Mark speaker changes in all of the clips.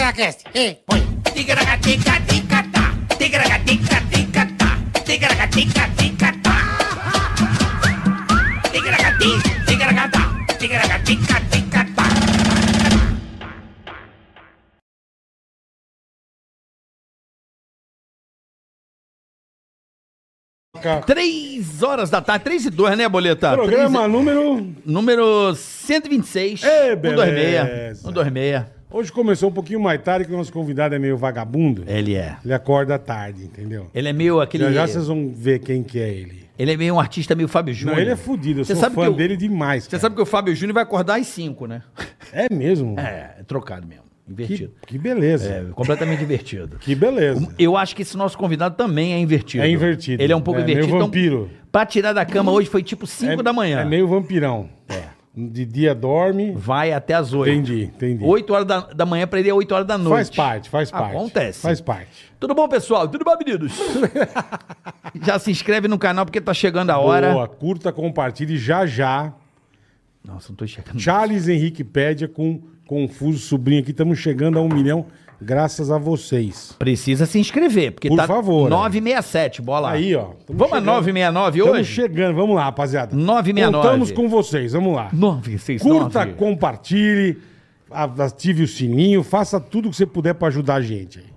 Speaker 1: Tigracast, ei, põe. Tigracatica, ticatá. Tigracatica, ticatá. Tigracatica, ticatá. Tigracati, tigracatá. Tigracatica, ticatá.
Speaker 2: Três horas da tarde, três e dois, né, Boleta?
Speaker 3: Programa
Speaker 2: Três-
Speaker 3: número. um.
Speaker 2: número 126.
Speaker 3: Ê,
Speaker 2: 126.
Speaker 3: beleza.
Speaker 2: 126.
Speaker 3: Hoje começou um pouquinho mais tarde, que o nosso convidado é meio vagabundo.
Speaker 2: Ele é.
Speaker 3: Ele acorda tarde, entendeu?
Speaker 2: Ele é meio aquele.
Speaker 3: Já já vocês vão ver quem que é ele.
Speaker 2: Ele é meio um artista meio Fábio Júnior.
Speaker 3: Não, ele é fudido, eu
Speaker 2: Você
Speaker 3: sou
Speaker 2: sabe
Speaker 3: fã
Speaker 2: que eu-
Speaker 3: dele demais.
Speaker 2: Você
Speaker 3: cara.
Speaker 2: sabe que o Fábio Júnior vai acordar às 5, né?
Speaker 3: É mesmo?
Speaker 2: É, é trocado mesmo.
Speaker 3: Que,
Speaker 2: Invertido.
Speaker 3: que beleza.
Speaker 2: É, completamente invertido.
Speaker 3: Que beleza.
Speaker 2: Eu acho que esse nosso convidado também é invertido.
Speaker 3: É invertido.
Speaker 2: Ele é um pouco
Speaker 3: É, meio
Speaker 2: invertido. então,
Speaker 3: vampiro.
Speaker 2: pra tirar da cama hoje foi tipo 5
Speaker 3: É-
Speaker 2: da manhã. É.
Speaker 3: É meio vampirão. De dia dorme.
Speaker 2: Vai até as 8.
Speaker 3: Entendi, entendi.
Speaker 2: 8 horas da, da manhã pra ele é 8 horas da noite.
Speaker 3: Faz parte, faz parte.
Speaker 2: Acontece.
Speaker 3: Faz parte.
Speaker 2: Tudo bom, pessoal? Tudo bom, meninos? Já se inscreve no canal porque tá chegando a hora.
Speaker 3: Boa, curta, compartilhe já já.
Speaker 2: Nossa, não tô chegando.
Speaker 3: Charles Henrique Pédia com Confuso Sobrinho aqui. Estamos chegando a um milhão, graças a vocês.
Speaker 2: Precisa se inscrever, porque
Speaker 3: Por
Speaker 2: tá
Speaker 3: favor, né?
Speaker 2: 967, bola.
Speaker 3: Aí, ó.
Speaker 2: Vamos a 969
Speaker 3: Estamos
Speaker 2: hoje?
Speaker 3: chegando, vamos lá, rapaziada.
Speaker 2: 969.
Speaker 3: Contamos com vocês, vamos lá.
Speaker 2: 969.
Speaker 3: Curta, compartilhe, a- ative o sininho, faça tudo que você puder pra ajudar a gente aí.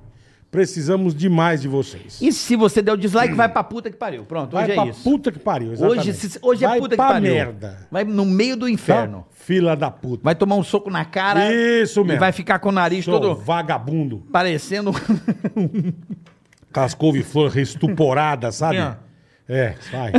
Speaker 3: Precisamos demais de vocês.
Speaker 2: E se você der o dislike, vai pra puta que pariu. Pronto,
Speaker 3: Vai
Speaker 2: hoje
Speaker 3: pra
Speaker 2: é isso.
Speaker 3: puta que pariu,
Speaker 2: hoje
Speaker 3: exatamente.
Speaker 2: se- hoje é
Speaker 3: Vai
Speaker 2: puta que
Speaker 3: pra
Speaker 2: pariu.
Speaker 3: merda.
Speaker 2: Vai no meio do
Speaker 3: tá?
Speaker 2: inferno.
Speaker 3: Fila da puta.
Speaker 2: Vai tomar um soco na cara.
Speaker 3: Isso mesmo.
Speaker 2: E vai ficar com o nariz
Speaker 3: Seu
Speaker 2: todo
Speaker 3: vagabundo.
Speaker 2: parecendo. um-
Speaker 3: Aquelas couve-flor restuporadas, sabe?
Speaker 2: É.
Speaker 3: É, sai.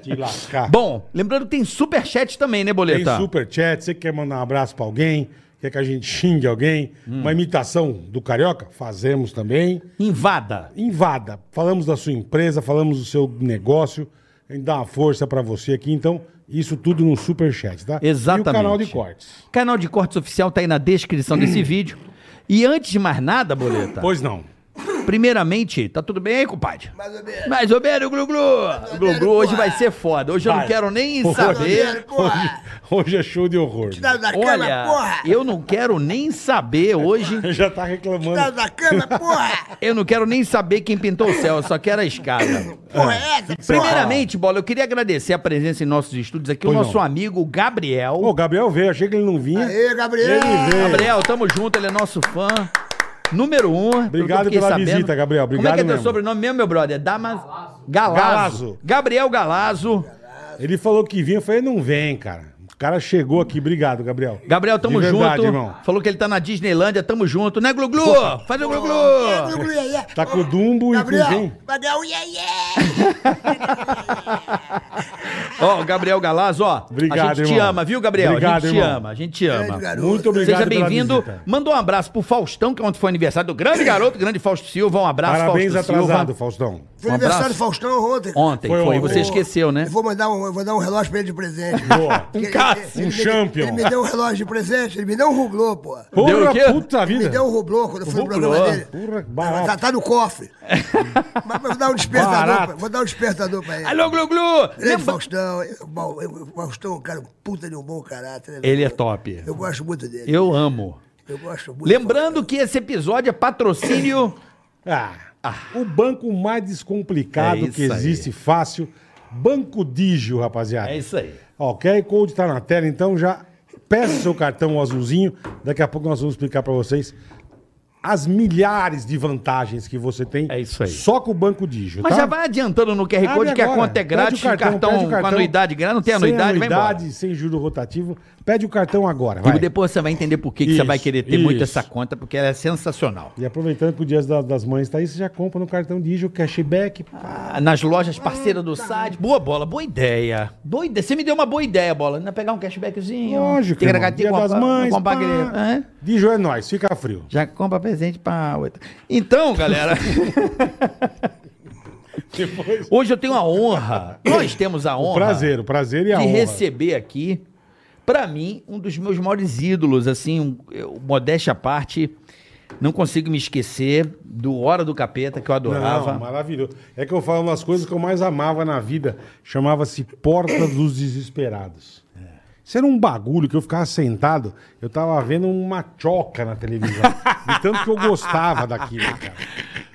Speaker 3: Te lascar.
Speaker 2: Bom, lembrando que tem superchat também, né,
Speaker 3: Tá. tem
Speaker 2: Boleta?
Speaker 3: superchat, você quer mandar um abraço pra alguém, quer que a gente xingue alguém,
Speaker 2: Hum.
Speaker 3: uma imitação do Carioca? Fazemos também.
Speaker 2: Invada.
Speaker 3: Invada. Falamos da sua empresa, falamos do seu negócio, a gente dá uma força pra você aqui, então... Isso tudo no superchat, tá?
Speaker 2: Exatamente.
Speaker 3: E o canal de cortes.
Speaker 2: Canal de cortes oficial tá aí na descrição desse vídeo. E antes de mais nada, Boleta,
Speaker 3: Pois não.
Speaker 2: primeiramente, tá tudo bem aí, compadre? Mais ou menos. Mais ou menos, Glu Glu. Glu Glu, hoje vai ser foda. Hoje eu não
Speaker 3: Vai.
Speaker 2: quero nem
Speaker 3: Hoje-
Speaker 2: saber.
Speaker 3: Hoje, hoje é show de horror.
Speaker 1: Tá da cama,
Speaker 2: Olha,
Speaker 1: porra!
Speaker 2: eu não quero nem saber hoje.
Speaker 3: Já tá
Speaker 1: Tá
Speaker 3: reclamando.
Speaker 1: da cama, porra!
Speaker 2: Eu não quero nem saber quem pintou o céu, eu só quero a escada.
Speaker 1: Porra, é essa?
Speaker 2: Primeiramente, Bola, eu queria agradecer a presença em nossos estúdios aqui,
Speaker 3: Pois
Speaker 2: o nosso
Speaker 3: não.
Speaker 2: amigo Gabriel.
Speaker 3: Ô, o Gabriel veio, achei que ele não vinha.
Speaker 1: Aê, Gabriel!
Speaker 3: Ele veio.
Speaker 2: Gabriel, tamo junto, ele é nosso fã. Número um. pelo que eu
Speaker 3: Obrigado
Speaker 2: fiquei
Speaker 3: pela visita, Gabriel,
Speaker 2: Como é
Speaker 3: obrigado
Speaker 2: que é teu
Speaker 3: mesmo.
Speaker 2: sobrenome mesmo, meu brother? Damas... Galazo.
Speaker 3: Galazo.
Speaker 2: Gabriel Galazo.
Speaker 3: Ele falou que vinha, eu falei, não vem, cara. O cara chegou aqui, obrigado, Gabriel.
Speaker 2: Gabriel, tamo
Speaker 3: De verdade,
Speaker 2: junto.
Speaker 3: irmão.
Speaker 2: Falou que ele tá na Disneylândia, tamo junto, né, Gluglu? Faz o Gluglu!
Speaker 1: Glu, glu, iê, iê.
Speaker 3: Tá com o Dumbo e com
Speaker 1: Gabriel,
Speaker 3: quem?
Speaker 1: vai dar um iê, iê.
Speaker 2: Ó, o Gabriel Galazo, ó.
Speaker 3: Obrigado,
Speaker 2: A gente te
Speaker 3: irmão.
Speaker 2: ama, viu, Gabriel? a
Speaker 3: Obrigado,
Speaker 2: gente te
Speaker 3: irmão.
Speaker 2: ama, a gente te ama.
Speaker 3: Muito obrigado
Speaker 2: Seja
Speaker 3: pela
Speaker 2: bem-vindo.
Speaker 3: visita.
Speaker 2: Manda um abraço pro Faustão, que ontem foi aniversário do grande garoto, grande Fausto Silva. Um abraço,
Speaker 3: Parabéns
Speaker 2: Fausto
Speaker 3: atrasado,
Speaker 2: Silva.
Speaker 3: Faustão.
Speaker 1: Foi
Speaker 2: Um
Speaker 1: aniversário
Speaker 2: abraço.
Speaker 1: do Faustão ontem.
Speaker 2: Ontem,
Speaker 3: Foi
Speaker 2: foi,
Speaker 3: ontem.
Speaker 2: você esqueceu, né?
Speaker 1: Eu vou mandar um, eu vou dar um relógio pra ele de presente.
Speaker 3: Boa.
Speaker 1: Ele- ele-
Speaker 2: Cássio,
Speaker 1: ele
Speaker 3: um
Speaker 1: me-
Speaker 3: champion.
Speaker 1: Ele me deu um relógio de presente, ele me deu um rublô, pô.
Speaker 2: Deu o
Speaker 3: Porra,
Speaker 2: quê?
Speaker 3: puta
Speaker 1: Ele
Speaker 3: vida.
Speaker 1: me deu um rublô quando eu fui no
Speaker 2: Rublô.
Speaker 1: programa dele.
Speaker 3: Porra,
Speaker 1: Não, Tá,
Speaker 3: barato.
Speaker 1: tá no cofre. Mas vou dar um despertador, pra,
Speaker 3: Barato.
Speaker 1: vou dar um despertador pra ele.
Speaker 2: Alô, Gluglu!
Speaker 1: Grande
Speaker 2: Lembra-
Speaker 1: é Faustão, eu- bom, eu- o Faustão é um cara puta de um bom caráter. né?
Speaker 2: Ele é
Speaker 1: Eu-
Speaker 2: top.
Speaker 1: Eu gosto muito dele.
Speaker 2: Eu amo.
Speaker 1: Eu gosto muito.
Speaker 2: Lembrando que esse episódio é patrocínio.
Speaker 3: Ah, o banco mais descomplicado
Speaker 2: É isso
Speaker 3: que existe,
Speaker 2: aí.
Speaker 3: fácil. Banco Digio, rapaziada.
Speaker 2: É isso aí.
Speaker 3: Ó, o QR Code tá na tela, então já peça seu cartão azulzinho. Daqui a pouco nós vamos explicar pra vocês as milhares de vantagens que você tem
Speaker 2: É isso aí.
Speaker 3: só com o Banco Digio,
Speaker 2: Mas
Speaker 3: tá?
Speaker 2: já vai adiantando no QR
Speaker 3: Abre
Speaker 2: Code que a
Speaker 3: agora.
Speaker 2: conta é
Speaker 3: Pede
Speaker 2: grátis,
Speaker 3: o
Speaker 2: cartão, cartão,
Speaker 3: pede o
Speaker 2: com anuidade grátis, não tem anuidade,
Speaker 3: sem
Speaker 2: vai
Speaker 3: anuidade,
Speaker 2: embora.
Speaker 3: sem juro rotativo. Pede o cartão agora, vai.
Speaker 2: E depois você vai entender por que, que você
Speaker 3: Isso,
Speaker 2: vai querer ter muito
Speaker 3: isso.
Speaker 2: essa conta, porque ela é sensacional.
Speaker 3: E aproveitando que o Dia da- das Mães tá aí, você já compra no cartão Digio, cashback.
Speaker 2: Ah, nas lojas parceiras do site. Boa bola, boa ideia. Boa ideia. Você me deu uma boa ideia, bola. Ainda pegar um cashbackzinho.
Speaker 3: Lógico,
Speaker 2: Tem que
Speaker 3: irmão.
Speaker 2: agradar-
Speaker 3: Dia
Speaker 2: comprar-
Speaker 3: das Mães,
Speaker 2: comprar
Speaker 3: pá.
Speaker 2: aquele- é?
Speaker 3: Digio é nóis, fica frio.
Speaker 2: Já compra. presente pra outra. Então, galera.
Speaker 3: Depois,
Speaker 2: Hoje eu tenho a honra, nós temos a honra
Speaker 3: prazer, o prazer e a
Speaker 2: de
Speaker 3: honra.
Speaker 2: receber aqui, pra mim, um dos meus maiores ídolos, assim, um, eu, modéstia à parte, não consigo me esquecer do Hora do Capeta, que eu adorava.
Speaker 3: Não, maravilhoso. É que eu falo umas coisas que eu mais amava na vida. Chamava-se Porta dos Desesperados.
Speaker 2: É.
Speaker 3: Isso era um bagulho que eu ficava sentado, eu tava vendo uma choca na televisão. de tanto que eu gostava daquilo, cara.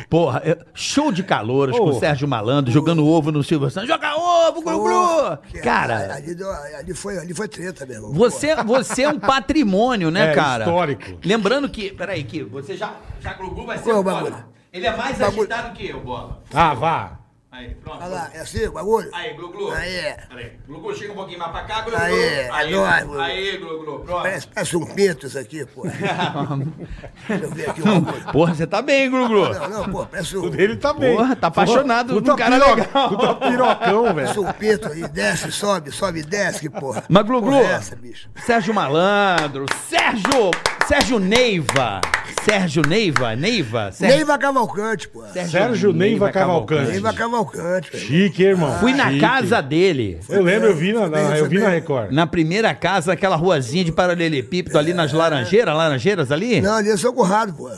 Speaker 2: Porra, eu- show de calouros com
Speaker 3: Ô.
Speaker 2: o Sérgio Malandro, jogando ovo no Silvio Santos. Joga ovo, glu, glu!
Speaker 1: Que
Speaker 2: Cara,
Speaker 1: Ali, deu- ali foi, ali foi treta, meu irmão.
Speaker 2: você, você é um patrimônio, né,
Speaker 3: É,
Speaker 2: cara?
Speaker 3: histórico.
Speaker 2: Lembrando que, peraí, que você já, já glu, glu vai ser
Speaker 1: Qual é o
Speaker 2: foda.
Speaker 1: bagulho?
Speaker 2: Ele é mais
Speaker 1: Bagulho.
Speaker 2: agitado que eu, Bola.
Speaker 3: Ah, vá.
Speaker 2: Aí, pronto.
Speaker 1: Olha lá, é assim o bagulho?
Speaker 2: Aí, Glu-Glu.
Speaker 1: Aí.
Speaker 2: Peraí. Glu-Glu, chega um pouquinho mais pra cá, Glu-Glu.
Speaker 1: Aí,
Speaker 2: aí,
Speaker 1: adoro,
Speaker 2: aí,
Speaker 1: Glu-Glu.
Speaker 2: Glu-Glu. Pronto.
Speaker 1: Parece, parece um pinto isso aqui, pô. Deixa eu ver aqui o bagulho.
Speaker 2: Porra, você tá bem, Glu-Glu.
Speaker 1: Não, não, pô, parece
Speaker 3: O
Speaker 1: um,
Speaker 3: dele tá bem.
Speaker 2: Porra, tá apaixonado
Speaker 3: Porra,
Speaker 2: num
Speaker 3: puta
Speaker 2: cara
Speaker 3: piroca-
Speaker 2: legal.
Speaker 3: Puta
Speaker 1: tá-
Speaker 3: pirocão,
Speaker 1: parece
Speaker 3: velho.
Speaker 1: um pinto aí. Desce, sobe, sobe, desce, que porra.
Speaker 2: Mas, Glu-Glu,
Speaker 1: Porra é essa, bicho.
Speaker 2: Sérgio Malandro, Sérgio, Sérgio Neiva, Sérgio Neiva, Neiva, Sérgio,
Speaker 1: Neiva Cavalcante, pô.
Speaker 3: Sérgio Neiva Cavalcante.
Speaker 1: Neiva Cavalcante, velho.
Speaker 3: Chique, hein, irmão.
Speaker 2: Fui na
Speaker 3: Chique.
Speaker 2: casa dele,
Speaker 3: Eu lembro, eu vi na, na- eu vi na Record.
Speaker 2: na primeira casa, aquela ruazinha de paralelepípedo ali nas Laranjeiras, Laranjeiras ali?
Speaker 1: Não, ali é São Conrado, pô.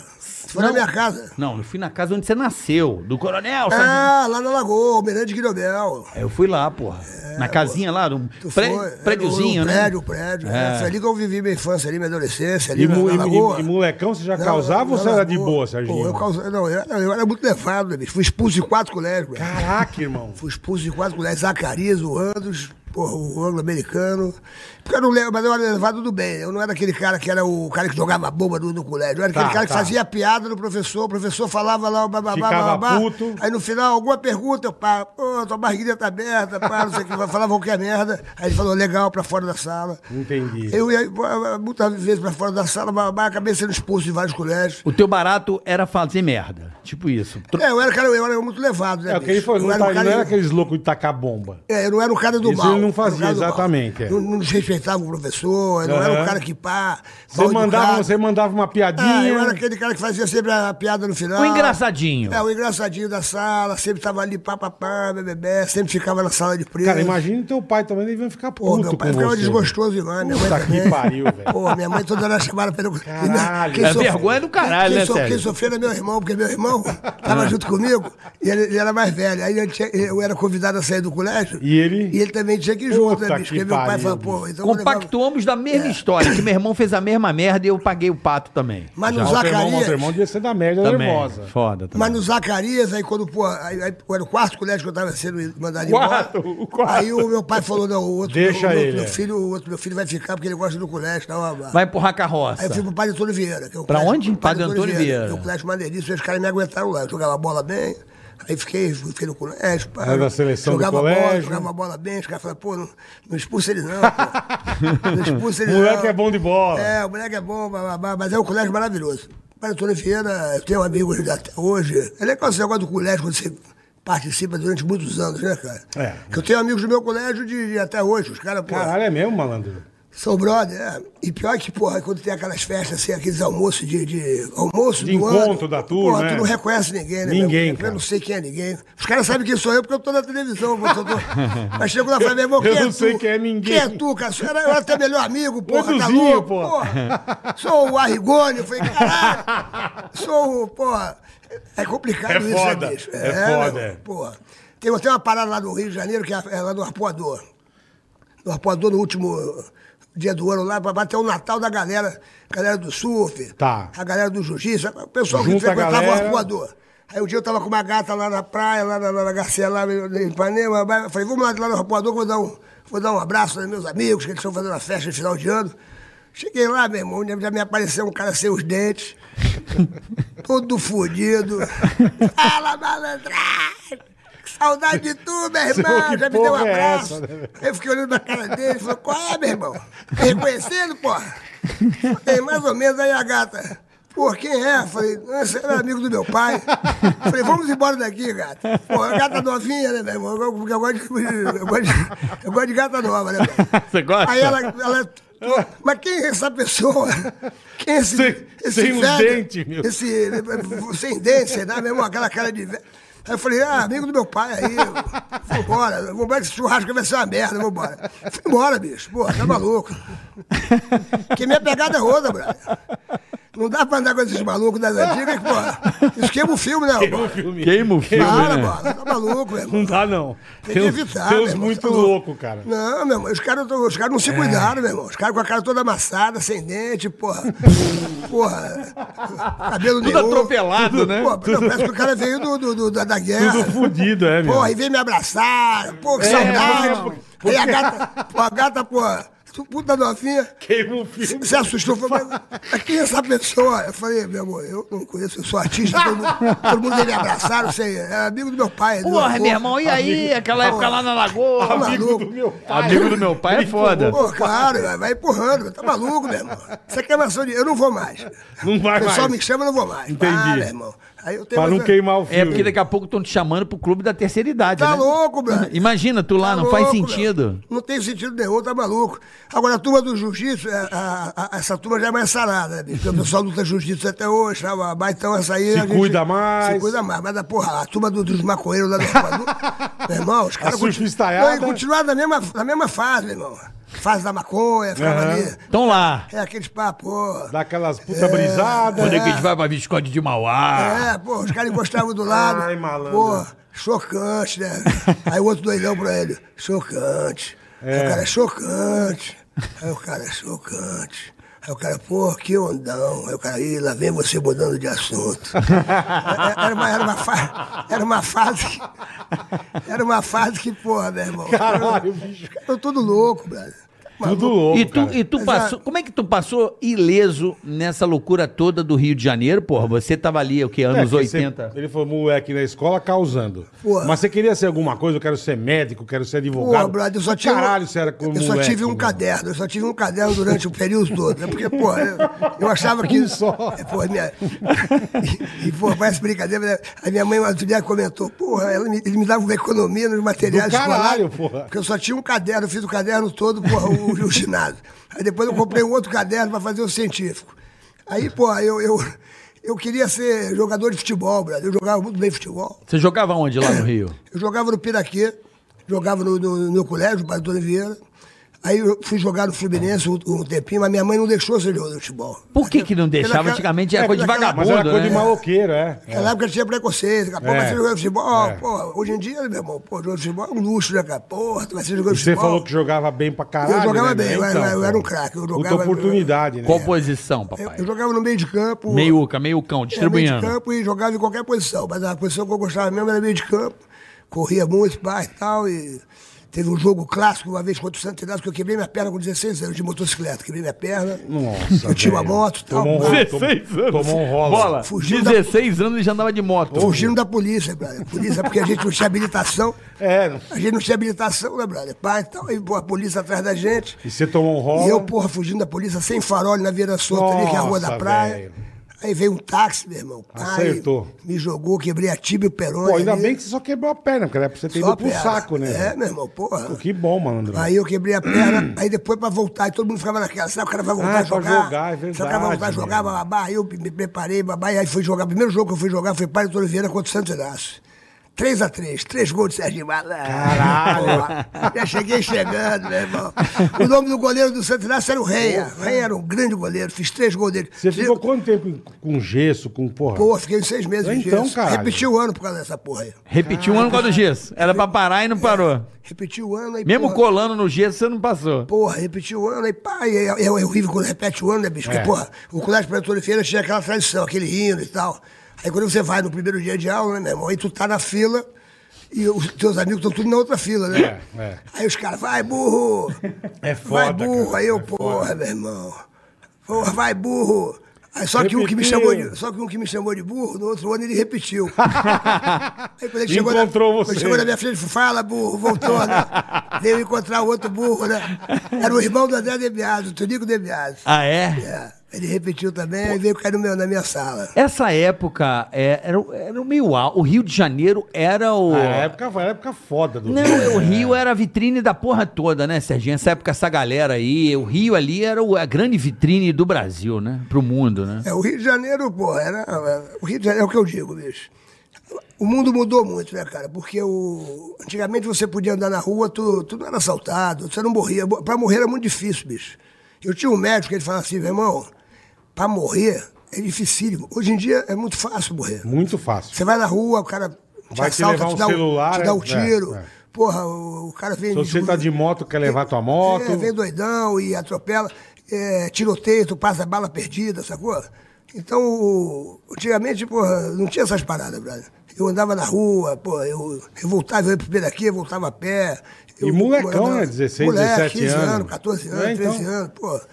Speaker 1: Foi na
Speaker 2: Não.
Speaker 1: minha casa.
Speaker 2: Não, eu fui na casa onde você nasceu, do Coronel, sabe?
Speaker 1: Ah, lá na Lagoa, Almirante Guilhermel.
Speaker 2: Aí Eu fui lá, porra, na casinha lá, num
Speaker 1: É, Tu
Speaker 2: pré-
Speaker 1: foi? Era
Speaker 2: prédiozinho,
Speaker 1: um
Speaker 2: né?
Speaker 1: Prédio, prédio. né? Foi ali que eu vivi minha infância, ali, minha adolescência, ali
Speaker 3: E,
Speaker 1: na,
Speaker 3: mu-
Speaker 1: na
Speaker 3: e- e-
Speaker 1: Lagoa.
Speaker 3: e molecão, você já
Speaker 1: Não,
Speaker 3: causava
Speaker 1: na
Speaker 3: ou você era
Speaker 1: Lagoa.
Speaker 3: de boa,
Speaker 1: Pô,
Speaker 3: Serginho?
Speaker 1: eu causava, não, eu, eu era muito levado, né, bicho? Fui expulso de quatro colégios, velho.
Speaker 3: Caraca, irmão.
Speaker 1: Fui expulso de quatro colégios. Zacarias, o Andros, porra, o anglo-americano. Porque eu não lembro, mas eu era levado do bem. Eu não era aquele cara que era o cara que jogava bomba no, no colégio. Eu era
Speaker 3: Tá,
Speaker 1: aquele cara que
Speaker 3: tá.
Speaker 1: fazia piada no professor, o professor falava lá, babá,
Speaker 3: Ficava
Speaker 1: babá.
Speaker 3: puto.
Speaker 1: Aí no final, alguma pergunta, eu pá, pô, tua barriguinha tá aberta, pá, não sei o que, falava qualquer merda. Aí ele falou, legal, pra fora da sala.
Speaker 3: Entendi.
Speaker 1: Eu ia pô, muitas vezes pra fora da sala, mas mas acabei sendo expulso de vários colégios.
Speaker 2: O teu barato era fazer merda, tipo isso. Tro-
Speaker 1: É, eu era, cara, eu era muito levado, né?
Speaker 3: É, o que ele
Speaker 1: bicho?
Speaker 3: falou,
Speaker 1: Eu
Speaker 3: não,
Speaker 1: era
Speaker 3: tá-
Speaker 1: um cara
Speaker 3: não era
Speaker 1: que-
Speaker 3: aqueles loucos de tacar bomba.
Speaker 1: É, eu não era um cara do
Speaker 3: Isso
Speaker 1: mal.
Speaker 3: ele não
Speaker 1: Era um cara
Speaker 3: fazia,
Speaker 1: do mal.
Speaker 3: exatamente, é.
Speaker 1: Não, não desrespeitava o professor, eu não era
Speaker 3: Aham.
Speaker 1: um cara que pá.
Speaker 3: Você
Speaker 1: mal
Speaker 3: mandava, um
Speaker 1: educado.
Speaker 3: você mandava uma
Speaker 1: Ah, eu era
Speaker 3: piadinha.
Speaker 1: aquele cara que fazia sempre a piada no final.
Speaker 2: O engraçadinho.
Speaker 1: Ah. É, o engraçadinho da sala, sempre tava ali, pá, pá, pá, bebê, sempre ficava na sala de preso.
Speaker 3: Cara, imagina teu pai também, ele vai ficar
Speaker 1: Pô,
Speaker 3: puto
Speaker 1: meu pai
Speaker 3: com
Speaker 1: ficava
Speaker 3: você.
Speaker 1: desgostoso demais, minha mãe
Speaker 3: Puta que
Speaker 1: também.
Speaker 3: pariu, velho.
Speaker 1: Pô, minha mãe toda hora chamava pra ele...
Speaker 3: Caralho.
Speaker 1: Quem
Speaker 3: É
Speaker 1: sofre-
Speaker 2: vergonha do caralho,
Speaker 1: quem
Speaker 2: né, Sérgio?
Speaker 1: Quem sofreu era meu irmão, porque meu irmão
Speaker 3: Ah.
Speaker 1: tava junto comigo e ele, ele era mais velho. Aí eu, tinha- eu era convidado a sair do colégio
Speaker 3: E ele?
Speaker 1: e ele também tinha que ir junto,
Speaker 3: Puta
Speaker 1: né, bicho?
Speaker 3: que
Speaker 1: Porque meu pai
Speaker 3: pariu,
Speaker 1: falou, pô... Então eu vou É. levar-
Speaker 2: Compactuamos da mesma história, que meu irmão fez a mesma merda e eu paguei o pato também.
Speaker 1: Mas
Speaker 3: Já.
Speaker 1: no
Speaker 3: Outro irmão, outro
Speaker 1: Zacarias...
Speaker 3: irmão devia ser da merda
Speaker 2: Também,
Speaker 3: nervosa.
Speaker 2: foda também.
Speaker 1: Mas no Zacarias, aí quando, pô, aí, aí, era o quarto colégio que eu tava sendo mandado
Speaker 3: Quarto,
Speaker 1: embora.
Speaker 3: o quarto.
Speaker 1: Aí o meu pai falou, não, o outro,
Speaker 3: Deixa
Speaker 1: o meu,
Speaker 3: ele,
Speaker 1: meu
Speaker 3: é.
Speaker 1: filho, o outro meu filho vai ficar porque ele gosta do colégio, tá, babá.
Speaker 2: Vai empurrar
Speaker 1: Aí
Speaker 2: carroça.
Speaker 1: eu fui pro Padre Antônio Vieira. Que é o
Speaker 2: Pra onde?
Speaker 1: pro
Speaker 2: Padre Antônio Vieira.
Speaker 1: que é O colégio maneiríssimo, os caras me aguentaram lá. Eu jogava bola bem, aí fiquei, fiquei no colégio. pá.
Speaker 3: Era da seleção do
Speaker 1: jogava
Speaker 3: colégio.
Speaker 1: Bola, jogava bola bem, os caras falaram, pô, não, não expulsa ele não, pô. Não expulsa ele não.
Speaker 3: Moleque é bom de bola.
Speaker 1: É, o moleque é bom, bababá, mas é um colégio maravilhoso. Padre Antônio Vieira, eu tenho amigos de até hoje. É legal esse negócio do colégio, quando você participa durante muitos anos, né, cara?
Speaker 3: É.
Speaker 1: Que eu tenho amigos do meu colégio de, de até hoje, os caras, pô...
Speaker 3: Caralho, é mesmo, malandro?
Speaker 1: São brother, é. E pior que, porra, quando tem aquelas festas, assim, aqueles almoços de. de almoço
Speaker 3: De
Speaker 1: do
Speaker 3: encontro
Speaker 1: ano,
Speaker 3: da turma,
Speaker 1: Porra,
Speaker 3: né?
Speaker 1: tu não reconhece ninguém, né?
Speaker 3: Ninguém,
Speaker 1: meu?
Speaker 3: cara.
Speaker 1: Eu não sei quem é ninguém. Os caras sabem quem sou eu porque eu tô na televisão. Eu tô, tô... Mas chego lá e falo, meu irmão,
Speaker 3: Eu
Speaker 1: quem é
Speaker 3: não sei
Speaker 1: tu?
Speaker 3: quem é ninguém.
Speaker 1: Quem é tu, cara? Eu era, eu era até melhor amigo, porra, tá
Speaker 3: Eduzinho,
Speaker 1: louco,
Speaker 3: porra.
Speaker 1: porra. Sou o Arrigoni, eu falei, caralho. Sou o, porra. É complicado
Speaker 3: É
Speaker 1: isso,
Speaker 3: foda,
Speaker 1: né, bicho?
Speaker 3: é foda,
Speaker 1: né,
Speaker 3: é.
Speaker 1: Porra. Tem até uma parada lá no Rio de Janeiro, que é é lá do Arpoador no Arpoador no último eh, dia do ano lá, pra bater o Natal da galera, galera do surf,
Speaker 3: Tá.
Speaker 1: a galera do jiu-jitsu, o pessoal que
Speaker 3: Junta a
Speaker 1: frequentava o
Speaker 3: galera.
Speaker 1: Arpoador. Aí um dia eu tava com uma gata lá na praia, lá na, lá na Garcia, lá em Ipanema, eu falei, vamos lá, lá no Arpoador que eu vou dar um, vou dar um abraço aos meus amigos, que eles estão fazendo a festa de final de ano. Cheguei lá, meu irmão, já me apareceu um cara sem os dentes, todo fodido. Fala, malandragem! Que Saudade de tu, meu irmão!
Speaker 3: que
Speaker 1: Já me deu um
Speaker 3: porra é
Speaker 1: abraço.
Speaker 3: essa, né?
Speaker 1: Aí eu fiquei olhando na cara dele e falou, qual é, meu irmão? Me Reconhecendo, porra? Falei, mais ou menos aí a gata. Pô, quem é? Falei, "Ah, você era amigo do meu pai. Falei, vamos embora daqui, gata. Pô, a gata novinha, né, meu irmão? Eu, eu, gosto, de, eu, gosto, de, eu gosto de gata nova, né? meu irmão?
Speaker 2: Você gosta?
Speaker 1: Aí ela, ela Mas quem é essa pessoa? Quem é esse,
Speaker 3: Sem- sem um dente, meu.
Speaker 1: Esse, sem dente, sei lá, mesmo aquela cara de velho. Aí eu falei, ah, amigo do meu pai aí, vambora, vambora que esse churrasco vai ser uma merda, vambora. Fui embora, bicho, pô, tá maluco. Porque minha pegada é outra, brother. Não dá pra andar com esses malucos das antigas, que, pô, isso queima o filme, né, pô?
Speaker 3: filme.
Speaker 4: Queima o filme,
Speaker 1: Para,
Speaker 4: né?
Speaker 1: mano, tá maluco, meu irmão.
Speaker 3: Não dá, não. Tem
Speaker 1: Tem que
Speaker 3: uns-
Speaker 1: evitar.
Speaker 3: Tem
Speaker 1: meu
Speaker 3: uns
Speaker 1: irmão,
Speaker 3: muito
Speaker 1: tá louco.
Speaker 3: louco, cara.
Speaker 1: Não, meu irmão, os caras tão- os caras
Speaker 4: É.
Speaker 1: não se cuidaram, meu irmão. Os caras com a cara toda amassada, sem dente, porra. porra. Cabelo
Speaker 4: Tudo
Speaker 1: nenhum.
Speaker 4: atropelado, né?
Speaker 1: Pô, não, parece que o cara veio do, do- do- da, da guerra.
Speaker 3: Tudo fudido, é, meu.
Speaker 1: Porra, e veio me abraçar. Pô, que
Speaker 4: É,
Speaker 1: saudade.
Speaker 3: porque-
Speaker 1: Aí a gata, pô, a gata, porra, tu- puta novinha.
Speaker 3: Queima o filme.
Speaker 1: Se assustou, falou, mas mas quem é essa pessoa? Eu falei, meu amor, eu não conheço, eu sou artista, todo mundo, todo mundo me abraçaram, sei, é amigo do meu pai. do
Speaker 4: Porra,
Speaker 1: avô.
Speaker 4: meu irmão, e aí? Aquela época lá na
Speaker 1: Tá
Speaker 4: lagoa.
Speaker 1: maluco.
Speaker 3: meu pai.
Speaker 4: Amigo do meu pai é foda.
Speaker 1: Pô, claro, vai- vai empurrando, tá maluco, meu irmão. Isso aqui é maçã de. Eu não vou mais.
Speaker 3: Não vai
Speaker 1: O pessoal
Speaker 3: mais.
Speaker 1: me chama, eu não vou mais.
Speaker 3: Entendi.
Speaker 1: Ah, meu irmão. Aí eu tenho
Speaker 3: Pra não
Speaker 1: mais-
Speaker 3: queimar o filme.
Speaker 4: É porque daqui a pouco estão te chamando pro clube da terceira idade,
Speaker 1: Tá
Speaker 4: né?
Speaker 1: louco, brother.
Speaker 4: Imagina, tu lá,
Speaker 1: Tá
Speaker 4: não faz
Speaker 1: louco,
Speaker 4: sentido.
Speaker 1: meu. Não tem sentido nenhum, tá maluco. Agora, a turma do jiu-jitsu, é, a- a- a- essa turma já é mais sarada, né? bicho? Porque o pessoal luta jiu-jitsu até hoje, tá? mas então essa aí.
Speaker 3: Se
Speaker 1: a gente-
Speaker 3: cuida mais.
Speaker 1: Se cuida mais. Mas, da porra, a turma do- dos maconheiros lá da Rapadura. meu irmão, os caras. continu-
Speaker 3: surfistaiada.
Speaker 1: Não, e continuaram na mesma, na mesma fase, meu irmão. Fase da maconha, ficava
Speaker 3: Aham.
Speaker 1: ali.
Speaker 4: Então lá.
Speaker 1: É aqueles papo. pô.
Speaker 3: Dá aquelas puta né? brisadas.
Speaker 4: Quando é que a gente vai pra Visconde de Mauá?
Speaker 1: É, pô, os caras encostavam do lado.
Speaker 3: Ah. Ai, malandro.
Speaker 1: Pô, chocante, né? Aí o outro doidão pra ele, chocante. Aí
Speaker 3: É.
Speaker 1: o cara, chocante. Aí o cara, chocante. Aí o cara, pô, que ondão. Aí o cara, ih, lá vem você mudando de assunto. É, era, uma, era, uma fa- era uma fase que... Era uma fase que, porra, meu irmão.
Speaker 3: Caralho, bicho.
Speaker 1: Eu todo louco, brother. Tá
Speaker 3: Tudo louco,
Speaker 4: E tu,
Speaker 3: cara.
Speaker 4: e tu
Speaker 1: Mas,
Speaker 4: passou.
Speaker 1: ah,
Speaker 4: Como é que tu passou ileso nessa loucura toda do Rio de Janeiro, porra? Você tava ali, o quê?
Speaker 3: É,
Speaker 4: Anos
Speaker 3: que você-
Speaker 4: 80?
Speaker 3: ele foi moleque na escola causando.
Speaker 1: Porra.
Speaker 3: Mas você queria ser alguma coisa? Eu quero ser médico, eu quero ser advogado.
Speaker 1: Pô, brother, eu só tive, um-
Speaker 3: Caralho, você era como
Speaker 1: eu só
Speaker 3: moleque, né?
Speaker 1: tive um
Speaker 3: meu.
Speaker 1: caderno, eu só tive um caderno durante o período todo. né? Porque, pô, eu, eu achava que.
Speaker 3: Um só.
Speaker 1: É, Pô, minha, e, pô, parece brincadeira, né? a minha mãe outro dia comentou, porra, ela me- ele me dava uma economia nos materiais
Speaker 3: Do caralho,
Speaker 1: escolares.
Speaker 3: porra.
Speaker 1: Porque eu só tinha um caderno, eu fiz o caderno todo, porra, o, o ginásio. Aí depois eu comprei um outro caderno pra fazer o científico. Aí, pô, eu. eu eu queria ser jogador de futebol, brother. Eu jogava muito bem futebol.
Speaker 4: Você jogava onde lá no Rio?
Speaker 1: Eu jogava no Piraquê, jogava no, no, no meu colégio, Bartolomeu Vieira. Aí eu fui jogar no Fluminense um, um tempinho, mas minha mãe não deixou eu ser jogador de futebol. É,
Speaker 4: Por que que não deixava? Antigamente era coisa de
Speaker 1: naquela-
Speaker 3: Mas era
Speaker 4: Mundo,
Speaker 3: coisa de
Speaker 4: né?
Speaker 3: maloqueiro, é.
Speaker 1: Naquela época tinha preconceito, daqui a pouco
Speaker 3: É.
Speaker 1: vai ser jogador de futebol.
Speaker 3: É.
Speaker 1: Pô, hoje em dia, meu irmão, pô, jogador de futebol é um luxo, né, cara? Porra, tu vai ser jogador
Speaker 3: E
Speaker 1: de
Speaker 3: você
Speaker 1: futebol.
Speaker 3: falou que jogava bem pra caralho.
Speaker 1: Eu jogava
Speaker 3: né,
Speaker 1: bem,
Speaker 3: meu?
Speaker 1: eu era- eu era um
Speaker 3: pô,
Speaker 1: craque, eu
Speaker 3: Puta
Speaker 1: jogava-
Speaker 5: É.
Speaker 3: oportunidade, né?
Speaker 4: Qual posição,
Speaker 1: eu,
Speaker 4: papai?
Speaker 1: eu jogava no meio de campo.
Speaker 4: Meiuca, meiucão,
Speaker 1: É, meio de
Speaker 4: distribuindo.
Speaker 1: campo e jogava em qualquer posição, mas a posição que eu gostava mesmo era meio de campo. Corria muito, pá e tal. E teve um jogo clássico uma vez contra o Santo Inácio que eu quebrei minha perna com 16 anos de motocicleta. Quebrei minha perna.
Speaker 3: Nossa,
Speaker 1: Eu tinha uma
Speaker 3: velho.
Speaker 1: moto e tal.
Speaker 3: Tomou um
Speaker 1: mas-
Speaker 3: rolê. Tomou um rolo.
Speaker 4: Bola.
Speaker 1: Fugiu
Speaker 4: 16 anos e já andava de moto.
Speaker 1: Fugindo da polícia, brother. Polícia, porque a gente não tinha habilitação.
Speaker 3: É, não-
Speaker 1: A gente não tinha habilitação, né, brother? Pá e tal. E pô, a polícia atrás da gente.
Speaker 3: e você tomou um rolo.
Speaker 1: E eu, porra, fugindo da polícia, sem farol na Vieira Solta ali, que é a rua
Speaker 3: Nossa,
Speaker 1: da praia.
Speaker 3: velho.
Speaker 1: Aí veio um táxi, meu irmão. Aí
Speaker 3: Acertou.
Speaker 1: me jogou, quebrei a tibia e o perônio.
Speaker 3: Pô, ainda
Speaker 1: ali.
Speaker 3: bem que você só quebrou a perna, porque era pra você ter
Speaker 1: Só
Speaker 3: ido
Speaker 1: a
Speaker 3: pro
Speaker 1: perna.
Speaker 3: saco, né?
Speaker 1: É, meu irmão, porra.
Speaker 3: Pô, Que bom, malandro.
Speaker 1: Aí eu quebrei a perna, aí depois pra voltar, e todo mundo ficava naquela, sabe, o cara vai voltar
Speaker 3: Ah,
Speaker 1: a
Speaker 3: pra
Speaker 1: jogar.
Speaker 3: jogar, é
Speaker 1: sabe, o cara vai voltar a
Speaker 3: verdade,
Speaker 1: jogar,
Speaker 3: meu.
Speaker 1: babá, aí eu me preparei, babá, e aí fui jogar. O primeiro jogo que eu fui jogar foi Padre Toro Vieira contra o Santos Inácio. 3x3, três gols de Serginho Malandro. Caralho! Já cheguei chegando, meu irmão. O nome do goleiro do Santos Inácio era o Reia. O Reia era um grande goleiro, fiz três gols dele.
Speaker 3: Você
Speaker 1: Fiz-
Speaker 3: ficou quanto tempo em- com gesso, com porra?
Speaker 1: Pô, fiquei seis meses em
Speaker 3: Então,
Speaker 1: gesso.
Speaker 3: caralho.
Speaker 1: Repeti o ano por causa dessa porra aí.
Speaker 4: Repetiu um ano por causa do gesso. Era pra parar
Speaker 5: É.
Speaker 4: e não parou.
Speaker 1: Repeti o ano aí.
Speaker 4: Mesmo
Speaker 1: porra,
Speaker 4: colando no gesso, você não passou.
Speaker 1: Porra, repetiu o ano, aí pá, e é, é horrível quando repete o ano, né, bicho? Porque,
Speaker 3: É.
Speaker 1: porra, o colégio preparatório de feira tinha aquela tradição, aquele hino e tal. Aí quando você vai no primeiro dia de aula, né, meu irmão, aí tu tá na fila e os teus amigos estão tudo na outra fila, né?
Speaker 3: É, é.
Speaker 1: Aí os caras, vai burro!
Speaker 3: É
Speaker 1: vai
Speaker 3: foda,
Speaker 1: burro!
Speaker 3: cara,
Speaker 1: Aí eu,
Speaker 3: é foda.
Speaker 1: porra, meu irmão. Porra, vai burro! Aí só que, um que me
Speaker 3: Repetiu.
Speaker 1: chamou de, só que um que me chamou de burro, no outro ano ele repetiu. Aí quando ele
Speaker 3: Encontrou
Speaker 1: na,
Speaker 3: você.
Speaker 1: Quando chegou na minha frente, fala, burro, voltou, né? Veio encontrar o outro burro, né? Era o irmão do André Debiado, o Tonico Debiado.
Speaker 4: Ah, é?
Speaker 1: É, Ele repetiu também, aí veio cair no meu, na minha sala.
Speaker 4: Essa época é, era, o- era o meio alto. O Rio de Janeiro era o.
Speaker 3: Ah,
Speaker 5: é?
Speaker 3: era época, era época foda do
Speaker 4: Não,
Speaker 3: Rio.
Speaker 4: o Rio era a vitrine da porra toda, né, Serginho? Essa época, essa galera aí, o Rio ali era o- a grande vitrine do Brasil, né? Pro mundo, né?
Speaker 1: É, o Rio de Janeiro, pô, era. O Rio de Janeiro é o que eu digo, bicho. O mundo mudou muito, né, cara? Porque o... antigamente você podia andar na rua, tu, tu não era assaltado, você não morria. Bo- Pra morrer era muito difícil, bicho. Eu tinha um médico que ele falava assim, meu irmão, pra morrer é dificílimo. Hoje em dia é muito fácil morrer.
Speaker 3: Muito fácil.
Speaker 1: Você vai na rua, o cara te
Speaker 3: Vai te
Speaker 1: assalta,
Speaker 3: levar
Speaker 1: te
Speaker 3: um
Speaker 1: dá um,
Speaker 3: celular,
Speaker 1: te dá um
Speaker 3: é,
Speaker 1: tiro.
Speaker 3: é.
Speaker 1: Porra, o, o cara vem...
Speaker 3: Se você tá de moto, quer levar tua moto.
Speaker 1: É, vem doidão e atropela, é, tiroteio, tu passa bala perdida, sacou? Então, o- antigamente, porra, não tinha essas paradas, brother. Eu andava na rua, pô, eu, eu voltava, eu ia primeiro aqui, eu voltava a pé. Eu
Speaker 3: E molecão,
Speaker 1: morava-
Speaker 3: né? 16,
Speaker 1: moleque,
Speaker 3: 17 anos.
Speaker 1: anos, 14 anos,
Speaker 3: É, então.
Speaker 1: 13 anos, pô. Era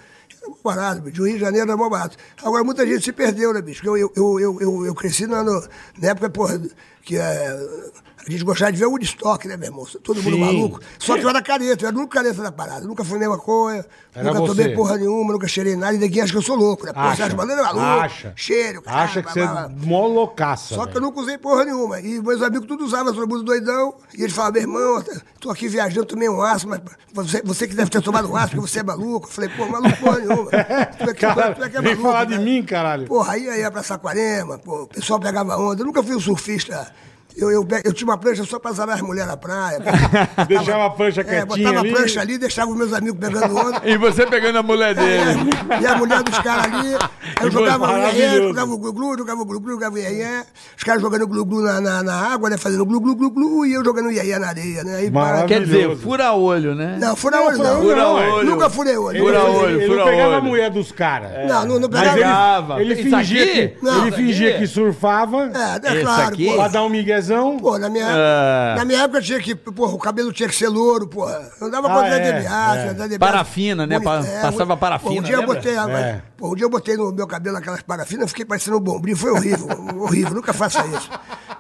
Speaker 1: mó barato, bicho. O Rio de Janeiro era mó barato. Agora, muita gente se perdeu, né, bicho? Eu, eu, eu, eu, eu, eu cresci na, no- na época, porra, que é, a gente gostava de ver o Woodstock, né, meu irmão? Todo mundo
Speaker 3: Sim.
Speaker 1: maluco. Só que eu era careta, eu era o único careta da parada. Nunca fumei maconha,
Speaker 3: Era
Speaker 1: nunca
Speaker 3: você.
Speaker 1: tomei porra nenhuma, nunca cheirei nada. E ninguém acha que eu sou louco, né? Pô,
Speaker 3: Acha.
Speaker 1: você acha maneiro? É maluco.
Speaker 3: Acha.
Speaker 1: Cheiro,
Speaker 3: Acha que você é
Speaker 1: blá, blá.
Speaker 3: mó loucaça.
Speaker 1: Só que
Speaker 3: velho.
Speaker 1: eu nunca usei porra nenhuma. E meus amigos tudo usavam, todo mundo doidão. E eles falavam, meu irmão, eu tô aqui viajando, tomei um aço, mas você, você que deve ter tomado um aço, porque você é maluco. Eu falei, pô, maluco porra nenhuma. Tu é que,
Speaker 3: Cara,
Speaker 1: tu é que é
Speaker 3: vem
Speaker 1: maluco,
Speaker 3: falar de
Speaker 1: né?
Speaker 3: mim, caralho.
Speaker 1: Porra, aí eu ia pra Saquarema, pô, o pessoal pegava onda. Eu nunca fui um surfista. Eu, eu, pe- eu tinha uma prancha só pra zarar as mulheres na praia.
Speaker 3: Deixava a prancha
Speaker 1: É,
Speaker 3: quietinha
Speaker 1: botava
Speaker 3: ali.
Speaker 1: a prancha ali, deixava os meus amigos pegando onda.
Speaker 5: E você pegando a mulher dele.
Speaker 1: E a mulher dos caras ali, aí
Speaker 3: Que
Speaker 1: eu jogava o
Speaker 3: maravilhoso.
Speaker 1: iê jogava o glu-glu, jogava o glu-glu, jogava o iê Os caras jogando glu-glu na, na, na água, né? Fazendo glu-glu, glu-glu, e eu jogando iê na areia, né? Aí,
Speaker 3: Maravilhoso.
Speaker 1: para-
Speaker 4: Quer dizer, fura-olho, né?
Speaker 1: Não, fura olho não.
Speaker 3: fura
Speaker 5: olho não, é.
Speaker 1: Nunca furei olho.
Speaker 5: Fura
Speaker 1: Nunca
Speaker 3: ele,
Speaker 1: furei
Speaker 5: olho,
Speaker 3: ele
Speaker 5: fura
Speaker 3: não pegava
Speaker 5: olho.
Speaker 3: a mulher dos caras.
Speaker 1: É. Não, não, não
Speaker 3: Mas
Speaker 1: pegava.
Speaker 3: ele-
Speaker 4: Pegava.
Speaker 3: Ele,
Speaker 4: Isso
Speaker 3: fingia,
Speaker 4: aqui?
Speaker 3: que,
Speaker 1: Não,
Speaker 3: ele
Speaker 1: isso
Speaker 3: fingia
Speaker 4: aqui?
Speaker 3: que surfava
Speaker 1: É,
Speaker 4: Esse
Speaker 1: é claro,
Speaker 4: aqui?
Speaker 1: pô.
Speaker 3: pra dar um miguezão.
Speaker 1: Pô, na minha,
Speaker 4: Ah.
Speaker 1: na minha época tinha que. Porra, o cabelo tinha que ser louro, porra. Eu andava com
Speaker 3: Ah,
Speaker 1: a Zé
Speaker 3: é,
Speaker 1: DBA,
Speaker 3: é.
Speaker 1: Zé DBA.
Speaker 4: Parafina, né? Pa- passava parafina,
Speaker 1: é, Pô, um dia eu
Speaker 4: lembra?
Speaker 1: botei, a-
Speaker 3: É.
Speaker 1: pô, um dia eu botei no meu cabelo aquelas parafinas, fiquei parecendo um bombril, foi horrível, horrível, nunca faça isso.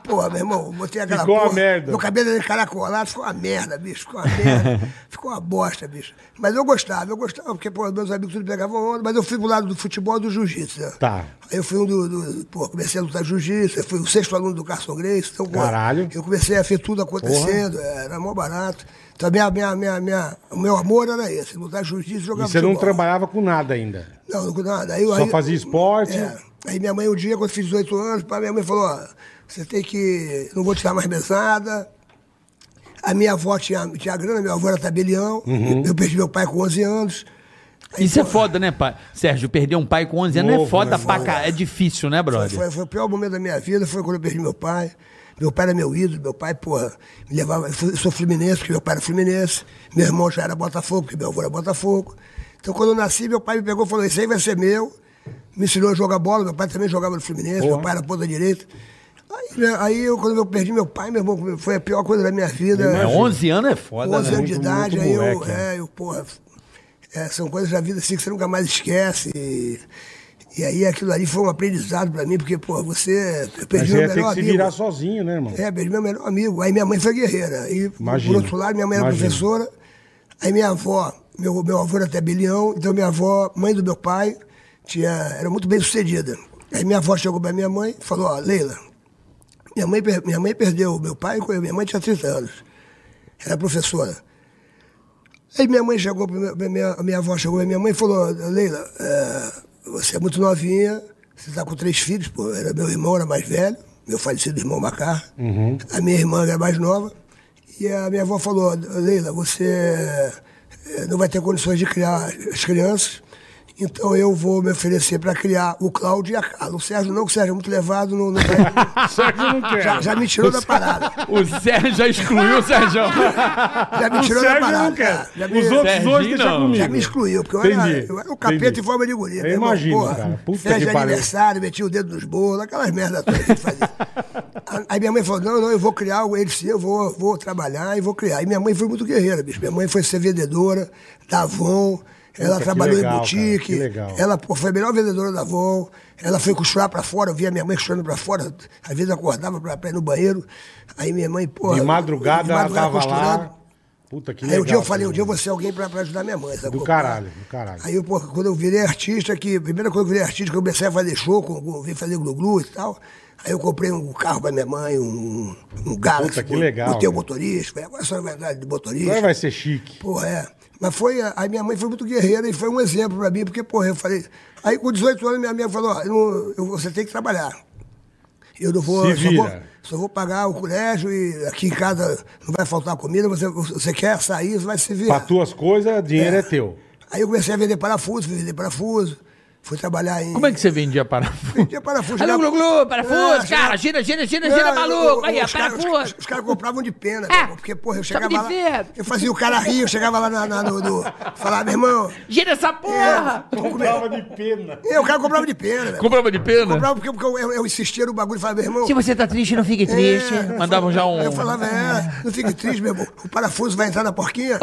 Speaker 1: Porra, meu irmão, botei aquela
Speaker 3: Ficou uma
Speaker 1: porra,
Speaker 3: merda.
Speaker 1: Meu cabelo era encaracolado, ficou uma merda, bicho, ficou uma merda. ficou uma bosta, bicho. Mas eu gostava, eu gostava, porque, pô, meus amigos tudo pegavam onda, mas eu fui pro lado do futebol e do jiu-jitsu, né?
Speaker 3: Tá.
Speaker 1: Aí eu fui um do, do- Pô, comecei a lutar jiu-jitsu, eu fui o sexto aluno do Carson Grace, então, pô,
Speaker 3: Caralho.
Speaker 1: eu comecei a ver tudo acontecendo, era mó barato. Então, minha, minha, minha, minha, o meu amor era esse, lutar jiu-jitsu e jogar
Speaker 3: E você não
Speaker 1: futebol.
Speaker 3: trabalhava com nada ainda.
Speaker 1: Não, não, nada. Aí,
Speaker 3: Só
Speaker 1: aí-
Speaker 3: fazia esporte?
Speaker 1: É. Aí minha mãe, um dia, quando eu fiz 18 anos, pá, minha mãe falou, ó, você tem que... não vou te dar mais mesada. A minha avó tinha, tinha grana, meu avô era tabelião,
Speaker 3: Uhum.
Speaker 1: eu perdi meu pai com 11 anos. Aí,
Speaker 4: Isso é
Speaker 1: pô,
Speaker 4: foda, né, pai? Sérgio, perder um pai com 11 anos é
Speaker 3: Novo,
Speaker 4: foda
Speaker 3: né?
Speaker 4: pra cá. É difícil, né, brother?
Speaker 1: Foi, foi o pior momento da minha vida, foi quando eu perdi meu pai. Meu pai era meu ídolo, meu pai, porra, me levava. Eu fui- eu sou fluminense, porque meu pai era fluminense, meu irmão já era Botafogo, porque meu avô era Botafogo. Então, quando eu nasci, meu pai me pegou e falou: Isso aí vai ser meu. Me ensinou a jogar bola, meu pai também jogava no Fluminense, meu pai era ponta direita. Aí, né, aí eu, quando eu perdi meu pai, meu irmão, foi a pior coisa da minha vida.
Speaker 4: É, 11 anos é foda,
Speaker 1: 11
Speaker 4: né?
Speaker 1: anos de
Speaker 3: Muito-
Speaker 1: idade,
Speaker 3: muito
Speaker 1: aí eu,
Speaker 3: moleque, né?
Speaker 1: é, eu, porra, é, são coisas da vida assim que você nunca mais esquece. E, e aí aquilo ali foi um aprendizado pra mim, porque, porra, você. Eu
Speaker 3: Mas
Speaker 1: perdi
Speaker 3: você
Speaker 1: meu
Speaker 3: ia ter que
Speaker 1: melhor
Speaker 3: se
Speaker 1: amigo.
Speaker 3: virar sozinho, né, irmão?
Speaker 1: É, perdi meu melhor amigo. Aí minha mãe foi guerreira. E,
Speaker 3: Imagino,
Speaker 1: por outro lado, minha mãe era
Speaker 3: imagino.
Speaker 1: professora. Aí minha avó, meu, meu avô era tabelião, então minha avó, mãe do meu pai, tinha, era muito bem sucedida. Aí minha avó chegou pra minha mãe e falou, ó, Leila, minha mãe, per- minha mãe perdeu meu pai, quando- minha mãe tinha 30 anos. Era professora. Aí minha mãe chegou, pra minha, pra minha, a minha avó chegou pra minha mãe e falou, Leila, é, você é muito novinha, você está com três filhos, pô, era meu irmão era mais velho, meu falecido irmão Macar,
Speaker 3: Uhum.
Speaker 1: a minha irmã era mais nova, e a minha avó falou, Leila, você é, não vai ter condições de criar as crianças, então eu vou me oferecer para criar o Cláudio e a Carla. O Sérgio não, que o Sérgio é muito levado, não, não vai-
Speaker 3: Sérgio não quer.
Speaker 1: É. já, já me tirou da parada.
Speaker 5: O Sérgio já excluiu o Sérgio.
Speaker 1: Já me
Speaker 3: O
Speaker 1: tirou da
Speaker 3: Sérgio
Speaker 1: parada.
Speaker 3: não quer.
Speaker 1: cara. Já me-
Speaker 3: Os outros
Speaker 5: Serginho
Speaker 3: dois deixam
Speaker 5: não.
Speaker 3: comigo.
Speaker 1: Já me excluiu, porque eu era,
Speaker 3: Entendi,
Speaker 1: eu era o capeta
Speaker 3: entendi.
Speaker 1: em forma de guria.
Speaker 3: Eu
Speaker 1: meu irmão,
Speaker 3: imagino,
Speaker 1: porra.
Speaker 3: cara. Puta
Speaker 1: Festa
Speaker 3: que
Speaker 1: de
Speaker 3: pariu.
Speaker 1: aniversário, metia o dedo nos bolos, aquelas merda todas que a gente fazia. A- Aí minha mãe falou, não, não, eu vou criar algo, ele sim, eu vou, vou trabalhar e vou criar. E minha mãe foi muito guerreira, bicho. Minha mãe foi ser vendedora da Avon, ela
Speaker 3: Puta, que
Speaker 1: trabalhou
Speaker 3: legal,
Speaker 1: em
Speaker 3: cara,
Speaker 1: boutique,
Speaker 3: que legal.
Speaker 1: ela pô, foi a melhor vendedora da Avon, ela foi costurar pra fora, eu via minha mãe costurando pra fora, às vezes acordava pra, pra ir no banheiro, aí minha mãe, porra...
Speaker 3: De madrugada ela tava lá. Puta que
Speaker 1: Aí
Speaker 3: legal.
Speaker 1: um dia eu falei,
Speaker 3: cara.
Speaker 1: um dia eu vou ser alguém pra, pra ajudar minha mãe. sabe? é?"
Speaker 3: Do caralho, do caralho.
Speaker 1: Aí, pô, quando eu virei artista, que primeira coisa que eu virei artista, que eu comecei a fazer show, com, com- vim fazer glu-glu e tal. Aí eu comprei um carro pra minha mãe, um, um Galaxy.
Speaker 3: Puta, que
Speaker 1: bot-
Speaker 3: legal,
Speaker 1: Botei o
Speaker 3: cara.
Speaker 1: motorista. Falei, agora só vai dar de motorista.
Speaker 3: Agora vai ser chique.
Speaker 1: Porra, é. Mas foi, a a minha mãe foi muito guerreira e foi um exemplo pra mim, porque, porra, eu falei. Aí com 18 anos, minha mãe falou: ó, eu não- eu- você tem que trabalhar. Eu não vou.
Speaker 3: Se
Speaker 1: só vou-
Speaker 3: vira.
Speaker 1: só vou pagar o colégio e aqui em casa não vai faltar comida, você, você quer sair, você vai se virar.
Speaker 3: Pra tuas coisas, dinheiro é,
Speaker 1: É.
Speaker 3: teu.
Speaker 1: Aí eu comecei a vender parafuso, fui vender parafuso, fui trabalhar em.
Speaker 5: Como é que você vendia parafuso?
Speaker 1: Vendia parafuso. né?
Speaker 5: Alô, glu, glu, parafuso,
Speaker 1: É,
Speaker 5: cara,
Speaker 1: chegava-
Speaker 5: gira, gira, gira, gira,
Speaker 1: Não, eu-
Speaker 5: maluco,
Speaker 1: eu-
Speaker 5: aí, é
Speaker 1: os caras- os-
Speaker 5: parafuso.
Speaker 1: Os caras compravam de pena,
Speaker 5: É.
Speaker 1: meu irmão, porque, porra, eu
Speaker 5: Chapa
Speaker 1: chegava
Speaker 5: de
Speaker 1: lá.
Speaker 5: vento.
Speaker 1: Eu fazia o cara rir, eu chegava lá na, na- no, no. Falava, meu irmão.
Speaker 5: Gira essa porra!
Speaker 1: É, vamos comer.
Speaker 3: Comprava de pena.
Speaker 1: É, o cara comprava de pena, velho.
Speaker 5: Comprava de pena?
Speaker 1: Comprava porque, porque eu, eu, eu insistia no bagulho e falava, meu irmão. é,
Speaker 5: Se você tá triste, não fique triste. Mandavam já um.
Speaker 1: Aí eu falava, é, não fique triste, meu irmão. O parafuso vai entrar na porquinha,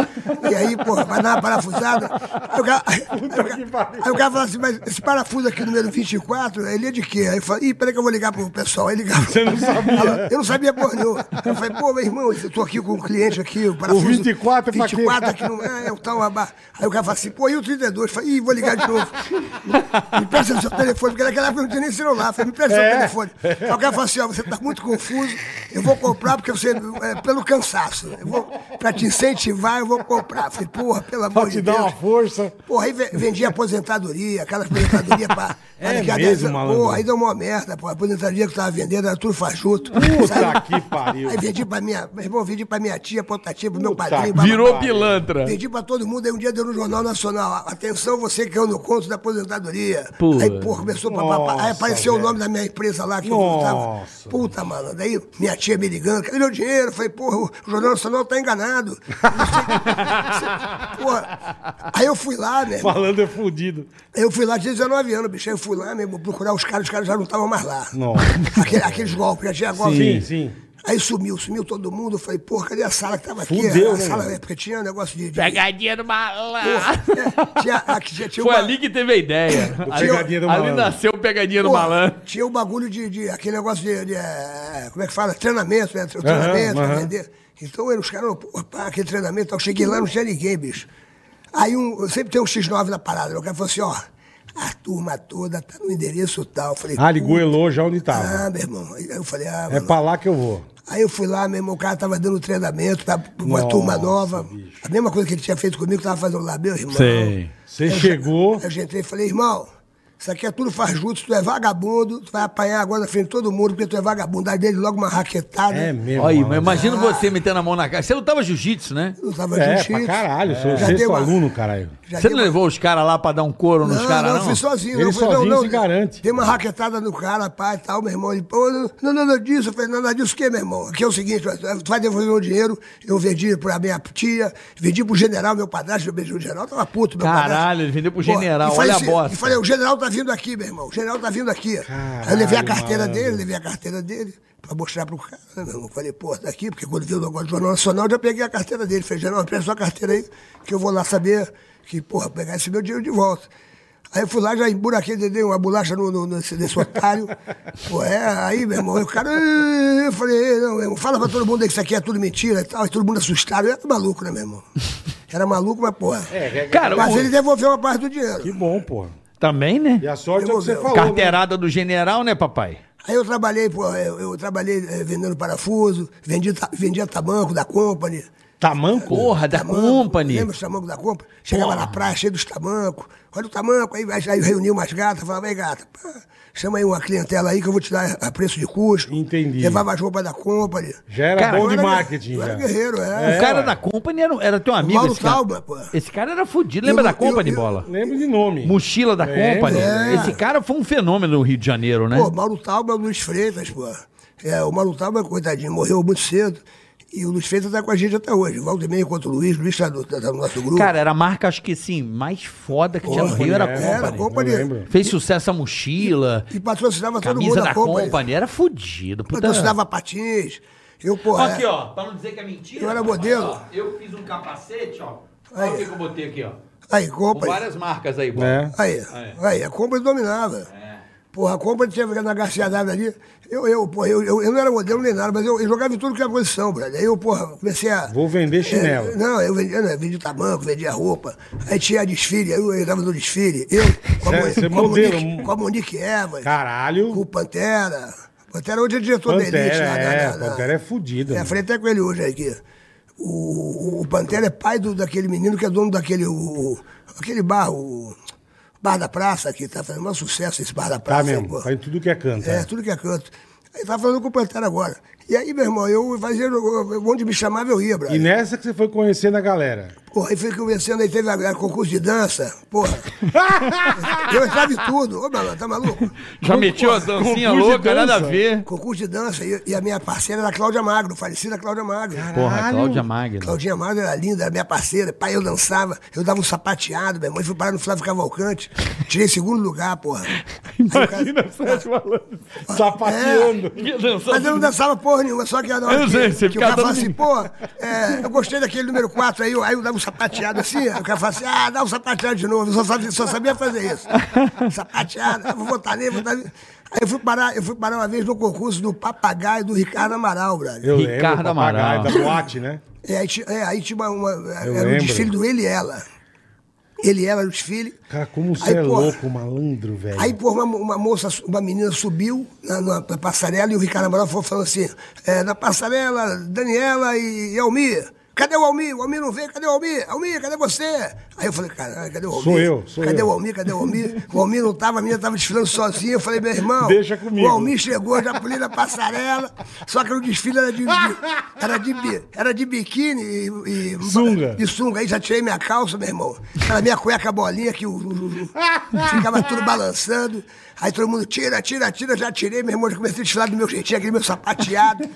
Speaker 1: e aí, porra, vai dar uma parafusada. Aí o cara, aí, o cara-
Speaker 3: que pariu.
Speaker 1: aí o cara falava assim, mas esse parafuso aqui número 24, ele é de quê? Aí eu falei, ih, peraí que eu vou ligar pro pessoal. Aí ligava. Você
Speaker 3: não sabia?
Speaker 1: Eu não sabia porra nenhuma. Eu falei, pô, meu irmão, eu tô aqui com um cliente aqui, o parafuso.
Speaker 3: 24 é pra quê?
Speaker 1: 24 aqui no. É, é o tal abá. Aí o cara fala assim, pô, e o 32? Eu falei, ih, vou ligar de novo. Me presta o seu telefone, porque naquela época eu não tinha nem celular. Eu Falei, me presta o seu
Speaker 3: É.
Speaker 1: telefone. Aí o cara falou assim, ó, você tá muito confuso, eu vou comprar porque você, é, pelo cansaço, eu vou, pra te incentivar, eu vou comprar. Eu Falei, porra, pelo amor
Speaker 3: Pra
Speaker 1: de
Speaker 3: te dar uma
Speaker 1: Deus.
Speaker 3: força.
Speaker 1: Porra, aí ve- vendia aposentadoria, aquela aposentadoria pra...
Speaker 3: É
Speaker 1: pra-
Speaker 3: mesmo, malandro?
Speaker 1: Porra, aí deu uma merda, pô. A aposentadoria que eu tava vendendo era tudo fajuto.
Speaker 3: Puta que pariu.
Speaker 1: Aí vendi pra minha... Meu irmão, vendi pra minha tia, pra outra tia, pro meu
Speaker 3: Puta
Speaker 1: padrinho.
Speaker 3: que
Speaker 1: pra-
Speaker 5: Virou
Speaker 3: Rapaz,
Speaker 5: pilantra.
Speaker 1: Pedi pra todo mundo, aí um dia deu no Jornal Nacional. Atenção, você que é no conto da aposentadoria.
Speaker 5: Pô.
Speaker 1: Aí, pô, começou pra, pra- pra- Aí apareceu
Speaker 3: Nossa,
Speaker 1: o nome da minha empresa lá que eu voltava.
Speaker 3: Nossa.
Speaker 1: Puta, mano. Daí minha tia me ligando, cadê meu dinheiro? Eu Falei, porra, o Jornal Nacional tá enganado. porra. Aí eu fui lá, né?
Speaker 3: Falando é fudido.
Speaker 1: Eu fui lá, tinha 19 anos, bicho. Aí eu fui lá mesmo procurar os caras, os caras já não estavam mais lá.
Speaker 3: Nossa.
Speaker 1: Aquele- aqueles golpes, já tinha golpe.
Speaker 3: Sim, sim.
Speaker 1: Aí sumiu, sumiu todo mundo. Eu falei, porra, cadê a sala que tava aqui?
Speaker 3: Fudeu,
Speaker 1: a
Speaker 3: né,
Speaker 1: sala,
Speaker 3: mano?
Speaker 1: é, porque tinha negócio de- de
Speaker 5: Pegadinha do malandro.
Speaker 1: Porra, tinha, aqui tinha, tinha
Speaker 5: Foi
Speaker 1: uma-
Speaker 5: ali que teve a ideia. Ali,
Speaker 3: Pegadinha do
Speaker 5: ali
Speaker 3: Malandro.
Speaker 5: nasceu o pegadinha do
Speaker 1: porra,
Speaker 5: malandro.
Speaker 1: tinha o bagulho de, de- aquele negócio de, de, eh, como é que fala? Treinamento, né? Treinamento,
Speaker 3: aham.
Speaker 1: pra vender. Então eram os caras, porra, pá, aquele treinamento. tal. Eu cheguei lá, não tinha ninguém, bicho. Aí um, eu sempre tem um X9 na parada. né? O cara falou assim, ó, a turma toda tá no endereço tal. Eu falei,
Speaker 3: Ah, ligou
Speaker 1: puta,
Speaker 3: Elô já onde tava.
Speaker 1: Ah, meu irmão. Aí eu falei, ah,
Speaker 3: É
Speaker 1: mano.
Speaker 3: pra lá que eu vou.
Speaker 1: Aí eu fui lá, meu irmão, o cara tava dando treinamento pra pra uma
Speaker 3: Nossa,
Speaker 1: turma nova.
Speaker 3: bicho.
Speaker 1: A mesma coisa que ele tinha feito comigo, tava fazendo lá, meu irmão.
Speaker 3: Você chegou.
Speaker 1: Aí eu entrei e falei, irmão, isso aqui é tudo faz junto, tu é vagabundo, tu vai apanhar agora na frente de todo mundo, porque tu é vagabundo. Aí dele logo uma raquetada.
Speaker 3: É mesmo.
Speaker 5: Olha aí,
Speaker 3: malandro.
Speaker 5: mas imagina você metendo a mão na cara. Você lutava jiu-jitsu, né?
Speaker 1: Não tava
Speaker 3: É,
Speaker 1: jiu-jitsu.
Speaker 3: pra caralho. Sou
Speaker 1: Já
Speaker 3: sexto
Speaker 1: dei uma-
Speaker 3: aluno, caralho.
Speaker 1: Já
Speaker 5: Você
Speaker 1: dei
Speaker 5: não
Speaker 1: uma-
Speaker 5: levou os caras lá pra dar um couro nos
Speaker 1: não,
Speaker 5: caras,
Speaker 1: não,
Speaker 5: não?
Speaker 1: eu fui sozinho.
Speaker 3: Ele
Speaker 1: não, fui,
Speaker 3: sozinho
Speaker 1: não,
Speaker 3: se
Speaker 1: não.
Speaker 3: garante.
Speaker 1: Dei uma raquetada no cara, pai e tal, meu irmão. Ele, pô, não, não, nada disso. Eu falei, não, nada disso o quê, meu irmão? Aqui é o seguinte, tu vai devolver o dinheiro. Eu vendi pra minha tia, vendi pro general, meu padrasto, meu general tava puto, meu
Speaker 5: Caralho,
Speaker 1: padrasto.
Speaker 5: ele vendeu pro
Speaker 1: Pô,
Speaker 5: general,
Speaker 1: e
Speaker 5: olha
Speaker 1: falei
Speaker 5: a
Speaker 1: assim,
Speaker 5: bosta.
Speaker 1: E falei, o general tá vindo aqui, meu irmão. O general tá vindo aqui. Aí eu levei a carteira
Speaker 3: malandro.
Speaker 1: dele, levei a carteira dele. Pra mostrar pro cara, né, meu irmão. Falei, pô, tá aqui, porque quando viu o negócio do Jornal Nacional, eu já peguei a carteira dele. Falei, general, presta sua carteira aí, que eu vou lá saber que, porra, pegar esse meu dinheiro de volta. Aí eu fui lá, já emburaquei, dei- dei uma bolacha no, no, nesse, nesse otário. Pô, é, aí, meu irmão, aí o cara. "Ih", Eu falei, "Ei, não, meu irmão, fala pra todo mundo aí que isso aqui é tudo mentira e tal. E todo mundo assustado. Eu era maluco, né, meu irmão? Era maluco, mas, porra.
Speaker 5: Cara,
Speaker 1: Mas
Speaker 2: um
Speaker 5: o-
Speaker 1: ele devolveu uma parte do dinheiro.
Speaker 3: Que bom, porra.
Speaker 5: também, né?
Speaker 3: E a sorte é o que você
Speaker 1: Devolveu.
Speaker 3: falou. né?
Speaker 5: Carteirada do general, né, papai?
Speaker 1: Aí eu trabalhei, pô, eu, eu trabalhei eh, vendendo parafuso, vendi, ta- vendia tamanco da Company.
Speaker 3: né? Tamanco?
Speaker 5: Porra, da
Speaker 1: Tamanco,
Speaker 5: Company.
Speaker 1: Tá Lembra os tamancos da Company? Chegava na praia cheio dos tamancos. Olha o tamanco, aí, aí eu reunia umas gatas, falava, ei gata, pá, chama aí uma clientela aí que eu vou te dar a preço de custo.
Speaker 3: Entendi.
Speaker 1: Levava as roupas da Company.
Speaker 3: Já era
Speaker 5: Cara,
Speaker 3: bom de
Speaker 1: Eu era-
Speaker 3: marketing,
Speaker 1: eu era
Speaker 3: já.
Speaker 1: guerreiro,
Speaker 5: O
Speaker 1: é.
Speaker 5: cara
Speaker 3: ué.
Speaker 5: da Company era, um, era teu amigo,
Speaker 1: Mauro
Speaker 5: esse cara.
Speaker 1: Talma, pô.
Speaker 5: Esse cara era fudido. Lembra
Speaker 1: Eu-
Speaker 5: da Company,
Speaker 1: eu- eu-
Speaker 5: bola?
Speaker 3: Lembro de nome.
Speaker 5: Mochila da
Speaker 3: Lembro.
Speaker 5: Company.
Speaker 1: É.
Speaker 5: Esse cara foi um fenômeno no Rio de Janeiro, né?
Speaker 1: Pô, Mauro Talma, Luiz Freitas, pô. É, o Mauro Talma, coitadinho, morreu muito cedo. E o Luiz Freitas tá com a gente até hoje. Volta e meia enquanto o Luiz. O Luiz tá no, tá no nosso grupo.
Speaker 5: Cara, era a marca, acho que sim, mais foda que tinha no Rio, era a
Speaker 3: é,
Speaker 1: era
Speaker 5: Company.
Speaker 3: Eu
Speaker 1: a Company.
Speaker 3: lembro.
Speaker 5: Fez sucesso a mochila,
Speaker 1: E patrocinava todo mundo
Speaker 5: camisa
Speaker 1: a
Speaker 5: da
Speaker 1: Company.
Speaker 5: Company. Era fudido. Puta.
Speaker 1: Patrocinava patins. Eu, porra.
Speaker 5: Aqui, ó, pra não dizer que é mentira.
Speaker 1: Eu era modelo.
Speaker 5: ó, eu fiz um capacete, ó.
Speaker 1: Aí.
Speaker 5: Olha o que que eu botei aqui, ó.
Speaker 1: Aí,
Speaker 5: Com
Speaker 1: Company.
Speaker 5: várias marcas aí, bom. É.
Speaker 3: É.
Speaker 1: Aí, aí, a Company dominava. Porra, compra de cerveja na garciadada ali. Eu, eu, porra, eu, eu, eu não era modelo nem nada, mas eu, eu jogava em tudo que era condição, brother. Aí eu, porra, comecei a.
Speaker 3: Vou vender chinelo.
Speaker 1: É, não, eu vendia, né, vendia tamanco, vendia roupa. Aí tinha desfile, aí eu eu tava no desfile. Eu, com a,
Speaker 3: Cê-
Speaker 1: Moni-
Speaker 3: cê
Speaker 1: com a
Speaker 3: modelo,
Speaker 1: Monique,
Speaker 3: um-
Speaker 1: com a Monique Evans, com o
Speaker 3: Caralho.
Speaker 1: Pantera. Pantera hoje é diretor
Speaker 3: Pantera,
Speaker 1: da elite. na- na-
Speaker 3: é,
Speaker 1: na- na-
Speaker 3: Pantera é fudida.
Speaker 1: é,
Speaker 3: mano.
Speaker 1: falei até com ele hoje aqui. O, o- o Pantera é pai do, daquele menino que é dono daquele o, aquele bar, o Bar da Praça, que tá fazendo um sucesso esse Bar da
Speaker 3: Tá
Speaker 1: Praça. aí,
Speaker 3: mesmo,
Speaker 1: pô.
Speaker 3: faz tudo que é canto.
Speaker 1: É,
Speaker 3: É.
Speaker 1: tudo que é canto. Aí tava falando com o Pantera agora. E aí, meu irmão, eu fazia. eu- Onde me chamava, eu ia, brother.
Speaker 3: E nessa que você foi conhecendo a galera.
Speaker 1: Porra, aí fui conversando, aí teve a, a concurso de dança, porra. eu entrava em tudo. Ô, Bela, tá maluco?
Speaker 2: Já meteu a dancinha
Speaker 3: concurso de
Speaker 2: louca, nada a
Speaker 3: dança.
Speaker 2: ver.
Speaker 1: Concurso de dança, e, e a minha parceira era a Cláudia Magno, falecida Cláudia Magno.
Speaker 4: Porra, Cláudia Magno.
Speaker 1: Claudinha Magno era linda, era minha parceira. Pai, eu dançava, eu dava um sapateado, minha mãe foi parar no Flávio Cavalcante. Tirei segundo lugar, porra. Aí o cara-
Speaker 3: Imagina o Sérgio falando.
Speaker 1: É.
Speaker 3: Sapateando.
Speaker 2: Ia dançar
Speaker 1: Mas eu não dançava porra nenhuma, só que a hora
Speaker 2: Eu
Speaker 1: que,
Speaker 2: sei, você
Speaker 1: que o cara
Speaker 2: ficava
Speaker 1: falava
Speaker 2: dando-
Speaker 1: assim, porra, é, eu gostei daquele número 4 aí, eu- aí eu dava um sapateado assim, aí o cara falava assim, ah, dá um sapateado de novo, eu só, sabia- só sabia fazer isso. Sapateado, ah, vou votar nele, vou votar nele. Aí eu fui, parar, eu fui parar uma vez no concurso do Papagaio do Ricardo Amaral, brother.
Speaker 3: Eu
Speaker 4: Ricardo
Speaker 3: lembro, o papagaio
Speaker 4: Amaral.
Speaker 3: Da boate, né?
Speaker 1: É, aí, ti- é, aí tinha uma, uma- era um
Speaker 3: lembro.
Speaker 1: desfile do ele e ela. Ele e ela era o desfile.
Speaker 3: Cara, como você
Speaker 1: Aí,
Speaker 3: é
Speaker 1: porra,
Speaker 3: louco, malandro, velho.
Speaker 1: Aí, pô, uma, uma moça, uma menina subiu na, na passarela e o Ricardo Amaral foi falando assim: é, na passarela, Daniela e, e Almir. Cadê o Almir? O Almir não veio, cadê o Almir? Almir, cadê você? Aí eu falei, caralho, cadê o Almir?
Speaker 3: Sou eu, sou
Speaker 1: cadê
Speaker 3: eu.
Speaker 1: O Almir? Cadê o Almir? O Almir não tava, a menina tava desfilando sozinha. Eu falei, meu irmão,
Speaker 3: Deixa comigo.
Speaker 1: o Almir chegou, já pulei na passarela, só que o desfile era de, de- era de, bi- era de biquíni e, e-
Speaker 3: Sunga.
Speaker 1: de sunga. Aí já tirei minha calça, meu irmão. Era minha cueca bolinha que o- o- o- ficava tudo balançando. Aí todo mundo tira, tira, tira. Já tirei, meu irmão. Já comecei a desfilar do meu jeitinho, aquele meu sapateado.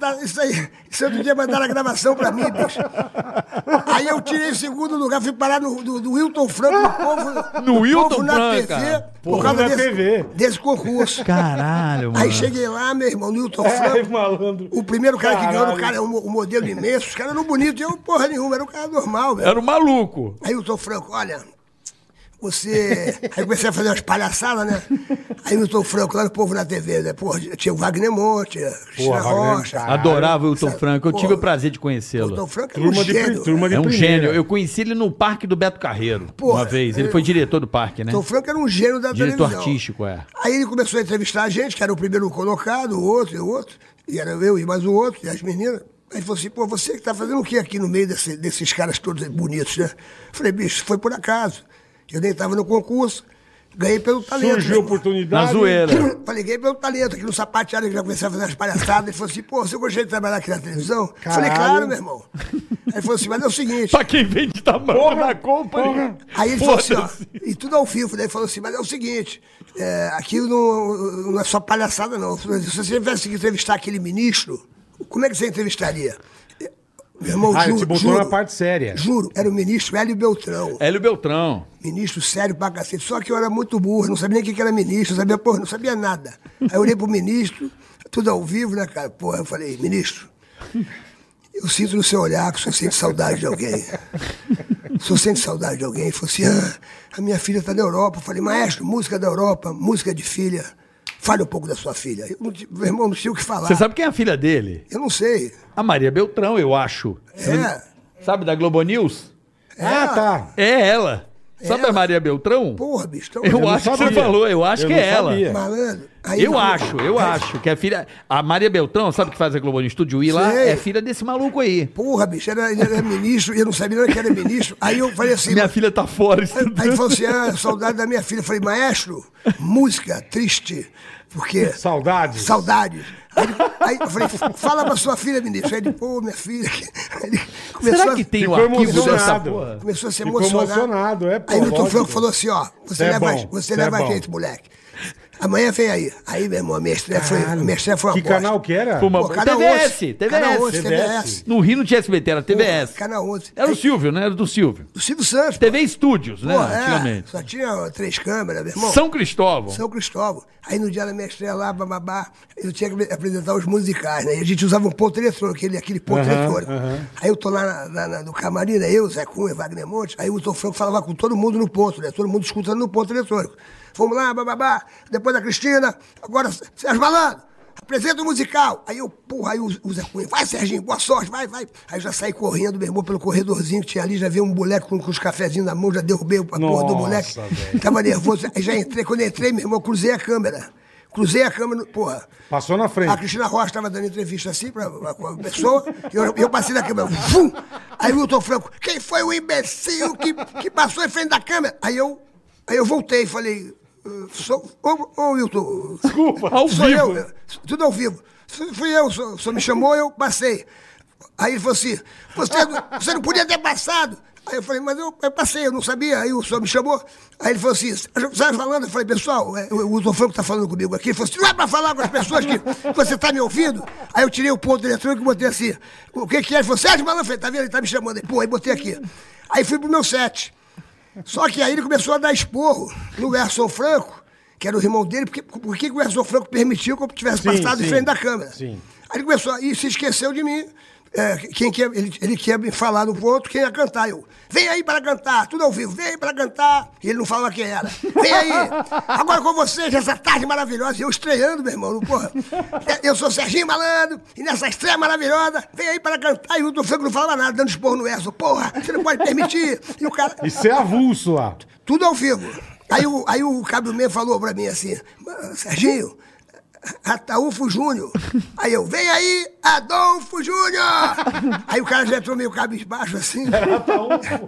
Speaker 1: Tá, Isso aí, isso outro dia mandaram a gravação pra mim, bicho. Aí eu tirei o segundo lugar, fui parar no do, do Wilton Franco, no povo,
Speaker 2: No Wilton Franco,
Speaker 1: TV,
Speaker 2: cara.
Speaker 3: Porra,
Speaker 1: por causa
Speaker 3: na
Speaker 1: desse,
Speaker 3: TV.
Speaker 1: desse concurso.
Speaker 4: Caralho, mano.
Speaker 1: Aí cheguei lá, meu irmão, Newton
Speaker 3: Ai,
Speaker 1: Franco.
Speaker 3: malandro.
Speaker 1: O primeiro cara que ganhou, era o
Speaker 3: É. Caralho.
Speaker 1: cara, um, um modelo imenso, os caras não bonitos, eu, porra nenhuma, era um cara normal, velho.
Speaker 2: Era um maluco.
Speaker 1: Aí o Tom Franco, olha, você. Aí eu comecei a fazer umas palhaçadas, né? Aí o Tom Franco, lá no povo na TV, né? Porra, tinha o Wagner Monte, tinha a Cristina
Speaker 3: Wagner,
Speaker 1: Rocha.
Speaker 3: cara.
Speaker 4: Adorava o Wilton
Speaker 1: Sabe,
Speaker 4: Franco. Eu
Speaker 1: pô,
Speaker 4: tive o prazer de
Speaker 1: O Tom
Speaker 4: conhecê-lo.
Speaker 1: é Franco era um
Speaker 3: Turma de, pri-
Speaker 1: gênio.
Speaker 3: turma de
Speaker 4: É um
Speaker 3: primeira.
Speaker 4: gênio. Eu conheci ele no parque do Beto Carreiro.
Speaker 1: Pô,
Speaker 4: uma vez. Ele
Speaker 1: eu-
Speaker 4: foi diretor do parque, né?
Speaker 1: Tom Franco era um gênio da
Speaker 4: Diretor
Speaker 1: televisão.
Speaker 4: artístico, é.
Speaker 1: Aí ele começou a entrevistar a gente, que era o primeiro colocado, o outro e o outro. E era eu e mais o outro, e as meninas. Aí ele falou assim, pô, você que tá fazendo o que aqui no meio desse- desses caras todos bonitos, né? Falei, bicho, foi por acaso. Eu nem tava no concurso, ganhei pelo talento.
Speaker 3: Surgiu
Speaker 1: né?
Speaker 3: oportunidade.
Speaker 4: Na zoeira.
Speaker 1: Falei, ganhei pelo talento, aqui no sapateado, que já comecei a fazer umas palhaçadas. Ele falou assim, pô, você gostaria de trabalhar aqui na televisão? Falei,
Speaker 3: Caralho.
Speaker 1: claro, meu irmão. Aí ele falou assim, mas é o seguinte,
Speaker 2: Pra quem vende tamanho na compra.
Speaker 1: Aí ele falou assim, ó, e tudo ao vivo, né? Ele falou assim, mas é o seguinte, é, aqui não, não é só palhaçada, não. Se você tivesse que entrevistar aquele ministro, como é que você entrevistaria? É, Meu irmão,
Speaker 3: Ah, ele
Speaker 1: juro,
Speaker 3: te botou
Speaker 1: juro,
Speaker 3: na parte séria.
Speaker 1: Juro, era o ministro Hélio Beltrão.
Speaker 4: Hélio Beltrão.
Speaker 1: Ministro sério pra cacete. Só que eu era muito burro, não sabia nem o que que era ministro, não sabia, porra, não sabia nada. Aí eu olhei pro ministro, tudo ao vivo, né, cara? Porra, eu falei, ministro, eu sinto no seu olhar que o senhor sente saudade de alguém. O senhor sente saudade de alguém? Ele falou assim, ah, a minha filha tá na Europa. Eu falei, maestro, música da Europa, música de filha. Fale um pouco da sua filha. Eu, não ti- meu irmão, não tinha o que falar.
Speaker 4: Você sabe quem é a filha dele?
Speaker 1: Eu não sei.
Speaker 4: A Maria Beltrão, eu acho.
Speaker 1: É,
Speaker 4: Sabe da Globo News?
Speaker 3: Ah, tá.
Speaker 4: É ela. Sabe a Maria Beltrão?
Speaker 1: porra, bicho. Então,
Speaker 4: Eu,
Speaker 3: não
Speaker 4: acho que você
Speaker 3: sabia.
Speaker 4: falou, eu acho
Speaker 3: Eu
Speaker 4: que
Speaker 3: não
Speaker 4: é ela.
Speaker 3: sabia.
Speaker 1: Malandro. Aí
Speaker 4: Eu
Speaker 1: ele falou,
Speaker 4: acho, eu acho que a filha. A Maria Beltrão, sabe que faz a Globo no Estúdio I lá?
Speaker 1: Sei.
Speaker 4: É filha desse maluco aí.
Speaker 1: Porra, bicho, era, ele era ministro, e eu não sabia nem que era ministro. Aí eu falei assim.
Speaker 4: Minha filha tá fora estudando.
Speaker 1: Aí ele falou assim: ah, saudade da minha filha. Eu falei, maestro, música triste, porque.
Speaker 3: Saudade.
Speaker 1: Saudade. Aí, ele- aí eu falei, fala pra sua filha, ministro. Aí ele, pô, minha filha. Aí ele começou
Speaker 4: Será
Speaker 1: a-
Speaker 4: que tem o
Speaker 3: Ficou
Speaker 4: arquivo dessa
Speaker 3: emocionado.
Speaker 4: porra?
Speaker 1: Começou a se
Speaker 3: Ficou
Speaker 1: emocionar.
Speaker 3: emocionado, é, pô,
Speaker 1: Aí o Milton
Speaker 3: lógico.
Speaker 1: Franco falou assim, ó, você
Speaker 3: Cê é
Speaker 1: leva,
Speaker 3: bom,
Speaker 1: você
Speaker 3: cê
Speaker 1: leva
Speaker 3: é
Speaker 1: a
Speaker 3: bom.
Speaker 1: gente, moleque. Amanhã vem aí. Aí, meu irmão, a minha estreia foi, a minha estreia foi uma
Speaker 3: Que
Speaker 1: bosta.
Speaker 3: canal que era?
Speaker 4: Uma-
Speaker 1: Pô, canal
Speaker 4: TVS,
Speaker 1: 11,
Speaker 4: TVS.
Speaker 1: canal 11, TVS.
Speaker 4: No Rio não tinha SBT, era TVS.
Speaker 1: Canal 11.
Speaker 4: Era o Silvio, né? Era do Silvio.
Speaker 1: O Silvio Santos. pô.
Speaker 4: TV Estúdios, né?
Speaker 1: Pô, é,
Speaker 4: Antigamente.
Speaker 1: só tinha três câmeras, meu irmão.
Speaker 4: São Cristóvão.
Speaker 1: São Cristóvão. Aí no dia da minha estreia lá, bababá, eu tinha que apresentar os musicais, né? E a gente usava um ponto eletrônico, aquele, aquele ponto eletrônico. Aí eu tô lá na- na- na- no camarim, né? Eu, Zé Cunha, Wagner Monte. Aí o Tom Franco falava com todo mundo no ponto, né? Todo mundo escutando no ponto eletrônico. Fomos lá, bababá. Depois da Cristina, agora Sérgio Malandro. Apresenta o musical. Aí eu, porra, aí o o Zé Cunha, vai Serginho, boa sorte, vai, vai. Aí já saí correndo, meu irmão, pelo corredorzinho que tinha ali, já vi um moleque com, com os cafezinhos na mão, já derrubei a porra do
Speaker 3: Nossa,
Speaker 1: moleque.
Speaker 3: velho.
Speaker 1: Tava nervoso. Aí já entrei, quando eu entrei, meu irmão, cruzei a câmera. Cruzei a câmera, porra.
Speaker 3: Passou na
Speaker 1: A
Speaker 3: frente.
Speaker 1: Cristina Rocha estava dando entrevista assim para uma pessoa, e eu, eu passei na câmera. Vum! Aí o Milton Franco, quem foi o imbecil que, que passou em frente da câmera? Aí eu, aí eu voltei e falei, "Eh, sou, ô, ô Milton,
Speaker 3: Desculpa.
Speaker 2: Ao
Speaker 1: sou eu,
Speaker 2: vivo.
Speaker 1: eh, tudo ao vivo. Fui- Fui eu, só, só me chamou, eu passei. Aí ele falou assim, você, não- você não podia ter passado. Aí eu falei, mas eu, eu passei, eu não sabia. Aí o senhor me chamou. Aí ele falou assim, sabe falando? Eu falei, pessoal, é, o Wilson Franco está falando comigo aqui. Ele falou assim, não é para falar com as pessoas que você está me ouvindo? Aí eu tirei o ponto eletrônico e botei assim, o que que é? Ele falou, Sérgio Malandro, Eu falei, tá vendo? Ele tá me chamando. Aí, Pô, aí botei aqui. Aí fui pro meu set. Só que aí ele começou a dar esporro no Erson Franco, que era o irmão dele, porque, porque que o Erson Franco permitiu que eu tivesse
Speaker 3: Sim,
Speaker 1: passado em
Speaker 3: sim.
Speaker 1: frente da câmera.
Speaker 3: Sim.
Speaker 1: Aí ele começou, e se esqueceu de mim. É, quem que ele, ele quer me falar no ponto quem ia cantar. Eu, vem aí para cantar, tudo ao vivo, vem aí para cantar. E ele não falava quem era. Vem aí, agora com vocês, essa tarde maravilhosa. E eu estreando, meu irmão, porra. É, Eu sou Serginho Malandro, e nessa estreia maravilhosa, vem aí para cantar. E o Hilton Franco não falava nada, dando esporro no Erso. Porra, você não pode permitir. E o cara,
Speaker 3: Isso é avulso lá.
Speaker 1: tudo ao vivo. Aí o, aí o Cabo Meia falou pra mim assim, "Mano, Serginho, Ataúfo Júnior. Aí eu, vem aí, Adolfo Júnior! Aí o cara já entrou meio cabisbaixo assim.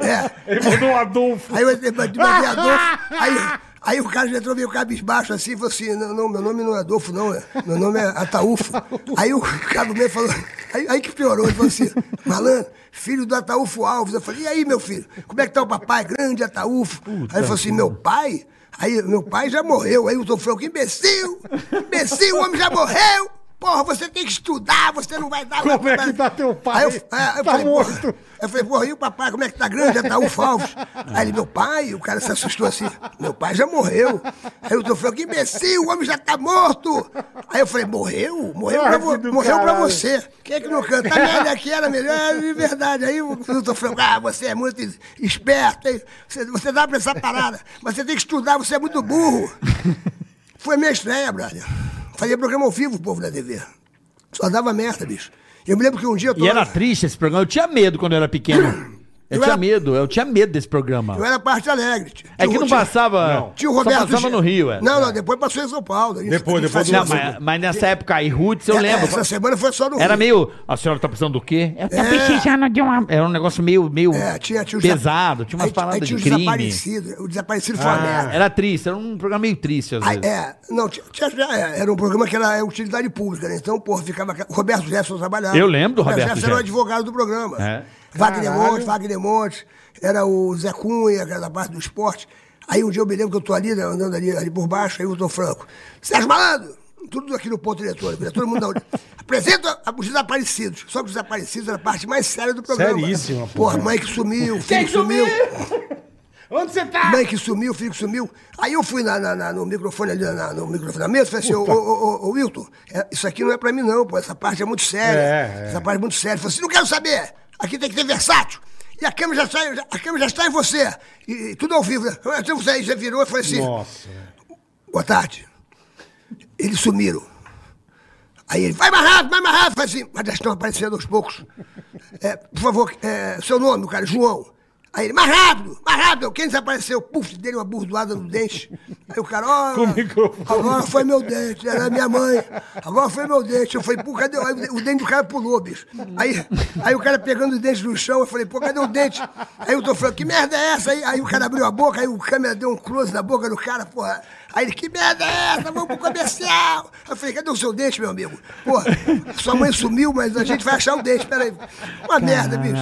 Speaker 1: É.
Speaker 3: Ele mandou um Adolfo.
Speaker 1: Aí eu entrei, bati- bati Adolfo. Aí, aí o cara já entrou meio cabisbaixo assim e falou assim: não, não, meu nome não é Adolfo, não, é- meu nome é Ataúfo. Aí o cara do meio falou: aí, aí que piorou, ele falou assim: malandro, filho do Ataúfo Alves. Eu falei: e aí, meu filho, como é que tá o papai? Grande Ataúfo. aí ele falou assim: meu pai? Aí meu pai já morreu. Aí o Tom falou: que imbecil! Imbecil, o homem já morreu! Porra, você tem que estudar, você não vai dar
Speaker 3: Como é que tá teu pai?
Speaker 1: Aí eu, é, eu
Speaker 3: Tá
Speaker 1: falei,
Speaker 3: morto.
Speaker 1: Porra, eu falei, porra, e o papai, como é que tá grande? Já tá um falso. Aí ele, meu pai, o cara se assustou assim, meu pai já morreu. Aí o doutor falou, que imbecil, o homem já tá morto. Aí eu falei, morreu? Morreu, pra, vo-
Speaker 3: Ai, do
Speaker 1: morreu pra
Speaker 3: caralho.
Speaker 1: você. Quem é que não canta? Tá merda aqui, era melhor, é de verdade. Aí o doutor falou, ah, você é muito esperto, hein? Você, você dá pra essa parada, mas você tem que estudar, você é muito burro. Foi minha estreia, brother. Fazia programa ao vivo, povo da TV. Só dava merda, bicho. Eu me lembro que um dia... eu
Speaker 2: E
Speaker 1: tô lá-
Speaker 2: era triste esse programa. Eu tinha medo quando eu era pequeno. Eu,
Speaker 1: Eu
Speaker 2: tinha
Speaker 1: era-
Speaker 2: medo, eu tinha medo desse
Speaker 1: Eu
Speaker 2: programa.
Speaker 1: era parte alegre. Tio-
Speaker 2: É que não
Speaker 1: tio-
Speaker 2: passava.
Speaker 1: Tio Roberto.
Speaker 2: Só passava
Speaker 1: Gil-
Speaker 2: no Rio, é.
Speaker 1: Não, não, depois passou em São Paulo. A gente-
Speaker 3: Depois,
Speaker 1: a gente
Speaker 3: depois do-
Speaker 1: fazia-
Speaker 2: Não, mas, mas nessa época aí, Roots, eu lembro.
Speaker 1: É, Essa semana foi só no
Speaker 2: Era
Speaker 1: Rio.
Speaker 2: meio. A senhora tá precisando do quê? Eu tô precisando de uma. Era um negócio meio, meio
Speaker 1: É, tinha, tinha os-
Speaker 2: pesado, tinha umas
Speaker 1: aí- aí
Speaker 2: paradas
Speaker 1: tinha
Speaker 2: de
Speaker 1: os
Speaker 2: crime.
Speaker 1: Desaparecido. O desaparecido foi uma
Speaker 2: Ah,
Speaker 1: merda.
Speaker 2: era triste, era um programa meio triste às
Speaker 1: Aí,
Speaker 2: vezes.
Speaker 1: é, não, tinha, tinha- é, era um programa que era é, utilidade pública, né? Então, porra, ficava. aquela- O Roberto Jefferson trabalhava.
Speaker 2: Eu lembro do
Speaker 1: O
Speaker 2: Roberto
Speaker 1: era o
Speaker 2: Jefferson.
Speaker 1: advogado do programa.
Speaker 2: É.
Speaker 1: Wagner
Speaker 3: Caralho.
Speaker 1: Montes, Wagner Montes, era o Zé Cunha, que era da parte do esporte. Aí um dia eu me lembro que eu tô ali, né, andando ali, ali por baixo, aí eu tô franco. Sérgio Malandro! Tudo aqui no ponto eletrônico, né? todo mundo da onde. Apresenta os desaparecidos. Só que os desaparecidos era a parte mais séria do programa.
Speaker 3: Seríssima, porra.
Speaker 1: porra. mãe que sumiu, filho que sumiu.
Speaker 3: Onde você tá?
Speaker 1: Mãe que sumiu, filho que sumiu. Aí eu fui na, na- na- no microfone ali, na, no microfone da mesa, falei assim, ô, ô, ô, ô, ô, Wilton, é, isso aqui não é pra mim não, pô, essa parte é muito séria.
Speaker 3: É, é.
Speaker 1: Essa parte é muito séria. Ele falou assim, não quero saber, aqui tem que ter versátil. E a câmera já está, a câmera já está em você. E, e tudo ao vivo. né? Então você aí já virou e falei assim,
Speaker 3: Nossa.
Speaker 1: boa tarde. Eles sumiram. Aí ele, vai mais rápido, vai mais rápido. Falei assim, mas já estão aparecendo aos poucos. É, por favor, é, seu nome, o cara, João. Aí ele, mais rápido, mais rápido. Quem desapareceu? Puf, dele uma burdoada no dente. Aí o cara, ó,
Speaker 3: Com o microfone.
Speaker 1: agora foi meu dente, era minha mãe. Agora foi meu dente. Eu falei, pô, cadê? Aí o dente do cara pulou, bicho. Aí, aí o cara pegando o dente no chão, eu falei, pô, cadê o dente? Aí eu tô falando, que merda é essa? Aí, aí o cara abriu a boca, aí o câmera deu um close na boca do cara, porra. Aí ele, que merda é essa? Vamos pro comercial. Aí eu falei, cadê o seu dente, meu amigo? Pô, sua mãe sumiu, mas a gente vai achar o dente, peraí. Uma merda, bicho.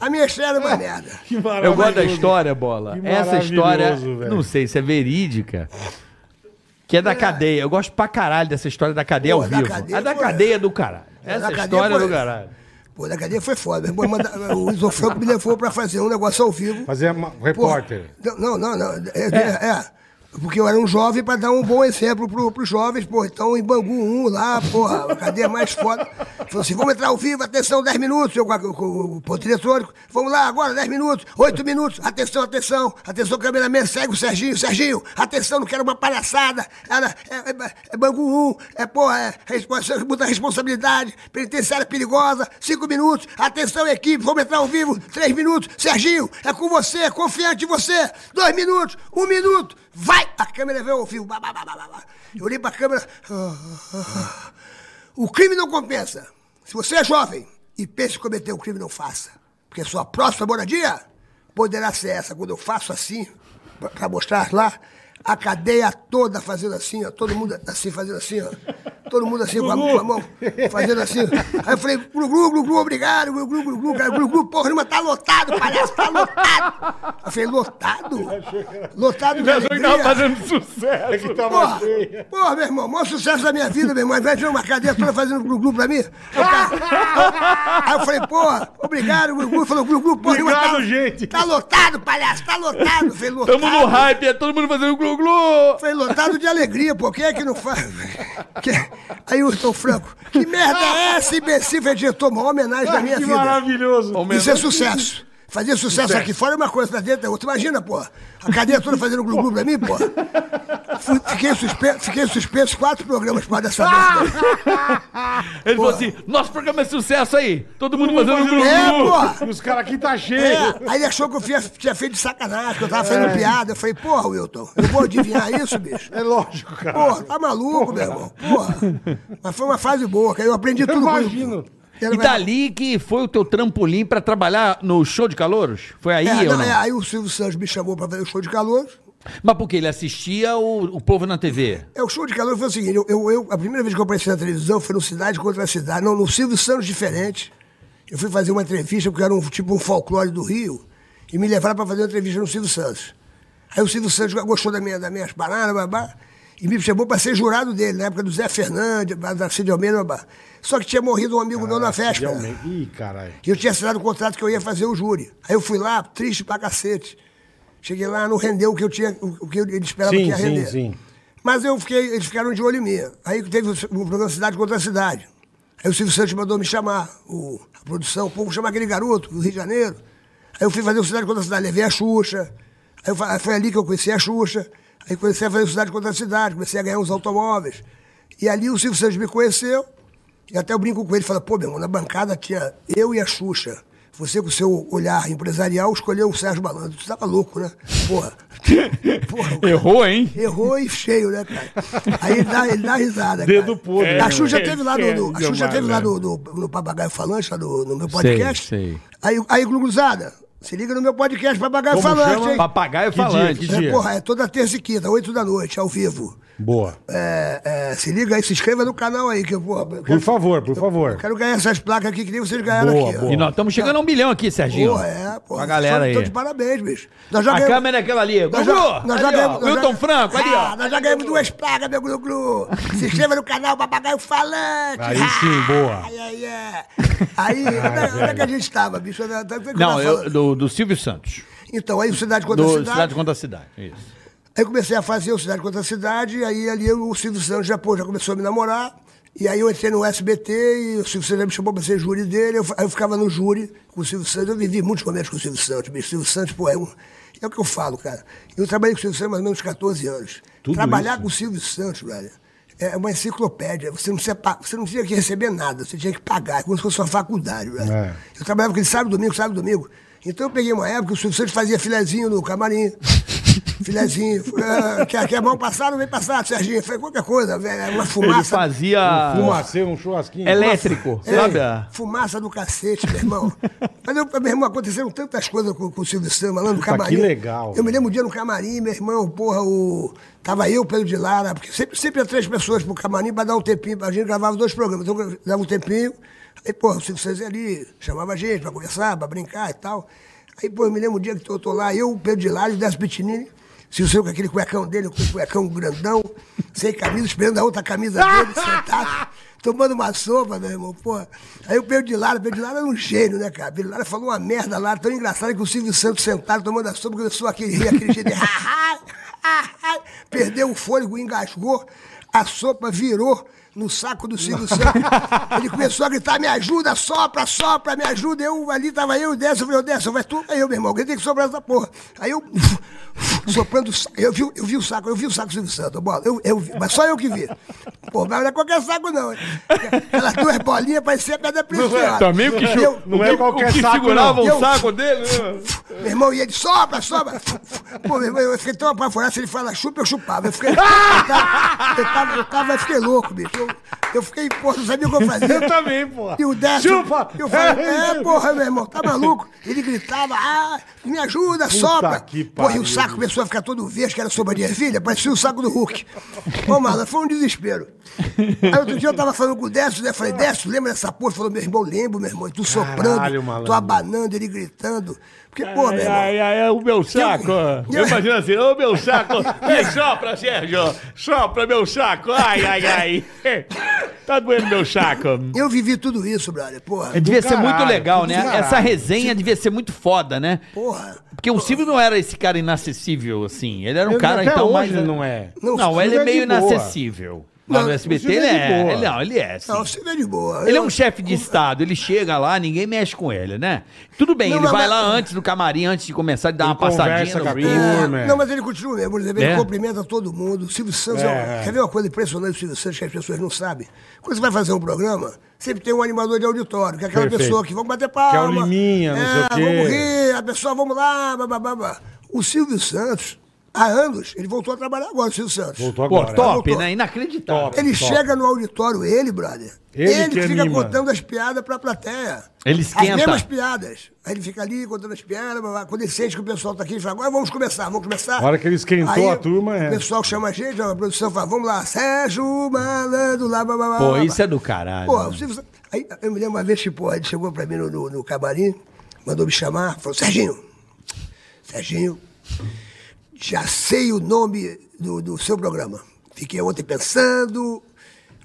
Speaker 1: A minha estreia era uma merda.
Speaker 3: Que maravilhoso.
Speaker 2: Eu gosto da história, bola.
Speaker 3: Que
Speaker 2: Essa história,
Speaker 3: maravilhoso, velho.
Speaker 2: não sei se é verídica. Que é da cadeia. Eu gosto pra caralho dessa história da cadeia
Speaker 1: Pô,
Speaker 2: ao
Speaker 1: da
Speaker 2: vivo.
Speaker 1: cadeia
Speaker 2: a da
Speaker 1: foi-
Speaker 2: cadeia é do caralho.
Speaker 1: da
Speaker 2: Essa
Speaker 1: cadeia
Speaker 2: história é do
Speaker 1: foi-
Speaker 2: caralho.
Speaker 1: Pô, da cadeia foi foda. Meu irmão manda- O Isofranco me levou pra fazer um negócio ao vivo.
Speaker 3: Fazer é ma-
Speaker 1: Porra,
Speaker 3: repórter.
Speaker 1: Não, não, não. não. É, é. é. Porque eu era um jovem para dar um bom exemplo pro, pros jovens, pô. Então, em Bangu 1, lá, porra, a cadeia mais foda. Falou assim: vamos entrar ao vivo, atenção, 10 minutos, eu com, a- com, com- com o diretor. Vamos lá, agora, 10 minutos, 8 minutos, atenção, atenção, atenção, cameraman, segue o Serginho, Serginho, atenção, não quero uma palhaçada. Era, é, é- é Bangu 1, é, porra, é, responsa- muita responsabilidade, penitenciária perigosa, 5 minutos, atenção, equipe, vamos entrar ao vivo, 3 minutos, Serginho, é com você, confiante em você, 2 minutos, 1 minuto. Vai! A câmera veio ao vivo. Bá, bá, bá, bá, bá, bá. Eu olhei pra câmera. ah, ah, ah. O crime não compensa. Se você é jovem e pensa em cometer um crime, não faça. Porque sua próxima moradia poderá ser essa. Quando eu faço assim, pra- pra mostrar lá, a cadeia toda fazendo assim, ó. Todo mundo assim, fazendo assim, ó. Todo mundo assim, com a, com a mão, fazendo assim. Aí eu falei, glu, glu, glu, glu, obrigado, glu, glu, glu, glu, cara, glu, glu, porra, nenhuma, tá lotado, palhaço, tá lotado. Eu falei, lotado? Lotado de alegria.
Speaker 3: sucesso. É que tava
Speaker 1: Porra,
Speaker 3: cheia.
Speaker 1: porra, meu irmão, maior sucesso da minha vida, meu irmão. Ao invés de ver uma cadeia toda fazendo glu-glu pra mim. Aí o cara- Aí eu falei, porra, obrigado, glu-glu. Falou, glu-glu, porra. nenhuma
Speaker 3: Obrigado,
Speaker 1: tá,
Speaker 3: gente.
Speaker 1: Tá lotado, palhaço, tá lotado. Eu Falei, lotado.
Speaker 2: Tamo no hype, é todo mundo fazendo glu-glu.
Speaker 1: Falei, lotado de alegria, pô. Quem é que não faz? Que... Aí o Hilton Franco, que merda é essa, imbecil? Falei, diretor, maior homenagem da minha
Speaker 3: que
Speaker 1: vida.
Speaker 3: maravilhoso.
Speaker 1: Isso é sucesso. Fazer sucesso, aqui fora é uma coisa, pra dentro é outra. Imagina, pô. A cadeia toda fazendo glu-glu pra mim, pô. Fui- Fiquei suspenso, fiquei suspenso quatro programas por causa dessa merda.
Speaker 2: Ele falou assim: nosso programa é sucesso aí. Todo mundo fazendo
Speaker 3: fazendo
Speaker 2: glu-glu.
Speaker 1: É, pô.
Speaker 3: E os caras aqui tá cheio.
Speaker 1: É, aí ele achou que eu fia- tinha feito de sacanagem, que eu tava fazendo piada. Eu falei, porra, Wilton, eu vou adivinhar isso, bicho?
Speaker 3: É lógico, cara.
Speaker 1: Porra, tá maluco, meu irmão. Porra. Mas foi uma fase boa, que aí eu aprendi tudo. com-
Speaker 3: imagino.
Speaker 1: Era-
Speaker 2: E dali que foi o teu trampolim pra trabalhar no show de calouros? Foi aí
Speaker 1: É,
Speaker 2: ou não?
Speaker 1: não, é, aí o Silvio Santos me chamou pra fazer o show de calor.
Speaker 2: Mas porque ele assistia o, o povo na TV.
Speaker 1: É, o show de calor foi o seguinte: eu, eu- eu- a primeira vez que eu apareci na televisão foi no Cidade contra a Cidade, não, no Silvio Santos diferente. Eu fui fazer uma entrevista, porque era um, tipo um folclore do Rio, e me levaram para fazer uma entrevista no Silvio Santos. Aí o Silvio Santos gostou da minha, das minhas paradas, babá, e me chamou para ser jurado dele, na época do Zé Fernandes, da Cid Almeida, babá. Só que tinha morrido um amigo meu na véspera.
Speaker 3: Realmente. Ih, caralho.
Speaker 1: E eu tinha assinado o contrato que eu ia fazer o júri. Aí eu fui lá, triste pra cacete. Cheguei lá, não rendeu o que eu tinha, o que eu- eles esperavam
Speaker 3: Sim,
Speaker 1: que ia
Speaker 3: sim,
Speaker 1: render.
Speaker 3: sim.
Speaker 1: Mas eu fiquei, eles ficaram de olho em mim. Aí teve o um programa Cidade contra Cidade. Aí o Silvio Santos mandou me chamar, o- a produção, o povo chamar aquele garoto do Rio de Janeiro. Aí eu fui fazer o Cidade contra Cidade, levei a Xuxa. Aí eu fa- foi ali que eu conheci a Xuxa. Aí comecei a fazer o Cidade contra Cidade, comecei a ganhar uns automóveis. E ali o Silvio Santos me conheceu. E até eu brinco com ele, fala, pô, meu irmão, na bancada tinha eu e a Xuxa. Você com o seu olhar empresarial escolheu o Sérgio Malandro. Tu tava louco, né? Porra. Porra, o cara
Speaker 2: Errou, hein?
Speaker 1: errou e cheio, né, cara? Aí ele dá, ele dá risada.
Speaker 3: Dedo
Speaker 1: cara.
Speaker 3: podre, é,
Speaker 1: A
Speaker 3: né?
Speaker 1: Xuxa teve lá no, no, a
Speaker 3: Sérgio
Speaker 1: Xuxa teve lá no,
Speaker 3: Malandro.
Speaker 1: no, no Papagaio Falante, lá no, no meu podcast.
Speaker 2: sei.
Speaker 1: Aí, aí Gluguzada, se liga no meu podcast Papagaio
Speaker 3: Como
Speaker 1: Falante,
Speaker 3: chama?
Speaker 1: hein?
Speaker 2: Papagaio
Speaker 3: Que
Speaker 2: falante.
Speaker 3: dia, que
Speaker 1: É,
Speaker 3: dia?
Speaker 1: porra, é toda terça e quinta, 8 da noite, ao vivo.
Speaker 3: Boa.
Speaker 1: É, é, se liga aí, se inscreva no canal aí, que eu vou. eu
Speaker 3: Por
Speaker 1: quero-
Speaker 3: favor, por favor.
Speaker 1: eu quero ganhar essas placas aqui que nem vocês ganharam
Speaker 3: Boa,
Speaker 1: aqui. ó.
Speaker 3: boa.
Speaker 2: E nós estamos chegando a um milhão aqui, Serginho.
Speaker 1: Porra, é, porra.
Speaker 2: a galera aí.
Speaker 1: Tô de parabéns, bicho. Nós já
Speaker 2: A câmera é aquela ali.
Speaker 1: Nós
Speaker 2: Gugu!
Speaker 1: já, nós já
Speaker 2: ali, ó.
Speaker 1: ganhamos. nós já-
Speaker 2: Milton Franco, ali,
Speaker 1: Ah,
Speaker 2: ó.
Speaker 1: Nós já ganhamos duas pragas, meu glu-glu. Se inscreva no canal Papagaio Falante. Ah,
Speaker 3: Aí sim, boa.
Speaker 1: Ai, ai, ai. Aí, onde, é- onde é que a gente tava, bicho? Onde é- onde é que eu
Speaker 2: Ah, Não,
Speaker 1: tava
Speaker 2: eu-
Speaker 1: falando?
Speaker 2: do, do Silvio Santos.
Speaker 1: Então, aí o Cidade contra
Speaker 2: Do
Speaker 1: a Cidade.
Speaker 2: Cidade contra a Cidade. Isso.
Speaker 1: Aí comecei a fazer o Cidade contra a Cidade, e aí ali o Silvio Santos já, pô, já começou a me namorar. E aí eu entrei no SBT e o Silvio Santos já me chamou pra ser júri dele. Eu, fa- aí eu ficava no júri com o Silvio Santos. Eu vivi muitos momentos com o Silvio Santos. bicho. O Silvio Santos, pô, é, um, é o que eu falo, cara. Eu trabalhei com o Silvio Santos mais ou menos 14 anos.
Speaker 3: Tudo
Speaker 1: Trabalhar
Speaker 3: isso?
Speaker 1: com o Silvio Santos, velho, é uma enciclopédia. Você não, precisa, pa- você não tinha que receber nada, você tinha que pagar. É como se fosse uma faculdade, velho.
Speaker 3: É.
Speaker 1: Eu trabalhava com ele sábado, domingo, sábado, domingo. Então eu peguei uma época que o Silvio Santos fazia filezinho no camarim. Filezinho, ah, quer, quer mão passada, vem passar, Serginho. Foi qualquer coisa, velho, é uma
Speaker 2: Ele
Speaker 1: fumaça.
Speaker 2: fazia.
Speaker 3: Fumacê, um churrasquinho.
Speaker 2: Ah. Elétrico,
Speaker 1: É,
Speaker 2: sabe? a-
Speaker 1: Fumaça do cacete, meu irmão. Mas, eu, meu irmão, aconteceram tantas coisas com, com o Silvio Santos, lá no
Speaker 3: Puta,
Speaker 1: camarim.
Speaker 3: que legal.
Speaker 1: Eu me lembro um dia no camarim, meu irmão, porra, o... Tava eu, Pedro de Lara, porque sempre, sempre ia três pessoas pro camarim pra dar um tempinho. A gente gravava dois programas, então eu dava um tempinho. Aí, porra, o Silvio Santos ia ali, chamava a gente pra conversar, pra brincar e tal. Aí, pô, eu me lembro um dia que eu tô lá, eu, Pedro de Lara e o Décio Pitinini. Silvio Santos com aquele cuecão dele, com o cuecão grandão, sem camisa, esperando a outra camisa dele, sentado. tomando uma sopa, meu irmão, porra. Aí o Pedro de Lara, o Pedro de Lara era um gênio, né, cara? O Pedro de Lara falou uma merda lá, tão engraçada que o Silvio Santos sentado tomando a sopa, começou aquele rir, aquele jeito de ha, ha, ha, perdeu o fôlego, engasgou, a sopa virou no saco do Silvio Santos. Ele começou a gritar, me ajuda, sopra, sopra, me ajuda. Eu ali tava eu, desce, eu falei, desce, vai tu, aí eu, meu irmão, quem tem que sobrar essa porra? Aí eu, soprando o saco, eu vi, eu vi o saco, eu vi o saco do Silvio Santos, bola, eu, eu vi, mas só eu que vi. Pô, mas não é qualquer saco não. hein? Aquelas duas bolinhas pareciam pedra preciosa.
Speaker 2: Também o Tá que, chu-
Speaker 1: Eu-
Speaker 3: Não
Speaker 2: o
Speaker 3: é
Speaker 2: que-
Speaker 3: qualquer
Speaker 2: o que
Speaker 3: saco,
Speaker 2: segurava
Speaker 3: não.
Speaker 1: Eu-
Speaker 2: o saco dele. né?
Speaker 1: Meu irmão, e ele sobra, sobra. Pô, meu irmão, eu fiquei tão apavorado. Se ele fala chupa, eu chupava. Eu fiquei. Eu tava, eu tava, eu tava- eu fiquei louco, bicho. Eu, eu fiquei, porra, não sabia o que eu fazia.
Speaker 3: Eu também, porra.
Speaker 1: E o décimo.
Speaker 3: Chupa!
Speaker 1: Eu falei, é, porra, meu irmão, tá maluco? Ele gritava, ah, me ajuda, sopra.
Speaker 3: que
Speaker 1: Porra, e
Speaker 3: pariu,
Speaker 1: o saco começou a ficar todo verde, que era sopa de ervilha, parecia o saco do Hulk. Ô, Marlon, foi um desespero. Aí outro dia eu tava falando com o Décio, né? Falei, Décio, lembra dessa porra? Ele falou, meu irmão, lembro, meu irmão. E tu soprando,
Speaker 3: malandro.
Speaker 1: tu abanando, ele gritando. Porque, porra, meu irmão.
Speaker 2: Ai, ai, ai, o meu
Speaker 3: um-
Speaker 2: saco.
Speaker 1: Eu-
Speaker 2: Eu imagino assim, ô meu saco. Ei, sopra, Sérgio. Sopra meu saco. Ai, ai, ai. Tá doendo meu saco.
Speaker 1: Eu vivi tudo isso, brother, porra.
Speaker 4: É,
Speaker 2: É
Speaker 4: Devia ser
Speaker 3: caralho,
Speaker 4: muito legal, né?
Speaker 3: do caralho.
Speaker 4: Essa resenha devia ser muito foda, né?
Speaker 1: Porra.
Speaker 4: Porque o Silvio não era esse cara inacessível, assim. Ele era um
Speaker 3: Ele
Speaker 4: cara,
Speaker 3: até
Speaker 4: então,
Speaker 3: hoje
Speaker 4: mais...
Speaker 3: não é.
Speaker 4: Não,
Speaker 3: Não,
Speaker 4: ele
Speaker 3: o Silvio
Speaker 4: é
Speaker 3: é de
Speaker 4: meio
Speaker 3: boa.
Speaker 4: inacessível. Lá
Speaker 1: Não,
Speaker 4: no
Speaker 1: o
Speaker 4: SBT
Speaker 3: Silvio
Speaker 4: ele
Speaker 3: é de
Speaker 4: é.
Speaker 3: boa.
Speaker 4: Ele, não, ele é, sim.
Speaker 1: Não, você vê de boa.
Speaker 4: Ele é
Speaker 1: Eu-
Speaker 4: um chefe de Estado, ele chega lá, ninguém mexe com ele, né? Tudo bem,
Speaker 1: Não,
Speaker 4: ele
Speaker 1: mas-
Speaker 4: vai lá antes do camarim, antes de começar, ele dá uma
Speaker 3: conversa
Speaker 4: passadinha.
Speaker 3: com a
Speaker 4: no-
Speaker 3: turma.
Speaker 1: É,
Speaker 3: né?
Speaker 1: não, mas ele continua mesmo. Ele ele
Speaker 4: É?
Speaker 1: cumprimenta todo mundo. O Silvio Santos é, um-
Speaker 3: É.
Speaker 1: Quer ver uma coisa impressionante do Silvio Santos que as pessoas não sabem? Quando você vai fazer um programa, sempre tem um animador de auditório, que é aquela
Speaker 3: Perfeito.
Speaker 1: pessoa que vamos bater palma. É,
Speaker 3: Liminha, não sei o quê.
Speaker 1: Vamos rir, a pessoa, vamos lá, bababá. O Silvio Santos, há anos, ele voltou a trabalhar agora, o Silvio Santos.
Speaker 3: Voltou
Speaker 4: Pô,
Speaker 3: agora.
Speaker 4: top,
Speaker 1: Voltou.
Speaker 4: né? Inacreditável.
Speaker 3: Top.
Speaker 1: Ele chega no auditório, ele, brother.
Speaker 3: Ele
Speaker 1: Ele,
Speaker 3: que
Speaker 1: que fica
Speaker 3: anima.
Speaker 1: contando as piadas pra plateia.
Speaker 4: Ele esquenta.
Speaker 1: As mesmas piadas. Aí ele fica ali contando as piadas, blá, blá. quando ele sente que o pessoal tá aqui, ele fala, agora vamos começar, vamos começar.
Speaker 3: A hora que ele esquentou
Speaker 1: Aí
Speaker 3: a turma, é.
Speaker 1: O pessoal chama a gente, ó, a produção fala, vamos lá, Sérgio Malandro, lá, blá, blá, blá.
Speaker 4: Pô,
Speaker 1: blá,
Speaker 4: isso é
Speaker 1: blá.
Speaker 4: do caralho.
Speaker 1: Pô,
Speaker 4: né?
Speaker 1: o Silvio Santos- aí, eu me lembro uma vez que, pô, ele chegou pra mim no, no, no camarim, mandou me chamar, falou, Serginho, Serginho, já sei o nome do, do seu programa. Fiquei ontem pensando,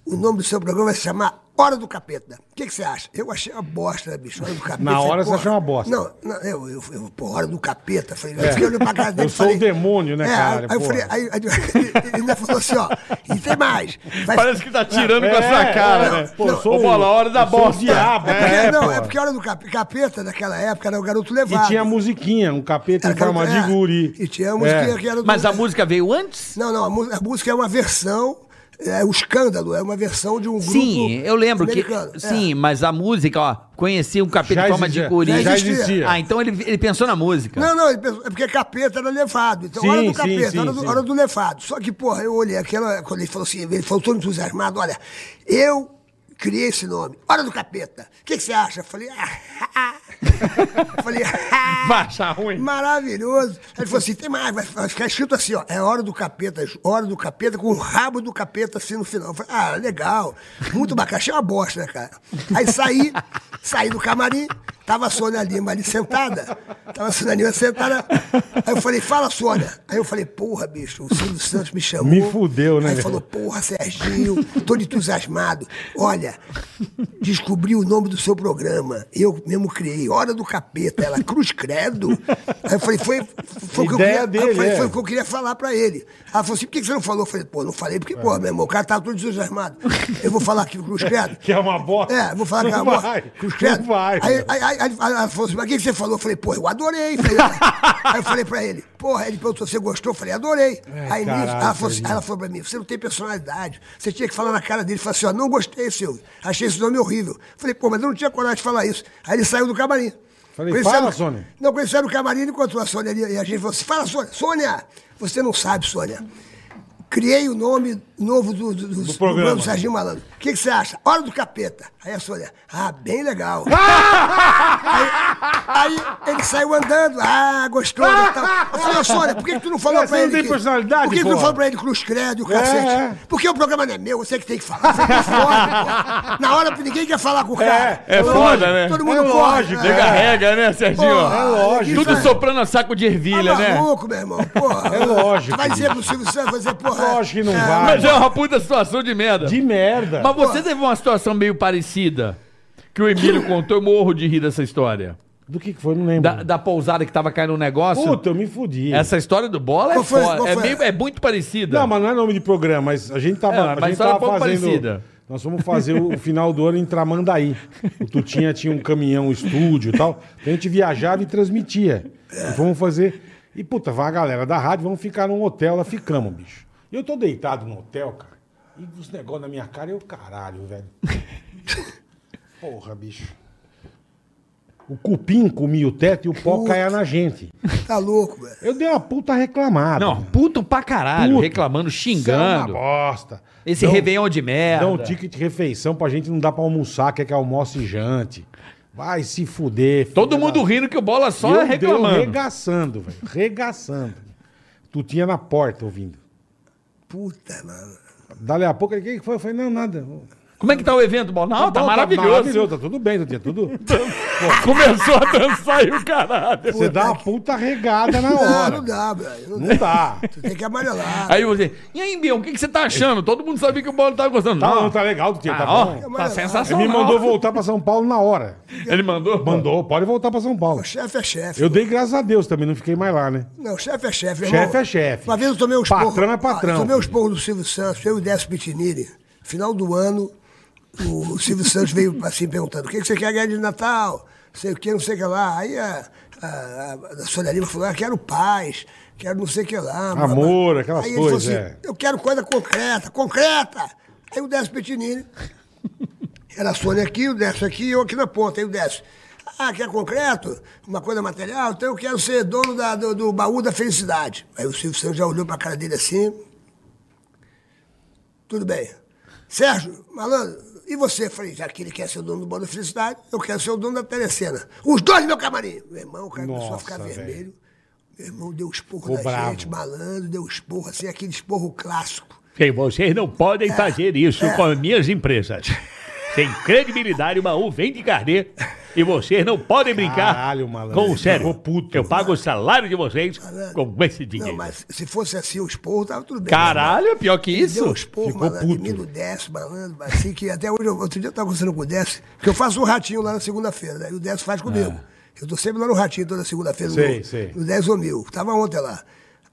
Speaker 1: o nome do seu programa vai se chamar Hora do Capeta. O que, que você acha? Eu achei uma bosta, né, bicho, Hora do Capeta.
Speaker 3: Na
Speaker 1: Falei,
Speaker 3: hora você
Speaker 1: "Porra,
Speaker 3: achou uma bosta." É.
Speaker 1: Não, não eu, eu, eu, pô, Hora do Capeta. Falei, eu fiquei olhando pra cara dele
Speaker 3: Eu sou o demônio, né,
Speaker 1: é,
Speaker 3: cara,
Speaker 1: Aí eu
Speaker 3: porra.
Speaker 1: falei, aí, aí, ele ainda falou assim, ó, e tem mais. Vai-
Speaker 2: Parece que tá tirando com a sua
Speaker 3: É,
Speaker 2: cara,
Speaker 1: não,
Speaker 2: né?
Speaker 3: Pô,
Speaker 1: não.
Speaker 3: sou
Speaker 2: Ô, bola, a hora da
Speaker 3: eu sou um o
Speaker 2: bosta.
Speaker 3: diabo,
Speaker 1: é,
Speaker 3: cara.
Speaker 1: porque,
Speaker 3: é,
Speaker 1: não,
Speaker 3: pô.
Speaker 1: é porque a Hora do Cap- Capeta, naquela época, era o Garoto Levado.
Speaker 3: E tinha a musiquinha, um capeta em
Speaker 1: Era
Speaker 3: forma
Speaker 1: aquela-
Speaker 3: de guri.
Speaker 1: é, E tinha a musiquinha
Speaker 3: É.
Speaker 1: que era do...
Speaker 4: Mas a música veio antes?
Speaker 1: Não, não, a, mu- a música é uma versão, é o escândalo, é uma versão de um grupo.
Speaker 4: Sim, eu lembro que.
Speaker 1: americano, é.
Speaker 4: Sim, mas a música, ó, conheci um capeta
Speaker 3: Já
Speaker 4: de forma
Speaker 3: existia.
Speaker 4: de guri.
Speaker 3: Já
Speaker 1: Já
Speaker 3: existia.
Speaker 1: existia.
Speaker 4: Ah, então ele, ele pensou na música.
Speaker 1: Não, não, ele pensou- é porque capeta era levado. Então,
Speaker 3: Sim,
Speaker 1: hora do
Speaker 3: sim,
Speaker 1: capeta,
Speaker 3: sim,
Speaker 1: hora, do,
Speaker 3: sim.
Speaker 1: hora do levado. Só que, porra, eu olhei aquela. Quando ele falou assim, ele falou todo entusiasmado: olha, eu criei esse nome, Hora do Capeta. O que, que você acha? Eu falei, ah, eu falei, ah.
Speaker 2: Vai achar ruim.
Speaker 1: Maravilhoso. Aí Ele falou assim: tem mais, vai vai ficar escrito assim, ó. É hora do capeta, hora do capeta, com o rabo do capeta assim no final. Eu falei, ah, legal. Muito bacana. Achei uma bosta, né, cara? Aí saí, saí do camarim, tava a Sônia Lima ali sentada. Tava a Sônia Lima sentada. Aí eu falei, fala, Sônia. Aí eu falei, porra, bicho, o Silvio Santos me chamou.
Speaker 3: Me fudeu, né,
Speaker 1: Aí
Speaker 3: meu?
Speaker 1: falou, porra, Serginho, todo entusiasmado. Olha, descobri o nome do seu programa. Eu mesmo criei, Hora do Capeta. Ela, Cruz Credo. Aí eu falei, foi, foi, o que eu
Speaker 3: Ideia
Speaker 1: queria,
Speaker 3: dele,
Speaker 1: eu falei,
Speaker 3: é.
Speaker 1: foi o que eu queria falar pra ele. Ela falou assim, por que que você não falou? Eu falei, pô, não falei, porque, pô, meu irmão, o cara tá todo entusiasmado. Eu vou falar aqui, Cruz Credo.
Speaker 3: Que é uma bosta.
Speaker 1: É, vou falar que é
Speaker 3: Não
Speaker 1: uma
Speaker 3: vai,
Speaker 1: bosta. Cruz
Speaker 3: não
Speaker 1: Credo.
Speaker 3: vai, cara.
Speaker 1: Aí, aí, aí, aí ela falou assim, mas o que que você falou? Eu falei, pô, eu adorei. Falei, ah. aí eu falei pra ele, porra, ele perguntou, você gostou? Eu falei, adorei.
Speaker 3: É,
Speaker 1: aí nisso,
Speaker 3: caralho,
Speaker 1: ela falou, assim,
Speaker 3: Serginho.
Speaker 1: ela falou pra mim, você não tem personalidade. Você tinha que falar na cara dele, falar assim, ó, não gostei, Silvio. Achei esse nome horrível. Eu Falei, pô, mas eu não tinha coragem de falar isso. Aí ele saiu do camarim.
Speaker 3: Falei,
Speaker 1: Quando ele saiu
Speaker 3: fala,
Speaker 1: do-
Speaker 3: Sônia.
Speaker 1: Não, quando ele saiu do camarim, ele encontrou a Sônia ali, e a gente falou assim, fala, Sônia. Sônia, você não sabe, Sônia. Criei o nome novo do, do, do, do
Speaker 3: programa.
Speaker 1: do Serginho Malandro. O que, que você acha? Hora do Capeta. Aí a Sônia, ah, bem legal. Aí ele saiu andando, ah, gostou. né, tal. Eu falei, ô, Sônia, por que, que tu não falou
Speaker 3: Cara,
Speaker 1: pra
Speaker 3: você não
Speaker 1: ele?
Speaker 3: tem
Speaker 1: que-
Speaker 3: personalidade,
Speaker 1: Por que, que tu
Speaker 3: porra?
Speaker 1: não falou pra ele Cruz Credo, o cacete?
Speaker 3: é.
Speaker 1: Porque o programa não é meu, você que tem que falar. Você que é foda, porra. Na hora ninguém quer falar com o cara.
Speaker 3: É, é
Speaker 1: Todo
Speaker 2: foda,
Speaker 1: mundo-
Speaker 2: né?
Speaker 1: Todo mundo
Speaker 3: É
Speaker 1: corre,
Speaker 3: lógico,
Speaker 1: né?
Speaker 3: é.
Speaker 2: Carrega, né, Serginho?
Speaker 1: Porra, é
Speaker 3: lógico.
Speaker 2: Tudo soprando a saco de ervilha,
Speaker 1: tá
Speaker 2: né?
Speaker 1: maluco, meu irmão, porra.
Speaker 3: É lógico.
Speaker 1: Vai dizer pro Silvio Santos, vai dizer, porra,
Speaker 3: Lógico que não vai.
Speaker 4: Mas é uma puta situação de merda.
Speaker 3: De merda.
Speaker 4: Mas você teve uma situação meio parecida que o Emílio contou. Eu morro de rir dessa história.
Speaker 3: Do que que foi? Não lembro.
Speaker 4: Da, da pousada que tava caindo um negócio.
Speaker 3: Puta, eu me fudi.
Speaker 4: Essa história do bola é
Speaker 1: Qual foi-
Speaker 4: foda.
Speaker 1: qual
Speaker 4: É,
Speaker 1: foi?
Speaker 4: meio- é muito parecida.
Speaker 3: Não, mas não é nome de programa, mas a gente tava,
Speaker 4: É, mas
Speaker 3: a gente
Speaker 4: história
Speaker 3: tava
Speaker 4: um pouco
Speaker 3: fazendo.
Speaker 4: parecida.
Speaker 3: Nós fomos fazer o, o final do ano em Tramandaí. O Tutinha tinha um caminhão, um estúdio e tal. Então a gente viajava e transmitia. E fomos fazer. E puta, vai a galera da rádio, vamos ficar num hotel. Lá ficamos, bicho. E eu tô deitado no hotel, cara. E os negócios na minha cara, eu caralho, velho. Porra, bicho. O cupim comia o teto e o pó caía na gente.
Speaker 1: Tá louco, velho.
Speaker 3: Eu dei uma puta reclamada.
Speaker 4: Não, puto pra caralho,
Speaker 3: Puto.
Speaker 4: reclamando,
Speaker 3: Isso é uma
Speaker 4: xingando.
Speaker 3: bosta.
Speaker 4: Esse
Speaker 3: Não-
Speaker 4: Réveillon de merda.
Speaker 3: Dá um ticket de refeição pra gente não dá pra almoçar, quer que almoce e jante. Vai se fuder.
Speaker 4: Todo
Speaker 3: filha
Speaker 4: mundo
Speaker 3: da-
Speaker 4: rindo que o bola
Speaker 3: E
Speaker 4: só
Speaker 3: eu
Speaker 4: reclamando.
Speaker 3: deu Regaçando, velho. Regaçando. Tutinha na porta ouvindo.
Speaker 1: Puta, mano.
Speaker 3: Dali a pouco, ele, "Que que foi? Eu falei, não, nada.
Speaker 4: Como é que tá o evento, bola? Não, tá,
Speaker 3: Bom,
Speaker 4: maravilhoso.
Speaker 3: maravilhoso, Tá tudo bem, Tutinha, tudo.
Speaker 4: Começou a dançar e o caralho.
Speaker 3: Você dá uma puta regada na
Speaker 1: Não,
Speaker 3: hora.
Speaker 1: não dá, velho. Não
Speaker 3: Não
Speaker 1: dá.
Speaker 3: dá.
Speaker 1: Tu tem que amarelar.
Speaker 4: Aí você, e aí, Bião, o que, que você tá achando? Todo mundo sabia que o bola tava gostando.
Speaker 3: Tá, não, tá legal, Tutinha,
Speaker 4: Ah,
Speaker 3: tá
Speaker 4: ó,
Speaker 3: bom.
Speaker 4: tá
Speaker 3: Ele
Speaker 1: Ele
Speaker 4: sensacional.
Speaker 3: me mandou voltar pra São Paulo na hora.
Speaker 4: Ele mandou?
Speaker 3: Mandou, pode voltar pra São Paulo.
Speaker 1: O chefe é chefe.
Speaker 3: Eu dei graças a Deus também, não fiquei mais lá, né?
Speaker 1: Não, chefe é chefe, meu
Speaker 3: Chefe
Speaker 1: irmão.
Speaker 3: é chefe.
Speaker 1: Uma vez eu tomei um os
Speaker 3: Patrão é patrão.
Speaker 1: Eu tomei os porros do Silvio Santos, eu e o Décio Pitinini. Final do ano, o Silvio Santos veio assim perguntando: o que que você quer ganhar de Natal? Sei o que, não sei o que lá. Aí a, a, a, a Sônia Lima falou: ah, quero paz, quero não sei o que lá.
Speaker 3: Amor, aquelas
Speaker 1: Aí ele falou
Speaker 3: coisas,
Speaker 1: assim:
Speaker 3: é.
Speaker 1: eu quero coisa concreta, concreta! Aí o Décio Pitinini. Era a Sônia aqui, o Décio aqui e eu aqui na ponta, aí o Décio. Ah, quer concreto? Uma coisa material? Então eu quero ser dono da- do, do baú da felicidade. Aí o Silvio Santos já olhou pra cara dele assim. Tudo bem. Sérgio, malandro, e você? Eu Falei, já que ele quer ser o dono do baú da felicidade, eu quero ser o dono da telecena. Os dois no meu camarim! Meu irmão, o cara começou a
Speaker 3: Nossa,
Speaker 1: ficar
Speaker 3: velho.
Speaker 1: vermelho. Meu irmão deu um esporro
Speaker 3: Ficou
Speaker 1: na
Speaker 3: bravo.
Speaker 1: gente, malandro, deu um esporro, assim, aquele esporro clássico.
Speaker 2: Porque vocês não podem fazer isso com as minhas empresas. Sem credibilidade, uma U vem de carnê e vocês não podem brincar
Speaker 3: Caralho, malandro.
Speaker 2: com o sério.
Speaker 3: Ficou puto.
Speaker 2: Eu pago o salário de vocês
Speaker 1: Caralho.
Speaker 2: com esse dinheiro.
Speaker 1: Não, mas se fosse assim o esporro, tava tudo bem.
Speaker 4: Caralho, é pior que
Speaker 1: Deu
Speaker 4: isso?
Speaker 1: uns porros,
Speaker 3: Ficou
Speaker 1: malandro,
Speaker 3: puto.
Speaker 1: em mim do Décio, malandro, assim que até hoje, eu- outro dia eu tava conversando com o Décio, porque eu faço um ratinho lá na segunda-feira, né? E o Décio faz comigo. Eu tô sempre lá no ratinho toda segunda-feira,
Speaker 3: É. Sei,
Speaker 1: no,
Speaker 3: sei.
Speaker 1: no 10 ou mil. Tava ontem lá.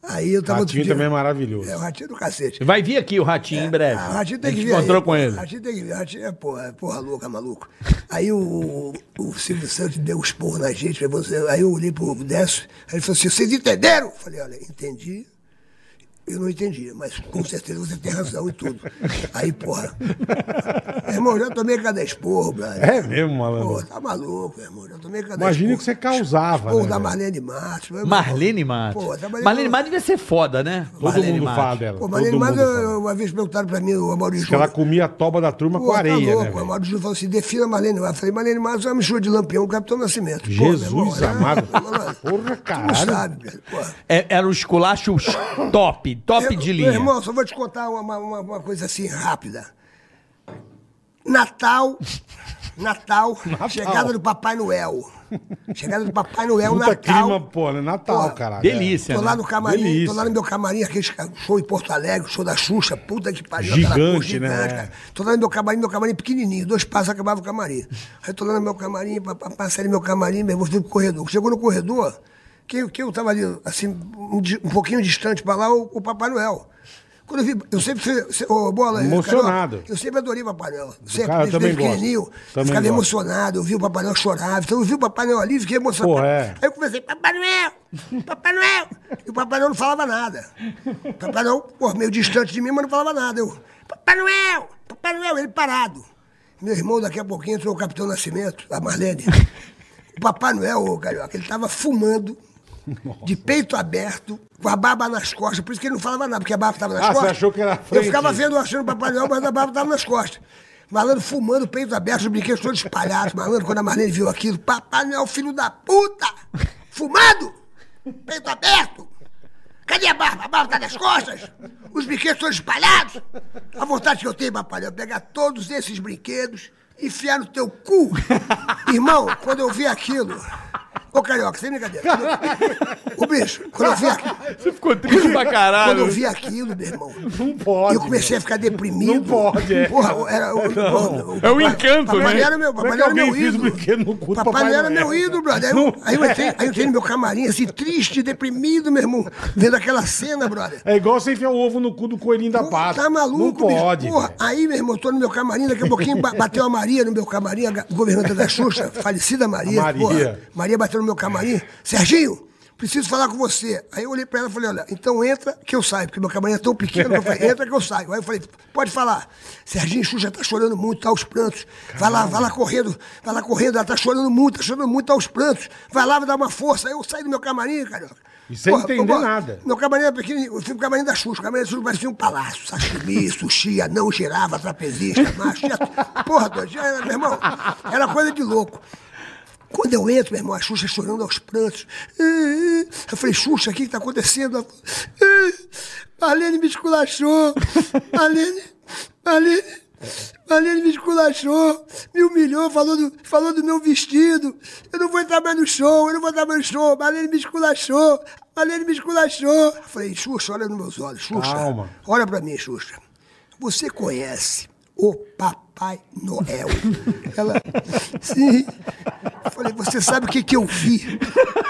Speaker 1: Aí eu tava outro
Speaker 3: Ratinho
Speaker 1: dia-
Speaker 3: também é maravilhoso.
Speaker 1: É, o ratinho do cacete.
Speaker 4: Vai vir aqui o Ratinho em
Speaker 3: É,
Speaker 4: breve.
Speaker 1: Ah, o ratinho
Speaker 4: A
Speaker 1: tem
Speaker 4: gente
Speaker 1: que vir. aí.
Speaker 4: encontrou com ele.
Speaker 1: O ratinho tem que vir. O ratinho é porra, é porra louca, maluco. Aí o, o Silvio Santos deu uns porros na gente. falei, você- Aí eu olhei pro Décio, aí ele falou assim: vocês entenderam? Eu Falei, olha, entendi. Eu não entendi, mas com certeza você tem razão em tudo. Aí, porra. Meu irmão, já tomei cada esporro, brother.
Speaker 3: É mesmo,
Speaker 1: Pô,
Speaker 3: malandro.
Speaker 1: tá maluco, meu irmão. Já tomei cada
Speaker 3: Imagina
Speaker 1: esporro.
Speaker 3: o que você causava,
Speaker 1: Esporro
Speaker 3: né,
Speaker 1: da
Speaker 3: velho?
Speaker 1: Marlene Matos. meu irmão.
Speaker 4: Marlene Matos.
Speaker 1: Pô, trabalhei
Speaker 4: Marlene
Speaker 1: no-
Speaker 4: Matos devia ser foda, né?
Speaker 3: Todo mundo fala dela.
Speaker 1: Pô,
Speaker 3: todo
Speaker 1: Marlene
Speaker 3: mundo
Speaker 1: Matos,
Speaker 3: fala.
Speaker 1: eu- uma vez perguntaram pra mim, o Amaury
Speaker 3: Que ela comia a toba da turma
Speaker 1: tá
Speaker 3: com areia, né?
Speaker 1: O
Speaker 3: velho?
Speaker 1: Amado Júnior falou assim: defina Marlene Matos. Eu falei, Marlene Matos é uma mistura de lampião, Capitão Nascimento. Pô, meu
Speaker 3: Jesus
Speaker 1: irmão, era-
Speaker 3: amado.
Speaker 1: Mano,
Speaker 3: Porra,
Speaker 1: Tu não
Speaker 3: caralho.
Speaker 1: sabe, velho. Porra.
Speaker 4: É- era um esculacho top, top
Speaker 1: Eu-
Speaker 4: de linha.
Speaker 1: Meu irmão, só vou te contar uma, uma, uma coisa assim rápida. Natal, Natal, chegada do Papai Noel. Chegada do Papai Noel,
Speaker 3: Puta
Speaker 1: um Natal.
Speaker 3: clima, pô, né? Natal,
Speaker 1: Pô,
Speaker 3: caralho.
Speaker 4: Delícia,
Speaker 1: Tô
Speaker 4: né?
Speaker 1: lá no camarim,
Speaker 3: Delícia.
Speaker 1: tô lá no meu camarim, aquele ca- show em Porto Alegre, show da Xuxa, puta que pariu.
Speaker 3: Gigante,
Speaker 1: aquela cor
Speaker 3: né?
Speaker 1: cara. Tô lá no meu camarim, meu camarim é pequenininho, dois passos acabava o camarim. Aí tô lá no meu camarim, pa- pa- passei no meu camarim, meu irmão, fui pro corredor. Chegou no corredor, que, que eu tava ali, assim, um, di- um pouquinho distante pra lá, o, o Papai Noel. Quando eu vi, eu sempre fui, se- ô, bola,
Speaker 3: Emocionado.
Speaker 1: Carioca, Eu sempre adorei Papai Noel. Sempre,
Speaker 3: cara, eu
Speaker 1: desde
Speaker 3: também
Speaker 1: pequenininho,
Speaker 3: gosto.
Speaker 1: eu
Speaker 3: Também
Speaker 1: ficava
Speaker 3: gosto.
Speaker 1: emocionado, eu vi o Papai Noel chorar, então eu vi o Papai Noel ali, fiquei emocionado.
Speaker 3: Pô, é.
Speaker 1: Aí eu comecei, Papai Noel, Papai Noel. E o Papai Noel não falava nada. Papai Noel, pô, meio distante de mim, mas não falava nada. Eu, Papai Noel, Papai Noel, ele parado. Meu irmão, daqui a pouquinho, entrou o Capitão Nascimento, a Marlene. O Papai Noel, ô, Carioca, ele tava fumando, de peito aberto, com a barba nas costas. Por isso que ele não falava nada, porque a barba tava nas
Speaker 3: Ah, você
Speaker 1: costas.
Speaker 3: achou que era a
Speaker 1: Eu
Speaker 3: frente.
Speaker 1: ficava vendo, achando o Papai Noel, mas a barba tava nas costas. Malandro fumando, peito aberto, os brinquedos todos espalhados. Malandro, quando a Marlene viu aquilo, Papai Noel, filho da puta! Fumado! Peito aberto! Cadê a barba? A barba tá nas costas! Os brinquedos todos espalhados! A vontade que eu tenho, Papai Noel, é pegar todos esses brinquedos, enfiar no teu cu! Irmão, quando eu vi aquilo, Ô, Carioca, sem brincadeira. o bicho, quando eu vi aqui...
Speaker 2: Você ficou triste pra caralho.
Speaker 1: Quando eu vi aquilo, meu irmão,
Speaker 3: Não pode.
Speaker 1: eu comecei a ficar deprimido.
Speaker 3: Não pode, é.
Speaker 1: Porra, eu era, eu- eu-
Speaker 2: É um encanto,
Speaker 1: papai
Speaker 2: né?
Speaker 1: Era meu,
Speaker 3: Como é
Speaker 1: papai
Speaker 3: que
Speaker 1: era meu
Speaker 3: alguém fez
Speaker 1: ídolo.
Speaker 3: brinquedo no cu do
Speaker 1: Papai
Speaker 3: Papai
Speaker 1: Noel era
Speaker 3: Noel?
Speaker 1: meu ídolo, brother. Aí, eu,
Speaker 3: Não.
Speaker 1: aí eu entrei, aí eu entrei no meu camarim, assim, triste, deprimido, meu irmão, vendo aquela cena, brother.
Speaker 3: É igual você enfiar o ovo no cu do coelhinho da
Speaker 1: Pô,
Speaker 3: pata.
Speaker 1: Tá maluco,
Speaker 3: Não
Speaker 1: bicho?
Speaker 3: pode.
Speaker 1: Porra,
Speaker 3: velho.
Speaker 1: aí, meu irmão, tô no meu camarim, daqui a pouquinho ba- bateu a Maria no meu camarim, a ga- governanta da Xuxa, falecida Maria.
Speaker 3: A Maria.
Speaker 1: Maria bateu no meu camarim. Serginho, preciso falar com você. Aí eu olhei pra ela e falei, olha, então entra que eu saio, porque meu camarim é tão pequeno que eu falei, entra que eu saio. Aí eu falei, pode falar. Serginho, Xuxa tá chorando muito, tá aos prantos. Vai lá, vai lá correndo, vai lá correndo, ela tá chorando muito, tá chorando muito, tá aos prantos. Vai lá, vai dar uma força. Aí eu saí do meu camarim, carioca.
Speaker 3: E sem entender nada.
Speaker 1: Meu camarim era pequeno, eu fui pro camarim da Xuxa. O camarim da Xuxa parecia um palácio. Sashimi, sushi, não girava, trapezista, macho. tinha- Porra, doido, já era, meu irmão, era coisa de louco. Quando eu entro, meu irmão, a Xuxa chorando aos prantos. Eh, eh. Eu falei, Xuxa, o que está acontecendo? Ela falou, "Eh, Marlene me esculachou. Marlene, Marlene, Marlene me esculachou. Me humilhou, falou do, falou do meu vestido. Eu não vou entrar mais no show, eu não vou entrar mais no show. Marlene me esculachou. Marlene me esculachou. Eu falei, Xuxa, olha nos meus olhos. Xuxa,
Speaker 3: Calma.
Speaker 1: olha para mim, Xuxa. Você conhece o Papai Noel? Ela, sim. Eu falei, você sabe o que, que eu vi?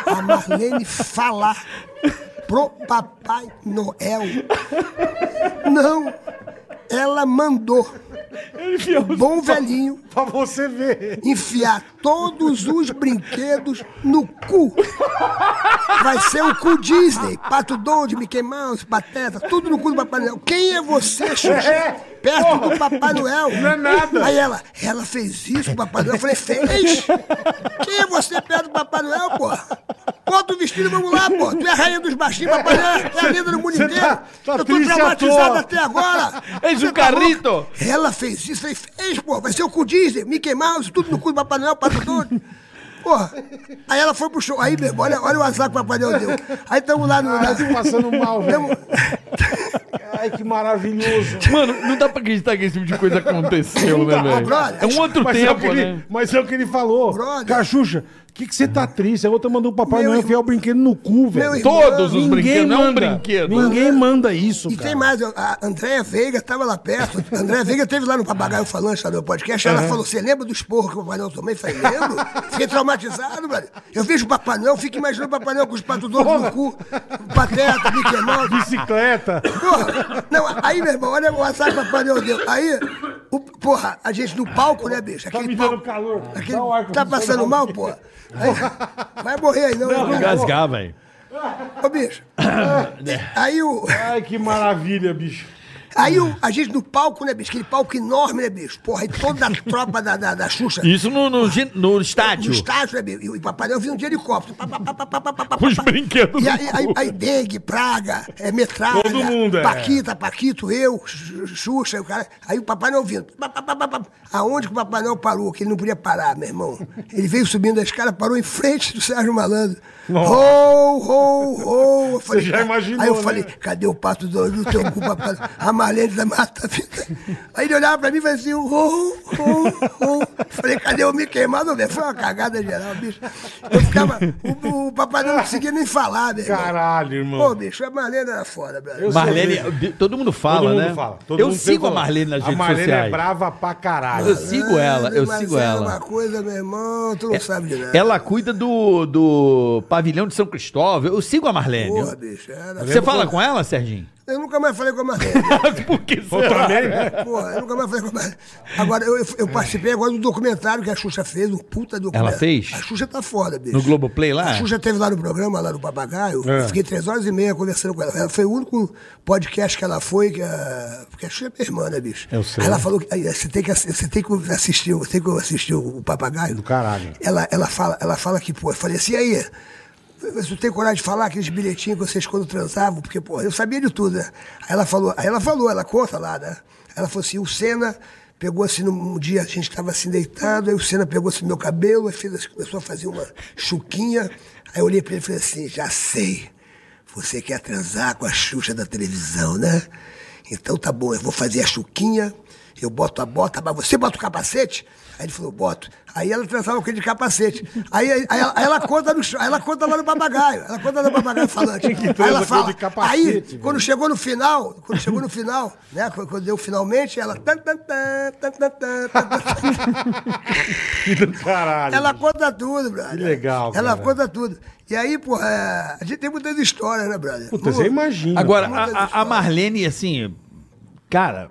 Speaker 1: A Marlene falar pro Papai Noel. Não, ela mandou o bom velhinho
Speaker 3: Pra você ver.
Speaker 1: enfiar todos os brinquedos no cu. Vai ser o cu Disney. Pato Donald, Mickey Mouse, Pateta, tudo no cu do Papai Noel. Quem é você, Xuxa? Perto do Papai Noel. Não é nada. Aí ela, ela fez isso com o Papai Noel. Eu falei, fez? Quem é você perto do Papai Noel, porra? Bota o vestido e vamos lá, pô. Tu é a rainha dos baixinhos, Papai Noel. É a linda do mundo
Speaker 3: Cê
Speaker 1: inteiro.
Speaker 3: tá- tá
Speaker 1: Eu tô
Speaker 3: triste à
Speaker 1: traumatizado
Speaker 3: toa.
Speaker 1: até agora.
Speaker 2: Eis
Speaker 1: Você
Speaker 2: o
Speaker 1: tá louco?
Speaker 2: carrito.
Speaker 1: Ela fez isso, falei, fez, pô, vai ser o cu Disney, Mickey Mouse, tudo no cu do Papai Noel, Pato Donald. Porra, aí ela foi pro show, aí, meu, olha, olha o azar que o Papai Noel deu. Aí tamo lá no...
Speaker 3: Ah,
Speaker 2: É
Speaker 3: tô passando mal, velho.
Speaker 1: tamo-
Speaker 3: Ai, que maravilhoso.
Speaker 2: Mano, não dá pra acreditar que esse tipo de coisa aconteceu, né, velho?
Speaker 1: brother.
Speaker 2: É um outro
Speaker 3: Mas, é o que
Speaker 2: tempo,
Speaker 3: ele,
Speaker 2: né?
Speaker 3: mas é o que ele falou.
Speaker 1: Brother.
Speaker 3: Cachucha, o que que você tá triste? A outra mandou o papai
Speaker 1: Meu
Speaker 3: não
Speaker 1: irmão.
Speaker 3: enfiar o brinquedo no cu,
Speaker 1: Meu
Speaker 3: velho.
Speaker 1: irmão.
Speaker 2: Todos os
Speaker 3: Ninguém
Speaker 2: brinquedos, não é um
Speaker 3: manda.
Speaker 2: brinquedo.
Speaker 3: Ninguém manda isso,
Speaker 1: E
Speaker 3: cara.
Speaker 1: tem mais, a Andréia Veiga estava lá perto. A Andréia Veiga esteve lá no Papagaio Falante, lá no meu podcast. Ela falou: Você lembra dos porros que o Papai Noel tomei? Eu falei: Lembro. Fiquei traumatizado, velho. Eu vejo o Papai Noel, fico imaginando o Papai Noel com os patos doidos no cu, pateta, Mickey Mouse.
Speaker 3: Bicicleta.
Speaker 1: Porra, não, aí, meu irmão, olha o azar que o Papai Noel deu. Aí, o- porra, a gente no palco, né, bicho?
Speaker 3: Tá me
Speaker 1: Aquele
Speaker 3: dando
Speaker 1: palco.
Speaker 3: calor.
Speaker 1: aquele-
Speaker 3: Dá um- o ar
Speaker 1: tá
Speaker 3: condicionado.
Speaker 1: passando mal, porra? Aí, vai morrer aí, não, né, cara?
Speaker 2: Engasgar, velho.
Speaker 1: Ô, bicho. Aí o.
Speaker 3: Ai, que maravilha, bicho.
Speaker 1: Aí o- a gente no palco, né, bicho? Aquele palco enorme, né, bicho? Porra, aí toda a tropa da, da, da Xuxa.
Speaker 2: Isso no, no, gi- no
Speaker 1: No
Speaker 2: estádio.
Speaker 1: estágio, né, bicho? E o Papai Noel vinha de helicóptero. Pá, pá, pá, pá, pá, pá, pá, pá,
Speaker 2: Com os
Speaker 1: pá.
Speaker 2: brinquedos
Speaker 1: E
Speaker 2: no
Speaker 1: aí, aí,
Speaker 2: cu.
Speaker 1: aí dengue, praga, é, metralha.
Speaker 3: Todo mundo, é.
Speaker 1: Paquita, Paquito, eu, Xu- Xuxa, o cara. Aí o Papai Noel vindo. Pá, pá, pá, pá, pá. Aonde que o Papai Noel parou? Que ele não podia parar, meu irmão. Ele veio subindo a escada, parou em frente do Sérgio Malandro.
Speaker 3: Nossa.
Speaker 1: Rou, rou, rou. Eu falei,
Speaker 3: já
Speaker 1: "Ca-"
Speaker 3: imaginou,
Speaker 1: Aí eu
Speaker 3: né?
Speaker 1: falei, cadê o pato do olho do teu cu, papai? A Marlene da Mata Vida. Aí ele olhava pra mim e falava assim, oh, oh, oh. Falei, cadê o Mickey Mouse? velho? Foi uma cagada geral, bicho. Eu ficava, o, o papai não conseguia nem falar, velho.
Speaker 3: Caralho, irmão.
Speaker 1: Pô, bicho, a Marlene era foda, brother.
Speaker 3: Eu sou
Speaker 4: Marlene,
Speaker 3: dele.
Speaker 4: todo mundo fala,
Speaker 3: é todo
Speaker 4: né?
Speaker 3: mundo fala. todo
Speaker 4: eu
Speaker 3: mundo
Speaker 4: sigo
Speaker 3: sempre
Speaker 4: a
Speaker 3: fala.
Speaker 4: Marlene nas redes
Speaker 3: A Marlene
Speaker 4: sociais.
Speaker 3: é brava pra caralho.
Speaker 4: Eu sigo ela, eu
Speaker 1: Mas
Speaker 4: sigo
Speaker 1: é
Speaker 4: ela. É,
Speaker 1: uma coisa, meu irmão, tu não sabe de nada.
Speaker 4: Ela cuida do, do pavilhão de São Cristóvão. Eu sigo a Marlene.
Speaker 1: Porra, bicho, era...
Speaker 4: é,
Speaker 3: é
Speaker 4: Você fala com ela, Serginho?
Speaker 1: Eu nunca mais falei com a Marlene.
Speaker 3: Eu também, né?
Speaker 1: Porra, eu nunca mais falei com a Marlene. Agora, eu, eu participei agora do documentário que a Xuxa fez, um puta documentário.
Speaker 4: fez?
Speaker 1: A Xuxa tá foda, bicho.
Speaker 4: No Globoplay lá?
Speaker 1: A Xuxa teve lá no programa, lá no Papagaio.
Speaker 3: É.
Speaker 1: Fiquei três horas e meia conversando com ela. Ela foi o único podcast que ela foi, que a... porque a Xuxa é minha irmã, né, bicho?
Speaker 3: Eu sei.
Speaker 1: Aí Ela falou que aí, você tem que, assi- você tem que assistir, você tem que assistir o Papagaio.
Speaker 3: Do caralho.
Speaker 1: Ela, ela, fala, ela fala que, pô, eu falei assim, aí... Você não tem coragem de falar aqueles bilhetinhos que vocês quando transavam? Porque, pô, eu sabia de tudo, né? Aí ela falou, aí ela falou, ela conta lá, né? Ela falou assim, o Senna pegou assim, num um dia a gente tava assim deitado, aí o Senna pegou assim meu cabelo, aí fez, assim, começou a fazer uma chuquinha. Aí eu olhei pra ele e falei assim, já sei, você quer transar com a Xuxa da televisão, né? Então tá bom, eu vou fazer a chuquinha Eu boto a bota, mas você bota o capacete? Aí ele falou, boto. Aí ela trançava o quê de capacete. Aí, aí- aí ela, aí ela conta no, aí ela conta lá no papagaio. Ela conta no papagaio falante. Aí
Speaker 3: trança
Speaker 1: ela
Speaker 3: com
Speaker 1: fala.
Speaker 3: de capacete,
Speaker 1: aí,
Speaker 3: velho.
Speaker 1: quando chegou no final, quando chegou no final, né? Quando quando deu finalmente, ela. tan, tan, tan, tan, tan, tan, tan, tan.
Speaker 3: Caralho.
Speaker 1: Ela conta tudo, brother.
Speaker 3: Que legal,
Speaker 1: Ela
Speaker 3: cara.
Speaker 1: conta tudo. E aí, porra, é, a gente tem muitas histórias, né, brother?
Speaker 3: Puta, você imagina.
Speaker 4: Agora,
Speaker 1: Muda de
Speaker 4: a- a, a
Speaker 1: história.
Speaker 4: Marlene, assim, cara,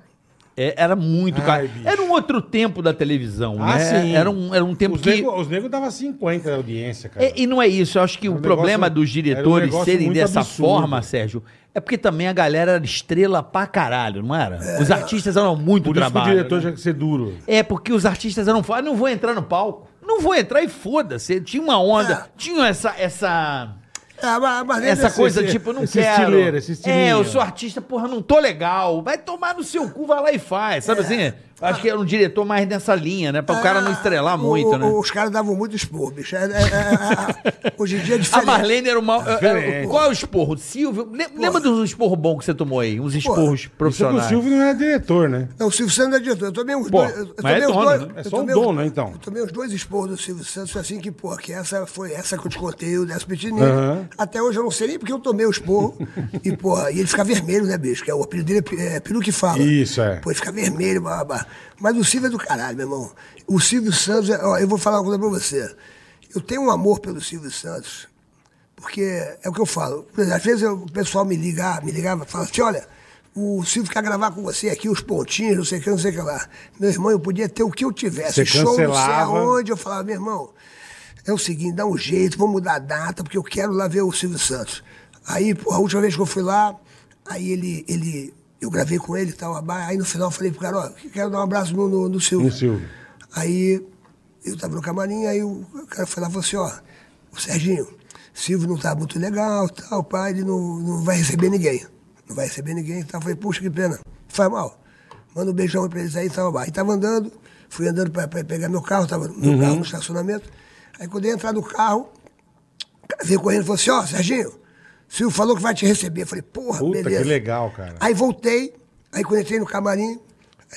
Speaker 4: é- era muito.
Speaker 3: Ai,
Speaker 4: cara.
Speaker 3: bicho.
Speaker 4: Era um outro tempo da televisão,
Speaker 3: Ah,
Speaker 4: né?
Speaker 3: sim.
Speaker 4: Era um, era um tempo
Speaker 3: os
Speaker 4: que.
Speaker 3: nego- os negros davam 50 da audiência, cara.
Speaker 4: É, e não é isso, eu acho que
Speaker 3: Era
Speaker 4: o
Speaker 3: um
Speaker 4: problema
Speaker 3: negócio-
Speaker 4: dos
Speaker 3: era um
Speaker 4: diretores
Speaker 3: negócio
Speaker 4: serem
Speaker 3: muito
Speaker 4: dessa
Speaker 3: absurdo.
Speaker 4: forma, Sérgio, é porque também a galera era estrela pra caralho, não era? Os artistas eram muito
Speaker 3: É. Por isso
Speaker 4: trabalho.
Speaker 3: que o diretor
Speaker 4: né?
Speaker 3: tinha que ser duro.
Speaker 4: É porque os artistas eram falaram, não vou entrar no palco. Não vou entrar e foda-se. Tinha uma onda, tinha essa essa
Speaker 1: Ah, mas- mas nem
Speaker 4: essa
Speaker 1: desse-
Speaker 4: coisa
Speaker 3: É. esse-
Speaker 4: tipo, eu não
Speaker 3: esse
Speaker 4: quero.
Speaker 3: estileiro, esse estilinho.
Speaker 4: É, eu sou artista, porra, não tô legal. Vai tomar no seu cu, vai lá e faz,
Speaker 3: É.
Speaker 4: sabe assim? Acho que era um diretor mais nessa linha, né? Pra o cara
Speaker 3: Ah,
Speaker 4: não estrelar
Speaker 1: o-
Speaker 4: muito, né?
Speaker 1: Os caras davam muito expor, bicho. É- é- é- é- hoje em dia é
Speaker 4: A
Speaker 1: diferente.
Speaker 4: Marlene era uma. era- era-
Speaker 3: Diferente.
Speaker 4: qual é o esporro? Silvio? Le- Lembra dos esporros bons que você tomou aí? Uns esporros
Speaker 3: Isso que o
Speaker 4: profissionais.
Speaker 3: Silvio não era diretor, né?
Speaker 1: Não, o Silvio Santos é diretor. Eu tomei os
Speaker 3: Pô,
Speaker 1: dois. Eu
Speaker 3: mas
Speaker 1: tomei
Speaker 4: é
Speaker 1: os
Speaker 4: dono,
Speaker 1: dois.
Speaker 4: né?
Speaker 3: É
Speaker 1: eu
Speaker 3: só o
Speaker 1: tomei os-
Speaker 3: dono, né, então?
Speaker 1: Eu tomei os dois expor do Silvio Santos, assim que, pô, que essa foi essa que eu te contei, o Décio Pitininho.
Speaker 3: Aham.
Speaker 1: Até hoje eu não sei nem porque eu tomei o esporro. e, porra, e ele fica vermelho, né, bicho? Que é, o apelido dele é Pi- é, Peru que fala.
Speaker 3: Isso, é.
Speaker 1: Pô, ele fica vermelho, babá. Mas o Silvio é do caralho, meu irmão. O Silvio Santos, é- ó, eu vou falar uma coisa pra você. Eu tenho um amor pelo Silvio Santos. Porque é o que eu falo. Por exemplo, Às vezes eu- o pessoal me ligava, me ligava e falava assim, olha, o Silvio quer gravar com você aqui, os pontinhos, não sei o que, não sei o que lá. Meu irmão, eu podia ter o que eu tivesse.
Speaker 3: Você
Speaker 1: Show, não sei
Speaker 3: cancelava.
Speaker 1: aonde. Eu falava, meu irmão, é o seguinte, dá um jeito, vou mudar a data, porque eu quero lá ver o Silvio Santos. Aí, pô, a última vez que eu fui lá, aí ele, ele eu gravei com ele e tal, aí no final eu falei pro cara, ó, quero dar um abraço no, no, no Silvio.
Speaker 3: No Silvio.
Speaker 1: Aí eu tava no camarim, aí o cara foi lá e falou assim, ó, o Serginho, Silvio não tá muito legal, tal, pai, ele não, não vai receber ninguém. Não vai receber ninguém e tal. Eu Falei, puxa, que pena, faz mal. Manda um beijão pra eles aí e tal. Aí tava andando, fui andando pra, pra pegar meu carro, tava no meu
Speaker 3: Uhum.
Speaker 1: carro no estacionamento. Aí quando eu ia entrar no carro, o cara veio correndo e falou assim, ó, Serginho, Silvio falou que vai te receber. Eu falei, porra,
Speaker 3: Puta, que
Speaker 1: beleza.
Speaker 3: legal, cara.
Speaker 1: Aí voltei, aí quando eu entrei no camarim, aí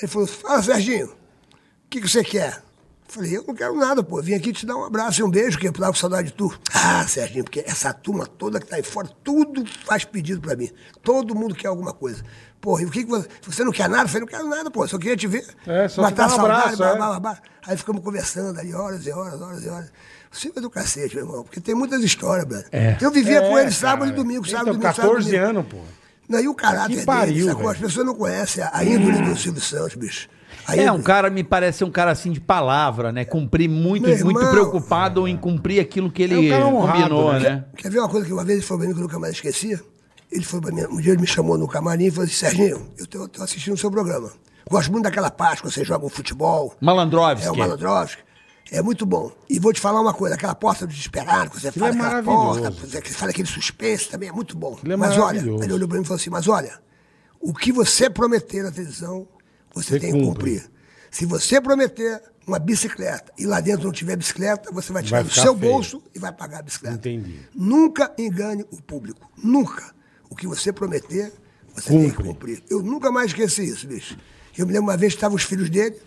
Speaker 1: ele falou, fala, Serginho, o que, que você quer? Eu Falei, eu não quero nada, pô. Vim aqui te dar um abraço e um beijo, que eu tava com saudade de tu. Ah, Serginho, porque essa turma toda que tá aí fora, tudo faz pedido pra mim. Todo mundo quer alguma coisa. Porra, e o que, que você. Você não quer nada? Eu falei, não quero nada, pô. Só queria te ver.
Speaker 3: É, só te
Speaker 1: matar
Speaker 3: dar um
Speaker 1: saudade,
Speaker 3: abraço,
Speaker 1: blá,
Speaker 3: é.
Speaker 1: blá, blá, blá. Aí ficamos conversando ali horas e horas, horas e horas. O Silvio é do cacete, meu irmão, porque tem muitas histórias, brother.
Speaker 4: É.
Speaker 1: Eu vivia com ele sábado e domingo, sábado e
Speaker 3: É, Então,
Speaker 1: domingo, sábado
Speaker 3: 14
Speaker 1: e domingo.
Speaker 3: anos, pô.
Speaker 1: Não, e o caráter
Speaker 3: Que pariu,
Speaker 1: dele, sacou?
Speaker 3: velho.
Speaker 1: As pessoas não conhecem a, a índole do Silvio Santos, bicho. A
Speaker 4: É,
Speaker 1: índole.
Speaker 4: um cara me parece um cara assim de palavra, né? Cumprir muito,
Speaker 1: Meu
Speaker 4: muito
Speaker 1: irmão.
Speaker 4: preocupado em cumprir aquilo que
Speaker 3: É um
Speaker 4: ele
Speaker 3: cara honrado,
Speaker 4: combinou,
Speaker 3: né?
Speaker 4: né?
Speaker 1: Quer ver uma coisa que uma vez ele falou pra mim que eu nunca mais esqueci? Ele foi pra mim, um dia ele me chamou no camarim e falou assim, Serginho, eu tô, tô assistindo o seu programa. Gosto muito daquela parte que você joga o futebol.
Speaker 4: Malandrovski.
Speaker 1: É o Malandrovski. É muito bom. E vou te falar uma coisa, aquela porta do desesperado, que você fala
Speaker 3: é
Speaker 1: aquela
Speaker 3: maravilhoso.
Speaker 1: porta, que você fala aquele suspense também, é muito bom.
Speaker 3: Aquilo é
Speaker 1: mas olha,
Speaker 3: maravilhoso.
Speaker 1: ele olhou pra mim e falou assim, mas olha, o que você prometer na televisão, você,
Speaker 3: Você
Speaker 1: tem que
Speaker 3: cumpre.
Speaker 1: cumprir. Se você prometer uma bicicleta e lá dentro não tiver bicicleta, você vai tirar
Speaker 3: Vai
Speaker 1: do
Speaker 3: ficar
Speaker 1: seu
Speaker 3: feio.
Speaker 1: bolso e vai pagar a bicicleta.
Speaker 3: Entendi.
Speaker 1: Nunca engane o público. Nunca. O que você prometer, você tem que
Speaker 3: Cumpre.
Speaker 1: cumprir. Eu nunca mais esqueci isso, bicho. Eu me lembro uma vez que estavam os filhos dele,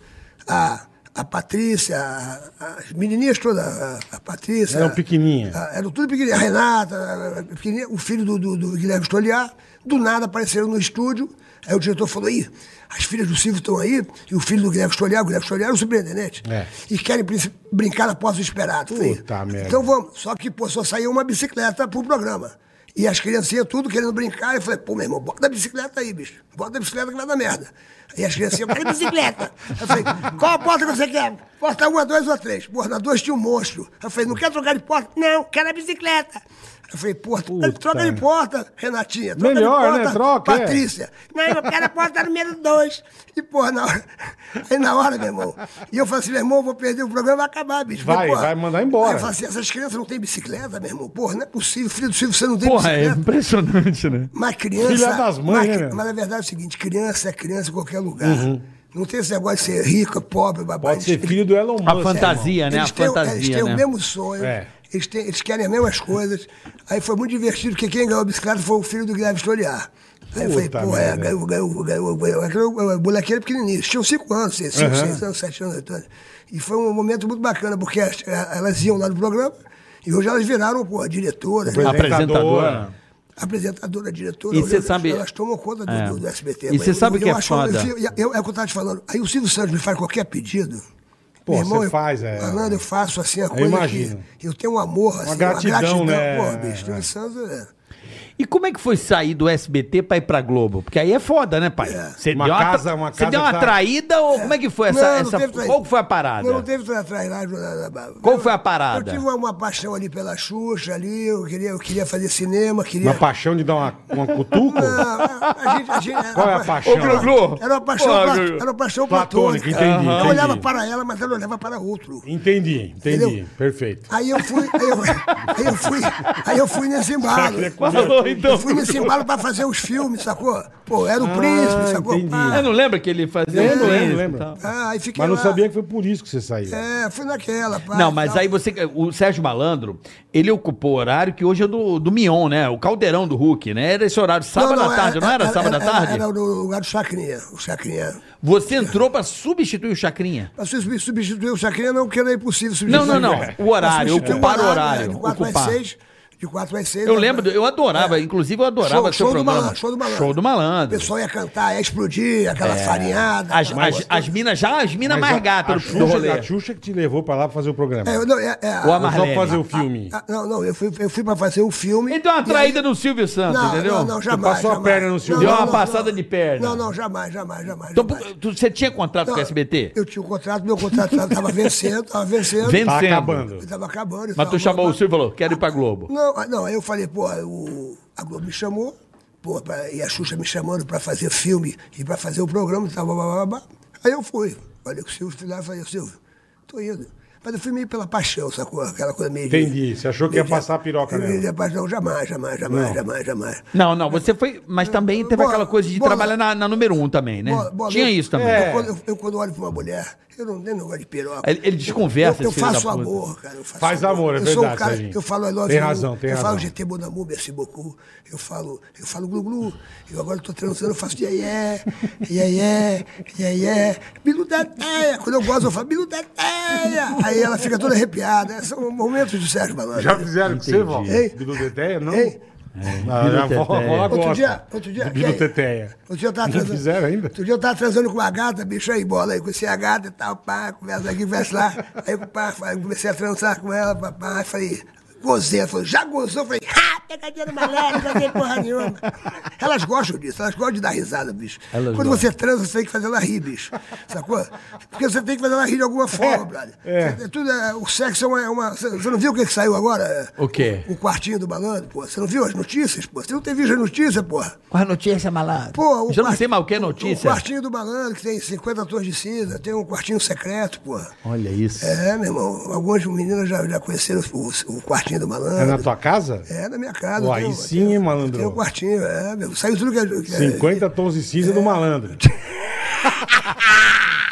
Speaker 1: a, a Patrícia, a- a- as menininhas todas, a, a Patrícia.
Speaker 3: Eram pequenininhas.
Speaker 1: a- eram tudo pequenininhas. A Renata, a- a pequenininha, o filho do, do- do Guilherme Stoliar, do nada apareceram no estúdio. Aí o diretor falou: Ih, as filhas do Silvio estão aí, e o filho do Guilherme Stoliar, o Guilherme Stoliar era o superintendente.
Speaker 3: É.
Speaker 1: E querem princ- brincar na porta do esperado. Falei,
Speaker 3: Puta merda.
Speaker 1: Então vamos. Só que, pô, só saiu uma bicicleta pro programa. E as criancinhas tudo querendo brincar. Eu falei, pô, meu irmão, bota a bicicleta aí, bicho. Bota a bicicleta que vai dar merda. E as criancinhas, cadê a bicicleta? Eu falei, qual a porta que você quer? Porta uma, duas ou três. Porra, na duas tinha um monstro. Eu falei, não quer trocar de porta? Não, quero a bicicleta. Eu falei, porra,
Speaker 3: Puta.
Speaker 1: troca de porta, Renatinha. Troca
Speaker 3: Melhor,
Speaker 1: de porta,
Speaker 3: né? Troca, é.
Speaker 1: Patrícia. Patrícia. Não, eu quero a porta número 2. E, porra, na hora. Aí na hora, meu irmão. E eu falei assim, meu irmão, eu vou perder o programa, vai acabar, bicho.
Speaker 3: Vai,
Speaker 1: Porque, porra,
Speaker 3: vai mandar embora.
Speaker 1: Aí eu falei assim, essas crianças não têm bicicleta, meu irmão. Porra, não é possível. Filho do Silvio, você não tem
Speaker 4: Porra, é
Speaker 1: bicicleta.
Speaker 4: impressionante, né?
Speaker 1: Mas criança.
Speaker 3: Filha das mães,
Speaker 1: mas,
Speaker 3: né, meu? Uhum.
Speaker 1: mas na verdade é o seguinte: criança é criança em qualquer lugar. Não tem esse negócio de ser rico, pobre, babá.
Speaker 3: Pode ser
Speaker 1: Eles-
Speaker 3: filho do Elon Musk.
Speaker 4: A fantasia, né? A
Speaker 1: eles têm, um- eles
Speaker 4: fantasia,
Speaker 1: têm o
Speaker 4: né?
Speaker 1: mesmo sonho,
Speaker 3: É.
Speaker 1: eles, têm- eles querem as mesmas coisas. Aí foi muito divertido, porque quem ganhou a bicicleta foi o filho do Guilherme Stoliar. Aí eu falei,
Speaker 3: Puta
Speaker 1: pô, é,
Speaker 3: merda.
Speaker 1: ganhou, ganhou, ganhou, ganhou. Aquele o moleque era pequenininho, tinham cinco anos, seis, cinco, seis anos, sete anos, oito anos. E foi um momento muito bacana, porque as- eh, elas iam lá no programa e hoje elas viraram, pô, diretoras,
Speaker 3: Pois é. né?
Speaker 4: Apresentadora.
Speaker 1: apresentadora, diretora.
Speaker 4: E
Speaker 1: hoje
Speaker 4: cê
Speaker 1: elas-
Speaker 4: sabe-
Speaker 1: Elas tomam conta do,
Speaker 4: É.
Speaker 1: do- do SBT.
Speaker 4: E
Speaker 1: Mas
Speaker 4: cê
Speaker 1: eu-
Speaker 4: sabe
Speaker 1: eu
Speaker 4: que é
Speaker 1: acho-
Speaker 4: foda?
Speaker 1: Eu, eu- é o que eu estava te falando. Aí o Silvio Santos me faz qualquer pedido.
Speaker 3: Pô,
Speaker 1: Meu irmão,
Speaker 3: cê
Speaker 1: eu-
Speaker 3: faz, é.
Speaker 1: Malandro, eu faço assim a coisa
Speaker 3: imagino.
Speaker 1: que eu tenho um amor, assim, uma
Speaker 3: gratidão,
Speaker 1: gratidão.
Speaker 3: né?
Speaker 1: Pô, bicho, Silvio Santos é...
Speaker 4: E como é que foi sair do SBT pra ir pra Globo? Porque aí é foda, né, pai? Você
Speaker 3: Uma
Speaker 4: deu uma,
Speaker 3: casa-
Speaker 4: tra-
Speaker 3: uma
Speaker 4: você
Speaker 3: casa
Speaker 4: deu uma
Speaker 3: tá-
Speaker 4: traída ou como é que foi essa.
Speaker 1: Não, não
Speaker 4: essa-
Speaker 1: teve traída.
Speaker 4: Qual que foi a parada?
Speaker 1: Não, não teve tra- trairagem. nada, nada.
Speaker 4: Qual
Speaker 1: Eu-
Speaker 4: foi a parada?
Speaker 1: Eu tive uma, uma paixão ali pela Xuxa, ali, eu queria, eu queria fazer cinema, queria...
Speaker 3: Uma paixão de dar uma, uma cutuco?
Speaker 1: Não, a- a gente- a gente- era
Speaker 3: Qual é a
Speaker 1: uma-
Speaker 3: paixão?
Speaker 1: Era uma paixão,
Speaker 2: Ô,
Speaker 1: pla-
Speaker 2: Gugu.
Speaker 1: era uma paixão
Speaker 3: Platônica,
Speaker 1: platônica.
Speaker 3: entendi,
Speaker 1: Eu
Speaker 3: entendi.
Speaker 1: olhava para ela, mas ela olhava para outro.
Speaker 3: Entendi, entendi.
Speaker 1: Entendeu?
Speaker 3: Perfeito.
Speaker 1: Aí eu fui, aí eu, aí eu fui, aí eu fui nesse embalo.
Speaker 4: é
Speaker 3: é
Speaker 2: Falou, então.
Speaker 1: Eu fui nesse embalo pra fazer os filmes, sacou? Pô, era o príncipe, sacou?
Speaker 3: Ah, entendi.
Speaker 1: Pá.
Speaker 4: Eu não lembro que ele fazia.
Speaker 3: Lembro,
Speaker 4: isso então.
Speaker 3: lembro,
Speaker 4: e
Speaker 3: lembro.
Speaker 4: tal.
Speaker 1: Ah, aí fiquei
Speaker 3: é Mas não
Speaker 1: lá.
Speaker 3: sabia que foi por isso que você saiu.
Speaker 1: É, fui naquela, pá.
Speaker 4: Não, mas
Speaker 1: tal.
Speaker 4: aí você. O Sérgio Malandro, ele ocupou o horário que hoje é do, do Mion, né? O caldeirão do Hulk, né? Era esse horário, sábado à tarde, não era, sábado à tarde?
Speaker 1: Era, no lugar do Chacrinha, o Chacrinha.
Speaker 4: Você entrou pra substituir o Chacrinha.
Speaker 1: Mas se sub- substituir o Chacrinha não, porque era impossível substituir.
Speaker 4: Não, não, não. O horário,
Speaker 1: Substituir
Speaker 4: ocupar o
Speaker 1: né,
Speaker 4: horário.
Speaker 1: De 4 às
Speaker 4: Ocupar.
Speaker 1: 6. De 4 às 6.
Speaker 4: Eu lembro, eu adorava, inclusive eu adorava
Speaker 1: né? Show-
Speaker 4: seu
Speaker 1: show do
Speaker 4: programa.
Speaker 1: Malandro, show do Malandro.
Speaker 4: Show do
Speaker 1: O
Speaker 4: malandro. É.
Speaker 1: pessoal ia cantar, ia explodir, aquela farinhada.
Speaker 4: As,
Speaker 1: aquela
Speaker 4: as,
Speaker 1: coisa
Speaker 4: as minas já, as minas Tá mais
Speaker 3: a, a,
Speaker 4: gatas do, do
Speaker 3: Xuxa,
Speaker 4: rolê. Tá
Speaker 3: a Xuxa que te levou pra lá pra fazer o programa.
Speaker 1: toda. É, eu- não, é- é,
Speaker 4: O
Speaker 1: a-
Speaker 3: Não
Speaker 4: Amarlene.
Speaker 3: só fazer o
Speaker 4: Tá
Speaker 3: filme. Tá
Speaker 1: a- não, não, eu fui, eu fui pra fazer o filme.
Speaker 4: Ele deu Então é uma
Speaker 1: e
Speaker 4: traída
Speaker 1: aí-
Speaker 4: no Silvio Santos,
Speaker 1: não,
Speaker 4: entendeu?
Speaker 1: Não, não, jamais.
Speaker 3: passou a
Speaker 1: jamais.
Speaker 3: perna no Silvio.
Speaker 4: Deu
Speaker 1: Não,
Speaker 4: uma
Speaker 1: não,
Speaker 4: passada
Speaker 1: não.
Speaker 4: de perna.
Speaker 1: Não, não, jamais, jamais, jamais.
Speaker 4: Então,
Speaker 1: jamais.
Speaker 4: tu- você tinha contrato com o SBT?
Speaker 1: Eu tinha o contrato, meu contrato estava vencendo, estava vencendo.
Speaker 4: Vencendo.
Speaker 3: Tá acabando.
Speaker 1: Estava acabando.
Speaker 4: Mas
Speaker 1: tava-
Speaker 4: tu chamou o Silvio e falou, quero ir pra Globo.
Speaker 1: Não, ah, não, aí eu falei, pô, o, a Globo me chamou, pô, pra- e a Xuxa me chamando pra fazer filme e pra fazer o programa e tal, blá, blá, blá, blá. Aí eu fui. Falei com o Silvio, fui lá e falei, Silvio, tô indo. Mas eu fui meio pela paixão, sacou? Aquela coisa meio. de-
Speaker 3: Entendi, você achou que ia
Speaker 1: meio de-
Speaker 3: passar a piroca
Speaker 1: meio
Speaker 3: nela.
Speaker 1: de paixão, jamais, jamais, jamais, jamais, jamais.
Speaker 4: Não, não, você foi. Mas também teve
Speaker 1: Bola,
Speaker 4: aquela coisa de
Speaker 1: bola.
Speaker 4: trabalhar na, na número um também, né?
Speaker 1: Boa- boa
Speaker 4: tinha
Speaker 1: noite.
Speaker 4: isso também.
Speaker 3: É.
Speaker 1: Eu, quando, eu- eu quando olho pra uma mulher, eu não tenho negócio de piroca.
Speaker 4: Ele- ele desconversa,
Speaker 1: Eu, eu
Speaker 4: esse filho
Speaker 1: faço
Speaker 4: da puta.
Speaker 1: amor, cara. Eu faço
Speaker 3: Faz amor, é
Speaker 1: eu sou um
Speaker 3: verdade,
Speaker 1: cara,
Speaker 3: Serginho.
Speaker 1: Eu falo I love
Speaker 3: Tem
Speaker 1: you,
Speaker 3: razão, tem
Speaker 1: Eu
Speaker 3: razão.
Speaker 1: falo GT Bonamu, Merci beaucoup. Eu falo, eu falo glu-glu. Eu agora tô transando, eu faço iê-iê, iê-iê, iê-iê. Bilu da teia. Quando eu gosto, eu falo bilu da teia. Aí ela fica toda arrepiada. São momentos de Sérgio Malandro.
Speaker 3: Já fizeram com você, vó?
Speaker 1: Ei.
Speaker 3: Bidu Teteia? Não?
Speaker 1: Ei.
Speaker 3: Ah, já vó,
Speaker 4: Teteia.
Speaker 3: vó
Speaker 1: Outro
Speaker 3: gosta.
Speaker 1: dia, outro dia.
Speaker 3: Bidu
Speaker 1: quem?
Speaker 3: Teteia.
Speaker 1: Outro dia eu tava
Speaker 3: Não
Speaker 1: transando.
Speaker 3: fizeram ainda?
Speaker 1: Outro dia eu tava transando com uma gata, bicho, aí bola aí, conheci a gata e tal, pá, conversa aqui, conversa lá. Aí o pá, falei, comecei a transar com ela, papai, falei, gozei, ela falou, já gozou? Eu Falei, ah, pegadinha do malandro, não tem porra nenhuma. Elas gostam disso, elas gostam de dar risada, bicho.
Speaker 4: Elas
Speaker 1: Quando
Speaker 4: gostam.
Speaker 1: você transa, você tem que fazer ela rir, bicho. Sacou? Porque você tem que fazer ela rir de alguma forma, brother.
Speaker 3: é.
Speaker 1: Você- tudo é- o sexo é uma. é uma- você você não viu o que, que saiu agora?
Speaker 4: O quê?
Speaker 1: O quartinho do malandro, pô. Você não viu as notícias, pô? Você não tem visto as notícias, porra?
Speaker 4: Qual a notícia, malandro?
Speaker 1: Pô, o
Speaker 4: Já não
Speaker 1: quart-
Speaker 4: sei mais o que é
Speaker 1: O
Speaker 4: notícia.
Speaker 1: Um quartinho do malandro, que tem 50 tons de cinza, tem um quartinho secreto, pô.
Speaker 4: Olha isso.
Speaker 1: É, meu irmão, algumas meninas já, já conheceram o, o quartinho do malandro.
Speaker 3: É na tua casa?
Speaker 1: É, na minha casa.
Speaker 3: Pô,
Speaker 1: tem
Speaker 3: aí
Speaker 1: um-
Speaker 3: sim,
Speaker 1: tem um-
Speaker 3: hein, malandro?
Speaker 1: Tem um quartinho, é, meu. Saiu tudo que é. que é-
Speaker 3: 50 tons de cinza do malandro.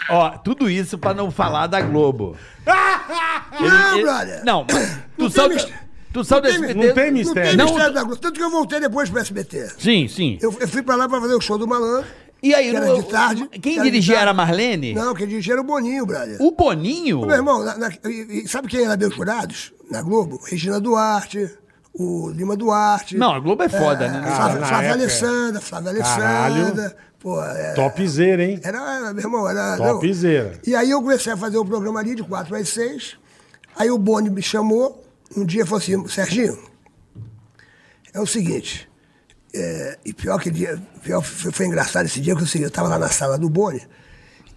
Speaker 4: Ó, tudo isso pra não falar da Globo.
Speaker 1: Não, Ah, brother.
Speaker 4: Não,
Speaker 1: Não
Speaker 4: tu
Speaker 1: tem
Speaker 4: sabe.
Speaker 1: mis-
Speaker 4: Tu sabe desse
Speaker 3: Não tem
Speaker 1: Não
Speaker 3: mistério.
Speaker 1: tem
Speaker 4: Não-
Speaker 1: mistério da Globo. Tanto que eu voltei depois pro SBT.
Speaker 4: Sim, sim.
Speaker 1: Eu, eu fui pra lá pra fazer o show do malandro.
Speaker 4: E aí,
Speaker 1: que era
Speaker 4: não-
Speaker 1: de tarde. que
Speaker 4: quem
Speaker 1: era de
Speaker 4: dirigia
Speaker 1: tarde.
Speaker 4: era a Marlene?
Speaker 1: Não, quem dirigia era o Boninho, brother.
Speaker 4: O Boninho?
Speaker 1: Meu irmão, na- na- e- e sabe quem era meus jurados na Globo? Regina Duarte, o Lima Duarte.
Speaker 4: Não, a Globo é foda, né?
Speaker 1: Flávia-
Speaker 3: Cara, na
Speaker 1: Flávia
Speaker 3: época-
Speaker 1: Alessandra, Flávia
Speaker 3: Caralho.
Speaker 1: Alessandra. Pô, é,
Speaker 3: Topzera, hein?
Speaker 1: era, meu irmão, era. não.
Speaker 3: Topzera.
Speaker 1: E aí eu comecei a fazer o programa ali de 4 às 6. Aí o Boni me chamou, um dia falou assim, Serginho, é o seguinte. é, e pior que dia, pior foi, foi engraçado esse dia que eu, segui, eu tava lá na sala do Boni,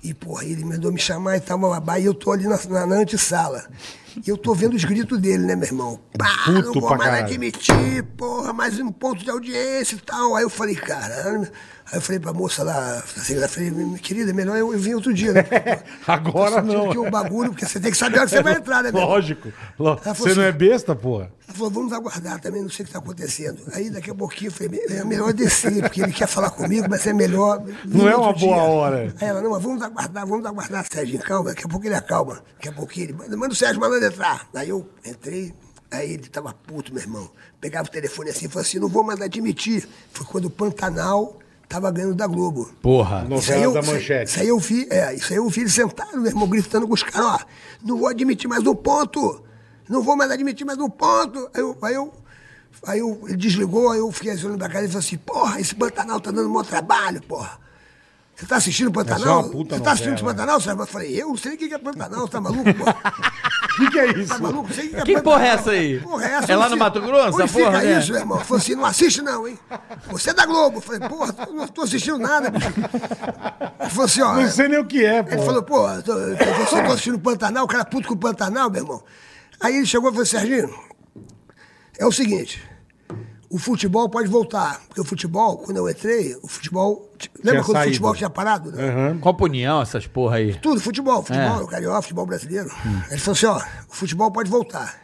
Speaker 1: e porra, ele mandou me chamar e tal, bababá, e eu tô ali na, na, na antessala. E eu tô vendo os gritos dele, né, meu irmão? Pá,
Speaker 3: Puto
Speaker 1: não vou
Speaker 3: pra
Speaker 1: mais
Speaker 3: caralho.
Speaker 1: admitir admitir, porra, mais um ponto de audiência e tal. Aí eu falei, cara. Aí eu falei pra moça lá, assim, eu falei, minha querida, melhor eu, eu vim outro dia, né?
Speaker 3: Agora
Speaker 1: Eu senti
Speaker 3: não.
Speaker 1: Que um bagulho, porque você tem que saber a hora que você vai entrar, né? meu irmão?
Speaker 3: Lógico. Lo-
Speaker 1: Ela falou
Speaker 3: Você não
Speaker 1: assim-
Speaker 3: é besta, porra?
Speaker 1: Ela falou, vamos aguardar também, não sei o que tá acontecendo. Aí daqui a pouquinho eu falei, é melhor descer, porque ele quer falar comigo, mas é melhor. vir
Speaker 3: Não é
Speaker 1: outro
Speaker 3: uma boa hora.
Speaker 1: Aí ela, não, mas vamos aguardar, vamos aguardar, Sérgio, calma, daqui a pouco ele acalma. Daqui a pouquinho ele manda, manda o Sérgio Malandro entrar. Aí eu entrei, Aí ele tava puto, meu irmão. Pegava o telefone assim e falou assim: não vou mais admitir. Foi quando o Pantanal tava ganhando da Globo.
Speaker 4: Porra.
Speaker 1: Isso
Speaker 3: Novela
Speaker 1: aí, eu,
Speaker 3: da
Speaker 1: isso aí-
Speaker 3: manchete.
Speaker 1: Isso aí eu vi, é, isso aí eu vi ele sentado, meu irmão, gritando com os caras, ó, não vou admitir mais um ponto, não vou mais admitir mais um ponto. Aí eu, aí eu, aí eu- ele desligou, aí eu fiquei olhando pra casa e falei assim, porra, esse Pantanal tá dando mau trabalho, porra. Você tá assistindo o Pantanal?
Speaker 3: é uma puta
Speaker 1: Você tá assistindo o
Speaker 3: novela. né?
Speaker 1: Pantanal? Eu falei, eu não sei o que que é Pantanal, tá maluco, porra?
Speaker 3: O que, que é isso?
Speaker 1: Tá maluco? Não sei o que é
Speaker 4: Que
Speaker 1: Pantanal.
Speaker 4: porra é essa aí?
Speaker 1: Porra, é essa?
Speaker 4: É lá
Speaker 1: Onde
Speaker 4: no Mato Grosso,
Speaker 1: onde
Speaker 4: a porra,
Speaker 1: fica
Speaker 4: né?
Speaker 1: isso, meu irmão? Falou assim, não assiste não, hein? Você é da Globo. Eu falei, porra, eu não tô assistindo nada. bicho. Ele falou assim, ó...
Speaker 3: Não sei nem o que é, pô.
Speaker 1: Ele falou, pô, eu tô- eu tô- eu só tô assistindo o Pantanal, o cara é puto com o Pantanal, meu irmão. Aí ele chegou e falou, assim, Serginho, é o seguinte, o futebol pode voltar. Porque o futebol, quando eu entrei, o futebol... Lembra
Speaker 3: Tinha
Speaker 1: quando
Speaker 3: saído.
Speaker 1: o futebol tinha parado? Né?
Speaker 4: Copa União, essas porra aí.
Speaker 1: Tudo,
Speaker 3: É.
Speaker 1: futebol, futebol, carioca, futebol brasileiro.
Speaker 3: Hum.
Speaker 1: Ele falou assim, ó, o futebol pode voltar.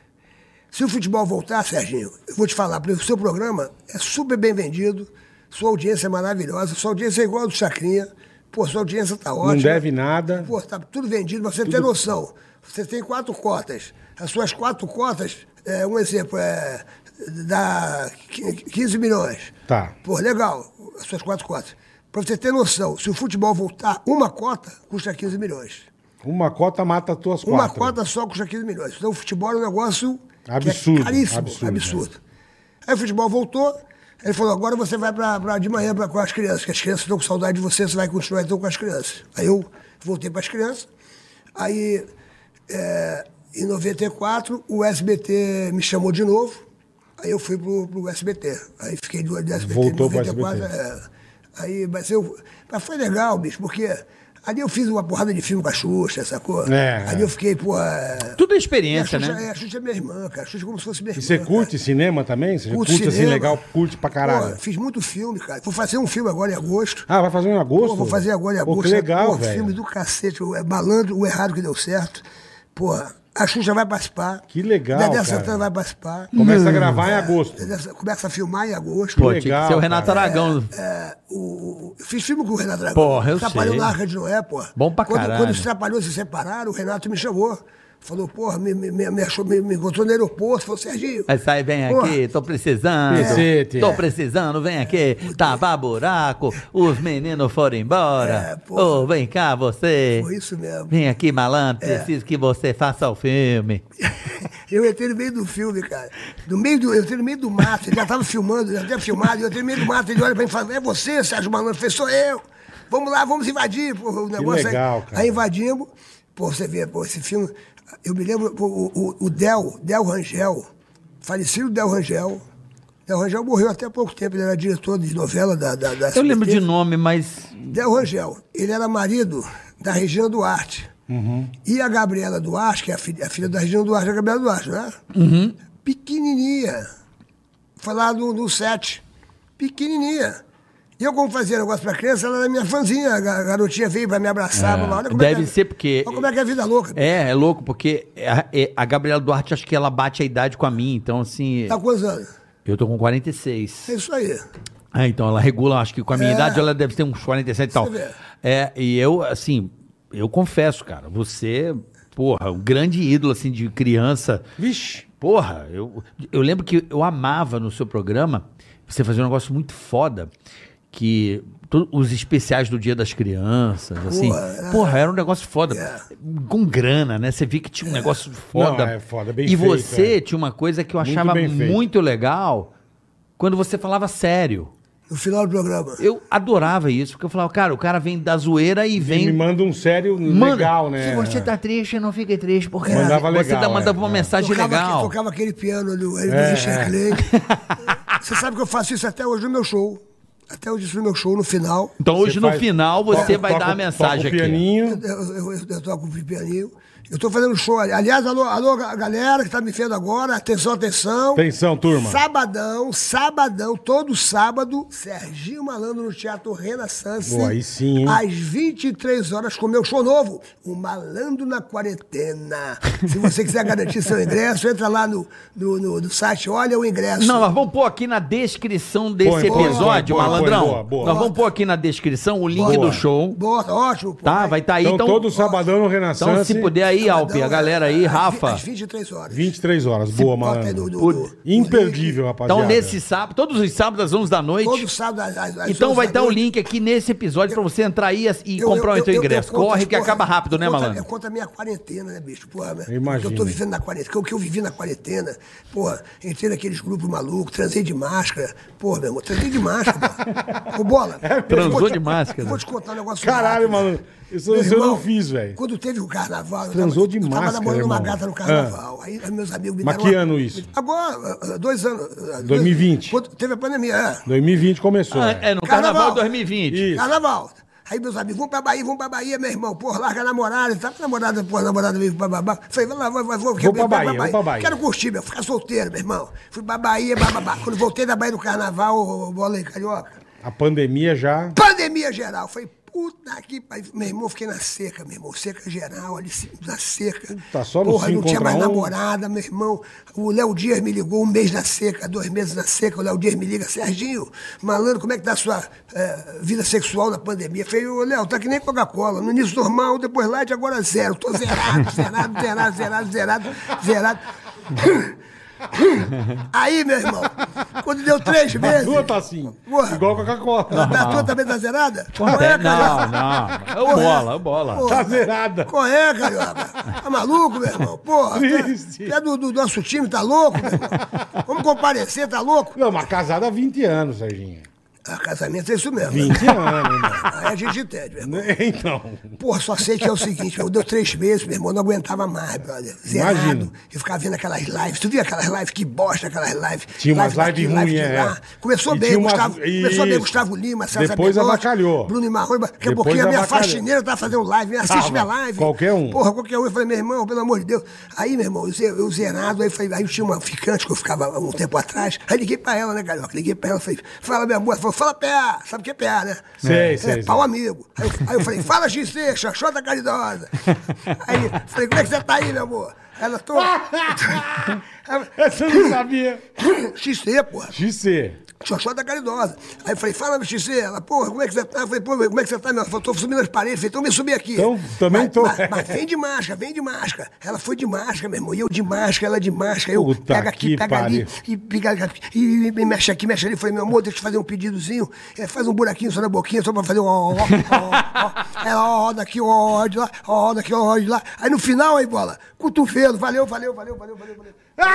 Speaker 1: Se o futebol voltar, Serginho, eu vou te falar, porque o seu programa é super bem vendido, sua audiência é maravilhosa, sua audiência é igual a do Chacrinha, pô, sua audiência tá ótima.
Speaker 3: Não deve nada.
Speaker 1: Pô, tá tudo vendido, mas você tem noção. Você tem quatro cotas. As suas quatro cotas, é, um exemplo, é, dá 15 milhões.
Speaker 3: Tá.
Speaker 1: Pô, legal, as suas quatro cotas. Pra você ter noção, se o futebol voltar, uma cota custa 15 milhões.
Speaker 3: Uma cota mata as tuas
Speaker 1: Uma
Speaker 3: quatro.
Speaker 1: cota só custa 15 milhões. Então o futebol é um negócio que
Speaker 3: Absurdo,
Speaker 1: é caríssimo,
Speaker 3: absurdo,
Speaker 1: absurdo. Aí o futebol voltou, ele falou, agora você vai pra, pra- de manhã pra, com as crianças, que as crianças estão com saudade de você, você vai continuar então com as crianças. Aí eu voltei para as crianças, aí é, em 94 o SBT me chamou de novo, aí eu fui pro, pro SBT. Aí fiquei do, do SBT
Speaker 3: Voltou
Speaker 1: em
Speaker 3: pro
Speaker 1: 94.
Speaker 3: SBT.
Speaker 1: é. aí, mas, eu, mas foi legal, bicho, porque ali eu fiz uma porrada de filme com a Xuxa, sacou?
Speaker 3: É.
Speaker 1: Ali eu fiquei, pô. é,
Speaker 4: Tudo é
Speaker 1: a
Speaker 4: experiência,
Speaker 1: Xuxa,
Speaker 4: né?
Speaker 1: é, a Xuxa é minha irmã, cara. A Xuxa é como se fosse minha irmã.
Speaker 3: E você
Speaker 1: cara.
Speaker 3: curte cinema também? Você
Speaker 1: Curto
Speaker 3: curte assim
Speaker 1: cinema.
Speaker 3: legal, curte pra caralho.
Speaker 1: Pô, fiz muito filme, cara. Vou fazer um filme agora em agosto.
Speaker 3: Ah, vai fazer em agosto?
Speaker 1: Pô, vou fazer agora em
Speaker 3: Pô,
Speaker 1: agosto. né?
Speaker 3: que legal,
Speaker 1: Pô,
Speaker 3: velho.
Speaker 1: filme do cacete. O é, Malandro, o errado que deu certo. Pô, a Xuxa vai participar.
Speaker 3: Que legal,
Speaker 1: Dedé
Speaker 3: cara.
Speaker 1: Santana vai participar.
Speaker 3: Começa a gravar em agosto.
Speaker 1: Dedé- Começa a filmar em agosto.
Speaker 4: Pô,
Speaker 3: Que
Speaker 4: tinha
Speaker 3: legal,
Speaker 4: que ser o Renato
Speaker 3: cara.
Speaker 4: Aragão.
Speaker 1: O- o- eu fiz filme com o Renato Aragão.
Speaker 4: Porra, eu
Speaker 1: Trapalhão
Speaker 4: sei.
Speaker 1: na Arca de Noé, porra.
Speaker 4: Bom pra
Speaker 1: quando,
Speaker 4: caralho.
Speaker 1: Quando os Trapalhões se separaram, o Renato me chamou. Falou, porra, me, me, me, achou, me, me encontrou no aeroporto. Falou, Serginho.
Speaker 4: Aí sai, vem
Speaker 1: porra,
Speaker 4: aqui, tô precisando.
Speaker 3: Precete,
Speaker 4: Tô
Speaker 3: é.
Speaker 4: precisando, vem aqui. Tava buraco, os meninos foram
Speaker 1: É,
Speaker 4: embora. Ô,
Speaker 1: porra.
Speaker 4: vem cá você.
Speaker 1: Foi isso É. mesmo.
Speaker 4: Vem aqui, malandro, preciso que você faça o filme.
Speaker 1: Eu entrei no meio do filme, cara. No meio do, eu entrei no meio do mato, ele já tava filmando, já tinha filmado, eu entrei no meio do mato, ele olha pra mim e fala, é você, Sérgio Malandro? Eu falei, sou eu. Vamos lá, vamos invadir. Pô, o negócio
Speaker 3: legal,
Speaker 1: aí,
Speaker 3: cara.
Speaker 1: aí invadimos. Pô, você vê, pô, esse filme. Eu me lembro, pô, o, o, o Del, Del Rangel, falecido Del Rangel. Del Rangel morreu até há pouco tempo, ele era diretor de novela da, da, da
Speaker 4: Eu lembro de
Speaker 1: SBT.
Speaker 4: nome, mas.
Speaker 1: Del Rangel, ele era marido da Regina Duarte.
Speaker 4: Uhum.
Speaker 1: E a Gabriela Duarte, que é a filha, a filha da Regina Duarte, é a Gabriela Duarte, né?
Speaker 4: Uhum.
Speaker 1: Pequenininha. Foi lá no, no set. Pequenininha. E eu, como fazia negócio pra criança, ela era minha fãzinha. A ga- garotinha veio pra me abraçar. pra lá. Olha como é
Speaker 4: deve
Speaker 1: que é-
Speaker 4: ser porque-
Speaker 1: Olha como é que é a vida louca.
Speaker 4: É, é louco, porque a, é- a Gabriela Duarte, acho que ela bate a idade com a minha, então assim.
Speaker 1: Tá com quantos anos?
Speaker 4: Eu tô com 46.
Speaker 1: É isso aí.
Speaker 4: Ah, então ela regula, acho que com a minha
Speaker 1: É.
Speaker 4: idade ela deve ter uns 47 e tal.
Speaker 1: Você vê.
Speaker 4: É, e eu, assim, eu confesso, cara, você, porra, um grande ídolo, assim, de criança.
Speaker 3: Vixe.
Speaker 4: Porra, eu, eu lembro que eu amava no seu programa você fazer um negócio muito foda, que to- os especiais do Dia das Crianças, assim.
Speaker 1: Porra, é.
Speaker 4: Porra, era um negócio foda.
Speaker 1: Yeah.
Speaker 4: Com grana, né? Você via que tinha um negócio foda.
Speaker 3: Não, é foda, bem
Speaker 4: E
Speaker 3: feito,
Speaker 4: você
Speaker 3: é.
Speaker 4: tinha uma coisa que eu
Speaker 3: Muito
Speaker 4: achava
Speaker 3: bem feito.
Speaker 4: muito legal quando você falava sério.
Speaker 1: No final do programa.
Speaker 4: Eu adorava isso, porque eu falava, cara, o cara vem da zoeira e
Speaker 3: Vem...
Speaker 4: vem.
Speaker 3: Me manda um sério
Speaker 4: Mano,
Speaker 3: legal, né?
Speaker 4: Se você tá triste, não fique triste, porque
Speaker 3: Mandava
Speaker 4: você
Speaker 3: legal,
Speaker 4: dá- mandava
Speaker 3: é,
Speaker 4: uma
Speaker 3: é.
Speaker 4: mensagem
Speaker 1: tocava,
Speaker 4: Tá legal.
Speaker 1: tocava aquele piano do, do
Speaker 3: É, é.
Speaker 1: Richard Clay. Você sabe que eu faço isso até hoje no meu show. Até hoje isso no meu show, no final.
Speaker 4: Então hoje no
Speaker 3: faz-
Speaker 4: final você
Speaker 3: toca-
Speaker 4: vai
Speaker 3: toca-
Speaker 4: dar a mensagem
Speaker 3: toca o
Speaker 4: aqui.
Speaker 3: pianinho.
Speaker 1: Eu, eu, eu, eu toco o pianinho. Eu tô fazendo show. ali. Aliás, alô, alô, ga- galera que tá me vendo agora. Atenção, atenção.
Speaker 3: Atenção, turma.
Speaker 1: Sabadão, sabadão, todo sábado, Serginho Malandro no Teatro Renaissance.
Speaker 3: Pô, aí sim, hein?
Speaker 1: Às 23 horas com meu show novo, O Malandro na Quarentena. Se você quiser garantir seu ingresso, entra lá no, no, no- no site, olha o ingresso.
Speaker 4: Não, nós vamos pôr aqui na descrição desse
Speaker 3: Põe, põe,
Speaker 4: episódio,
Speaker 3: põe, põe,
Speaker 4: malandrão.
Speaker 3: põe, boa, boa.
Speaker 4: Nós vamos pôr aqui na descrição o link
Speaker 1: Boa.
Speaker 4: do show.
Speaker 1: Bota, ótimo. pô.
Speaker 4: Tá? Vai estar aí.
Speaker 3: Então,
Speaker 4: Então,
Speaker 3: todo sabadão no Renaissance.
Speaker 4: então se puder aí aí, Alpe, a
Speaker 1: Sabadão,
Speaker 4: galera aí,
Speaker 1: às vi-
Speaker 4: Rafa.
Speaker 1: Às 23 horas.
Speaker 3: 23 horas,
Speaker 1: Se
Speaker 3: boa,
Speaker 1: bota aí
Speaker 3: malandro.
Speaker 1: no- no- no-
Speaker 3: Imperdível, rapaziada.
Speaker 4: Então, nesse sábado, todos os sábados às 11 da noite.
Speaker 1: Todo sábado às, às, às
Speaker 4: Então
Speaker 1: 11
Speaker 4: vai
Speaker 1: da
Speaker 4: estar o
Speaker 1: noite.
Speaker 4: link aqui nesse episódio pra você entrar aí e
Speaker 1: Eu-
Speaker 4: comprar
Speaker 1: eu-
Speaker 4: o teu
Speaker 1: eu- eu
Speaker 4: ingresso.
Speaker 1: conto
Speaker 4: Corre
Speaker 1: as
Speaker 4: que
Speaker 1: porra-
Speaker 4: acaba rápido, né,
Speaker 1: conto a-
Speaker 4: malandro?
Speaker 1: Eu conto a é minha quarentena, né, bicho? Porra, né?
Speaker 3: imagino.
Speaker 1: O que eu tô vivendo na quarentena, o que eu vivi na quarentena. Porra, entrei naqueles grupos malucos, transei de máscara. Porra, meu irmão, transei de máscara, porra. Ô, bola.
Speaker 4: Transou
Speaker 1: eu vou te-
Speaker 4: de máscara.
Speaker 1: eu Vou te contar um negócio
Speaker 3: É Caralho,
Speaker 1: rápido.
Speaker 3: malandro. Isso
Speaker 1: Meu
Speaker 3: isso eu não
Speaker 1: irmão,
Speaker 3: fiz, velho.
Speaker 1: Quando teve o carnaval, eu
Speaker 3: Transou
Speaker 1: tava,
Speaker 3: de
Speaker 1: eu
Speaker 3: máscara,
Speaker 1: tava namorando uma
Speaker 3: irmão. Ah.
Speaker 1: gata no carnaval. Aí aí meus amigos me
Speaker 3: Mas
Speaker 1: deram.
Speaker 3: que
Speaker 1: uma-
Speaker 3: ano isso?
Speaker 1: Agora, ah, ah, dois anos. ah,
Speaker 3: 2020.
Speaker 1: Quando teve a pandemia, é.
Speaker 3: 2020 começou.
Speaker 4: Ah,
Speaker 3: é.
Speaker 4: é, no Carnaval
Speaker 1: Carnaval.
Speaker 4: 2020.
Speaker 3: Isso.
Speaker 1: Carnaval. Aí meus amigos, vamos pra Bahia, vamos pra Bahia, meu irmão. Porra, larga a namorada, tá namorada, porra, a namorada veio pra babá. Falei, vai lá, vai, vai,
Speaker 3: Vou
Speaker 1: vou,
Speaker 3: pra Bahia, vou pra Bahia.
Speaker 1: Quero curtir, meu, ficar solteiro, meu irmão. Fui pra Bahia, bababá. Quando voltei da Bahia do Carnaval, ô, ô, bola aí, carioca.
Speaker 3: A pandemia já.
Speaker 1: Pandemia geral. Falei, puta que pariu. Meu irmão, fiquei na seca, meu irmão. Seca geral, ali se- na seca.
Speaker 3: Tá só no
Speaker 1: Porra,
Speaker 3: cinco
Speaker 1: não tinha
Speaker 3: contra
Speaker 1: mais
Speaker 3: um.
Speaker 1: namorada, meu irmão. O Léo Dias me ligou um mês na seca, dois meses na seca. O Léo Dias me liga, Serginho, malandro, como é que tá a sua eh, vida sexual na pandemia? Falei, ô Léo, tá que nem Coca-Cola. No início normal, depois light, agora zero. Tô zerado, zerado, zerado, zerado, zerado, zerado. Aí, meu irmão, quando deu três
Speaker 3: A
Speaker 1: meses.
Speaker 3: tua tá assim.
Speaker 1: Porra.
Speaker 3: Igual a Coca-Cola.
Speaker 1: A tua também tá zerada? Qual
Speaker 4: É,
Speaker 1: é,
Speaker 4: não,
Speaker 1: carioca?
Speaker 4: não. É o bola, é o bola.
Speaker 1: Porra.
Speaker 3: Tá zerada.
Speaker 1: Qual é, carioca? Tá maluco, meu irmão? Porra,
Speaker 3: Triste.
Speaker 1: tu é do, do nosso time, tá louco, meu irmão? Vamos comparecer, tá louco?
Speaker 3: Não, mas casada há 20 anos, Serginho.
Speaker 1: Ah, casamento é isso mesmo.
Speaker 3: 20 anos, mano.
Speaker 1: Aí a gente entende, meu irmão.
Speaker 3: Então.
Speaker 1: Porra, só sei que é o seguinte, meu, deu três meses, meu irmão, não aguentava mais, brother. Zerado.
Speaker 3: Imagino.
Speaker 1: Eu ficava vendo aquelas lives. Tu viu aquelas lives? Que bosta aquelas lives.
Speaker 3: Tinha umas
Speaker 1: daqui,
Speaker 3: lives ruins,
Speaker 1: de
Speaker 3: é.
Speaker 1: lá. Começou
Speaker 3: E tinha
Speaker 1: bem,
Speaker 3: umas-
Speaker 1: Gustavo, começou bem
Speaker 3: Isso.
Speaker 1: Gustavo Lima, César
Speaker 3: Depois
Speaker 1: Menotti,
Speaker 3: abacalhou.
Speaker 1: Bruno e Marrone. Daqui a
Speaker 3: Depois
Speaker 1: pouquinho a minha
Speaker 3: abacalhou.
Speaker 1: faxineira tá fazendo live, me assiste
Speaker 3: Tava.
Speaker 1: minha live.
Speaker 3: Qualquer um.
Speaker 1: Porra, qualquer um. Eu falei, meu irmão, pelo amor de Deus. Aí, meu irmão, eu, ze- eu zerado, aí, falei, aí eu tinha uma ficante que eu ficava há um tempo atrás. Aí liguei pra ela, né, galera? Liguei pra ela, falei, fala, minha amor. Ela falou, fala PA. Sabe o que é PA, né?
Speaker 3: Sei, sei,
Speaker 1: é,
Speaker 3: sei.
Speaker 1: pau amigo amigo. Aí eu, aí eu falei, fala XC, xoxota caridosa. Aí eu falei, como é que você tá aí, meu amor? Ela, tô... Ela,
Speaker 3: Essa eu É, não sabia.
Speaker 1: XC, porra.
Speaker 3: XC.
Speaker 1: Xoxota caridosa. Aí eu falei, fala, XC. Ela, porra, como é que você tá? Eu falei, pô, como é que você tá? Ela falou, tô subindo as paredes. Eu falei, então me subir aqui.
Speaker 3: Então, também
Speaker 1: mas,
Speaker 3: tô.
Speaker 1: Mas, mas vem de máscara, vem de máscara. Ela foi de máscara, meu irmão. E eu de máscara, ela de máscara. Eu
Speaker 3: Puta
Speaker 1: pega
Speaker 3: que
Speaker 1: aqui, pega ali.
Speaker 3: pariu.
Speaker 1: E, pega aqui, e, e mexe aqui, mexe ali. Eu falei, meu amor, deixa eu te fazer um pedidozinho. É, faz um buraquinho só na boquinha, só pra fazer um ó, ó, ó, ó, ó. Ela, ó, ó, daqui, ó, ó, de lá, ó, ó, daqui, ó, ó, de lá. Aí no final, aí, bola, cotovelo. Valeu, valeu, valeu, valeu, valeu. valeu.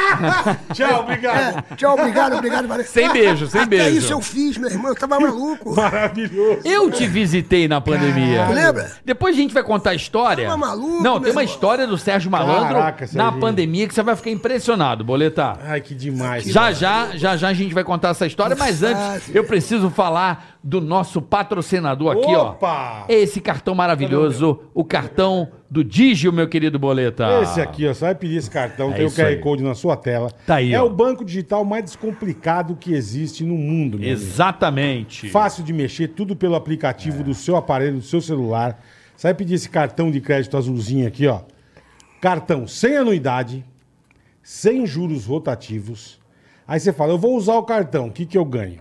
Speaker 3: Tchau, obrigado.
Speaker 1: É, tchau, obrigado, obrigado. valeu. Ah,
Speaker 4: Sem beijo, sem
Speaker 1: Até
Speaker 4: beijo.
Speaker 1: isso eu fiz, meu irmão. Eu tava maluco.
Speaker 3: Maravilhoso.
Speaker 4: Eu te visitei na pandemia.
Speaker 1: Tu lembra?
Speaker 4: Depois a gente vai contar a história.
Speaker 1: Tava maluco,
Speaker 4: Não, tem
Speaker 1: meu
Speaker 4: uma
Speaker 1: irmão.
Speaker 4: história do Sérgio Malandro
Speaker 3: Caraca,
Speaker 4: na
Speaker 3: Serginho.
Speaker 4: pandemia que você vai ficar impressionado, boletar.
Speaker 3: Ai, que demais.
Speaker 4: Já, é já, já, já a gente vai contar essa história, mas
Speaker 1: Nossa,
Speaker 4: antes
Speaker 1: filho.
Speaker 4: eu preciso falar do nosso patrocinador aqui,
Speaker 3: Opa!
Speaker 4: ó. Esse cartão maravilhoso, o cartão do Digio, meu querido Boleta.
Speaker 3: É Esse aqui, ó, você vai pedir esse cartão,
Speaker 4: É
Speaker 3: tem o
Speaker 4: isso
Speaker 3: QR
Speaker 4: aí.
Speaker 3: Code na sua tela.
Speaker 4: Tá aí,
Speaker 3: É
Speaker 4: ó.
Speaker 3: o banco digital mais descomplicado que existe no mundo, meu amigo.
Speaker 4: Exatamente.
Speaker 3: Fácil de mexer, tudo pelo aplicativo
Speaker 4: É.
Speaker 3: do seu aparelho, do seu celular. Você vai pedir esse cartão de crédito azulzinho aqui, ó. Cartão sem anuidade, sem juros rotativos. Aí você fala, eu vou usar o cartão, o que, que eu ganho?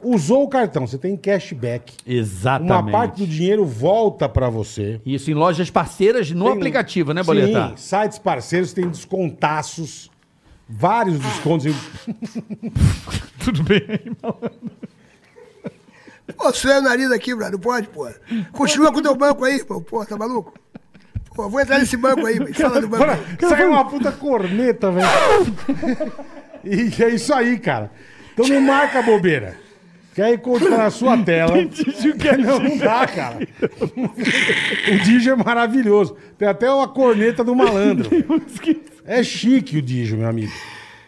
Speaker 3: Usou o cartão, você tem cashback.
Speaker 4: Exatamente.
Speaker 3: Uma parte do dinheiro volta pra você.
Speaker 4: Isso em lojas parceiras no
Speaker 3: Tem- um-
Speaker 4: aplicativo, né, Boleta?
Speaker 3: Sim, sites parceiros tem descontaços, vários descontos. em-
Speaker 4: Tudo bem.
Speaker 1: Pô, sué o nariz aqui, brother. Não pode, pô. Continua com o teu banco aí, pô. Pô, tá maluco? Pô, vou entrar nesse banco aí, bicho. Fala do banco aí.
Speaker 3: Saiu uma puta corneta, velho. e é isso aí, cara. Então não marca bobeira. Quer encontrar na sua tela. não, não dá, cara. o Dijo é maravilhoso. Tem até uma corneta do malandro. é chique o Dijo, meu amigo.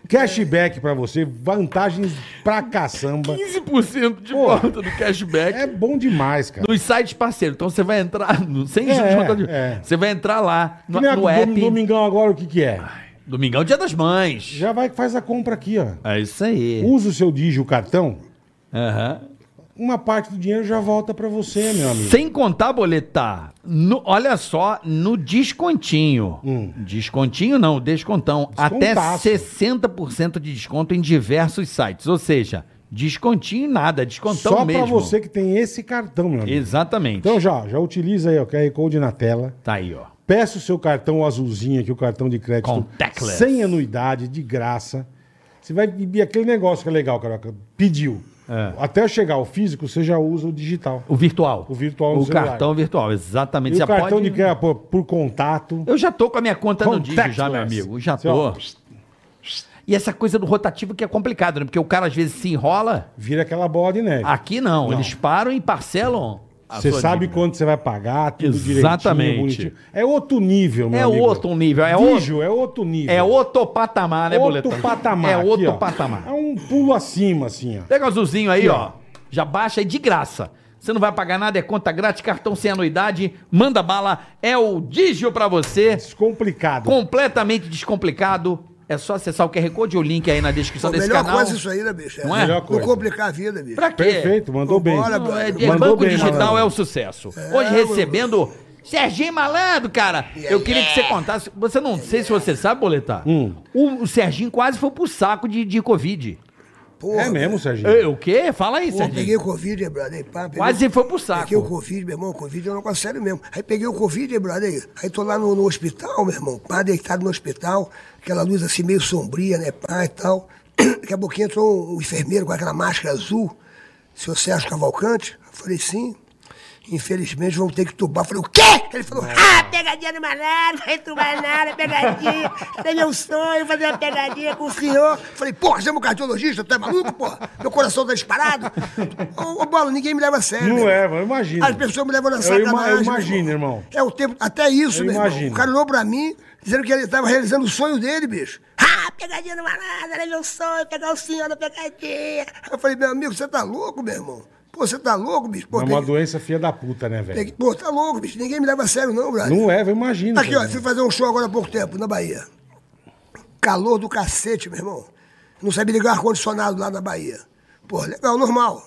Speaker 3: Cashback pra você, vantagens pra caçamba.
Speaker 4: 15% de
Speaker 3: Pô.
Speaker 4: volta do cashback.
Speaker 3: É bom demais, cara.
Speaker 4: Dos sites parceiros. Então você vai entrar. no- Sem
Speaker 3: É,
Speaker 4: juros rotativos.
Speaker 3: é.
Speaker 4: Você vai entrar lá no,
Speaker 3: Que nem a
Speaker 4: no
Speaker 3: do-
Speaker 4: app.
Speaker 3: Domingão agora, o que que é?
Speaker 4: Domingão, dia das mães.
Speaker 3: Já vai que faz a compra aqui, ó.
Speaker 4: É isso aí.
Speaker 3: Usa o seu Digio, o cartão,
Speaker 4: Aham.
Speaker 3: uma parte do dinheiro já volta pra você, meu amigo.
Speaker 4: Sem contar, Boleta, no- olha só, no descontinho. Descontinho não, descontão. Até
Speaker 3: Hum. Descontaço.
Speaker 4: 60% de desconto em diversos sites. Ou seja, descontinho nada, descontão
Speaker 3: Só
Speaker 4: mesmo.
Speaker 3: pra você que tá Então tem esse cartão, meu amigo.
Speaker 4: Exatamente.
Speaker 3: Então já, já utiliza aí, ó, QR Code na tela.
Speaker 4: Tá aí, ó.
Speaker 3: Peça o seu cartão azulzinho aqui, o cartão de crédito.
Speaker 2: Contactless.
Speaker 3: Sem anuidade, de graça. Você vai e aquele negócio que é legal, Caroca. Pediu.
Speaker 4: É.
Speaker 3: Até chegar ao físico, você já usa o digital.
Speaker 4: O virtual.
Speaker 3: O virtual no
Speaker 4: O
Speaker 3: celular.
Speaker 4: cartão virtual, exatamente.
Speaker 3: E
Speaker 4: Você
Speaker 3: o cartão
Speaker 4: pode-
Speaker 3: de crédito por, por contato.
Speaker 4: Eu já tô com a minha conta no Digio já, meu
Speaker 3: Contactless.
Speaker 4: amigo. Já
Speaker 3: Você, né? Assim, ó,
Speaker 4: tô. E essa coisa do rotativo que é complicado, né? Porque o cara às vezes se enrola.
Speaker 3: Vira aquela bola de neve.
Speaker 4: Aqui não.
Speaker 3: É. Não.
Speaker 4: Eles param e parcelam. Ah, a
Speaker 3: Você
Speaker 4: sua
Speaker 3: sabe
Speaker 4: dívida.
Speaker 3: quanto você vai pagar, tudo
Speaker 2: Exatamente.
Speaker 3: direitinho, bonitinho. É outro nível, meu
Speaker 4: É
Speaker 3: amigo.
Speaker 4: outro nível. É, outro,
Speaker 3: Digio, é outro nível.
Speaker 4: é outro patamar, né,
Speaker 3: outro
Speaker 4: Boletão?
Speaker 3: patamar.
Speaker 4: É
Speaker 3: aqui,
Speaker 4: outro
Speaker 3: ó.
Speaker 4: patamar.
Speaker 3: É um pulo acima, assim, ó.
Speaker 4: Pega o azulzinho aí, ó. Já baixa aí de graça. Você não vai pagar nada, é conta grátis, cartão sem anuidade, manda bala, é o Digio pra você,
Speaker 3: Descomplicado.
Speaker 4: completamente descomplicado. É só acessar o QR Code ou o link aí na descrição
Speaker 1: Pô,
Speaker 4: desse
Speaker 1: melhor
Speaker 4: canal.
Speaker 1: coisa isso aí, né, bicho?
Speaker 4: Não é?
Speaker 3: Melhor coisa.
Speaker 1: complicar a vida, bicho.
Speaker 4: Pra quê?
Speaker 3: Perfeito, mandou
Speaker 1: Vambora,
Speaker 3: bem.
Speaker 1: bro.
Speaker 4: É, é,
Speaker 3: Mandou
Speaker 4: banco
Speaker 3: bem,
Speaker 4: digital
Speaker 3: malandro.
Speaker 4: é o sucesso. Hoje recebendo Serginho Malandro, cara. Eu queria que você
Speaker 3: é.
Speaker 4: contasse. Você não sei se você sabe, Boletar.
Speaker 3: Hum.
Speaker 4: O, o Serginho quase foi pro saco de, de Covid.
Speaker 1: Porra,
Speaker 3: É mesmo, Serginho?
Speaker 4: É, O quê? Fala aí,
Speaker 1: Pô, peguei
Speaker 4: Serginho.
Speaker 1: o Covid, hein, brother. Pá, peguei-
Speaker 4: Quase foi pro saco.
Speaker 1: Peguei É o Covid, meu irmão. Covid é um negócio sério mesmo. Aí peguei o Covid, hein, brother. Aí tô lá no, no hospital, meu irmão. Pá, deitado no hospital. Aquela luz assim meio sombria, né, pá e tal. Daqui a pouquinho entrou um, um enfermeiro com aquela máscara azul. Seu Sérgio Cavalcante. Eu falei, sim. Infelizmente vão ter que tubar. Eu falei, o quê? Ele falou, ah, pegadinha do malandro, vai tubar nada, pegadinha. Esse é meu sonho, fazer uma pegadinha com o senhor. Eu falei, porra, chama o cardiologista, tá maluco, porra? Meu coração tá disparado. Ô, ô Bola, ninguém me leva a sério.
Speaker 3: Não
Speaker 1: meu
Speaker 3: é, mano, imagina.
Speaker 1: as pessoas me levam na
Speaker 3: Eu
Speaker 1: sacanagem.
Speaker 3: ima- eu
Speaker 1: meu
Speaker 3: imagino, irmão.
Speaker 1: É o tempo, até isso,
Speaker 3: Eu
Speaker 1: meu
Speaker 3: imagino.
Speaker 1: irmão. O cara olhou pra mim, dizendo que ele tava realizando o sonho dele, bicho. Ah, pegadinha do malandro, era meu sonho, pegar o senhor na pegadinha. Eu falei, meu amigo, você tá louco, meu irmão? Pô, você tá louco, bicho? Pô,
Speaker 3: É
Speaker 1: tem
Speaker 3: uma
Speaker 1: que-
Speaker 3: doença filha da puta, né,
Speaker 1: tem
Speaker 3: velho?
Speaker 1: que- Pô, tá louco, bicho, ninguém me leva a sério não, brother.
Speaker 3: Não é, eu imagino.
Speaker 1: Aqui, ó,
Speaker 3: Serginho.
Speaker 1: fui fazer um show agora há pouco tempo, na Bahia. Calor do cacete, meu irmão. Não sabia ligar o ar-condicionado lá na Bahia. Pô, legal, normal.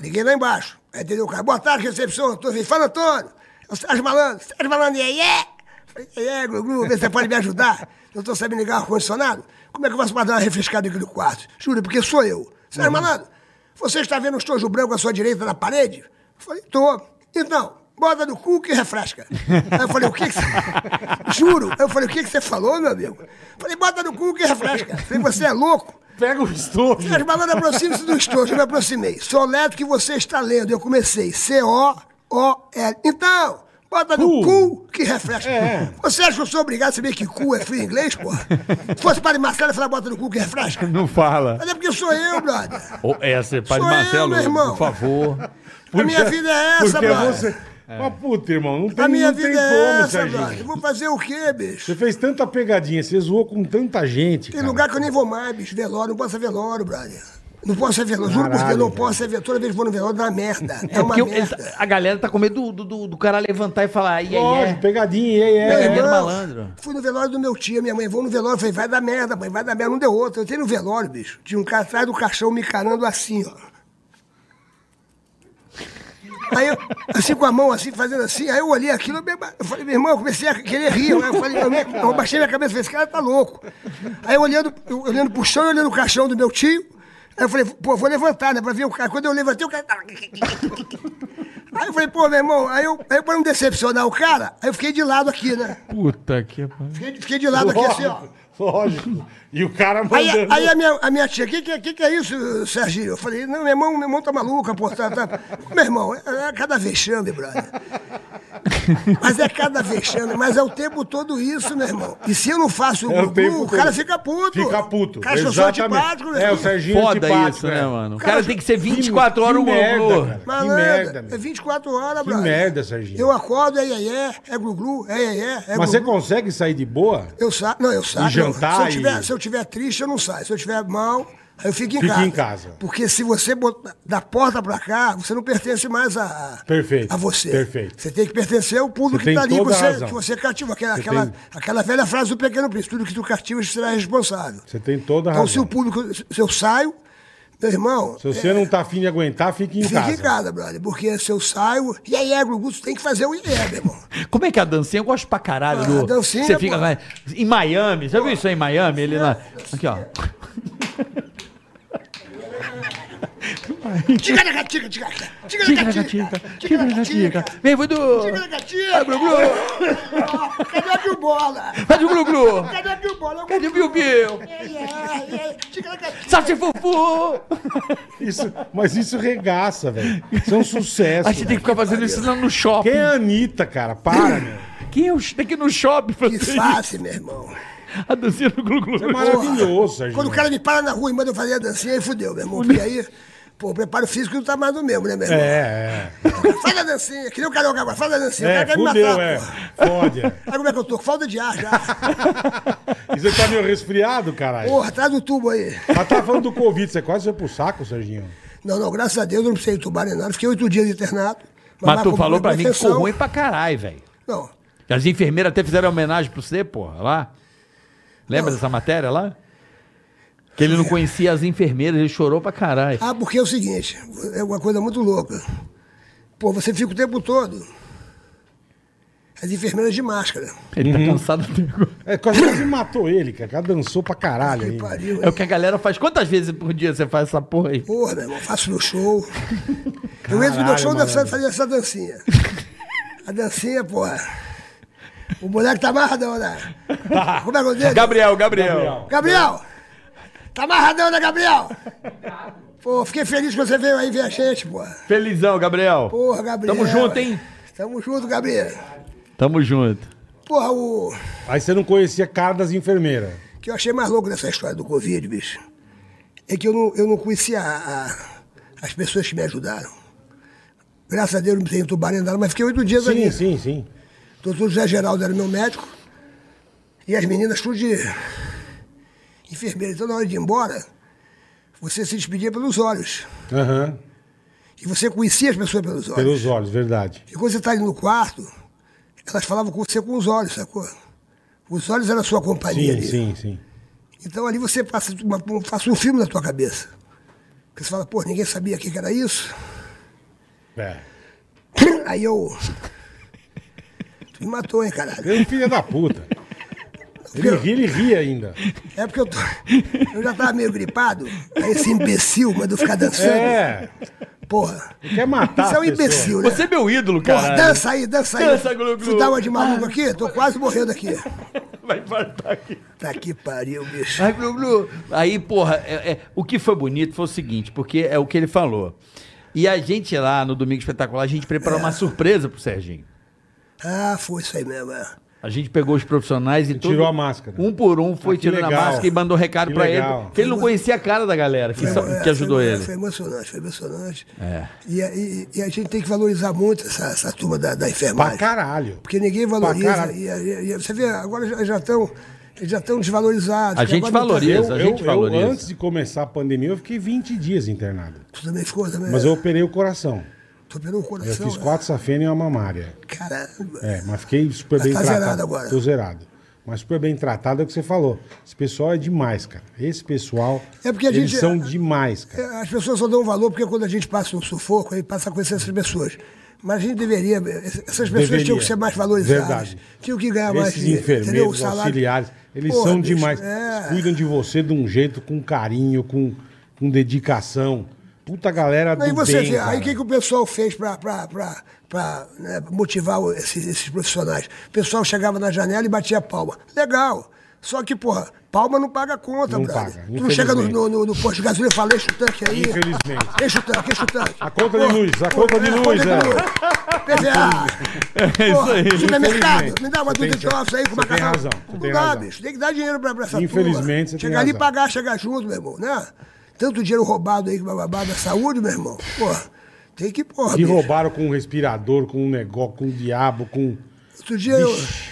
Speaker 1: Liguei lá embaixo. Aí entendeu o cara? Boa tarde, recepção. Antônio. Fala, Antônio. É o Sérgio Malandro. Sérgio Malandro, e aí? é? Falei, e aí, é, Glu, Glu, vê se você pode me ajudar. Não tô sabendo ligar o ar-condicionado. Como é que eu faço pra dar uma refrescada aqui no quarto? Juro, porque sou eu. Sérgio Malandro, você está vendo um estojo branco à sua direita na parede? Falei, tô. Então, bota no cu que refresca. Aí eu falei, o que que você... Juro. Aí eu falei, o que que você falou, meu amigo? Falei, bota no cu que refresca. Falei, você é louco.
Speaker 3: Pega o estojo.
Speaker 1: Sérgio Malandro, aproxime-se do estojo. Eu me aproximei. Soleto que você está lendo. Eu comecei. C-O-O-L. Então, bota no cu que refresca.
Speaker 3: É.
Speaker 1: Você acha que eu sou obrigado a saber que cu é frio em inglês, porra? Se fosse para de Marcelo, eu falava bota no cu que refresca.
Speaker 2: Não fala.
Speaker 1: Mas é porque sou eu, brother.
Speaker 2: Ô, é, essa,
Speaker 1: Sou
Speaker 2: Padre
Speaker 1: eu,
Speaker 2: Marcelo,
Speaker 1: meu irmão.
Speaker 2: por favor.
Speaker 1: A minha vida é essa,
Speaker 3: Porque
Speaker 1: brother. É.
Speaker 3: você... Mas puta, irmão, não tem,
Speaker 1: A minha
Speaker 3: não tem
Speaker 1: vida é
Speaker 3: como,
Speaker 1: essa, brother.
Speaker 3: Serginho.
Speaker 1: Vou fazer o quê, bicho?
Speaker 3: Você fez tanta pegadinha, você zoou com tanta gente.
Speaker 1: Tem
Speaker 3: cara.
Speaker 1: lugar que eu nem vou mais, bicho. Velório, não posso ser velório, brother. Não posso ser velório. Juro por Deus,
Speaker 3: Caralho,
Speaker 1: não
Speaker 3: velho.
Speaker 1: posso ser velório. Toda vez que vou no velório, dá uma merda. É uma
Speaker 4: Porque o- ele
Speaker 1: merda.
Speaker 4: tá- a galera tá com medo do, do, do cara levantar e falar, e aí,
Speaker 3: Lógico, pegadinha, e aí,
Speaker 1: é? Meu
Speaker 3: é, é.
Speaker 4: Primeiro
Speaker 1: irmão,
Speaker 4: malandro.
Speaker 1: Fui no velório do meu tio, minha mãe, vou no velório. Falei, vai dar merda, mãe, vai dar merda. Não deu outra. Eu entrei no velório, bicho. Tinha um cara atrás do caixão me encarando assim, ó. Aí eu, assim com a mão, assim, fazendo assim, aí eu olhei aquilo, eu, me- eu falei, meu irmão, eu comecei a querer rir. Eu falei, eu, me- eu baixei minha cabeça e falei, esse cara tá louco. Aí eu olhando, eu olhando pro chão, eu olhando o caixão do meu tio, aí eu falei, pô, vou levantar, né? Pra ver o cara. Quando eu levantei, o cara. tava- Aí eu falei, pô, meu irmão, aí eu, aí eu pra não decepcionar o cara, aí eu fiquei de lado aqui, né?
Speaker 2: Puta que pariu.
Speaker 1: Fiquei, fiquei de lado aqui assim, ó.
Speaker 3: Lógico. E o cara
Speaker 1: Aí,
Speaker 3: mandando.
Speaker 1: aí a, minha, a minha tia, o que, que, que, que é isso, Serginho? Eu falei, não, meu irmão, meu irmão tá maluco, pô, tá, tá- Meu irmão, é, é cada vexame, brother. Mas é cada vexame, mas é o tempo todo isso, meu irmão. E se eu não faço o
Speaker 3: É o
Speaker 1: Gugu,
Speaker 3: tempo
Speaker 1: o cara
Speaker 3: todo.
Speaker 1: fica puto.
Speaker 3: Fica puto.
Speaker 1: O cara eu sou
Speaker 3: Exatamente.
Speaker 1: antipático, meu
Speaker 3: É, o
Speaker 1: irmão.
Speaker 3: Serginho é
Speaker 4: Foda
Speaker 3: antipático,
Speaker 4: isso, né,
Speaker 3: é.
Speaker 4: mano? O
Speaker 1: Cara,
Speaker 4: cara tem que ser 24 horas o
Speaker 3: que merda,
Speaker 4: Gugu.
Speaker 3: cara. Que
Speaker 1: Malandro,
Speaker 3: merda,
Speaker 1: é
Speaker 3: meu.
Speaker 1: 24 horas,
Speaker 3: Que
Speaker 1: brother.
Speaker 3: merda, Serginho.
Speaker 1: Eu acordo, é iê, é glu-glu, é iê, é
Speaker 3: Mas você
Speaker 1: glu-glu.
Speaker 3: consegue sair de boa?
Speaker 1: Eu saio. Não, eu saio.
Speaker 3: E jantar
Speaker 1: se, eu
Speaker 3: e-
Speaker 1: tiver, se eu tiver triste, eu não saio. Se eu tiver mal, aí eu fico em
Speaker 3: Fica
Speaker 1: casa.
Speaker 3: em casa.
Speaker 1: Porque se você botar da porta pra cá, você não pertence mais a,
Speaker 3: Perfeito,
Speaker 1: a você.
Speaker 3: perfeito.
Speaker 1: Você tem que pertencer ao público
Speaker 3: Você tem
Speaker 1: que tá ali,
Speaker 3: toda a
Speaker 1: você,
Speaker 3: razão.
Speaker 1: que você cativa. Aquela,
Speaker 3: Você
Speaker 1: aquela,
Speaker 3: tem-
Speaker 1: aquela velha frase do Pequeno Príncipe: tudo que tu cativas será responsável.
Speaker 3: Você tem toda a
Speaker 1: então, se
Speaker 3: razão.
Speaker 1: o público. Se eu saio, meu irmão.
Speaker 3: Se você não tá afim de aguentar, fique em
Speaker 1: Fica
Speaker 3: casa.
Speaker 1: em casa, brother, porque se eu saio, e aí é, Gugu, tu tem que fazer o iê, meu irmão.
Speaker 4: Como é que é a dancinha? Eu gosto pra caralho.
Speaker 1: Ah,
Speaker 4: do...
Speaker 1: a dancinha,
Speaker 4: Você fica
Speaker 1: pô.
Speaker 4: lá- em Miami. Já viu isso aí em Miami? Ele lá. Aqui, ó.
Speaker 1: Tica-tica-tica, tica-tica.
Speaker 4: Tica-tica-tica, tica-tica-tica. Vem, foi do...
Speaker 1: Tica-tica-tica. Ó, Cadê a bilbola?
Speaker 4: Faz o glu-glu.
Speaker 1: Cadê a bilbola?
Speaker 4: Cadê o piu-piu?
Speaker 1: Tica-tica-tica.
Speaker 4: Sachifufu!
Speaker 3: Isso, mas isso regaça, velho. Isso é um sucesso.
Speaker 4: A gente tem que ficar fazendo isso no
Speaker 3: Quem é
Speaker 4: shopping.
Speaker 3: a Anitta, cara? Para, meu.
Speaker 4: Quem é o... Tem que ir no shopping
Speaker 1: Que
Speaker 4: fazer
Speaker 1: face, meu irmão.
Speaker 4: aduzindo o
Speaker 3: É
Speaker 4: glu-glu.
Speaker 3: maravilhoso, Sérgio.
Speaker 1: Quando o cara me para na rua e manda eu fazer a dancinha, aí fudeu, meu irmão. Porque aí, pô, o preparo físico não tá mais no mesmo, né, meu irmão?
Speaker 3: É, é.
Speaker 1: Faz a dancinha, que nem o carioca agora, faz a dancinha. o
Speaker 3: É,
Speaker 1: cara quer me
Speaker 3: fudeu,
Speaker 1: matar,
Speaker 3: é.
Speaker 1: pô.
Speaker 3: Fode. é.
Speaker 1: Aí como é que eu tô? Com Falta de ar já.
Speaker 3: E você tá meio resfriado, caralho?
Speaker 1: Porra, traz o tubo aí.
Speaker 3: Mas tá falando do Covid, você quase foi pro saco, Serginho.
Speaker 1: Não, não, graças a Deus eu não precisei entubar nem nada. Fiquei oito dias internado.
Speaker 4: Mas tu
Speaker 1: vai
Speaker 4: falou pra mim que ficou
Speaker 1: proteção.
Speaker 4: ruim pra caralho, velho.
Speaker 1: Não.
Speaker 4: As enfermeiras até fizeram homenagem pra você, porra, lá. Lembra dessa matéria lá? Que ele não conhecia as enfermeiras, ele chorou pra caralho.
Speaker 1: Ah, porque é o seguinte, é uma coisa muito louca. Pô, você fica o tempo todo. As enfermeiras de máscara.
Speaker 4: Ele tá cansado até agora.
Speaker 3: É, quase que matou ele, cara. O cara dançou pra caralho
Speaker 1: Que
Speaker 3: aí.
Speaker 1: pariu,
Speaker 4: É
Speaker 1: hein?
Speaker 4: o que a galera faz. Quantas vezes por dia você faz essa porra aí?
Speaker 1: Porra, meu irmão, faço meu show. eu entro no meu
Speaker 3: Caralho,
Speaker 1: show
Speaker 3: malandro.
Speaker 1: dançando, fazendo essa dancinha. A dancinha, porra. O moleque tá amarradão, né? Como é que é o dele?
Speaker 4: Gabriel, Gabriel.
Speaker 3: Gabriel.
Speaker 1: Gabriel! Tá amarradão, né, Gabriel? Pô, fiquei feliz que você veio aí ver a gente, pô.
Speaker 4: Felizão, Gabriel.
Speaker 1: Porra, Gabriel.
Speaker 4: Tamo junto, hein?
Speaker 1: Tamo junto, Gabriel.
Speaker 4: Tamo junto.
Speaker 1: Porra, o
Speaker 3: Aí você não conhecia a cara das enfermeiras.
Speaker 1: que eu achei mais louco dessa história do Covid, bicho, é que eu não, eu não conhecia a- a- as pessoas que me ajudaram. Graças a Deus não precisei entubar nem nada, mas fiquei oito dias
Speaker 3: Sim,
Speaker 1: ali.
Speaker 3: sim, sim.
Speaker 1: Doutor José Geraldo era meu médico. E as meninas tudo de enfermeira. Então, na hora de ir embora, você se despedia pelos olhos.
Speaker 3: Aham.
Speaker 1: E você conhecia as pessoas pelos olhos.
Speaker 3: Pelos olhos, verdade.
Speaker 1: E quando você está ali no quarto, elas falavam com você com os olhos, sacou? Os olhos eram a sua companhia
Speaker 3: Sim,
Speaker 1: ali.
Speaker 3: sim, sim.
Speaker 1: Então ali você passa, uma- um- passa um filme na tua cabeça. Porque você fala, pô, ninguém sabia o que que era isso.
Speaker 3: É.
Speaker 1: Aí eu. Tu me matou, hein, caralho.
Speaker 3: Ele é um filho da puta. Ele ria, ele ria ainda.
Speaker 1: É porque eu tô. Eu já tava meio gripado. Aí esse imbecil mandou ficar dançando.
Speaker 3: É.
Speaker 1: Porra.
Speaker 3: Quer matar
Speaker 1: Isso é um
Speaker 3: as pessoas.
Speaker 1: imbecil, né?
Speaker 4: Tá, Você é meu ídolo,
Speaker 1: Porra,
Speaker 4: cara.
Speaker 1: dança aí, dança aí.
Speaker 4: Dança, Ah. Glu-Glu.
Speaker 1: Você dá uma de maluco aqui? Tô quase morrendo aqui.
Speaker 4: Vai infartar aqui.
Speaker 1: Tá que pariu, bicho.
Speaker 4: Ai, blu, blu. Aí, porra, é- é, o que foi bonito foi o seguinte, porque é o que ele falou. E a gente lá no Domingo Espetacular, a gente preparou uma surpresa pro Serginho.
Speaker 1: Ah, foi isso aí mesmo. é.
Speaker 4: A gente pegou os profissionais e
Speaker 3: Tirou
Speaker 4: todo-
Speaker 3: a máscara.
Speaker 4: Um por um foi
Speaker 3: Ah, que
Speaker 4: tirando a
Speaker 3: legal.
Speaker 4: máscara e mandou recado
Speaker 3: Que
Speaker 4: pra
Speaker 3: legal.
Speaker 4: ele. Que ele não conhecia a cara da galera que, sa-
Speaker 1: É,
Speaker 4: Então, que ajudou
Speaker 1: foi,
Speaker 4: ele. É.
Speaker 1: Foi emocionante, foi emocionante. E, a- e- e a gente tem que valorizar muito essa, essa turma da, da
Speaker 3: Pra
Speaker 1: enfermagem.
Speaker 3: caralho.
Speaker 1: porque ninguém valoriza.
Speaker 3: caralho.
Speaker 1: E, e- e você vê, agora já- já estão já estão desvalorizados.
Speaker 4: A
Speaker 1: porque
Speaker 4: gente
Speaker 1: agora não tá-
Speaker 4: valoriza. a gente valoriza.
Speaker 3: antes de começar a pandemia, eu fiquei 20 dias internado.
Speaker 1: Tu também ficou também.
Speaker 3: Mas eu operei o coração.
Speaker 1: Tô pelo
Speaker 3: Eu
Speaker 1: coração.
Speaker 3: fiz
Speaker 1: né?
Speaker 3: quatro safena e uma mamária.
Speaker 1: Caramba.
Speaker 3: É, mas fiquei super
Speaker 1: Mas
Speaker 3: bem
Speaker 1: tá
Speaker 3: tratado.
Speaker 1: zerado agora.
Speaker 3: Tô zerado. Mas super bem tratado é o que você falou. Esse pessoal é demais, cara. Esse pessoal,
Speaker 1: É porque a
Speaker 3: eles
Speaker 1: gente-
Speaker 3: são demais,
Speaker 1: É,
Speaker 3: cara.
Speaker 1: As pessoas só dão valor porque quando a gente passa um sufoco, aí passa a conhecer essas pessoas. Mas a gente deveria. Essas pessoas
Speaker 3: Deveria.
Speaker 1: tinham que ser mais valorizadas.
Speaker 3: Verdade.
Speaker 1: Tinham que ganhar mais
Speaker 3: Esses
Speaker 1: dinheiro. Ah, é, entendeu? O
Speaker 3: enfermeiros,
Speaker 1: salário-
Speaker 3: auxiliares, eles
Speaker 1: Porra,
Speaker 3: são
Speaker 1: bicho,
Speaker 3: demais.
Speaker 1: é.
Speaker 3: Eles Cuidam de você de um jeito, com carinho, com, com dedicação. Puta galera
Speaker 1: Aí
Speaker 3: do
Speaker 1: você
Speaker 3: bem,
Speaker 1: vê,
Speaker 3: cara.
Speaker 1: aí o que, que o pessoal fez para né, motivar o- esses, esses profissionais? O pessoal chegava na janela e batia palma. Legal. Só que, porra, palma não paga a conta,
Speaker 3: Não
Speaker 1: brother.
Speaker 3: paga,
Speaker 1: tu não chega no,
Speaker 3: infelizmente.
Speaker 1: no- no posto de gasolina e fala, enche o tanque aí.
Speaker 3: Infelizmente.
Speaker 1: Enche o tanque, enche o tanque.
Speaker 3: A conta de luz, a conta de luz, é.
Speaker 1: PVA. É
Speaker 4: isso aí.
Speaker 1: Supermercado,
Speaker 3: Infelizmente.
Speaker 1: me dá uma
Speaker 3: Você tem
Speaker 1: dúzia de
Speaker 3: razão.
Speaker 1: ovos aí com
Speaker 3: Você
Speaker 1: macarrão.
Speaker 3: tem razão, você
Speaker 1: Não
Speaker 3: tem
Speaker 1: dá,
Speaker 3: razão.
Speaker 1: bicho. Tem que dar dinheiro pra, pra essa turma.
Speaker 3: Infelizmente, você tem
Speaker 1: Chegar ali e
Speaker 3: razão.
Speaker 1: pagar, chegar junto, meu irmão, né? Tanto dinheiro roubado aí, bababá, da saúde, meu irmão. Porra, tem que, porra,
Speaker 3: Que
Speaker 1: bicho.
Speaker 3: roubaram com um respirador, com um negócio, com um diabo, com.
Speaker 1: Outro dia, eu-
Speaker 3: Vixe.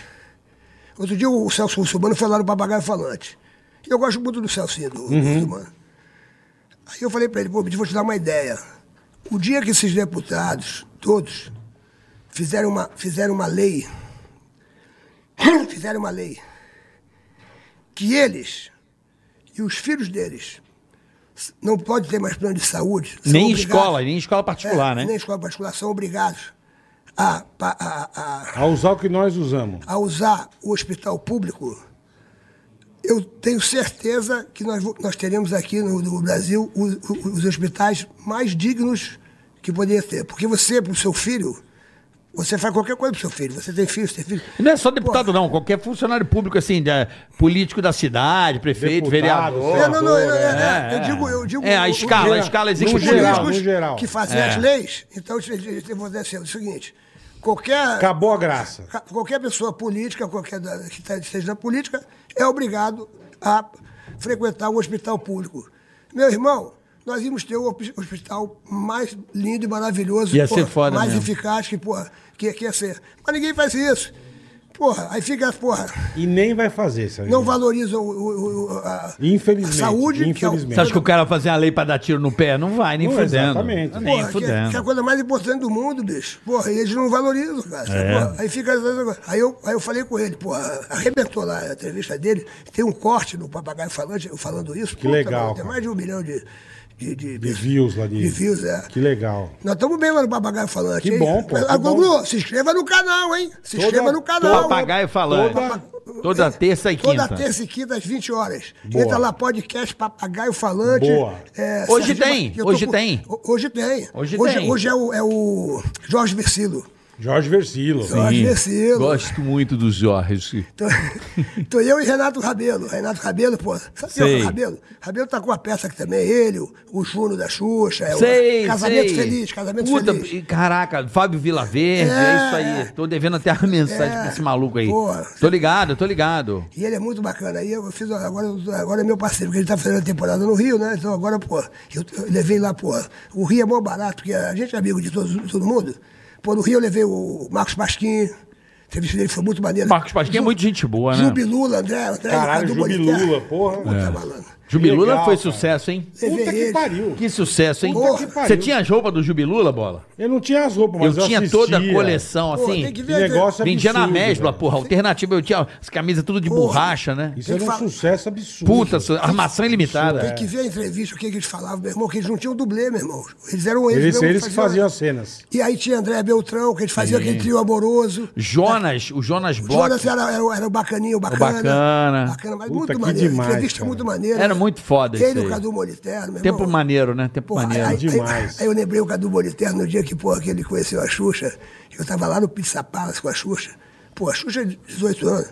Speaker 1: outro dia o Celso Russomano foi lá no Papagaio Falante. E eu gosto muito do Celso do
Speaker 4: Uhum.
Speaker 1: Russomano. Aí eu falei pra ele, pô, bicho, vou te dar uma ideia. O dia que esses deputados, todos, fizeram uma, fizeram uma lei, fizeram uma lei, que eles e os filhos deles s- não podem ter mais plano de saúde. são
Speaker 4: Nem
Speaker 1: obrigados-
Speaker 4: escola, nem escola particular,
Speaker 1: é,
Speaker 4: né?
Speaker 1: Nem escola particular, são obrigados a- pa- a- a
Speaker 3: A usar o que nós usamos.
Speaker 1: a usar o hospital público Eu tenho certeza que nós, vo- nós teremos aqui no, no Brasil o- o- os hospitais mais dignos que poderia ter. Porque você, para o seu filho, você faz qualquer coisa para o seu filho. Você tem filho, você tem filho.
Speaker 4: Não é só deputado, não. Qualquer funcionário público, assim, da- político da cidade,
Speaker 3: Deputado,
Speaker 4: prefeito, vereador.
Speaker 1: É, não, não, é,
Speaker 4: é,
Speaker 1: é, é,
Speaker 4: é.
Speaker 1: eu digo, eu digo.
Speaker 4: É, a
Speaker 1: o- o-
Speaker 4: escala, a
Speaker 1: o-
Speaker 4: escala existe
Speaker 1: os
Speaker 4: no geral,
Speaker 1: políticos
Speaker 3: no geral.
Speaker 1: que fazem
Speaker 4: É.
Speaker 1: as leis. Então, eu- eu eu vou dizer assim, o seguinte: qualquer.
Speaker 3: Acabou a graça.
Speaker 1: Ca- qualquer pessoa política, qualquer da- que tá- esteja na política, é obrigado a frequentar um hospital público. Meu irmão, nós íamos ter o hospi- hospital mais lindo e maravilhoso,
Speaker 4: Ia ser foda
Speaker 1: mais
Speaker 4: mesmo.
Speaker 1: eficaz que, porra, que, que ia ser. Mas ninguém faz isso. Porra, aí fica, porra,
Speaker 3: E nem vai fazer, sabe?
Speaker 1: não valorizam o, o- o- a,
Speaker 3: Infelizmente,
Speaker 1: a saúde.
Speaker 3: infelizmente.
Speaker 4: Você acha que o cara vai fazer a lei pra dar tiro no pé? Não vai, nem
Speaker 3: Não,
Speaker 4: fudendo.
Speaker 3: exatamente.
Speaker 1: Que é, o-
Speaker 4: Nem
Speaker 1: porra, que, é,
Speaker 4: fudendo.
Speaker 1: que é a coisa mais importante do mundo, bicho. Porra, e eles não valorizam, cara.
Speaker 3: É.
Speaker 1: Porra, aí fica. essa coisa. Aí eu, aí eu falei com ele, porra, arrebentou lá a entrevista dele. Tem um corte no Papagaio Falante eu falando isso. Que
Speaker 3: legal,
Speaker 1: Tem
Speaker 3: cara.
Speaker 1: mais de um milhão de, de, de-
Speaker 3: De views lá de...
Speaker 1: de views, é.
Speaker 3: Que legal.
Speaker 1: Nós estamos bem lá no Papagaio Falante.
Speaker 3: Que
Speaker 1: hein?
Speaker 3: bom, pô,
Speaker 1: Mas,
Speaker 3: que
Speaker 1: ah,
Speaker 3: bom.
Speaker 1: Gugu, se inscreva no canal, hein? Se
Speaker 3: Toda-
Speaker 1: inscreva no canal.
Speaker 4: Papagaio falante.
Speaker 3: Toda-
Speaker 4: Toda, terça e quinta.
Speaker 1: É, Toda terça e quinta às 20 horas.
Speaker 3: Boa.
Speaker 1: Entra lá, podcast Papagaio Falante.
Speaker 3: Boa.
Speaker 1: É,
Speaker 4: Hoje
Speaker 1: Sérgio
Speaker 4: tem,
Speaker 1: Ma- eu tô
Speaker 4: hoje tem.
Speaker 1: ho- Hoje tem.
Speaker 4: Hoje tem.
Speaker 1: Hoje é o, é o Jorge Versilo.
Speaker 3: Jorge Versilo.
Speaker 1: Jorge Versilo.
Speaker 2: Gosto muito do Jorge.
Speaker 1: Tô, tô eu e Renato Rabelo. Renato Rabelo, pô. Sabe quem é
Speaker 4: Sei.
Speaker 1: o Rabelo? Rabelo tá com uma peça aqui também, ele, o, o Juno da Xuxa. é o-
Speaker 4: Sei,
Speaker 1: casamento
Speaker 4: sei.
Speaker 1: Feliz, Casamento
Speaker 4: Puta,
Speaker 1: Feliz.
Speaker 4: e Caraca, Fábio Vilaverde, é,
Speaker 1: É,
Speaker 4: isso aí. Tô devendo até a mensagem
Speaker 1: É.
Speaker 4: pra esse maluco aí.
Speaker 1: Porra.
Speaker 4: Tô ligado, tô ligado.
Speaker 1: E ele é muito bacana. Aí eu fiz, agora, agora é meu parceiro, porque ele tá fazendo a temporada no Rio, né? Então agora, pô, eu, eu levei lá, pô. O Rio é mó barato, porque a gente é amigo de todo, todo mundo. Pô, no Rio eu levei o Marcos Pasquim, a entrevista dele foi muito maneira.
Speaker 4: Marcos Pasquim é muito gente boa, né? É.
Speaker 1: Jubilula, André, André.
Speaker 3: Caralho,
Speaker 1: Cadu
Speaker 3: Jubilula,
Speaker 1: Boniterra.
Speaker 3: porra.
Speaker 1: Puta, malandro.
Speaker 4: Jubilula
Speaker 3: Legal,
Speaker 4: foi
Speaker 3: cara.
Speaker 4: sucesso, hein?
Speaker 3: Puta que
Speaker 1: ele.
Speaker 3: pariu.
Speaker 4: Que sucesso, hein?
Speaker 1: Puta que
Speaker 3: pariu.
Speaker 4: Você tinha as roupas do Jubilula, bola?
Speaker 3: Eu não tinha as roupas,
Speaker 4: Eu
Speaker 3: mas eu,
Speaker 4: tinha
Speaker 3: assistia.
Speaker 4: toda a coleção,
Speaker 1: Pô,
Speaker 4: assim.
Speaker 1: tem que
Speaker 3: Que
Speaker 1: ver. é
Speaker 3: negócio absurdo.
Speaker 4: Vendia na mesbla,
Speaker 3: velho.
Speaker 4: porra. Alternativa, eu tinha as camisas tudo de
Speaker 1: Porra.
Speaker 4: borracha, né?
Speaker 3: Isso era um
Speaker 1: Ele fala-
Speaker 3: sucesso absurdo.
Speaker 4: Puta, su- armação
Speaker 3: é-
Speaker 4: ilimitada.
Speaker 1: Tem que ver a entrevista, o que, que eles falavam, meu irmão, que eles não tinham dublê, meu irmão. Eles eram eles.
Speaker 3: Eles,
Speaker 1: mesmo
Speaker 3: eles que faziam as cenas.
Speaker 1: E aí tinha André Beltrão, que eles faziam aquele trio amoroso.
Speaker 4: Jonas, o Jonas
Speaker 1: O
Speaker 4: Bloch.
Speaker 1: Jonas era, era, era o bacaninho, o bacana.
Speaker 4: bacana.
Speaker 1: Bacana, mas
Speaker 3: Puta, que
Speaker 1: muito maneiro.
Speaker 3: demais,
Speaker 1: Entrevista
Speaker 3: cara.
Speaker 1: muito maneira.
Speaker 4: Era muito foda
Speaker 1: Ele
Speaker 4: isso
Speaker 1: e
Speaker 4: aí.
Speaker 1: o Cadu Moliterno, meu
Speaker 4: Tempo
Speaker 1: irmão.
Speaker 4: maneiro, né? Tempo
Speaker 1: Porra,
Speaker 4: maneiro.
Speaker 1: aí,
Speaker 3: Demais.
Speaker 1: Aí, aí eu lembrei o Cadu Moliterno no dia que, porra, que ele conheceu a Xuxa. Eu tava lá no Pizza Palace com a Xuxa. Pô, a Xuxa é de 18 anos.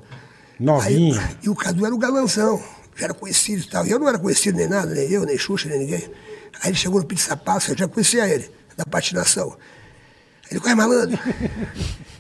Speaker 3: Novinho.
Speaker 1: Aí, e o Cadu era o galanzão. Já era conhecido e tal. E eu não era conhecido nem nada, nem eu, nem Xuxa, nem ninguém. Aí ele chegou no Pizza Palace, eu já conhecia ele, da patinação. Ele, qual é, malandro?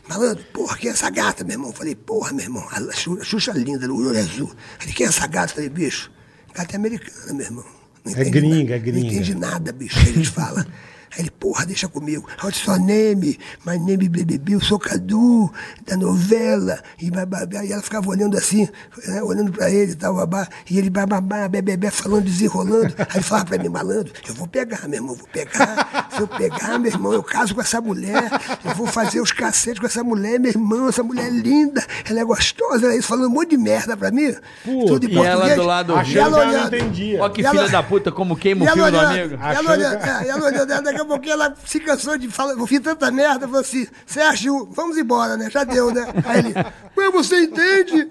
Speaker 1: malandro, porra, quem é essa gata, meu irmão? Eu falei, porra, meu irmão, a Xu- a Xuxa linda, o olho azul. Ele, quem é essa gata? Eu falei, bicho, gata é americana, meu irmão. Não
Speaker 3: É
Speaker 1: entendi
Speaker 3: gringa,
Speaker 1: nada.
Speaker 3: é gringa.
Speaker 1: Não entendi nada, bicho, que a gente fala. Aí ele, porra, deixa comigo. What's só name? My name BBB, eu sou Cadu, da novela. E, bababá. e ela ficava olhando assim, né, olhando pra ele e tal, babá. E ele, bababá, bebebé, falando, desenrolando. Aí ele falava pra mim, malandro, eu vou pegar, meu irmão, eu vou pegar. Se eu pegar, meu irmão, eu caso com essa mulher, eu vou fazer os cacetes com essa mulher, meu irmão, essa mulher é linda, ela é gostosa, ela é isso, falando um monte de merda pra mim.
Speaker 3: Puta,
Speaker 1: tudo em
Speaker 4: e ela
Speaker 1: português.
Speaker 4: do
Speaker 1: E
Speaker 4: lado
Speaker 1: ela
Speaker 3: Achando que ela não
Speaker 1: olhando.
Speaker 3: entendia.
Speaker 4: Ó que
Speaker 1: E ela-
Speaker 4: filha da puta, como queima
Speaker 1: E
Speaker 4: o
Speaker 1: ela
Speaker 4: fio do
Speaker 1: olhando,
Speaker 4: amigo.
Speaker 1: e Ela
Speaker 3: Achando
Speaker 1: olhando,
Speaker 3: que-
Speaker 1: é, e ela olhando, daqui a pouquinho ela se cansou de falar, eu fiz tanta merda, falou assim, Sérgio, vamos embora, né? Já deu, né? Aí ele, mas você entende?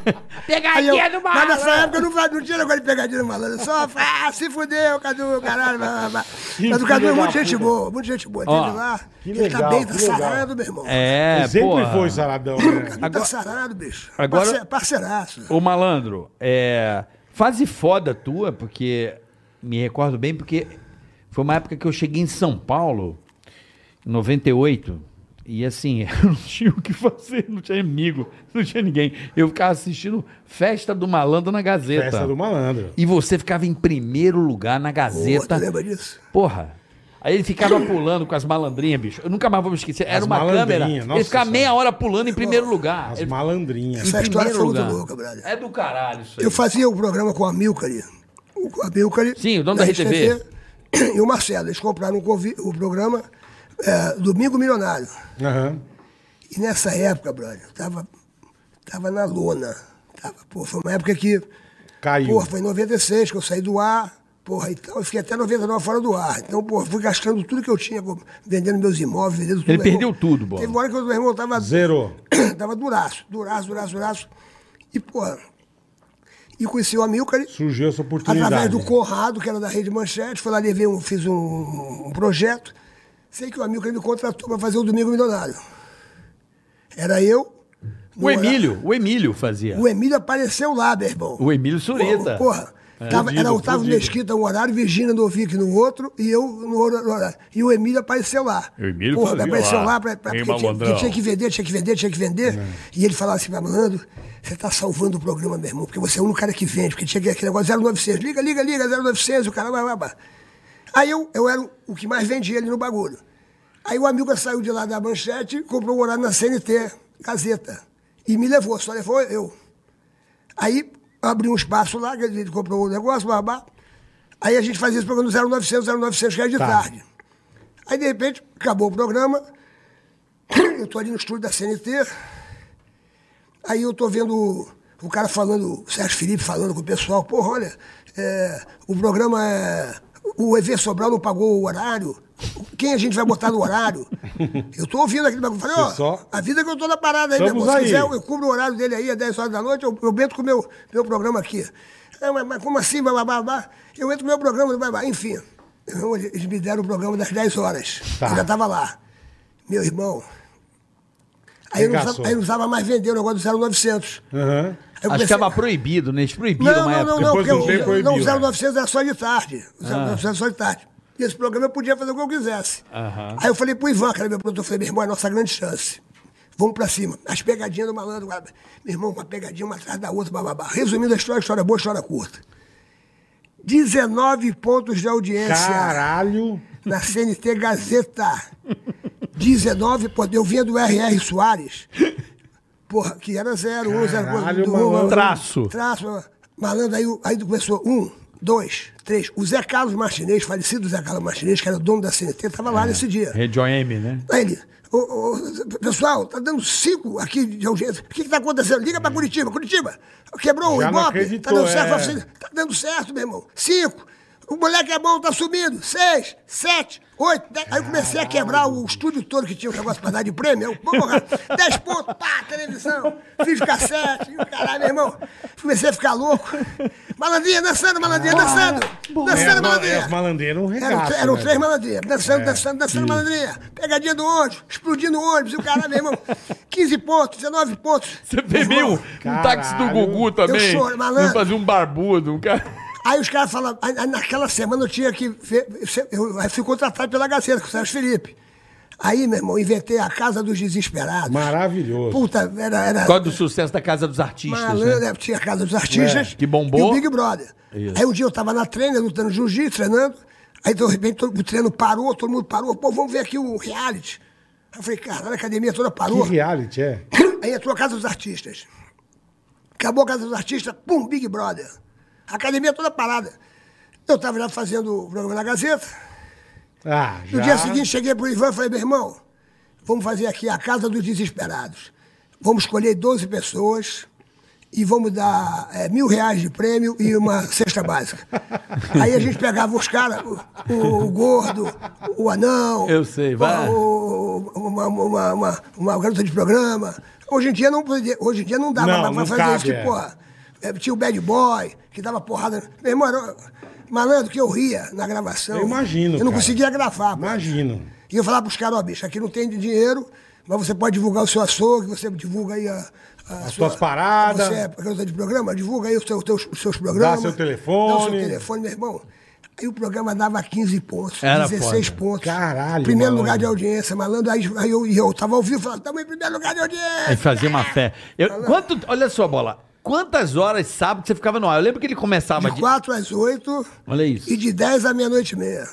Speaker 1: Aí eu,
Speaker 6: Pegadinha do
Speaker 1: mas nessa
Speaker 6: malandro.
Speaker 1: época eu não, fa- não tinha negócio de pegadinha no malandro, só ah, se fudeu, Cadu, caralho, blá, blá, blá. Mas o Cadu é
Speaker 3: filho da
Speaker 1: muito gente
Speaker 3: puta.
Speaker 1: boa, muito gente boa. Teve lá,
Speaker 3: que
Speaker 1: ele tá
Speaker 3: legal,
Speaker 1: bem, tá
Speaker 3: que legal.
Speaker 1: sarado, meu irmão.
Speaker 4: É,
Speaker 3: Sempre
Speaker 4: porra.
Speaker 3: foi saradão, né?
Speaker 1: Tá sarado, bicho.
Speaker 4: agora-
Speaker 1: Parce- Parceiraço.
Speaker 4: Ô malandro, é, fase foda tua, porque me recordo bem, porque foi uma época que eu cheguei em São Paulo, em 98, e assim, eu não tinha o que fazer, não tinha amigo, não tinha ninguém. Eu ficava assistindo Festa do Malandro na Gazeta.
Speaker 3: Festa do malandro.
Speaker 4: E você ficava em primeiro lugar na
Speaker 1: Pô, tu
Speaker 4: Gazeta.
Speaker 1: lembra disso?
Speaker 4: Porra. Aí ele ficava pulando com as malandrinhas, bicho. Eu nunca mais vou me esquecer. Era
Speaker 3: As
Speaker 4: uma
Speaker 3: malandrinhas,
Speaker 4: câmera.
Speaker 3: nossa
Speaker 4: ele ficava
Speaker 3: senhora.
Speaker 4: meia hora pulando em primeiro lugar.
Speaker 3: As
Speaker 4: Ele-
Speaker 3: malandrinhas.
Speaker 1: Essa história
Speaker 4: primeiro
Speaker 1: foi muito
Speaker 4: lugar.
Speaker 1: louca, brother.
Speaker 4: É do caralho isso aí.
Speaker 1: Eu fazia um programa com a Milcari. O Amilcari.
Speaker 4: Sim, o dono da RedeTV.
Speaker 1: E o Marcelo. Eles compraram um convi- o programa é, Domingo Milionário.
Speaker 3: Aham.
Speaker 1: E nessa época, brother, eu tava, tava na lona. Tava, pô, foi uma época que.
Speaker 3: Caiu.
Speaker 1: Porra, foi em 96 que eu saí do ar. Porra, então eu fiquei até 99 fora do ar. Então, porra, fui gastando tudo que eu tinha, com- vendendo meus imóveis, vendendo tudo.
Speaker 4: Ele
Speaker 1: Meu
Speaker 4: perdeu tudo, Bola.
Speaker 1: Teve uma hora que o meu irmão tava
Speaker 3: Zerou.
Speaker 1: tava duraço, duraço, duraço, duraço. E, porra, e conheci o Amilcar
Speaker 3: Surgiu essa oportunidade.
Speaker 1: através do Conrado, que era da Rede Manchete. Fui lá, levei um, fiz um, um projeto. Sei que o Amilcar me contratou para fazer o Domingo Milionário. Era eu.
Speaker 4: O Emílio, o Emílio fazia.
Speaker 1: O Emílio apareceu lá, meu irmão.
Speaker 4: O Emílio É, Surita.
Speaker 1: Porra. Tava, era
Speaker 3: Fudido,
Speaker 1: Otávio
Speaker 3: fudido.
Speaker 1: Mesquita um horário, Virgínia Novick no outro e eu no outro horário. E o Emílio apareceu lá.
Speaker 2: O Emílio fazia
Speaker 1: apareceu
Speaker 2: lá,
Speaker 1: lá, pra, pra,
Speaker 2: hein,
Speaker 1: porque tinha,
Speaker 2: malandrão?
Speaker 1: porque tinha que vender, tinha que vender, tinha que vender. E ele falava assim pra mim, Nando, você tá salvando o programa, meu irmão, porque você é o único cara que vende, porque tinha que- aquele negócio 0900, liga, liga, liga, 0900, o cara, blá, blá, blá. Aí eu, eu era o que mais vendia ele no bagulho. Aí o amigo saiu de lá da manchete, comprou um horário na CNT, Gazeta, e me levou, só levou eu. Aí abriu um espaço lá, que ele comprou o negócio, babá. Aí a gente fazia esse programa no 0900, 0900, que era de
Speaker 3: Tá.
Speaker 1: tarde. Aí, de repente, acabou o programa. Eu tô ali no estúdio da CNT. Aí eu tô vendo o, o cara falando, o Sérgio Felipe falando com o pessoal. Porra, olha, é, o programa é... O EV Sobral não pagou o horário. Quem a gente vai botar no horário? Eu tô ouvindo aquele bagulho. Falei, ó,
Speaker 3: Você só-
Speaker 1: a vida que eu tô na parada aí, meu
Speaker 3: Estamos
Speaker 1: irmão. Se
Speaker 3: aí.
Speaker 1: quiser, eu- eu cubro o horário dele aí, às 10 horas da noite, eu, eu entro com o meu, meu programa aqui. Ah, mas, mas como assim, blá, blá, blá, blá? Eu entro com o meu programa, blá, blá. enfim. Então, Eles me deram o programa das 10 horas.
Speaker 3: Tá.
Speaker 1: Eu já estava lá. Meu irmão. Aí eu, não
Speaker 3: Arregaçou.
Speaker 1: precisava, aí eu não precisava mais vender o negócio do 0900. Aí
Speaker 3: Aham.
Speaker 1: eu
Speaker 4: Acho que
Speaker 1: comecei-
Speaker 4: estava proibido, né? Eles proibiram
Speaker 1: não,
Speaker 4: uma
Speaker 1: não,
Speaker 4: época. Ah.
Speaker 1: não, não,
Speaker 3: Depois
Speaker 1: porque
Speaker 3: do
Speaker 1: o-
Speaker 3: tempo
Speaker 1: não, o
Speaker 3: proibiu,
Speaker 1: 0900 era só de tarde. O 0900 era só de tarde. E esse programa eu podia fazer o que eu quisesse. Aí eu falei pro Ivan, que era meu produtor, eu falei, meu irmão, é a nossa grande chance. Vamos pra cima. As pegadinhas do malandro. Meu irmão, uma pegadinha uma atrás da outra, bababá. Resumindo a história, história boa, história curta. 19 pontos de audiência
Speaker 3: Caralho.
Speaker 1: na CNT Gazeta. 19, pô, eu vinha do RR Soares. Porra, que era um, 0, 1, 0,
Speaker 3: Caralho,
Speaker 1: 1,
Speaker 3: malandro.
Speaker 4: Traço.
Speaker 1: Traço. né? Malandro, aí, o- aí começou um, dois, três. O Zé Carlos Martinez, falecido Zé Carlos Martinez, que era o dono da CNT, estava lá nesse dia.
Speaker 4: Rede OM, né?
Speaker 1: Aí ele, ô, ô, pessoal, tá dando cinco aqui de audiência. O que, que tá acontecendo? Liga pra Curitiba. Curitiba, quebrou
Speaker 3: Já
Speaker 1: o
Speaker 3: não
Speaker 1: Ibope. Tá
Speaker 3: acreditou,
Speaker 1: dando certo,
Speaker 3: é.
Speaker 1: vacina. tá dando certo, meu irmão. Cinco. O moleque é bom, tá subindo. Seis, sete, oito, dez. Aí eu comecei a quebrar o estúdio todo que tinha um negócio pra dar de prêmio. Eu, porra, dez pontos, pá, televisão, fiz cassete, e o caralho, meu irmão. Comecei a ficar louco. Malandrinha, dançando, malandrinha, dançando.
Speaker 3: É, as
Speaker 1: Dançando,
Speaker 3: ma- é,
Speaker 1: malandrinha.
Speaker 3: as malandrinhas não
Speaker 1: Eram,
Speaker 3: regaçam.
Speaker 1: tre- eram
Speaker 3: né?
Speaker 1: um três malandrinhas,
Speaker 2: É.
Speaker 1: dançando, dançando, dançando malandrinha. Pegadinha do ônibus, explodindo o ônibus, e o cara, meu irmão, 15 pontos, 19 pontos.
Speaker 2: Você bebeu um
Speaker 3: Caralho.
Speaker 2: táxi do Gugu também.
Speaker 1: Eu choro, malandro.
Speaker 2: Fazer um barbudo, um cara.
Speaker 1: Aí os caras falam, aí- aí naquela semana eu tinha que ver, eu, eu fui contratado pela Gazeta, com o Sérgio Felipe. Aí, meu irmão, inventei a Casa dos Desesperados.
Speaker 3: Maravilhoso.
Speaker 1: Puta, era... era
Speaker 4: Por causa do sucesso da Casa dos Artistas, né?
Speaker 1: Malandro, é, tinha a Casa dos Artistas.
Speaker 4: É, que bombou.
Speaker 1: E o Big Brother. Aí um dia eu tava na treina, lutando jiu-jitsu, treinando. Aí de repente todo- o treino parou, todo mundo parou. Pô, vamos ver aqui o reality. Aí eu falei, caralho, a academia toda
Speaker 3: Que
Speaker 1: parou.
Speaker 3: reality é?
Speaker 1: Aí entrou a Casa dos Artistas. Acabou a Casa dos Artistas, pum, Big Brother. A academia toda parada. Eu tava lá fazendo o programa na Gazeta.
Speaker 3: Ah, já.
Speaker 1: No dia seguinte, cheguei pro Ivan e falei, meu irmão, vamos fazer aqui a Casa dos Desesperados. Vamos escolher 12 pessoas e vamos dar eh, mil reais de prêmio e uma cesta básica. Aí a gente pegava os caras, o, o- o gordo, o anão.
Speaker 4: Eu sei, vai.
Speaker 1: o- uma, uma, uma, uma garota de programa. Hoje em dia não, podia- hoje em dia não dava
Speaker 3: Não,
Speaker 1: pra- pra
Speaker 3: não
Speaker 1: fazer
Speaker 3: cabe,
Speaker 1: isso, que,
Speaker 3: é.
Speaker 1: porra. eh, Tinha o bad boy, que dava porrada. Meu irmão, era- malandro, que eu ria na gravação.
Speaker 3: Eu imagino,
Speaker 1: Eu não
Speaker 3: cara.
Speaker 1: conseguia gravar. pô.
Speaker 3: Imagino.
Speaker 1: E eu falava pros caras, ó, bicho, aqui não tem dinheiro, mas você pode divulgar o seu açougue, você divulga aí a. a
Speaker 3: As suas paradas.
Speaker 1: Você é produtor de programa, divulga aí os seus, teus- os seus programas.
Speaker 3: seu telefone.
Speaker 1: Dá o seu telefone, meu irmão. Aí o programa dava 15 pontos,
Speaker 4: Era
Speaker 1: 16
Speaker 4: foda.
Speaker 1: pontos.
Speaker 3: Caralho,
Speaker 1: Primeiro
Speaker 3: malandro.
Speaker 1: lugar de audiência, malandro. Aí, aí eu, e eu tava ao vivo falando, tamo em primeiro lugar de
Speaker 4: Aí
Speaker 1: audiência.
Speaker 4: fazia uma fé. Eu, quanto, olha só, bola. Quantas horas sábado você ficava no ar? Eu lembro que ele começava
Speaker 1: De
Speaker 4: de.
Speaker 1: 4 às 8
Speaker 4: Olha isso.
Speaker 1: e de 10 à meia-noite e meia.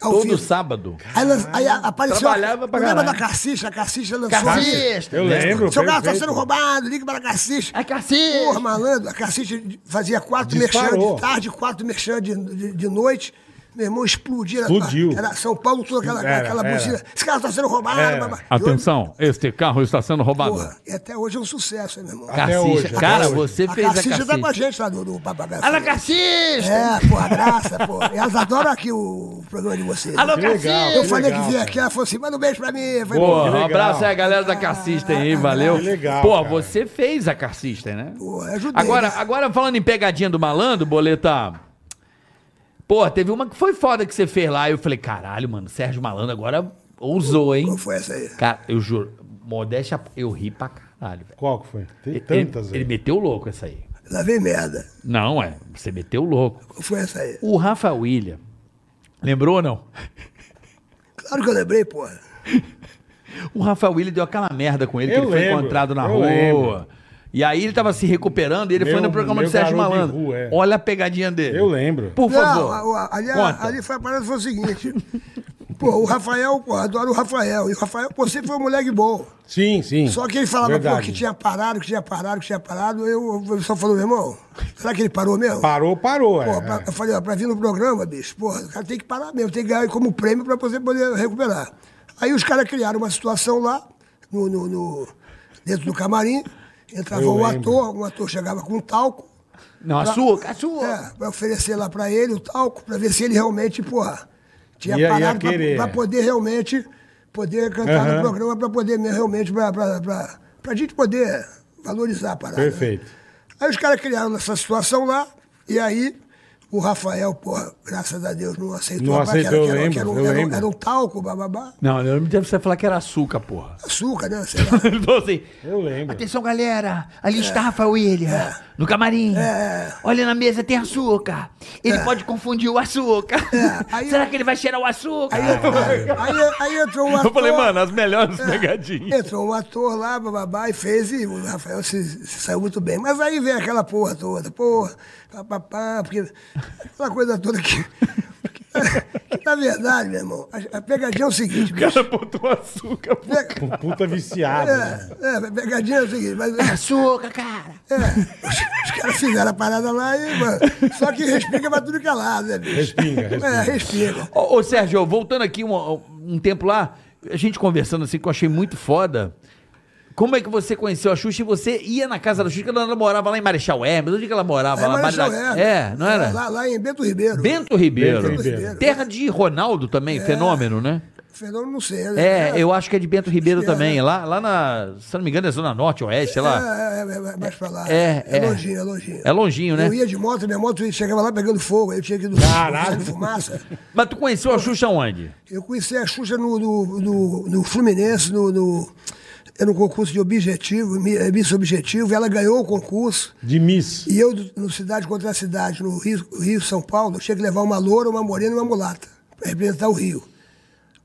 Speaker 1: Ao
Speaker 4: Todo
Speaker 1: vivo.
Speaker 4: sábado.
Speaker 1: Aí, lan- aí apareceu.
Speaker 4: Trabalhava pra
Speaker 1: Lembra da
Speaker 4: caralho.
Speaker 1: Carcicha? A Carcicha lançou.
Speaker 4: Cacista.
Speaker 3: Eu lembro.
Speaker 1: Seu carro está
Speaker 3: perfeito.
Speaker 1: sendo roubado, liga para a Cassis.
Speaker 4: É Cassis.
Speaker 1: Porra, malandro, a Cassis fazia quatro merchan
Speaker 3: Disparou.
Speaker 1: de tarde, quatro merchan de, de, de noite. Meu irmão explodia.
Speaker 3: Explodiu.
Speaker 1: Era São Paulo toda aquela,
Speaker 3: Era,
Speaker 1: aquela
Speaker 3: era. É.
Speaker 1: buzina. Esse carro está sendo roubado.
Speaker 3: Era.
Speaker 1: babá. E hoje-
Speaker 2: Atenção, este carro está sendo roubado.
Speaker 1: Porra, e até hoje é um sucesso, hein, meu irmão.
Speaker 3: Até hoje, até
Speaker 4: Cara,
Speaker 3: hoje.
Speaker 4: você
Speaker 1: a
Speaker 4: fez a
Speaker 1: Cassista tá com a
Speaker 4: cacete.
Speaker 1: gente lá no, no Papo Aberto.
Speaker 4: Alô, Cassista!
Speaker 1: É, porra, graça, porra. E elas adoram aqui o programa de vocês.
Speaker 4: Alô,
Speaker 3: Que legal,
Speaker 4: Cassista!
Speaker 1: Eu
Speaker 3: que
Speaker 1: falei
Speaker 3: legal,
Speaker 1: que vinha
Speaker 3: cara.
Speaker 1: aqui, ela falou assim, manda um beijo pra mim. Eu falei,
Speaker 4: Pô,
Speaker 3: Que
Speaker 4: um
Speaker 3: legal. Ah,
Speaker 4: abraço aí, a galera da Cassista aí, valeu.
Speaker 3: Que legal,
Speaker 4: Pô,
Speaker 3: cara.
Speaker 4: você fez a Cassista, né?
Speaker 1: Pô, ajudei.
Speaker 4: Agora,
Speaker 1: né?
Speaker 4: agora falando em pegadinha do malandro, boleta. Pô, teve uma que foi foda que você fez lá. Eu falei, caralho, mano, Sérgio Malandro agora ousou, hein?
Speaker 1: Qual foi essa aí?
Speaker 4: Cara, eu juro, modéstia, eu ri pra caralho, velho.
Speaker 3: Qual que foi? Tem
Speaker 4: Ele-
Speaker 3: tantas
Speaker 4: ele,
Speaker 3: aí.
Speaker 4: ele meteu o louco essa aí.
Speaker 1: Lá vem merda.
Speaker 4: Não, é, você meteu o louco.
Speaker 1: Qual foi essa aí?
Speaker 4: O Rafa William, lembrou ou não?
Speaker 1: Claro que eu lembrei, porra.
Speaker 4: O Rafael Willi deu aquela merda com ele, que
Speaker 3: Eu
Speaker 4: ele foi
Speaker 3: lembro,
Speaker 4: encontrado na
Speaker 3: eu
Speaker 4: rua.
Speaker 3: lembro.
Speaker 4: E aí ele tava se recuperando e ele
Speaker 3: Meu-
Speaker 4: foi no programa do
Speaker 3: meu
Speaker 4: Sérgio
Speaker 3: garoto de
Speaker 4: Malandro.
Speaker 3: rua, é.
Speaker 4: Olha a pegadinha dele.
Speaker 3: Eu lembro.
Speaker 4: Por favor.
Speaker 1: Não, a- a- ali,
Speaker 4: Conta.
Speaker 1: ali foi, a parada foi o seguinte. Pô, o Rafael, pô, adoro o Rafael. E o Rafael, pô, sempre foi um moleque bom.
Speaker 3: Sim, sim.
Speaker 1: Só que ele falava, pô,
Speaker 3: Verdade.
Speaker 1: que tinha parado, que tinha parado, que tinha parado. Eu, eu só falou, meu irmão, será que ele parou mesmo?
Speaker 3: Parou, parou.
Speaker 1: Pô,
Speaker 3: é.
Speaker 1: pra- eu falei, ó, pra vir no programa, bicho, porra, o cara tem que parar mesmo, tem que ganhar como prêmio pra você poder recuperar. Aí os caras criaram uma situação lá, no, no- no- dentro do camarim, entrava
Speaker 3: Eu
Speaker 1: um
Speaker 3: lembro.
Speaker 1: ator, um ator chegava com talco,
Speaker 4: Não, açúcar, açúcar.
Speaker 1: é, pra oferecer lá pra ele o talco, pra ver se ele realmente, porra, tinha
Speaker 3: Ia- ia
Speaker 1: parado pra-
Speaker 3: querer.
Speaker 1: pra, poder realmente poder cantar
Speaker 3: Aham.
Speaker 1: no programa, pra poder mesmo, realmente, pra, pra, pra, pra gente poder valorizar a parada. né?
Speaker 3: Perfeito.
Speaker 1: Aí os caras criaram essa situação lá, e aí o Rafael, porra, graças a Deus, não aceitou.
Speaker 3: Não
Speaker 1: a parada,
Speaker 3: aceitou, eu
Speaker 1: era,
Speaker 3: lembro, eu
Speaker 1: um- era um-
Speaker 3: lembro.
Speaker 1: era um talco, bababá,
Speaker 4: Não, eu não me devo você falar que era açúcar, porra.
Speaker 1: açúcar, né? Sei lá.
Speaker 4: Ele falou assim.
Speaker 3: Eu lembro.
Speaker 4: Atenção, galera. Ali
Speaker 1: É.
Speaker 4: está Rafa William. No camarim. Olha na mesa, tem açúcar. Ele pode confundir o açúcar.
Speaker 1: É. Aí-
Speaker 4: Será que ele vai cheirar o açúcar?
Speaker 1: Aí, É. entrou- aí- aí entrou um ator.
Speaker 2: Eu falei, mano, as melhores pegadinhas.
Speaker 1: Entrou um ator lá, bababá, e fez, e o Rafael se, se saiu muito bem. Mas aí vem aquela porra toda, porra, papapá, porque aquela coisa toda que. que, na verdade, meu irmão, a, a pegadinha é o seguinte,
Speaker 2: O cara botou açúcar. pô.
Speaker 1: bicho.
Speaker 3: Um puta viciado. né?
Speaker 1: É, é, a pegadinha é o seguinte, mas.
Speaker 4: Açúcar, cara.
Speaker 1: É, os, os caras fizeram a parada lá e, mano, só que respinga pra tudo que é lado, né, bicho?
Speaker 3: Respinga, respinga.
Speaker 1: É, respinga.
Speaker 4: Ô, ô, Sérgio, voltando aqui um, um tempo lá, a gente conversando assim, que eu achei muito foda. Como é que você conheceu a Xuxa e você ia na casa da Xuxa, que ela morava lá em Marechal Hermes? Onde que ela morava?
Speaker 1: Aí,
Speaker 4: lá,
Speaker 1: Marechal
Speaker 4: Barra da-
Speaker 1: Hermes,
Speaker 4: É, não era?
Speaker 1: Lá, lá em Bento Ribeiro.
Speaker 4: Bento Ribeiro.
Speaker 3: Bento Ribeiro.
Speaker 4: Terra de Ronaldo também, fenômeno, né?
Speaker 1: Fenômeno, não sei. né?
Speaker 4: É, eu acho que é de Bento Ribeiro
Speaker 1: É,
Speaker 4: também. Lá, lá na, se eu não me engano, é Zona Norte, Oeste, sei lá.
Speaker 1: É, é, é, é, mais pra lá.
Speaker 4: É, é.
Speaker 1: é longinho, é longinho.
Speaker 4: É longinho, né?
Speaker 1: Eu ia de moto, minha moto chegava lá pegando fogo, aí eu tinha que ir do
Speaker 3: Caralho.
Speaker 1: de fumaça.
Speaker 4: Mas tu conheceu a Xuxa onde?
Speaker 1: Eu conheci a Xuxa no, no, no, no Fluminense, no, no, era um concurso de objetivo, mi- eh, Miss Objetivo, e ela ganhou o concurso.
Speaker 3: De Miss.
Speaker 1: E eu, do- no Cidade contra a Cidade, no Rio, Rio São Paulo, eu tinha que levar uma loura, uma morena e uma mulata, pra representar o Rio.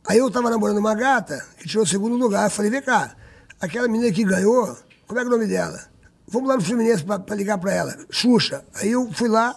Speaker 1: Aí eu tava namorando uma gata, que tirou o segundo lugar. Eu falei, vem cá, aquela menina que ganhou, como é que é o nome dela? Vamos lá no Fluminense pra, pra ligar pra ela. Xuxa. Aí eu fui lá,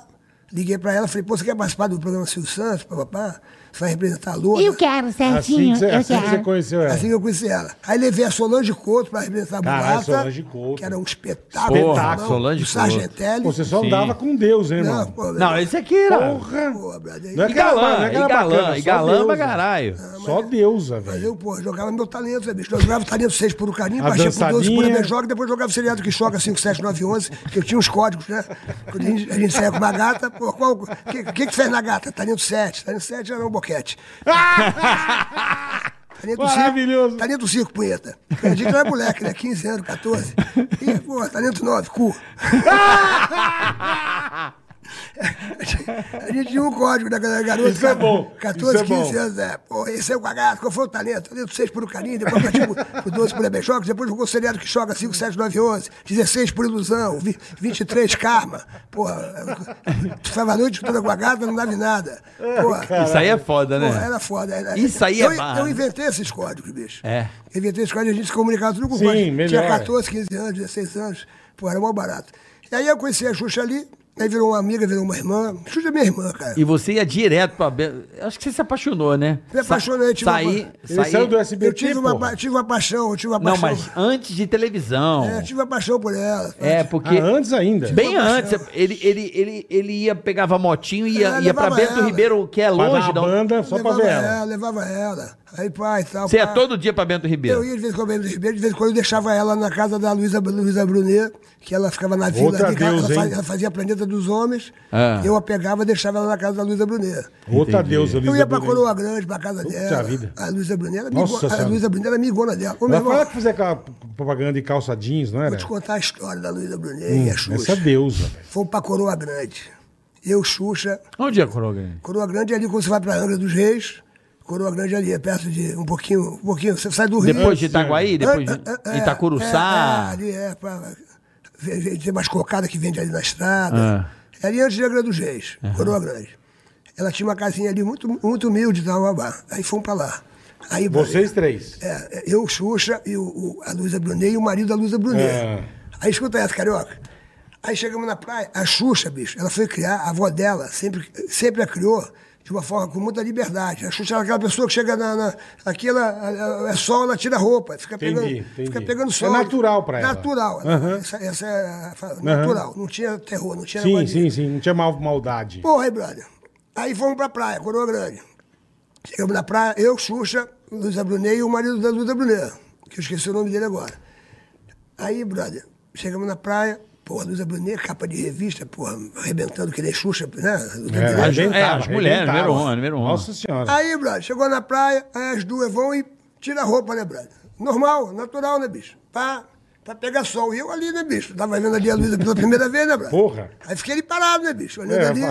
Speaker 1: liguei pra ela, falei, pô, você quer participar do programa Silvio Santos, papapá? Você vai representar a loura?
Speaker 6: Eu quero,
Speaker 3: Assim
Speaker 6: Serginho.
Speaker 3: que você,
Speaker 6: eu
Speaker 3: assim que você
Speaker 6: quero.
Speaker 3: conheceu ela.
Speaker 1: Assim que eu conheci ela. Aí levei a Solange Couto pra representar a
Speaker 3: Caralho,
Speaker 1: mulata.
Speaker 3: Solange Couto.
Speaker 1: Que era um espetáculo.
Speaker 4: Porra,
Speaker 1: não,
Speaker 4: Solange
Speaker 1: o
Speaker 4: Couto.
Speaker 1: Sargentelli.
Speaker 3: Pô, Você só andava com Deus, hein, irmão?
Speaker 1: é Não, pô,
Speaker 4: Não, esse aqui era.
Speaker 3: Porra.
Speaker 1: Pô, brother,
Speaker 3: Não é
Speaker 4: E
Speaker 3: aquela ba- não
Speaker 4: galã,
Speaker 3: é
Speaker 4: e
Speaker 3: aquela
Speaker 4: galã,
Speaker 3: bacana, só né?
Speaker 4: e galã pra
Speaker 3: deusa.
Speaker 4: caralho.
Speaker 3: Só deusa,
Speaker 1: Mas
Speaker 3: velho.
Speaker 1: eu, pô, jogava meu talento, né, bicho? Eu jogava o talento 6 por um carinho,
Speaker 3: A
Speaker 1: baixei por 12 por
Speaker 3: dançadinha.
Speaker 1: um joga, depois jogava o seriado que choca 5, 7, 9, 11, que eu tinha os códigos, né? Quando a gente, a gente saía com uma gata, pô, qual. O que, que que tu fez na gata? Talento 7. Talento 7 era um boquete. Talento
Speaker 3: Maravilhoso.
Speaker 1: 5, talento 5, punheta. A gente era moleque, né? 15 anos, 14. E, pô, talento 9, cu. A gente tinha um código da garota.
Speaker 3: Isso é bom,
Speaker 1: 14,
Speaker 3: isso é bom.
Speaker 1: 15 anos, é. Pô, esse é o cagado, qual foi o talento? Talento 6 por um carinho, depois partiu pro- pro 12 por Ebejocos, depois jogou o seriado que choca 5, 7, 9, 11, 16 por ilusão, vi- 23 karma. Porra, tu ficava a noite toda com a gata, não dava em nada. Porra,
Speaker 4: Isso aí é foda, né?
Speaker 1: porra, era foda. Era,
Speaker 4: Isso aí é
Speaker 1: eu,
Speaker 4: barra.
Speaker 1: eu inventei esses códigos, bicho.
Speaker 4: É.
Speaker 1: Eu inventei esses códigos, a gente se comunicava tudo com
Speaker 3: Sim,
Speaker 1: código.
Speaker 3: melhor.
Speaker 1: Tinha 14, 15 anos, 16 anos. Pô, era mal barato. E aí eu conheci a Xuxa ali, Aí virou uma amiga, virou uma irmã. Xuxa é minha irmã, cara.
Speaker 4: E você ia direto pra. Be- Acho que você se apaixonou, né?
Speaker 1: Me apaixonei,
Speaker 4: Sa
Speaker 1: tive uma-
Speaker 4: saí,
Speaker 3: Ele
Speaker 4: saí-
Speaker 3: saiu do SBT,
Speaker 1: Eu tive uma,
Speaker 3: porra.
Speaker 1: pa- tive uma paixão, eu tive uma
Speaker 4: Não,
Speaker 1: paixão.
Speaker 4: mas antes de televisão.
Speaker 1: É, eu tive uma paixão por ela.
Speaker 4: É, porque.
Speaker 3: Ah, antes ainda.
Speaker 4: Bem
Speaker 1: uma
Speaker 4: antes,
Speaker 1: paixão.
Speaker 4: ele, ele, ele, ele ia, pegava motinho e ia,
Speaker 1: É,
Speaker 4: ia pra
Speaker 1: levava
Speaker 4: Bento
Speaker 1: ela.
Speaker 4: Ribeiro, que é
Speaker 3: Pra dar
Speaker 4: longe.
Speaker 3: a
Speaker 4: Não.
Speaker 3: banda só pra
Speaker 1: levava
Speaker 3: ver ela. é
Speaker 1: ela, levava ela. Aí, pai, tal.
Speaker 4: Você ia
Speaker 1: pá.
Speaker 4: todo dia pra Bento Ribeiro.
Speaker 1: Eu ia de vez em quando, de vez em quando eu deixava ela na casa da Luísa Luísa Brunet, que ela ficava na vila,
Speaker 3: Outra
Speaker 1: ali, que ela-
Speaker 3: deusa,
Speaker 1: ela,
Speaker 3: hein?
Speaker 1: fazia, ela fazia Planeta dos Homens,
Speaker 4: Ah.
Speaker 1: eu a pegava e deixava ela na casa da Luísa Brunet.
Speaker 3: Outra deusa,
Speaker 1: Eu ia pra
Speaker 3: Brunet.
Speaker 1: Coroa Grande, pra casa dela.
Speaker 3: vida.
Speaker 1: A Luísa Brunet era
Speaker 3: Nossa
Speaker 1: amigona, a
Speaker 3: Senhora.
Speaker 1: Luísa Brunet era amigona dela. Ô, meu
Speaker 3: Mas
Speaker 1: irmão,
Speaker 3: foi ela que fazia aquela propaganda de calça jeans, não era?
Speaker 1: vou te contar a história da Luísa Brunet e a
Speaker 3: Hum, Essa é
Speaker 1: Xuxa.
Speaker 3: deusa, velho.
Speaker 1: Fomos pra Coroa Grande. Eu, Xuxa,
Speaker 4: Onde é Coroa Grande?
Speaker 1: Coroa Grande é ali quando você vai pra Angra dos Reis. Coroa Grande ali, é perto de um pouquinho, um pouquinho, você sai do Rio.
Speaker 4: Depois de Itaguaí, depois de
Speaker 1: É, é, é, É, é,
Speaker 4: Itacuruçá.
Speaker 1: ali é pra ve- ve- tem umas cocadas que vende ali na estrada. É Ali antes de Angra dos Reis, Coroa Grande. Ela tinha uma casinha ali muito, muito humilde, Tauabá. Aí fomos pra lá. Aí,
Speaker 3: Vocês três.
Speaker 1: é, eu, Xuxa, e o, o- a Luísa Brunet e o marido da Luísa Brunet.
Speaker 3: É.
Speaker 1: Aí escuta essa, carioca. Aí chegamos na praia, a Xuxa, bicho, ela foi criar, a avó dela sempre, sempre a criou de uma forma com muita liberdade. A Xuxa era aquela pessoa que chega na. na aqui ela, ela- é sol, ela tira a roupa, fica
Speaker 3: Entendi,
Speaker 1: pegando,
Speaker 3: entendi.
Speaker 1: Fica pegando
Speaker 3: É
Speaker 1: sol.
Speaker 3: natural pra ela.
Speaker 1: Natural.
Speaker 3: Aham.
Speaker 1: Essa, essa é a fa- natural. Não tinha terror, não tinha
Speaker 3: Sim,
Speaker 1: negócio de-
Speaker 3: sim, sim. Não tinha mal- maldade.
Speaker 1: Porra, aí, brother. Aí fomos pra praia, Coroa Grande. Chegamos na praia, eu, Xuxa, Luísa Brunet e o marido da Luísa Brunet, que eu esqueci o nome dele agora. Aí, brother, chegamos na praia, porra, Luísa Brunet, capa de revista, porra, arrebentando que nem Xuxa, né? Luísa
Speaker 3: É,
Speaker 1: Brunet.
Speaker 3: arrebentava,
Speaker 4: é, as mulheres,
Speaker 3: arrebentava.
Speaker 4: número um, número um.
Speaker 3: Nossa senhora.
Speaker 1: Aí, brother, chegou na praia, aí as duas vão e tira a roupa, né, brother? Normal, natural, né, bicho? Pra, pra pegar sol. E eu ali, né, bicho? Tava vendo ali a Luísa pela primeira vez, né, brother?
Speaker 3: Porra.
Speaker 1: Aí fiquei ali parado, né, bicho? Olhando
Speaker 3: É,
Speaker 1: ali,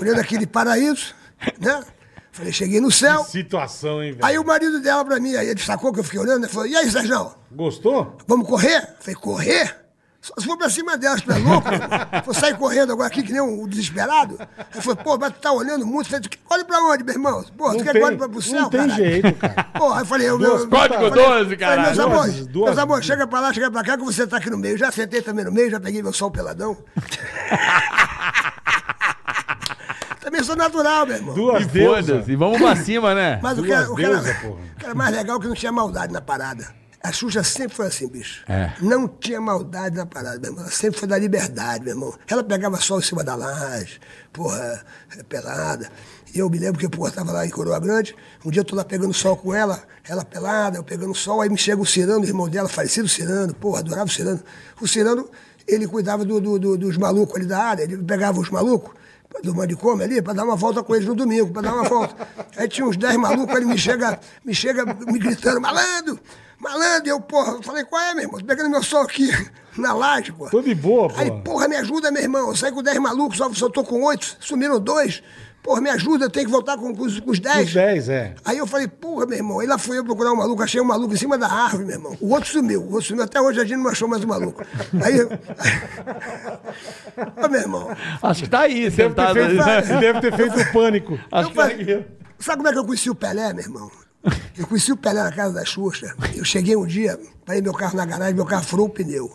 Speaker 1: olhando aquele paraíso, né? Falei, cheguei no céu.
Speaker 3: Que situação, hein, velho.
Speaker 1: Aí o marido dela pra mim, aí ele sacou que eu fiquei olhando, né? Falou, e aí, Sérgio?
Speaker 3: Gostou?
Speaker 1: Vamos correr? Falei, correr? Só se for pra cima delas, tu é louco? Vou sair correndo agora aqui que nem um desesperado? Aí falou, pô, mas tu tá olhando muito. Falei, tu quer- olha pra onde, meu irmão? Pô,
Speaker 3: Não
Speaker 1: tu quer
Speaker 3: tem-
Speaker 1: que olhe pra pro céu,
Speaker 3: não tem
Speaker 1: caralho?
Speaker 3: jeito, cara.
Speaker 1: Pô, aí eu falei, eu...
Speaker 3: Duas
Speaker 1: eu-
Speaker 2: Código
Speaker 1: falei-
Speaker 2: 12, caralho.
Speaker 1: Falei, meus
Speaker 3: Duas-
Speaker 1: amores,
Speaker 3: duas-
Speaker 1: meus amores, chega pra lá, chega pra cá que você tá aqui no meio. Já sentei também no meio, já peguei meu sol peladão. também sou natural, meu irmão.
Speaker 3: Duas deusas.
Speaker 4: Foda-se, vamos pra cima, né?
Speaker 1: Mas o
Speaker 3: É, Duas
Speaker 1: cara, o, cara,
Speaker 3: deusas, porra.
Speaker 1: o cara mais legal é que não tinha maldade na parada. A Xuxa sempre foi assim, bicho.
Speaker 4: É.
Speaker 1: Não tinha maldade na parada, meu irmão. Ela sempre foi da liberdade, meu irmão. Ela pegava sol em cima da laje, porra, é, pelada. E eu me lembro que, porra, tava lá em Coroa Grande. Um dia eu tô lá pegando sol com ela, ela pelada, eu pegando sol. Aí me chega o Cirano, o irmão dela, falecido Cirano, porra, adorava o Cirano. O Cirano, ele cuidava do- do- do- dos malucos ali da área, ele pegava os malucos do manicômio ali, pra dar uma volta com eles no domingo, pra dar uma volta. Aí tinha uns 10 malucos, ele me chega, me chega me gritando, malandro, malandro, eu, porra, eu falei, qual é, meu irmão? Tô pegando meu sol aqui na laje, porra.
Speaker 3: Tô de boa, porra.
Speaker 1: Aí, porra, me ajuda, meu irmão. Eu saí com 10 malucos, só, só tô com 8, sumiram dois. Porra, me ajuda, eu tenho que voltar com, com os com os 10.
Speaker 3: Os dez, é.
Speaker 1: Aí eu falei, porra, meu irmão. Aí lá fui eu procurar um maluco, achei um maluco em cima da árvore, meu irmão. O outro sumiu, o outro sumiu. Até hoje a gente não achou mais o maluco. Aí. Ô, meu irmão.
Speaker 4: Acho que tá aí,
Speaker 3: Deve ter
Speaker 4: sentado ali.
Speaker 3: feito, deve ter feito o pânico.
Speaker 1: Eu falei, sabe como é que eu conheci o Pelé, meu irmão? Eu conheci o Pelé na casa da Xuxa. Eu cheguei um dia, parei meu carro na garagem, meu carro furou o pneu.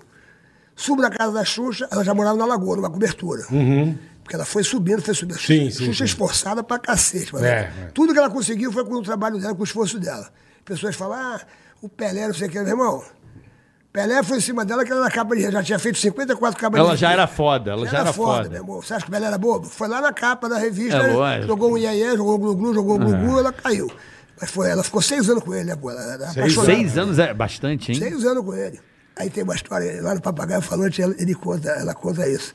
Speaker 1: Subo na casa da Xuxa, ela já morava na Lagoa, numa cobertura. Porque ela foi subindo, foi subindo.
Speaker 3: Uhum. Sim,
Speaker 1: Xuxa,
Speaker 3: sim, sim.
Speaker 1: esforçada pra cacete. Mas
Speaker 3: É, é.
Speaker 1: Tudo que ela conseguiu foi com o trabalho dela, com o esforço dela. Pessoas falam, ah, o Pelé, não sei o que, meu irmão. Pelé foi em cima dela que ela era capa de já tinha feito 54 capas de
Speaker 4: Ela já era foda, ela já era
Speaker 1: meu
Speaker 4: foda.
Speaker 1: amor. Você acha que o Pelé era bobo? Foi lá na capa da revista,
Speaker 4: É
Speaker 1: ele
Speaker 4: lógico. É.
Speaker 1: jogou um iaia, jogou um glu-glu, jogou um glu-glu, ela caiu. Mas foi, ela ficou seis anos com ele, né, pô? Ela era apaixonada.
Speaker 4: Seis anos é bastante, hein?
Speaker 1: Seis anos com ele. Aí tem uma história, lá no Papagaio Falante, ela- ele conta, ela conta isso.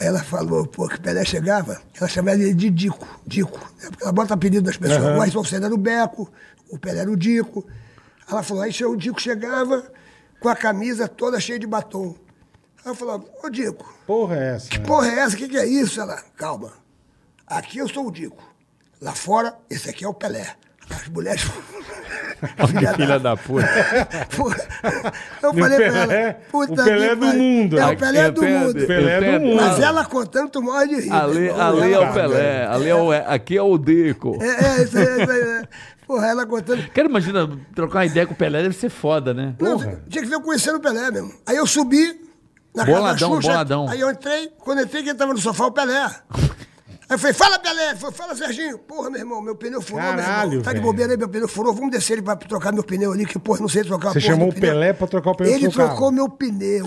Speaker 1: Aí Ela falou, pô, que o Pelé chegava, ela chamava ele de Dico, Dico. né? Porque ela bota apelido das pessoas. O Ayrton Senna era o Beco, o Pelé era o Dico. Ela falou, aí che- o Dico chegava com a camisa toda cheia de batom. Aí eu falava, ô Dico,
Speaker 3: Porra é essa? né?
Speaker 1: Porra, é essa? O que, que é isso? Ela, calma. Aqui eu sou o Dico. Lá fora, esse aqui é o Pelé. As mulheres.
Speaker 4: Que filha da puta.
Speaker 1: Porra. Eu
Speaker 3: O
Speaker 1: falei pra
Speaker 3: Pelé-
Speaker 1: ela. Puta
Speaker 3: o Pelé
Speaker 1: que
Speaker 3: do
Speaker 1: pariu.
Speaker 3: mundo.
Speaker 1: É o Pelé
Speaker 4: Eu
Speaker 1: do
Speaker 4: tenho-
Speaker 1: mundo.
Speaker 3: Pelé
Speaker 4: eu
Speaker 3: do
Speaker 4: tenho-
Speaker 3: mundo.
Speaker 1: Mas ela contando, tu morre de rir.
Speaker 4: Ali,
Speaker 1: meu irmão.
Speaker 4: ali é
Speaker 1: Ela-
Speaker 4: o Pelé, ali é o, aqui é o Deco.
Speaker 1: É, é, isso aí, é isso aí. é. Porra, ela contando.
Speaker 4: Cara, imagina, trocar uma ideia com o Pelé deve ser foda, né?
Speaker 1: Não,
Speaker 3: Porra.
Speaker 1: tinha que ver eu conhecendo o Pelé mesmo. Aí eu subi, Na casa da
Speaker 4: Boladão, boladão.
Speaker 1: Aí eu entrei, quando eu entrei, quem tava no sofá, o Pelé. Aí eu falei, fala, Pelé, Ele falou, fala, Serginho. Porra, meu irmão, meu pneu furou, meu
Speaker 3: Caralho,
Speaker 1: irmão. Tá de
Speaker 3: velho.
Speaker 1: bobeira aí, meu pneu furou. Vamos descer ele pra trocar meu pneu ali, que, porra, não sei trocar a
Speaker 3: Você
Speaker 1: porra
Speaker 3: chamou
Speaker 1: do
Speaker 3: o Pelé pra trocar o pneu do
Speaker 1: Ele
Speaker 3: seu carro.
Speaker 1: trocou meu pneu.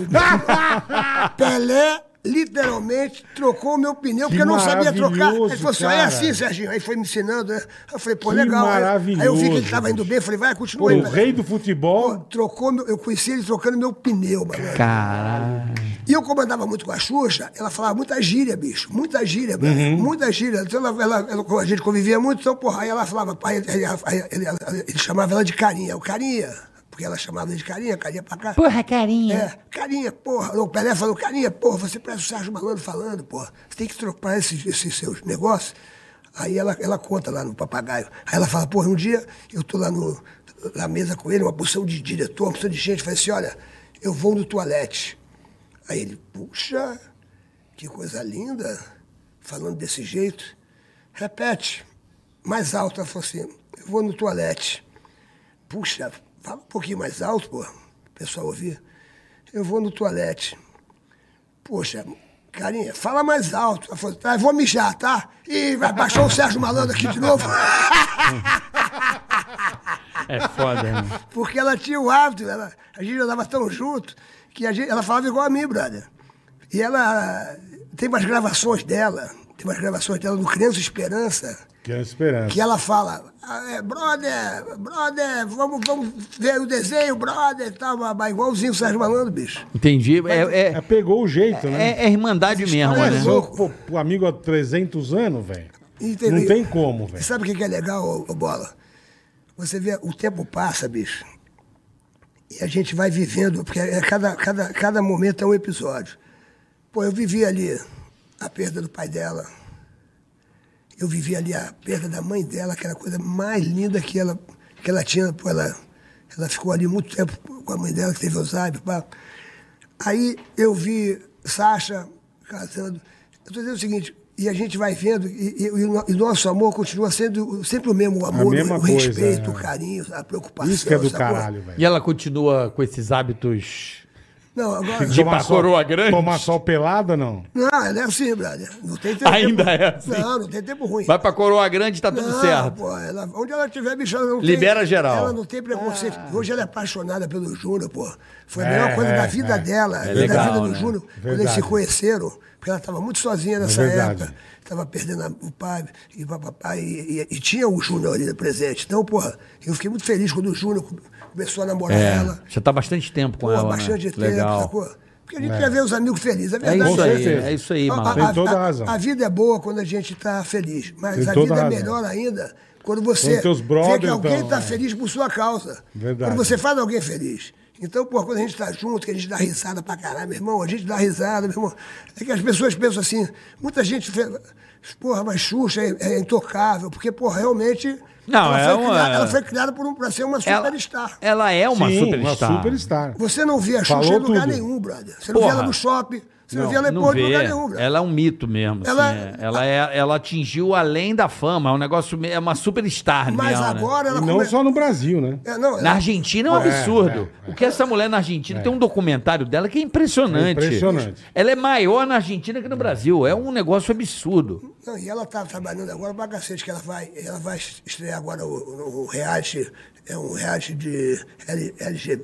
Speaker 1: meu irmão. Pelé, literalmente, trocou meu pneu, porque eu não sabia trocar. Aí ele falou assim,
Speaker 3: maravilhoso,
Speaker 1: é assim,
Speaker 3: cara.
Speaker 1: Serginho. Aí foi me ensinando, né? Aí eu falei, pô,
Speaker 3: Que
Speaker 1: legal. Aí, aí eu vi que ele
Speaker 3: maravilhoso,
Speaker 1: tava indo bem, falei, vai,
Speaker 3: Pô,
Speaker 1: continua aí,
Speaker 3: o
Speaker 1: Pelé.
Speaker 3: rei do
Speaker 1: Pô,
Speaker 3: futebol.
Speaker 1: Trocou meu, eu conheci ele trocando meu pneu, mano.
Speaker 4: Caralho.
Speaker 1: E eu comandava muito com a Xuxa, ela falava muita gíria, bicho. Muita gíria, bicho. Muita gíria. Então ela, ela- ela- a gente convivia muito, então, porra, aí ela falava, pai, ele, ele- ele- ele- ele chamava ela de carinha, o carinha. Porque ela chamava ele de carinha, carinha pra cá.
Speaker 4: Porra, carinha.
Speaker 1: É, carinha, porra. O Pelé falou, carinha, porra, você parece o Sérgio Malandro falando, porra. Você tem que trocar esses, esses seus negócios. Aí ela, ela conta lá no papagaio. Aí ela fala, porra, um dia eu tô lá no, na mesa com ele, uma porção de diretor, uma porção de gente, falei assim, olha, eu vou no toalete. Aí ele, puxa, que coisa linda, falando desse jeito. Repete, mais alto, ela falou assim, eu vou no toalete. Puxa, fala um pouquinho mais alto, pô, o pessoal ouvir. Eu vou no toalete. Poxa, carinha, fala mais alto. Ela falou, tá, eu vou mijar, tá? E vai baixar o Sérgio Malandro aqui de novo.
Speaker 4: É foda, mano.
Speaker 1: Porque ela tinha o hábito, ela, a gente andava tão junto, que a gente, ela falava igual a mim, brother. E ela tem umas gravações dela, tem umas gravações dela do Criança Esperança,
Speaker 3: Que era esperança.
Speaker 1: que ela fala, "Ah, é, brother, brother, vamos, vamos ver o desenho, brother, e tal, mas- mas igualzinho o Sérgio Malandro, bicho.
Speaker 4: Entendi. É,
Speaker 3: É,
Speaker 4: é,
Speaker 3: pegou o jeito, né?
Speaker 4: é, é irmandade mesmo,
Speaker 3: Mas, um.
Speaker 4: né?
Speaker 3: ô, pô, pô, amigo há 300 anos, velho.
Speaker 1: Entendeu?
Speaker 3: Não tem como, velho.
Speaker 1: Sabe o que que é legal, ô, ô Bola? Você vê, o tempo passa, bicho. E a gente vai vivendo, porque é cada, cada, cada momento é um episódio. Pô, eu vivi ali a perda do pai dela. Eu vivi ali a perda da mãe dela, que era a coisa mais linda que ela, que ela tinha. Pô, ela, ela ficou ali muito tempo com a mãe dela, que teve Alzheimer. Pá. Aí eu vi Sasha casando. Eu estou dizendo o seguinte, e a gente vai vendo, e, e- e o no- e nosso amor continua sendo sempre o mesmo o amor,
Speaker 3: mesma
Speaker 1: o, o
Speaker 3: coisa,
Speaker 1: respeito,
Speaker 3: é.
Speaker 1: o carinho, a preocupação.
Speaker 3: Isso que é do
Speaker 1: sacou?
Speaker 3: caralho, velho.
Speaker 4: E ela continua com esses hábitos.
Speaker 1: Não, agora.
Speaker 3: Tomar
Speaker 2: pra
Speaker 3: sol-
Speaker 2: Coroa Grande?
Speaker 3: Tomar sol pelada, não?
Speaker 1: Não, ela é assim, brother. Não tem tempo.
Speaker 2: Ainda é assim?
Speaker 1: Não, não tem tempo ruim.
Speaker 4: Vai pra Coroa Grande, tá tudo
Speaker 1: Não,
Speaker 4: certo.
Speaker 1: pô, ela- onde ela estiver, bicho, ela não
Speaker 2: Libera
Speaker 1: tem,
Speaker 2: geral.
Speaker 1: Ela não tem preconceito. Hoje ela é apaixonada pelo Júnior, pô. Foi a melhor coisa
Speaker 3: Ah. é,
Speaker 1: da vida
Speaker 3: é.
Speaker 1: dela, da
Speaker 4: legal,
Speaker 1: vida do
Speaker 4: né?
Speaker 1: Júnior, quando eles
Speaker 3: Verdade. É
Speaker 1: se conheceram, porque ela estava muito sozinha nessa
Speaker 3: verdade.
Speaker 1: época. Estava perdendo a- o pai e papai. E, e- e tinha o Júnior ali presente. Então, porra, eu fiquei muito feliz quando o Júnior come- começou a namorar
Speaker 3: É.
Speaker 1: ela.
Speaker 4: Já tá bastante tempo com
Speaker 1: Pô,
Speaker 4: ela.
Speaker 1: bastante
Speaker 4: né?
Speaker 1: tempo,
Speaker 4: Legal.
Speaker 1: sacou? Porque a gente quer ver os amigos felizes. É
Speaker 4: É
Speaker 1: verdade.
Speaker 4: isso
Speaker 3: Com
Speaker 4: aí,
Speaker 3: certeza.
Speaker 4: é isso aí,
Speaker 1: A-
Speaker 4: mano.
Speaker 3: Tem toda a razão.
Speaker 1: a vida é boa quando a gente está feliz, mas
Speaker 3: Tem
Speaker 1: a
Speaker 3: toda
Speaker 1: vida
Speaker 3: a
Speaker 1: é
Speaker 3: razão.
Speaker 1: melhor ainda quando
Speaker 3: Quando
Speaker 1: você
Speaker 3: teus
Speaker 1: vê que
Speaker 3: brother
Speaker 1: alguém
Speaker 3: tão-
Speaker 1: está feliz por sua causa.
Speaker 3: Verdade.
Speaker 1: Quando você faz alguém feliz. Então, pô, quando a gente está junto, que a gente dá risada pra caralho, meu irmão, a gente dá risada, meu irmão. É que as pessoas pensam assim, muita gente, fe- porra, mas Xuxa é, é intocável, porque, pô, realmente.
Speaker 4: Não,
Speaker 1: ela,
Speaker 4: é
Speaker 1: foi
Speaker 4: uma-
Speaker 1: criada, ela foi criada por um, pra ser uma
Speaker 4: Ela,
Speaker 1: superstar.
Speaker 4: ela é uma
Speaker 3: Sim,
Speaker 4: superstar.
Speaker 3: Uma superstar.
Speaker 1: Você não vê a Xuxa
Speaker 3: Falou
Speaker 1: em lugar
Speaker 3: tudo.
Speaker 1: nenhum, brother. Você não vê
Speaker 4: Porra.
Speaker 1: ela no shopping, você não, vê ela em
Speaker 4: Não
Speaker 1: porra de
Speaker 4: vê.
Speaker 1: lugar nenhum, brother.
Speaker 4: Ela é um mito mesmo. assim,
Speaker 1: Ela-
Speaker 4: é. Ela, é- ela atingiu além da fama. É um negócio. me- É uma superstar
Speaker 1: Mas
Speaker 4: mesmo, né?
Speaker 1: agora
Speaker 3: E
Speaker 1: ela
Speaker 3: não
Speaker 1: come-
Speaker 3: só no Brasil, né?
Speaker 1: É, não,
Speaker 4: Na
Speaker 1: ela-
Speaker 4: Argentina é um absurdo. O que essa mulher na
Speaker 1: É.
Speaker 4: Argentina tem um documentário dela que é impressionante.
Speaker 3: É impressionante.
Speaker 4: Ela é maior na Argentina que no Brasil. É um negócio absurdo.
Speaker 1: não, e ela tá trabalhando agora pra cacete, que ela vai, ela vai estrear agora o, o, o reality, é um reality de L, LG,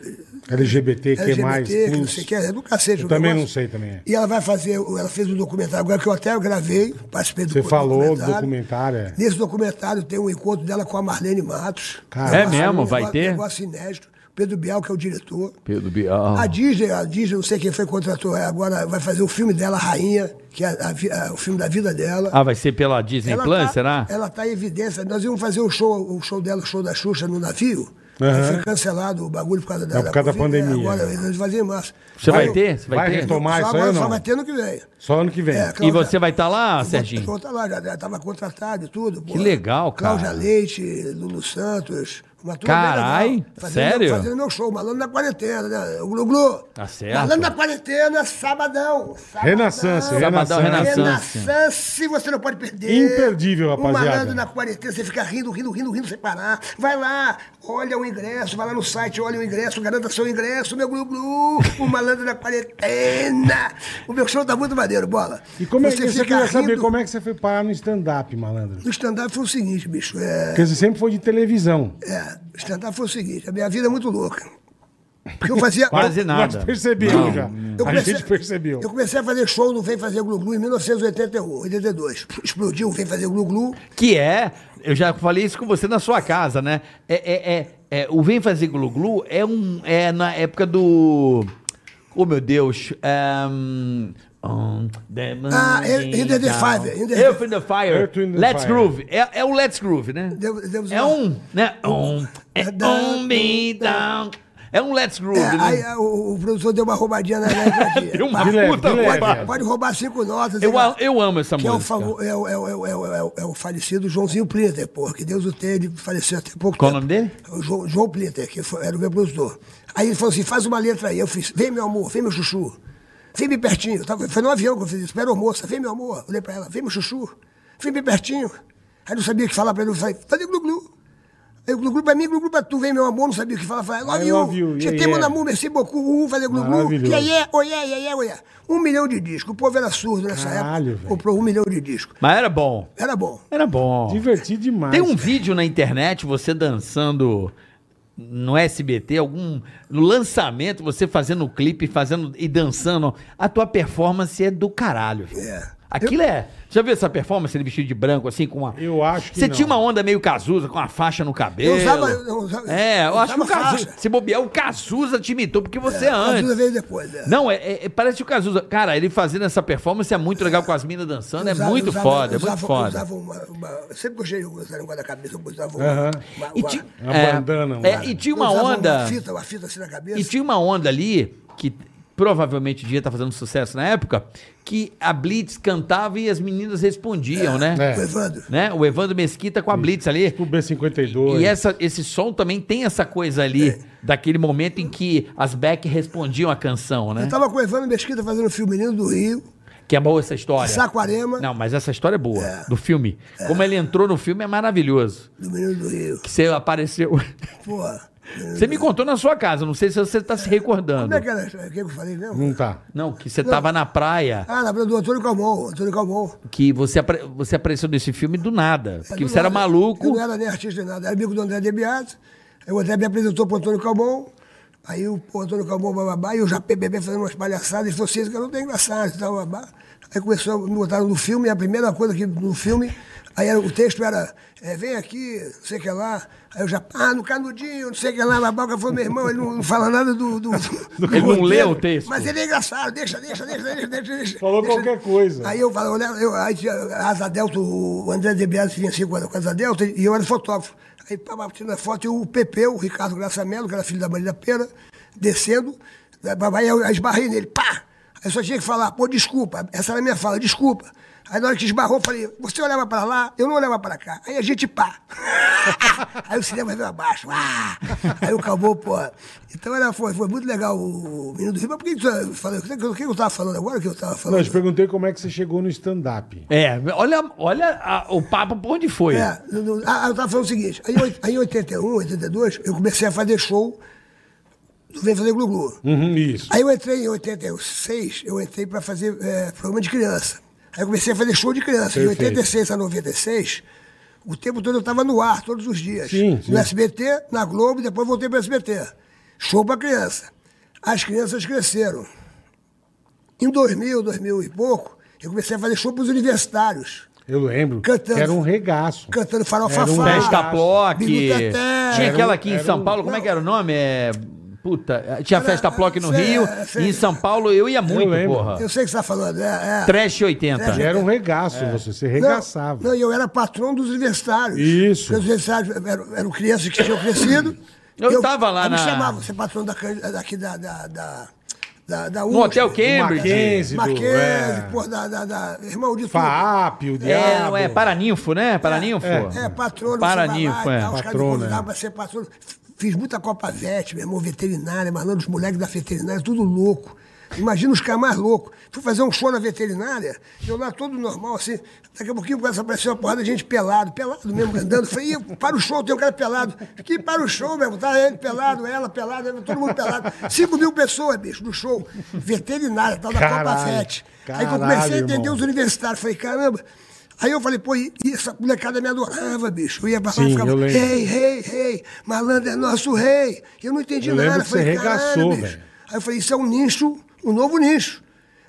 Speaker 3: LGBT, que mais?
Speaker 1: LGBT, que não
Speaker 3: plus.
Speaker 1: sei o que, é do cacete.
Speaker 3: Eu
Speaker 1: o
Speaker 3: também
Speaker 1: negócio.
Speaker 3: não sei também, é.
Speaker 1: E ela vai fazer, ela fez um documentário agora que eu até gravei, participei do
Speaker 3: Você
Speaker 1: do
Speaker 3: falou do documentário, é.
Speaker 1: Nesse documentário tem um encontro dela com a Marlene Matos.
Speaker 3: Cara, É
Speaker 1: Um
Speaker 4: mesmo?
Speaker 1: negócio-
Speaker 4: Vai ter?
Speaker 1: Um negócio inédito. Pedro Bial, que é o diretor.
Speaker 4: Pedro Bial.
Speaker 1: A Disney, a Disney, não sei quem foi que contratou, é, agora vai fazer o filme dela, Rainha, que é a vi- a- o filme da vida dela.
Speaker 4: Ah, vai ser pela Disney
Speaker 1: Ela
Speaker 4: Plus,
Speaker 1: tá-
Speaker 4: será?
Speaker 1: Ela está em evidência. Nós íamos fazer o show, o show dela, o show da Xuxa no navio.
Speaker 3: Aham.
Speaker 1: Foi cancelado o bagulho por causa da,
Speaker 3: É, por causa da
Speaker 1: Covid, né?
Speaker 3: pandemia.
Speaker 1: Agora, eles vão fazer em março.
Speaker 4: Você vai,
Speaker 3: Vai-
Speaker 4: ter? É, Você vai,
Speaker 3: vai
Speaker 4: ter?
Speaker 3: retomar. Tomar isso aí
Speaker 1: só agora,
Speaker 3: ou
Speaker 1: só
Speaker 3: não?
Speaker 1: vai ter ano que vem.
Speaker 3: Só ano que vem.
Speaker 1: É,
Speaker 4: E
Speaker 1: Cláudia-
Speaker 4: você vai estar lá,
Speaker 1: Eu
Speaker 4: Serginho?
Speaker 1: vou tá lá, já estava contratado e tudo. pô.
Speaker 4: Que legal, cara.
Speaker 1: Cláudia Leite, Lulu Santos, Uma turma
Speaker 4: Carai,
Speaker 1: bem legal, fazendo-
Speaker 4: sério?
Speaker 1: Fazendo meu show, malandro na quarentena, né? O Glu Glu.
Speaker 4: Tá certo.
Speaker 1: Malandro na quarentena, sabadão. sabadão.
Speaker 3: Renaissance, Renaissance.
Speaker 4: Sabadão, Renaissance.
Speaker 1: Renaissance, você não pode perder.
Speaker 3: Imperdível, rapaziada.
Speaker 1: O malandro na quarentena, você fica rindo, rindo, rindo, rindo sem parar. Vai lá, olha o ingresso, vai lá no site, olha o ingresso, garanta seu ingresso, meu glu glu, o malandro na quarentena. O meu show tá muito maneiro, bola.
Speaker 3: E como é que você
Speaker 1: fica
Speaker 3: queria saber
Speaker 1: rindo-
Speaker 3: como é que você foi parar no stand-up, malandro?
Speaker 1: O stand-up foi o seguinte, bicho. É,
Speaker 3: Porque você sempre foi de televisão.
Speaker 1: é, o stand-up foi o seguinte, a minha vida é muito louca. Porque eu fazia.
Speaker 4: Quase nada.
Speaker 3: Nós percebemos
Speaker 4: Não.
Speaker 3: já.
Speaker 1: Eu
Speaker 3: A
Speaker 1: comecei-
Speaker 3: gente percebeu.
Speaker 1: Eu comecei a fazer show no Vem Fazer Glu Glu em 1981, 82. Explodiu o Vem Fazer Glu Glu.
Speaker 4: Que é, eu já falei isso com você na sua casa, né? É, é, é, é, o Vem Fazer Glu Glu é, um, é na época do. Oh, meu Deus. É, um, um, the
Speaker 1: Ah, é- In the Fire, In the-
Speaker 4: Earth in the Fire.
Speaker 3: Earth in the
Speaker 4: Let's
Speaker 3: Fire.
Speaker 4: Groove. É, é o Let's Groove, né?
Speaker 1: Deu- demos
Speaker 4: é
Speaker 1: uma-
Speaker 4: um, né? Um, é um me down. É um Let's Groove,
Speaker 1: É,
Speaker 4: né?
Speaker 1: aí ah, o, o produtor deu uma roubadinha na letra.
Speaker 4: Deu uma
Speaker 3: de leve,
Speaker 4: puta
Speaker 3: de leve.
Speaker 4: roubada.
Speaker 1: Pode, pode roubar cinco notas.
Speaker 4: Eu,
Speaker 1: sei lá.
Speaker 4: a- eu amo essa
Speaker 1: que é o,
Speaker 4: música.
Speaker 1: favor, é, o, é, o, é, o, é, o- é o- é o falecido Joãozinho Plinter, pô, que Deus o tenha, ele faleceu até pouco
Speaker 4: Qual o
Speaker 1: tempo. É
Speaker 4: nome dele?
Speaker 1: O João, João Plinter, que foi- era o meu produtor. Aí ele falou assim: faz uma letra aí. Eu fiz: vem, meu amor, vem, meu chuchu. Vem bem pertinho. Tava- foi no avião que eu fiz isso. Era moça, vem, meu amor. Eu Olhei pra ela: vem, meu chuchu. Vem bem pertinho. Aí não sabia o que falar pra ele. Eu falei: fazer glu-glu. Aí glu-glu pra mim, glu-glu pra tu. Vem, meu amor, não sabia o que falar. Eu Falei: love
Speaker 3: I
Speaker 1: you.
Speaker 3: love you,
Speaker 1: Você
Speaker 3: yeah,
Speaker 1: tem mon
Speaker 3: yeah.
Speaker 1: amour, merci beaucoup. Uh, fazer glu-glu.
Speaker 3: Maravilhoso.
Speaker 1: Yeah, yeah, oh, yeah, yeah, yeah, oh, yeah. Um milhão de discos. O povo era surdo né? nessa
Speaker 3: Caralho,
Speaker 1: é época.
Speaker 3: velho.
Speaker 1: Comprou um milhão de discos.
Speaker 4: Mas era bom.
Speaker 1: Era bom.
Speaker 4: Era bom.
Speaker 3: Divertido demais.
Speaker 4: Tem um vídeo na internet, você dançando no SBT, algum no lançamento, você fazendo o clipe, fazendo e dançando. A tua performance é do caralho.
Speaker 1: É.
Speaker 4: Aquilo é. Já viu essa performance ele vestido de branco assim com uma
Speaker 3: Eu acho que
Speaker 4: Você
Speaker 3: não.
Speaker 4: tinha uma onda meio Cazuza com uma faixa no cabelo.
Speaker 1: Eu usava- eu usava-
Speaker 4: É, eu
Speaker 1: eu
Speaker 4: acho que o
Speaker 1: usava
Speaker 4: Cazuza,
Speaker 1: faixa.
Speaker 4: se bobear o Cazuza te imitou porque você é
Speaker 1: Mas
Speaker 4: antes.
Speaker 1: duas vezes depois, né?
Speaker 4: Não, é, é- é- parece o Cazuza. Cara, ele fazendo essa performance é muito legal com as minas dançando, é
Speaker 1: Usava-
Speaker 4: muito
Speaker 1: usava-
Speaker 4: foda, é muito
Speaker 1: usava-
Speaker 4: foda.
Speaker 1: usava uma- uma- sempre gostei de usar negócio da cabeça, eu usava
Speaker 3: Aham.
Speaker 1: uma, uma,
Speaker 4: E
Speaker 1: uma-
Speaker 4: tinha,
Speaker 3: Uma
Speaker 4: é,
Speaker 3: bandana, um
Speaker 4: é,
Speaker 3: cara.
Speaker 4: e tinha uma
Speaker 1: usava
Speaker 4: onda.
Speaker 1: Uma fita, uma fita assim na cabeça.
Speaker 4: e tinha uma onda ali que provavelmente devia estar fazendo sucesso na época, que a Blitz cantava e as meninas respondiam, né?
Speaker 3: É.
Speaker 1: Com o Evandro.
Speaker 4: Né? O Evandro Mesquita com a Blitz ali.
Speaker 3: O B52.
Speaker 4: E essa- esse som também tem essa coisa ali, daquele momento em que as Beck respondiam a canção, né?
Speaker 1: Eu tava com o Evandro Mesquita fazendo um filme Menino do Rio,
Speaker 4: Que é boa essa história.
Speaker 1: Saquarema,
Speaker 4: Não, mas essa história é boa, do filme. Como ele entrou no filme é maravilhoso.
Speaker 1: do Menino do Rio.
Speaker 4: Que você apareceu.
Speaker 1: Porra.
Speaker 4: Você me contou na sua casa, não sei se você está se recordando.
Speaker 1: Como é que era? O que eu falei mesmo?
Speaker 3: Não tá.
Speaker 4: Não, que você tava na praia,
Speaker 1: Ah, na do Antônio Calmon, Antônio Calmon.
Speaker 4: que você, apare- você apareceu nesse filme do nada. Porque
Speaker 1: Eu
Speaker 4: você
Speaker 1: não
Speaker 4: era
Speaker 1: Eu
Speaker 4: maluco.
Speaker 1: não era nem artista nem nada, era amigo do André Debiato. Aí o André me apresentou para o Antônio Calmon. Aí o pô, Antônio Calmon, bababá, e o Japé Bebê fazendo umas palhaçadas. Ele falou assim, esse garoto é engraçado, e tal, babá. Aí começou, me botaram no filme, e a primeira coisa que no filme, aí era- o texto era, é, vem aqui, não sei o que lá. Aí o Japé, ah, no canudinho, não sei o que lá, babá, que foi meu irmão, ele não, não fala nada do... do, do-
Speaker 4: Ele não lê o texto.
Speaker 1: Mas ele é engraçado, deixa, deixa, deixa, deixa, deixa. deixa
Speaker 3: Falou
Speaker 1: deixa.
Speaker 3: qualquer coisa.
Speaker 1: Aí eu falei, olha, eu, aí tinha a Asa Delta, o André de Biasi vinha assim com a com a Asa Delta, e eu era fotógrafo. Aí tava tirando a foto e o Pepe, o Ricardo Graça Mello, que era filho da Maria Pena, descendo, né, aí eu aí esbarrei nele, pá! Aí eu só tinha que falar, pô, desculpa, essa era a minha fala, desculpa. Aí na hora que esbarrou, eu falei, você olhava pra lá, eu não olhava pra cá. Aí a gente pá. aí o cinema veio abaixo. Ah! Aí o Calmon, pô. Então era, foi, foi muito legal o Menino do Rio, mas por que que tu falou? O que que eu- o que que eu tava falando agora? O que eu tava
Speaker 3: Não, eu
Speaker 1: falando?
Speaker 3: te perguntei como é que você chegou no stand-up.
Speaker 4: É, olha, olha a- o papo pra onde foi.
Speaker 1: É, no- no- ah, eu estava falando o seguinte, aí, em oit- aí em 81, 82, eu comecei a fazer show do Vem Fazer Glu-Glu.
Speaker 3: Uhum, isso.
Speaker 1: Aí eu entrei em 86, eu entrei para fazer eh, programa de criança. Aí eu comecei a fazer show de criança.
Speaker 3: Perfeito.
Speaker 1: De 86 a 96, o tempo todo eu estava no ar, todos os dias.
Speaker 3: Sim, sim.
Speaker 1: No SBT, na Globo, depois voltei para SBT. Show para criança. As crianças cresceram. Em 2000, 2000 e pouco, eu comecei a fazer show para os universitários.
Speaker 3: Eu lembro.
Speaker 1: Cantando.
Speaker 3: Que era um regaço.
Speaker 1: Cantando farofa
Speaker 3: Era um
Speaker 1: Fafá.
Speaker 4: Festa Ploc.
Speaker 1: Bilu Teté.
Speaker 4: Tinha
Speaker 1: Era
Speaker 4: aquela
Speaker 3: um-
Speaker 4: aqui em
Speaker 3: era
Speaker 4: São
Speaker 3: um-
Speaker 4: Paulo, como é que era o nome? É. Puta, tinha
Speaker 1: Era-
Speaker 4: Festa Ploc no
Speaker 1: sei,
Speaker 4: Rio,
Speaker 1: sei.
Speaker 4: e em São Paulo eu ia muito,
Speaker 3: lembro.
Speaker 4: porra.
Speaker 1: Eu sei o que você está falando. É, é.
Speaker 4: Trash 80.
Speaker 3: E era um regaço você. Você
Speaker 1: Não,
Speaker 3: regaçava.
Speaker 1: Não, e eu era patrão dos universitários.
Speaker 3: Isso.
Speaker 1: Porque Os universitários eram, eram crianças que tinham crescido.
Speaker 4: Eu tava lá
Speaker 1: aí
Speaker 4: na-
Speaker 1: me chamavam, você é patrão da, can- daqui da, da, da, da, da
Speaker 4: No Hotel
Speaker 3: Mackenzie, do-
Speaker 4: Cambridge.
Speaker 1: Mackenzie,
Speaker 3: é.
Speaker 1: porra, da, da, da- Irmão de tudo.
Speaker 3: FAAP, o
Speaker 4: É,
Speaker 3: diabo.
Speaker 4: não é Paraninfo, né? Paraninfo.
Speaker 1: É, patrono.
Speaker 4: Paraninfo, é.
Speaker 3: Patrono,
Speaker 1: Patrono.
Speaker 3: é.
Speaker 1: pra ser patrono. Fiz muita Copa Vete, meu irmão, veterinária, mandando os moleques da veterinária, tudo louco. Imagina os caras mais loucos. Fui fazer um show na veterinária, eu lá todo normal, assim. Daqui a pouquinho começa a aparecer uma porrada de gente pelado, pelado mesmo, andando. Falei, "Ih, para o show, tem um cara pelado. Fiquei para o show mesmo, tá ele pelado, ela pelada, ela, todo mundo pelado. 5 mil pessoas, bicho, no show. Veterinária, tal da Copa
Speaker 3: Caralho,
Speaker 1: Vete. Aí que eu
Speaker 3: caralho,
Speaker 1: comecei a entender
Speaker 3: irmão.
Speaker 1: os universitários. Falei, caramba. Aí eu falei, pô, e e essa molecada me adorava, bicho. Eu ia pra lá
Speaker 3: Sim,
Speaker 1: e ficava,
Speaker 3: eu lembro.
Speaker 1: rei, rei, rei, malandro é nosso rei. Eu não entendi
Speaker 3: Eu lembro
Speaker 1: nada.
Speaker 3: que você
Speaker 1: Falei,
Speaker 3: regaçou,
Speaker 1: caralho, bicho.
Speaker 3: velho.
Speaker 1: Aí eu falei, isso é um nicho, um novo nicho.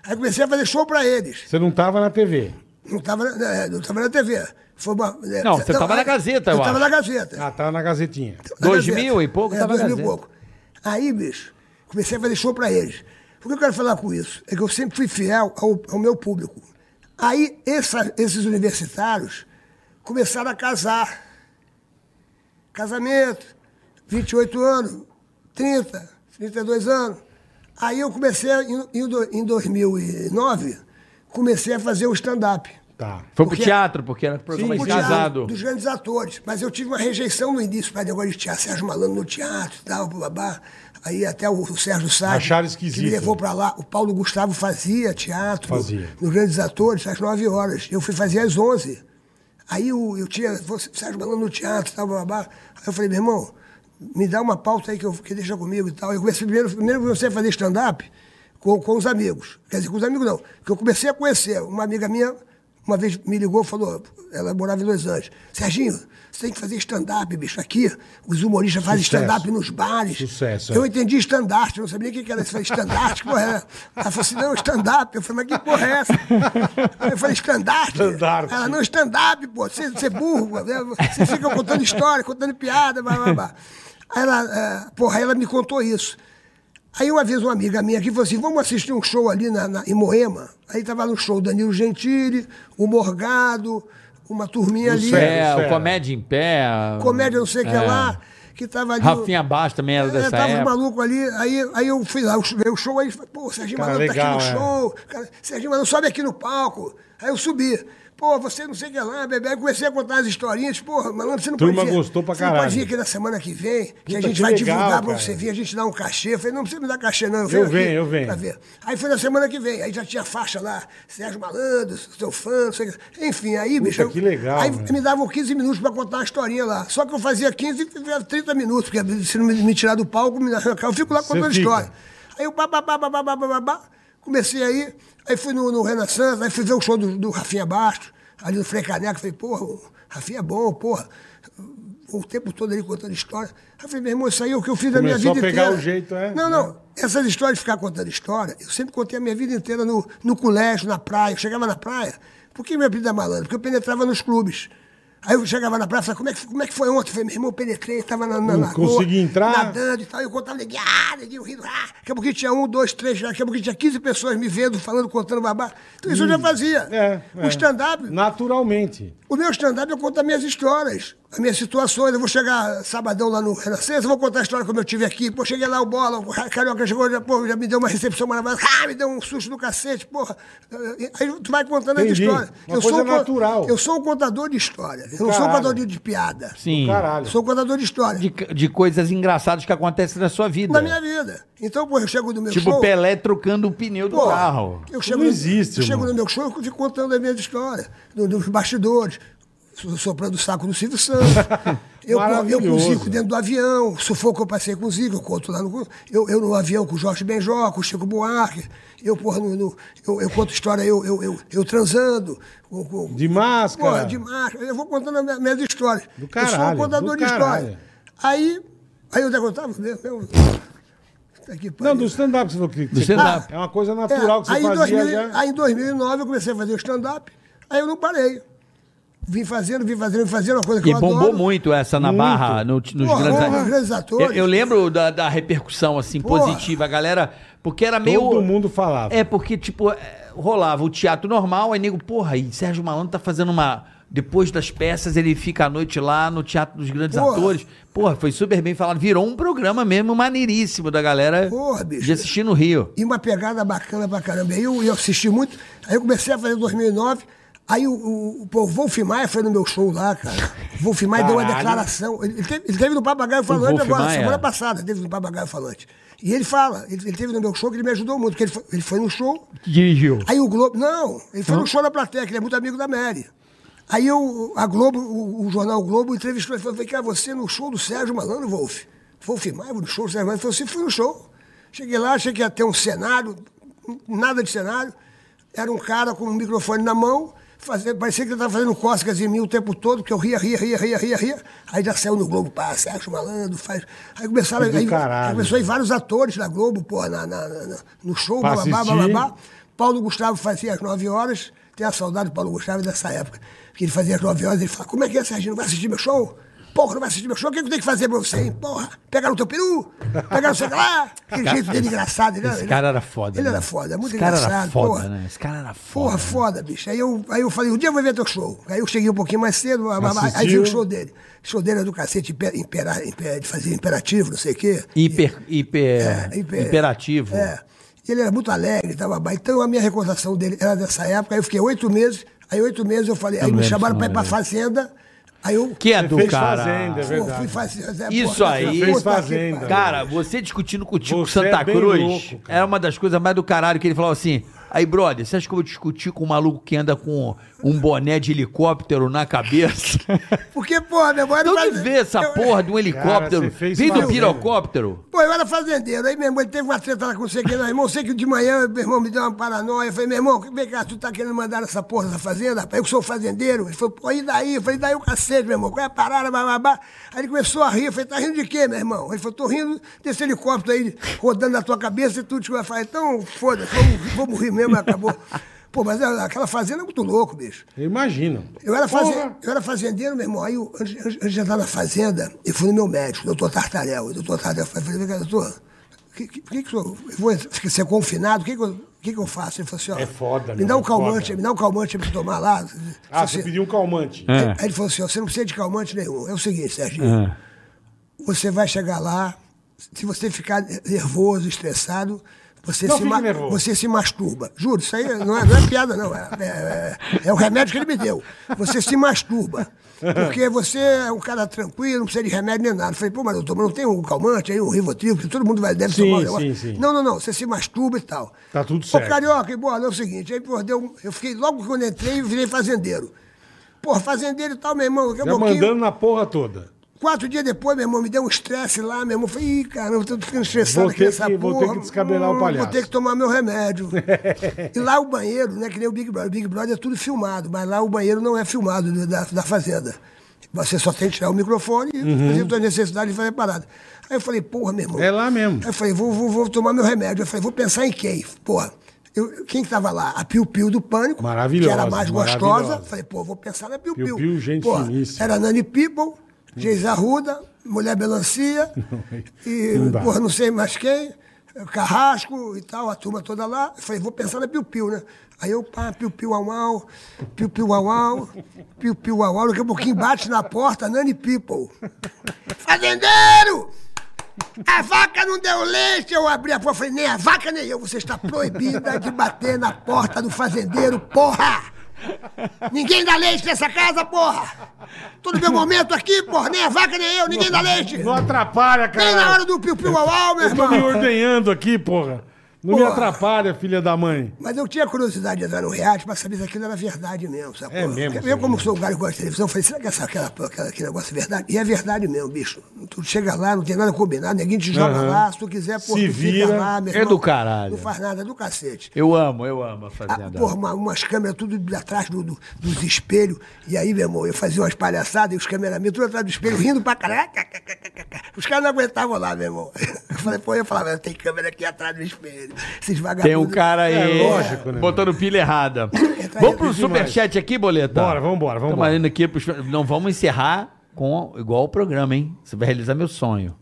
Speaker 1: Aí comecei a fazer show pra eles.
Speaker 3: Você não tava na TV.
Speaker 1: Não tava na, na- não tava na TV. Foi uma, né,
Speaker 4: Não, você tava na Gazeta,
Speaker 1: eu
Speaker 4: eu
Speaker 1: tava
Speaker 4: acho.
Speaker 1: na Gazeta.
Speaker 3: Ah, tava na Gazetinha.
Speaker 1: Na
Speaker 4: 2000
Speaker 1: Gazeta.
Speaker 4: e pouco, tava na
Speaker 1: é, dois mil e
Speaker 4: Gazeta.
Speaker 1: pouco. Aí, bicho, comecei a fazer show pra eles. O que eu quero falar com isso? É que eu sempre fui fiel ao, ao meu público. Aí, essa- esses universitários começaram a casar. Casamento, 28 anos, 30, 32 anos. Aí eu comecei, a- em, em do- em 2009, comecei a fazer o stand-up.
Speaker 3: Tá.
Speaker 4: Foi pro
Speaker 1: Porque-
Speaker 4: teatro, porque era programa
Speaker 1: Sim,
Speaker 4: de
Speaker 1: o teatro
Speaker 4: casado.
Speaker 1: Dos grandes atores. Mas eu tive uma rejeição no início para negócio de teatro. Sérgio Malandro no teatro e tal, babá. Aí até o, o Sérgio Sá.
Speaker 3: Acharam esquisito.
Speaker 1: Que me levou para lá. O Paulo Gustavo fazia teatro.
Speaker 3: Fazia.
Speaker 1: Nos grandes atores, às 9 horas. Eu fui fazer às 11. Aí o- eu, tinha você, Sérgio Malandro no teatro e tal, babá. Aí eu falei, meu irmão, me dá uma pauta aí que, eu, que deixa comigo e tal. Eu comecei primeiro, primeiro eu comecei a fazer stand-up com, com os amigos. Quer dizer, com os amigos não. Porque eu comecei a conhecer. Uma amiga minha, uma vez me ligou e falou, ela morava em Los Angeles, Serginho, você tem que fazer stand-up, bicho. Aqui, os humoristas fazem
Speaker 3: Sucesso.
Speaker 1: stand-up nos bares.
Speaker 3: Sucesso, é.
Speaker 1: Eu entendi stand-up, eu não sabia o que que era. Você falei, stand-up, que porra é? essa? Ela falou assim, não, stand-up. Eu falei, mas que porra é essa? Aí eu falei, stand-up?
Speaker 3: Stand-up.
Speaker 1: Ela, Ah, não, stand-up, pô, você, você é burro, né? você fica contando história, contando piada, blá, blá, blá. Aí ela, eh, porra, aí ela me contou isso. Aí uma vez uma amiga minha aqui falou assim, vamos assistir um show ali na, na- em Moema. Aí tava no show Danilo Gentili, o Morgado, uma turminha ali,
Speaker 3: Fera,
Speaker 4: É,
Speaker 3: fera.
Speaker 4: o Comédia em Pé. a-
Speaker 1: comédia não sei o que
Speaker 4: é.
Speaker 1: lá, que tava ali... o-
Speaker 4: Rafinha Baixo também era
Speaker 1: é,
Speaker 4: dessa
Speaker 1: tava
Speaker 4: época.
Speaker 1: um maluco ali, aí, aí eu fui lá, eu veio o show, aí falei, pô, Serginho
Speaker 3: Cara,
Speaker 1: Malandro tá
Speaker 3: legal,
Speaker 1: aqui
Speaker 3: é.
Speaker 1: no show, cara, Serginho Malandro, sobe aqui no palco. Aí eu subi. Pô, você não sei o que lá, bebê. Aí comecei a contar as historinhas. Porra, malandro, você não
Speaker 3: Turma
Speaker 1: pode vir.
Speaker 3: gostou pra
Speaker 1: você não
Speaker 3: caralho.
Speaker 1: pode vir aqui na semana que vem, que a
Speaker 3: Puta,
Speaker 1: gente
Speaker 3: que
Speaker 1: vai
Speaker 3: legal,
Speaker 1: divulgar pra
Speaker 3: cara.
Speaker 1: você vir, a gente dá um cachê. Eu falei, não precisa me dar cachê, não. Eu,
Speaker 3: Eu
Speaker 1: aqui
Speaker 3: venho, eu venho.
Speaker 1: pra ver. Aí foi na semana que vem. Aí já tinha faixa lá, Sérgio Malandro, seu fã, não sei o que. Enfim, aí, bicho. eu-
Speaker 3: que legal,
Speaker 1: Aí
Speaker 3: mano.
Speaker 1: me me davam 15 minutos para contar uma historinha lá. Só que eu fazia 15 e 30 minutos, porque se não me, me tirar do palco, me- eu fico lá
Speaker 3: Você
Speaker 1: contando
Speaker 3: fica.
Speaker 1: história. Aí eu babá, comecei aí, aí fui no, no Renaissance, aí fui ver o show do, do Rafinha Bastos, ali no Frei Caneca, falei, porra, o Rafinha é bom, porra. O tempo todo ele contando história. Aí eu falei, meu irmão, isso aí é o que eu fiz da minha
Speaker 3: Começou
Speaker 1: vida
Speaker 3: a pegar
Speaker 1: inteira.
Speaker 3: o jeito, é?
Speaker 1: Não, não. Né? Essas histórias de ficar contando história, eu sempre contei a minha vida inteira no, no colégio, na praia. Eu chegava na praia. Por que meu apelido é malandro? Porque eu penetrava nos clubes. Aí eu chegava na praia e falava, como é que, como é que foi ontem? Eu falei, meu irmão, eu penetrei, estava na, na,
Speaker 3: Não
Speaker 1: na rua,
Speaker 3: consegui entrar?
Speaker 1: nadando e tal. Eu contava, neguinho, ah, neguinho, rindo, ah. Daqui a pouquinho tinha um, dois, três, daqui a pouquinho tinha 15 pessoas me vendo, falando, contando babá. Então isso eu já fazia.
Speaker 3: É,
Speaker 1: o
Speaker 3: é.
Speaker 1: stand-up,
Speaker 3: Naturalmente.
Speaker 1: o meu stand-up eu conto as minhas histórias, as minhas situações. Eu vou chegar sabadão lá no Renascença, eu vou contar a história como eu tive aqui. Pô, cheguei lá, o Bola, o Carioca chegou, já, pô, já me deu uma recepção maravilhosa. Ah, me deu um susto no cacete, porra. Eh, Aí tu vai contando as
Speaker 3: Entendi.
Speaker 1: histórias.
Speaker 3: Uma coisa
Speaker 1: um con-
Speaker 3: natural.
Speaker 1: Eu sou um contador de história. eu não sou um
Speaker 3: caralho.
Speaker 1: contador de, de piada.
Speaker 4: Sim.
Speaker 3: Caralho.
Speaker 1: Eu sou um contador de história.
Speaker 4: De, de coisas engraçadas que acontecem na sua vida.
Speaker 1: Da minha vida. Então, pô, eu chego no meu
Speaker 4: Tipo
Speaker 1: show...
Speaker 4: Pelé trocando o pneu do
Speaker 1: Pô,
Speaker 4: carro.
Speaker 1: Eu chego
Speaker 3: Não
Speaker 1: no-
Speaker 3: existe,
Speaker 1: Eu chego
Speaker 3: irmão.
Speaker 1: no meu show e fico contando a minha história, do- dos bastidores, so- soprando o saco do Silvio Santos. eu, com- eu com o
Speaker 3: Maravilhoso.
Speaker 1: Zico dentro do avião, o sufoco que eu passei com o Zico, eu conto lá no. Eu, eu no avião com o Jorge Benjó, com o Chico Buarque, eu, porra, no, no- eu, eu conto história, eu, eu, eu, eu transando. com- com-
Speaker 3: De máscara.
Speaker 1: Porra, de máscara. Eu vou contando as minhas- minhas histórias. eu sou um
Speaker 3: caralho,
Speaker 1: contador
Speaker 3: do
Speaker 1: de
Speaker 3: caralho.
Speaker 1: história. Aí. Aí eu até contava mesmo. eu- Puta que
Speaker 3: Não,
Speaker 1: pariu.
Speaker 3: do stand-up você falou que você-
Speaker 4: stand-up.
Speaker 3: É uma coisa natural
Speaker 1: É,
Speaker 3: que você
Speaker 1: aí em
Speaker 3: fazia né?
Speaker 1: 2000
Speaker 3: já.
Speaker 1: Aí em 2009 eu comecei a fazer o stand-up, aí eu não parei. Vim fazendo, vim fazendo, vim fazendo uma coisa que
Speaker 4: E
Speaker 1: eu
Speaker 4: bombou
Speaker 1: adoro.
Speaker 4: muito essa na Barra, no, nos
Speaker 1: Porra,
Speaker 4: grandes,
Speaker 1: nos grandes atores.
Speaker 4: Eu, eu lembro da, da repercussão, assim,
Speaker 1: Porra.
Speaker 4: positiva, a galera. Porque era meio.
Speaker 3: Todo mundo falava.
Speaker 4: É, porque, tipo, é, rolava o teatro normal, aí nego, porra, e Sérgio Malandro tá fazendo uma. Depois das peças, ele fica à noite lá no Teatro dos Grandes
Speaker 1: Porra.
Speaker 4: Atores. Porra, foi super bem falado. Virou um programa mesmo maneiríssimo da galera
Speaker 1: Porra, bicho.
Speaker 4: de assistir no Rio.
Speaker 1: E uma pegada bacana pra caramba. E eu, eu assisti muito. Aí eu comecei a fazer em 2009. Aí o, o, pô, o Wolf Maia foi no meu show lá, cara. O Wolf Maia deu uma
Speaker 3: Caralho.
Speaker 1: declaração. Ele, ele teve, ele teve no Papagaio Falante
Speaker 4: Wolf
Speaker 1: agora,
Speaker 4: Maia?
Speaker 1: semana passada, teve no Papagaio Falante. E ele fala, ele, ele teve no meu show que ele me ajudou muito, porque ele foi, ele foi no show.
Speaker 4: Dirigiu.
Speaker 1: Aí o Globo. Não, ele foi no show da plateia, que ele é muito amigo da Mary. Aí eu, a Globo, o, o jornal Globo entrevistou ele falou: vem cá, você no show do Sérgio Malandro, Wolf. Wolf Maia, no show do Sérgio Malandro. Ele falou assim: fui no show. Cheguei lá, achei que ia ter um cenário, nada de cenário. Era um cara com um microfone na mão, fazendo, parecia que ele estava fazendo cócegas em mim o tempo todo, porque eu ria, ria, ria, ria, ria, ria. Aí já saiu no Globo, pá, Sérgio Malandro, faz. Aí começaram.
Speaker 3: Do
Speaker 1: Aí,
Speaker 3: caralho.
Speaker 1: começou aí vários atores da Globo, pô, na, na- na- na- no show,
Speaker 3: Pra
Speaker 1: bababá,
Speaker 3: assistir.
Speaker 1: bababá. Paulo Gustavo fazia às 9 horas, tem a saudade do Paulo Gustavo dessa época, que ele fazia às 9 horas, ele fala, como é que é, Serginho, não vai assistir meu show? Porra, não vai assistir meu show, o que, é que eu tenho que fazer pra você, hein? Porra, pegar no teu peru, pegar no sei lá, aquele jeito dele engraçado. Ele,
Speaker 4: Esse cara era foda.
Speaker 1: Ele
Speaker 4: né?
Speaker 1: era foda, é muito
Speaker 4: Esse cara
Speaker 1: engraçado.
Speaker 4: era foda,
Speaker 1: porra.
Speaker 4: né? Esse cara era foda.
Speaker 1: Porra, foda, bicho. Aí eu, aí eu falei, um dia eu vou ver teu show. Aí eu cheguei um pouquinho mais cedo, blá, blá, blá. aí vi
Speaker 3: Assistiu.
Speaker 1: o show dele. O show dele era do cacete, impera, impera, impera- ele fazia imperativo, não sei o quê.
Speaker 4: Hiper, hiper,
Speaker 1: É, hiper-
Speaker 4: imperativo.
Speaker 1: É. E Ele era muito alegre, tava bem. Então a minha recordação dele era dessa época. Aí eu fiquei oito meses. Aí oito meses eu falei, aí me
Speaker 4: lembro,
Speaker 1: chamaram para ir pra
Speaker 4: lembro.
Speaker 1: fazenda. Aí eu
Speaker 4: Que é do
Speaker 3: fez
Speaker 4: cara.
Speaker 3: fazenda, é
Speaker 1: pô,
Speaker 3: verdade.
Speaker 1: fui fazenda.
Speaker 4: Isso aí.
Speaker 1: puta
Speaker 4: Fez
Speaker 1: que
Speaker 3: fazenda.
Speaker 1: pariu.
Speaker 4: Cara, você discutindo com o Tico
Speaker 3: Você
Speaker 4: Santa
Speaker 3: é bem
Speaker 4: Cruz
Speaker 3: louco, cara.
Speaker 4: era uma das coisas mais do caralho que ele falava assim. Aí, brother, você acha que eu vou discutir com um maluco que anda com um boné de helicóptero na cabeça?
Speaker 1: Porque, porra, meu irmão, era
Speaker 4: De onde
Speaker 1: fazenda-
Speaker 4: vê essa
Speaker 1: eu-
Speaker 4: porra de um
Speaker 3: você
Speaker 4: helicóptero?
Speaker 3: fez
Speaker 4: Vem do
Speaker 3: fazenda.
Speaker 4: pirocóptero?
Speaker 1: Pô, eu era fazendeiro, aí meu irmão, ele teve uma treta lá com você, que meu irmão, sei que de manhã, meu irmão me deu uma paranoia, eu falei, meu irmão, vem cá, tu tá querendo mandar essa porra dessa fazenda, rapaz, eu que sou fazendeiro, ele falou, pô, e daí? Eu falei, daí o cacete, meu irmão, qual é a parada, bababá? Aí ele começou a rir, eu falei, tá rindo de quê, meu irmão? Ele falou, tô rindo desse helicóptero aí, rodando na tua cabeça e tu te vai falar, então, foda-se, vamos, vamos rir mesmo, e acabou. Pô, mas aquela fazenda é muito louco, bicho.
Speaker 3: Eu imagino.
Speaker 1: Eu era, faze-
Speaker 3: Porra.
Speaker 1: eu era fazendeiro, meu irmão. Aí, eu- antes, antes- antes de entrar na fazenda, eu fui no meu médico, doutor Tartarel. O doutor Tartarel falou, falei, "Vem cá, doutor, o que, que, que que eu eu vou ficar- ser confinado? O que, que, eu, o que, que eu faço? Ele falou assim, ó,
Speaker 3: É foda,
Speaker 1: me
Speaker 3: meu,
Speaker 1: dá um
Speaker 3: é
Speaker 1: calmante,
Speaker 3: foda.
Speaker 1: me dá um calmante pra eu tomar lá.
Speaker 3: Ah,
Speaker 1: Falei
Speaker 3: você
Speaker 1: assim,
Speaker 3: pediu um calmante.
Speaker 1: Aí, aí ele falou assim, ó, você não precisa de calmante nenhum. É o seguinte, Serginho, você vai chegar lá, se você ficar nervoso, estressado, você,
Speaker 3: Não
Speaker 1: se,
Speaker 3: fique
Speaker 1: ma-
Speaker 3: nervoso.
Speaker 1: você se masturba. Juro, isso aí não é, não é piada, não. É, é- é- é o remédio que ele me deu. Você se masturba. Porque você é um cara tranquilo, não precisa de remédio nem nada. Eu falei, pô, mas doutor, mas não tem um calmante aí, um rivotril, que todo mundo vai, deve
Speaker 3: Sim,
Speaker 1: tomar um negócio.
Speaker 3: sim, sim.
Speaker 1: Não, não, não, você se masturba e tal.
Speaker 3: Tá tudo
Speaker 1: Ô,
Speaker 3: certo.
Speaker 1: carioca, e bola, é o seguinte, aí, pô, deu, um, eu fiquei, logo quando entrei, eu virei fazendeiro. Porra, fazendeiro e tal, meu irmão. Daqui a
Speaker 3: Já
Speaker 1: Um pouquinho,
Speaker 3: mandando na porra toda.
Speaker 1: Quatro dias depois, meu irmão, me deu um estresse lá, meu irmão. Falei, ih, caramba, tô ficando estressado
Speaker 3: Vou
Speaker 1: aqui
Speaker 3: ter
Speaker 1: nessa
Speaker 3: que- vou
Speaker 1: porra.
Speaker 3: ter que descabelar o
Speaker 1: hum,
Speaker 3: palhaço.
Speaker 1: Vou ter que tomar meu remédio. e lá o banheiro, né, que nem o Big Brother. O Big Brother é tudo filmado, mas lá o banheiro não é filmado né, da, da fazenda. Você só tem que tirar o microfone e fazer suas necessidades e fazer parada. Aí eu falei, porra, meu irmão.
Speaker 3: Uhum. É lá mesmo.
Speaker 1: Aí eu falei, vou, vou, vou tomar meu remédio. Eu falei, vou pensar em quem? Porra, eu- quem que tava lá? A Piu Piu do Pânico.
Speaker 3: Maravilhosa,
Speaker 1: Que era a mais gostosa.
Speaker 3: maravilhosa.
Speaker 1: Falei, pô, vou pensar na Piu
Speaker 3: Piu
Speaker 1: Piu.
Speaker 3: Piu, gente
Speaker 1: Porra,
Speaker 3: finíssima.
Speaker 1: Era Nani People, Geis Arruda, Mulher Melancia, e,
Speaker 3: não dá.
Speaker 1: porra, não sei mais quem, Carrasco e tal, a turma toda lá. Eu falei, vou pensar na Piu Piu, né? Aí eu, pá, Piu Piu Au Au, Piu Piu Au Au, Piu Piu Au Au. Daqui a pouquinho bate na porta, Nani People. Fazendeiro! A vaca não deu leite, eu abri a porta, falei, nem a vaca nem eu, você está proibida de bater na porta do fazendeiro, porra! Ninguém dá leite nessa casa, porra! Tô no meu momento aqui, porra, nem a vaca nem eu, ninguém dá leite!
Speaker 3: Não atrapalha,
Speaker 1: Bem É. na hora
Speaker 3: cara.
Speaker 1: do piu-piu au au, meu
Speaker 3: Eu tô me
Speaker 1: irmão!
Speaker 3: ordenhando aqui, porra. Não me
Speaker 1: Porra.
Speaker 3: atrapalha, filha da mãe.
Speaker 1: Mas eu tinha curiosidade de entrar no reality pra saber se aquilo era verdade mesmo, sabe?
Speaker 3: É mesmo,
Speaker 1: Eu,
Speaker 3: senhor.
Speaker 1: como sou um cara que gosta de televisão, falei, será que essa, aquela, aquela- aquele negócio é verdade? E é verdade mesmo, bicho. Tu chega lá, não tem nada combinado, ninguém te joga
Speaker 3: Aham.
Speaker 1: lá, se tu quiser, pô,
Speaker 3: Se
Speaker 1: tu
Speaker 3: vira.
Speaker 1: fica lá, meu
Speaker 4: É do caralho.
Speaker 1: Não faz nada, é do cacete.
Speaker 4: Eu amo, eu amo a
Speaker 1: Ah,
Speaker 4: fazenda.
Speaker 1: porra, uma- umas câmeras tudo de atrás do- do- dos espelhos. E aí, meu irmão, eu fazia umas palhaçadas e os cameramen tudo atrás do espelho, rindo pra caralho. Os caras não aguentavam lá, meu irmão. Eu falei, pô, eu falava, tem câmera aqui atrás do espelho. Esses vagabundos.
Speaker 4: Tem um cara aí
Speaker 3: É, lógico, né?
Speaker 4: botando pilha errada.
Speaker 1: tá
Speaker 4: vamos pro
Speaker 3: difícil demais.
Speaker 4: superchat aqui, Boleta?
Speaker 3: Bora, vambora, vambora.
Speaker 4: Tamo indo aqui pros... Não, vamos encerrar com igual o programa, hein? Você vai realizar meu sonho.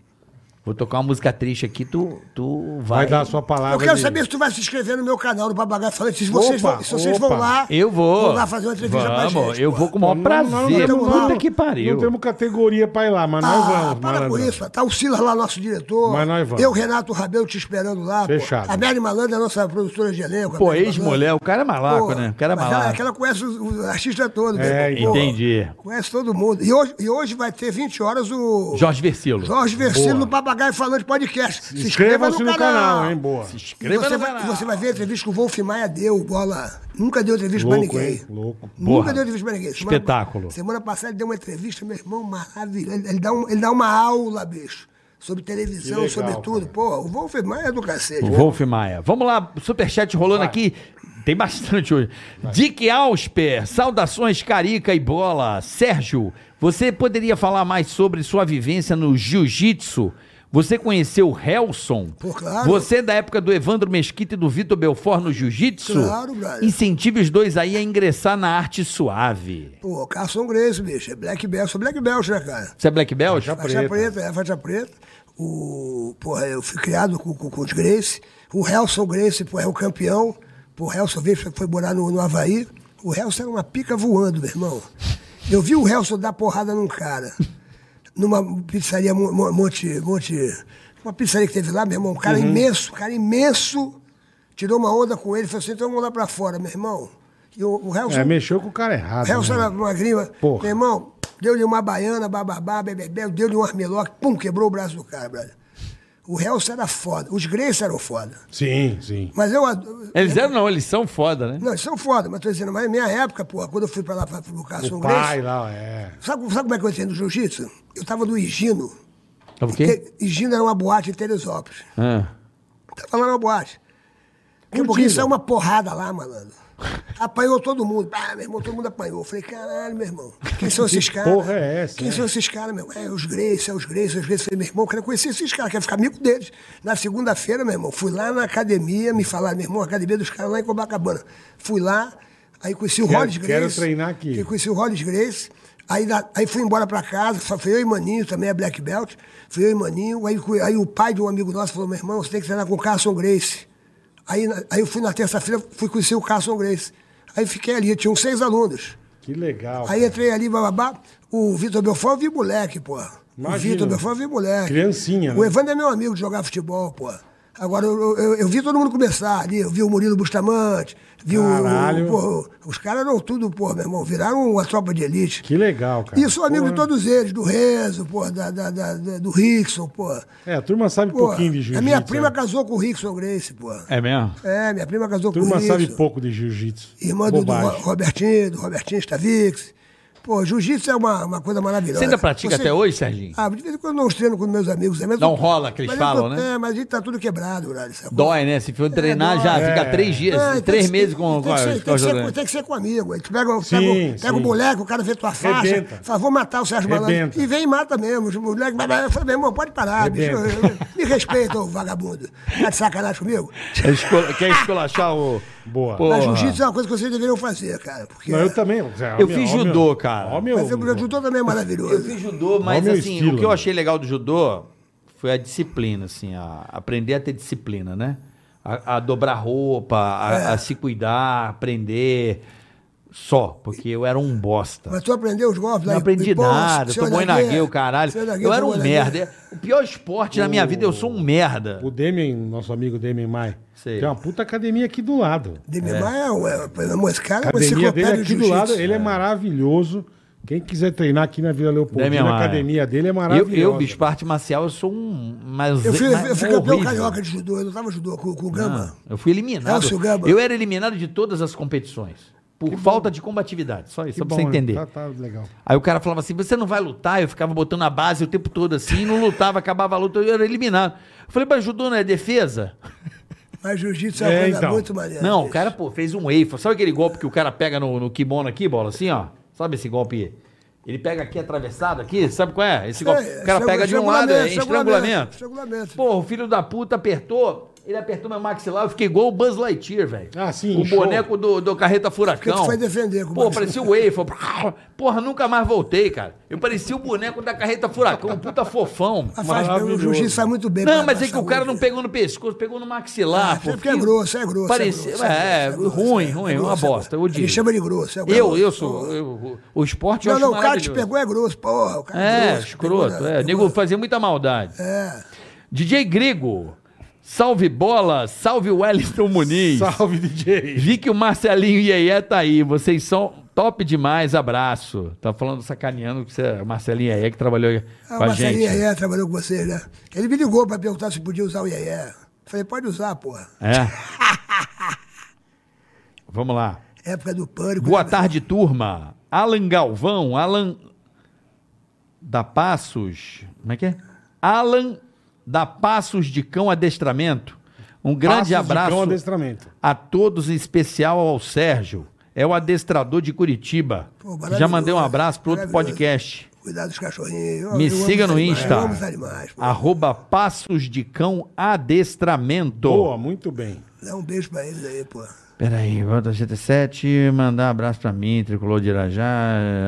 Speaker 4: Vou tocar uma música triste aqui, tu, tu vai.
Speaker 3: Vai dar a sua palavra.
Speaker 1: Eu quero
Speaker 3: de-
Speaker 1: saber se tu vai se inscrever no meu canal do Papagaio Falante. Se vocês,
Speaker 3: Opa,
Speaker 1: vão, se vocês vão
Speaker 3: opa.
Speaker 1: lá.
Speaker 4: Eu vou.
Speaker 1: Vão lá fazer uma entrevista pra
Speaker 4: Vamos,
Speaker 1: gente.
Speaker 4: Eu
Speaker 1: pô.
Speaker 4: vou com o maior
Speaker 3: Nós não
Speaker 4: prazer.
Speaker 3: temos-
Speaker 4: Puta
Speaker 3: não-
Speaker 4: que pariu.
Speaker 3: Não temos categoria pra ir lá, mas nós
Speaker 1: Ah,
Speaker 3: vamos.
Speaker 1: para com
Speaker 3: malandrão.
Speaker 1: isso. Tá o Silas lá, nosso diretor.
Speaker 3: Mas nós vamos.
Speaker 1: Eu, Renato Rabelo, te esperando lá. pô.
Speaker 3: Fechado.
Speaker 1: A Mary Malandra, nossa produtora de elenco. a
Speaker 4: Pô,
Speaker 1: Mary
Speaker 4: ex-mulher, o cara é malaco,
Speaker 1: Pô,
Speaker 4: né? O cara é
Speaker 1: mas Ela,
Speaker 4: malaco.
Speaker 1: que ela conhece os, os artistas todos.
Speaker 3: É,
Speaker 1: meu irmão. Pô,
Speaker 4: entendi.
Speaker 1: Conhece todo mundo. E hoje, e hoje vai ter 20 horas o...
Speaker 4: Jorge Versilo.
Speaker 1: Jorge Versilo no Papagaio Falante Podcast. Se inscreva
Speaker 3: Inscrevam-se
Speaker 1: no
Speaker 3: no canal, hein,
Speaker 1: canal.
Speaker 3: boa.
Speaker 1: E você, vai, você vai ver a entrevista que o Wolf Maia deu, bola. Nunca deu entrevista pra
Speaker 3: Louco,
Speaker 1: ninguém.
Speaker 3: hein? Louco.
Speaker 1: Nunca
Speaker 4: Porra.
Speaker 1: deu entrevista pra ninguém. Semana-
Speaker 4: Espetáculo.
Speaker 1: Semana passada ele deu uma entrevista, meu irmão, maravilhoso. Ele, ele dá, um- ele dá uma aula, bicho. Sobre televisão,
Speaker 3: Que legal,
Speaker 1: sobre tudo.
Speaker 3: cara.
Speaker 1: Porra, o Wolf Maia é do cacete.
Speaker 4: O Wolf Maia. Vamos lá, superchat rolando aqui. Tem bastante hoje. Dick Ausper, saudações Carica e Bola. Sérgio, você poderia falar mais sobre sua vivência no jiu-jitsu? Você conheceu o Helson?
Speaker 1: Pô, claro.
Speaker 4: Você é da época do Evandro Mesquita e do Vitor Belfort no jiu-jitsu?
Speaker 1: Claro, brother.
Speaker 4: Incentive os dois aí a ingressar na arte suave.
Speaker 1: Pô, Carson Grace, bicho. É Black Belt. Sou Black Belt, né, cara?
Speaker 4: Você é Black Belt?
Speaker 3: Já-
Speaker 1: Faixa
Speaker 3: Preta.
Speaker 1: preta, é faixa preta. O, porra, eu fui criado com, com, com os Grace. O Helson Grace, porra, é o campeão. Porra, o Helson veio, foi morar no, no Havaí. O Helson era uma pica voando, meu irmão. Eu vi o Helson dar porrada num cara. Numa pizzaria Mo- Mo- Monte, Monte. Uma pizzaria que teve lá, meu irmão. Um
Speaker 3: Uhum.
Speaker 1: cara imenso, um cara imenso. Tirou uma onda com ele, falou assim: então vamos lá pra fora, meu irmão. E o, o Helson.
Speaker 3: É, mexeu com o cara errado.
Speaker 1: Helson
Speaker 3: né?
Speaker 1: era uma grima.
Speaker 3: Porra.
Speaker 1: Meu irmão, deu-lhe uma baiana, bababá, bebebé, deu-lhe um armelock, pum, quebrou o braço do cara, brother. O Helson era foda. Os Grace eram foda.
Speaker 3: Sim, sim.
Speaker 1: Mas eu. ad-
Speaker 3: É.
Speaker 4: Eles eram não, eles são foda, né?
Speaker 1: Não, eles são foda, mas tô dizendo, mas na minha época, porra, quando eu fui pra lá pra provocar
Speaker 3: O
Speaker 1: São
Speaker 3: pai
Speaker 1: Grace.
Speaker 3: lá, é.
Speaker 1: Sabe, sabe como é que eu entrei no jiu-jitsu? Eu tava no Higino.
Speaker 4: Sabe É o quê?
Speaker 1: Te- Higino era uma boate em Teresópolis.
Speaker 4: Ah.
Speaker 1: Tava lá na boate. Daqui a pouquinho saiu uma porrada lá, malandro. Apanhou todo mundo. Ah, meu irmão, todo mundo apanhou. Eu falei, caralho, meu irmão, quem são esses caras?
Speaker 3: porra é essa,
Speaker 1: Ah, Quem
Speaker 3: né?
Speaker 1: são esses caras, meu? É, os Grace, é os Grace, é os Grace. Eu falei, meu irmão, eu quero conhecer esses caras, quero ficar amigo deles. Na segunda-feira, meu irmão, fui lá na academia, me falaram, meu irmão, a academia dos caras lá em Copacabana. Fui lá, aí conheci o
Speaker 3: Quero-
Speaker 1: Rollins Grace.
Speaker 3: quero treinar aqui.
Speaker 1: Fiquei- conheci o Rollins Grace. Aí, da- aí fui embora pra casa, só fui eu e Maninho, também é Black Belt. Fui eu e Maninho. Aí, cu- aí o pai de um amigo nosso falou: meu irmão, você tem que treinar com o Carson Grace. Aí, na- aí eu fui na terça-feira, fui conhecer o Carson Grace. Aí fiquei ali, tinham seis alunos.
Speaker 3: Que legal.
Speaker 1: Aí é
Speaker 3: cara.
Speaker 1: entrei ali, bababá. O Vitor Belfort eu vi moleque, pô. O
Speaker 3: Imagina.
Speaker 1: Vitor Belfort eu vi moleque.
Speaker 3: Criancinha, né?
Speaker 1: O Evandro é meu amigo de jogar futebol, pô. Agora, eu, eu- eu vi todo mundo começar ali. Eu vi o Murilo Bustamante, vi o-
Speaker 3: Caralho.
Speaker 1: o. pô, os caras eram tudo, pô, meu irmão. Viraram uma tropa de elite.
Speaker 3: Que legal, cara.
Speaker 1: E eu sou amigo
Speaker 3: Porra.
Speaker 1: de todos eles, do Renzo, pô, da, da- da- da- do Rickson, pô.
Speaker 3: É, a turma sabe
Speaker 1: Pô,
Speaker 3: pouquinho de jiu-jitsu.
Speaker 1: a minha prima
Speaker 3: né?
Speaker 1: casou com o Rickson Grace, pô. É,
Speaker 4: É mesmo?
Speaker 1: minha prima casou
Speaker 3: A
Speaker 1: com o
Speaker 3: turma
Speaker 1: Rickson.
Speaker 3: sabe pouco de jiu-jitsu.
Speaker 1: Irmã do, do Ro-
Speaker 3: Bobagem.
Speaker 1: Robertinho, do Robertinho Stavix. Pô, jiu-jitsu é uma, uma coisa maravilhosa.
Speaker 4: Você ainda pratica até hoje, Serginho?
Speaker 1: Ah, de vez em quando eu não treino com meus amigos. né, mas
Speaker 4: Não
Speaker 1: eu-
Speaker 4: rola que eles
Speaker 1: mas eu tô-
Speaker 4: falam, né?
Speaker 1: É, mas a gente tá tudo quebrado, Horário. sacou?
Speaker 4: Dói, né? Se for treinar,
Speaker 1: dói.
Speaker 4: já fica três dias,
Speaker 1: É, tem
Speaker 4: três
Speaker 1: que-
Speaker 4: meses com, com,
Speaker 1: tem que, ser,
Speaker 4: com
Speaker 1: tem, que ser,
Speaker 4: com-
Speaker 1: tem que ser com amigo. Aí tu pega, o-
Speaker 3: Sim,
Speaker 1: pega, o- pega o
Speaker 3: sim.
Speaker 1: moleque, o cara vê tua faixa,
Speaker 3: Rebenta.
Speaker 1: fala, vou matar o Sérgio Malandro.
Speaker 3: Rebenta.
Speaker 1: E vem e mata mesmo. Os moleques, mas, mas, eu falo, meu irmão, pode parar, bicho.
Speaker 3: Rebenta.
Speaker 1: Eu- eu- me respeita, ô vagabundo. Tá de sacanagem comigo?
Speaker 4: É escola- Quer escolachar o.
Speaker 3: Boa.
Speaker 1: Mas
Speaker 4: Porra.
Speaker 1: jiu-jitsu é uma coisa que vocês deveriam fazer, cara. Porque...
Speaker 3: Não, eu também. é
Speaker 4: Eu fiz judô, cara.
Speaker 3: Ó, meu.
Speaker 1: Mas o judô também é
Speaker 4: Eu
Speaker 1: maravilhoso.
Speaker 4: fiz judô, mas
Speaker 3: meu
Speaker 4: assim,
Speaker 3: estilo,
Speaker 4: o que eu
Speaker 3: né?
Speaker 4: achei legal do judô foi a disciplina, assim, a- aprender a ter disciplina, né? A, a dobrar roupa, a, a se cuidar, aprender. Só, porque eu era um bosta.
Speaker 1: Mas tu aprendeu os golpes lá
Speaker 4: Não
Speaker 1: em-
Speaker 4: aprendi
Speaker 1: em Ponce,
Speaker 4: nada,
Speaker 1: seu
Speaker 4: tô bom em
Speaker 1: Naguê,
Speaker 4: nagueu, caralho.
Speaker 1: seu Naguê,
Speaker 4: Eu era
Speaker 1: seu
Speaker 4: um
Speaker 1: Naguê.
Speaker 4: merda. O pior esporte na minha vida, eu sou um merda.
Speaker 3: O Demian, nosso amigo Demian Mai.
Speaker 4: Sei.
Speaker 3: Tem uma puta academia aqui do lado.
Speaker 1: Dememar é, um- é, pelo amor, esse cara é
Speaker 3: A
Speaker 1: uma
Speaker 3: academia dele
Speaker 1: enciclopédia
Speaker 3: aqui
Speaker 1: de
Speaker 3: do lado,
Speaker 1: jiu-jitsu.
Speaker 3: ele é maravilhoso. Quem quiser treinar aqui na Vila
Speaker 4: Demian
Speaker 3: Leopoldina, a
Speaker 4: Maia.
Speaker 3: academia dele é
Speaker 4: Eu,
Speaker 3: maravilhosa.
Speaker 4: eu, bicho, parte marcial, eu sou um. Mas,
Speaker 1: Eu fui,
Speaker 4: mas- é
Speaker 1: eu fui campeão
Speaker 4: horrível.
Speaker 1: carioca É de judô, eu não tava judô com, com o Gama.
Speaker 4: Eu fui eliminado.
Speaker 1: Elcio Gama.
Speaker 4: Eu era eliminado de todas as competições. Por falta de combatividade. Só isso,
Speaker 3: Que
Speaker 4: só
Speaker 3: bom,
Speaker 4: pra você
Speaker 3: né?
Speaker 4: entender.
Speaker 3: Tá, tá legal.
Speaker 4: Aí o cara falava assim: você não vai lutar? Eu ficava botando a base o tempo todo assim, não lutava, acabava a luta, eu era eliminado. Eu falei, mas judô não é defesa?
Speaker 1: Mas jiu-jitsu é
Speaker 3: É,
Speaker 1: uma coisa
Speaker 3: então.
Speaker 1: muito maneira.
Speaker 4: Ah. não, o
Speaker 1: bicho.
Speaker 4: cara, pô, fez um wafer. Sabe aquele golpe que o cara pega no, no kimono aqui, bola, assim, ó? Sabe esse golpe? Ele pega aqui atravessado aqui, sabe qual é? Esse golpe.
Speaker 1: É,
Speaker 4: o cara
Speaker 1: estrangu-
Speaker 4: pega de um lado,
Speaker 1: estrangulamento,
Speaker 4: é
Speaker 1: é
Speaker 4: estrangulamento.
Speaker 1: estrangulamento.
Speaker 4: Porra, o filho da puta apertou, Ele apertou meu maxilar, eu fiquei igual o Buzz Lightyear, velho.
Speaker 3: Ah, sim,
Speaker 4: O
Speaker 3: show.
Speaker 4: boneco do, do Carreta
Speaker 1: Porque
Speaker 4: Furacão.
Speaker 1: tu foi defender com o
Speaker 4: Pô,
Speaker 1: Buzz.
Speaker 4: parecia o Wafer. Porra, nunca mais voltei, cara. Eu parecia o boneco da Carreta Furacão, um puta fofão.
Speaker 1: Mas faz, o
Speaker 3: Maravilhoso.
Speaker 1: jiu-jitsu faz muito bem.
Speaker 4: Não,
Speaker 1: pra-
Speaker 4: mas
Speaker 1: pra
Speaker 4: é que o
Speaker 1: saúde.
Speaker 4: cara não pegou no pescoço, pegou no
Speaker 1: né?
Speaker 4: maxilar.
Speaker 1: Ah,
Speaker 4: pô,
Speaker 1: porque é grosso, é grosso, é
Speaker 4: Parecia,
Speaker 1: grosso, é
Speaker 4: é,
Speaker 1: grosso, é grosso,
Speaker 4: ruim,
Speaker 1: é
Speaker 4: ruim,
Speaker 1: grosso,
Speaker 4: uma
Speaker 1: é
Speaker 4: bosta. Eu
Speaker 1: grosso.
Speaker 4: odio.
Speaker 1: Ele chama de grosso, é
Speaker 4: Eu,
Speaker 1: grosso.
Speaker 4: eu sou. eu- o esporte eu
Speaker 1: Não,
Speaker 4: acho
Speaker 1: não, o cara te
Speaker 4: maravilhoso.
Speaker 1: pegou é grosso, porra. O cara
Speaker 4: É,
Speaker 1: grosso,
Speaker 4: escroto.
Speaker 1: pegou,
Speaker 4: É,
Speaker 1: né?
Speaker 4: nego fazia muita maldade.
Speaker 1: É.
Speaker 4: DJ Grego, salve bola, salve Wellington Muniz.
Speaker 3: Salve, DJ.
Speaker 4: Vi que o Marcelinho Iê tá aí. Vocês são top demais, abraço. Tá falando sacaneando que você é o Marcelinho Iê que trabalhou
Speaker 1: Ah,
Speaker 4: com
Speaker 1: o
Speaker 4: a
Speaker 1: Marcelinho
Speaker 4: gente.
Speaker 1: Ié trabalhou com vocês, né? Ele me ligou pra perguntar se podia usar o Ié. Falei, pode usar, porra.
Speaker 4: É. Vamos lá.
Speaker 1: Época do pânico.
Speaker 4: Boa
Speaker 1: né?
Speaker 4: tarde, turma. Alan Galvão, Alan da Passos. Como é que é? Alan da Passos de Cão Adestramento. Um grande
Speaker 3: Passos de
Speaker 4: abraço
Speaker 3: cão adestramento.
Speaker 4: a todos, em especial ao Sérgio. É o adestrador de Curitiba.
Speaker 1: Pô, maravilhoso,
Speaker 4: Já mandei um abraço para outro
Speaker 1: maravilhoso.
Speaker 4: podcast.
Speaker 1: Cuidado dos cachorrinhos. Eu-
Speaker 4: Me
Speaker 1: eu amo
Speaker 4: siga
Speaker 1: os
Speaker 4: no
Speaker 1: animais,
Speaker 4: Insta.
Speaker 1: Eu amo os animais. pô.
Speaker 4: Arroba Passos de Cão Adestramento.
Speaker 3: Boa, muito bem.
Speaker 4: Ah.
Speaker 1: Dá um beijo pra eles aí, pô.
Speaker 4: Peraí, volta GT7, mandar um abraço pra mim, Tricolor de Irajá.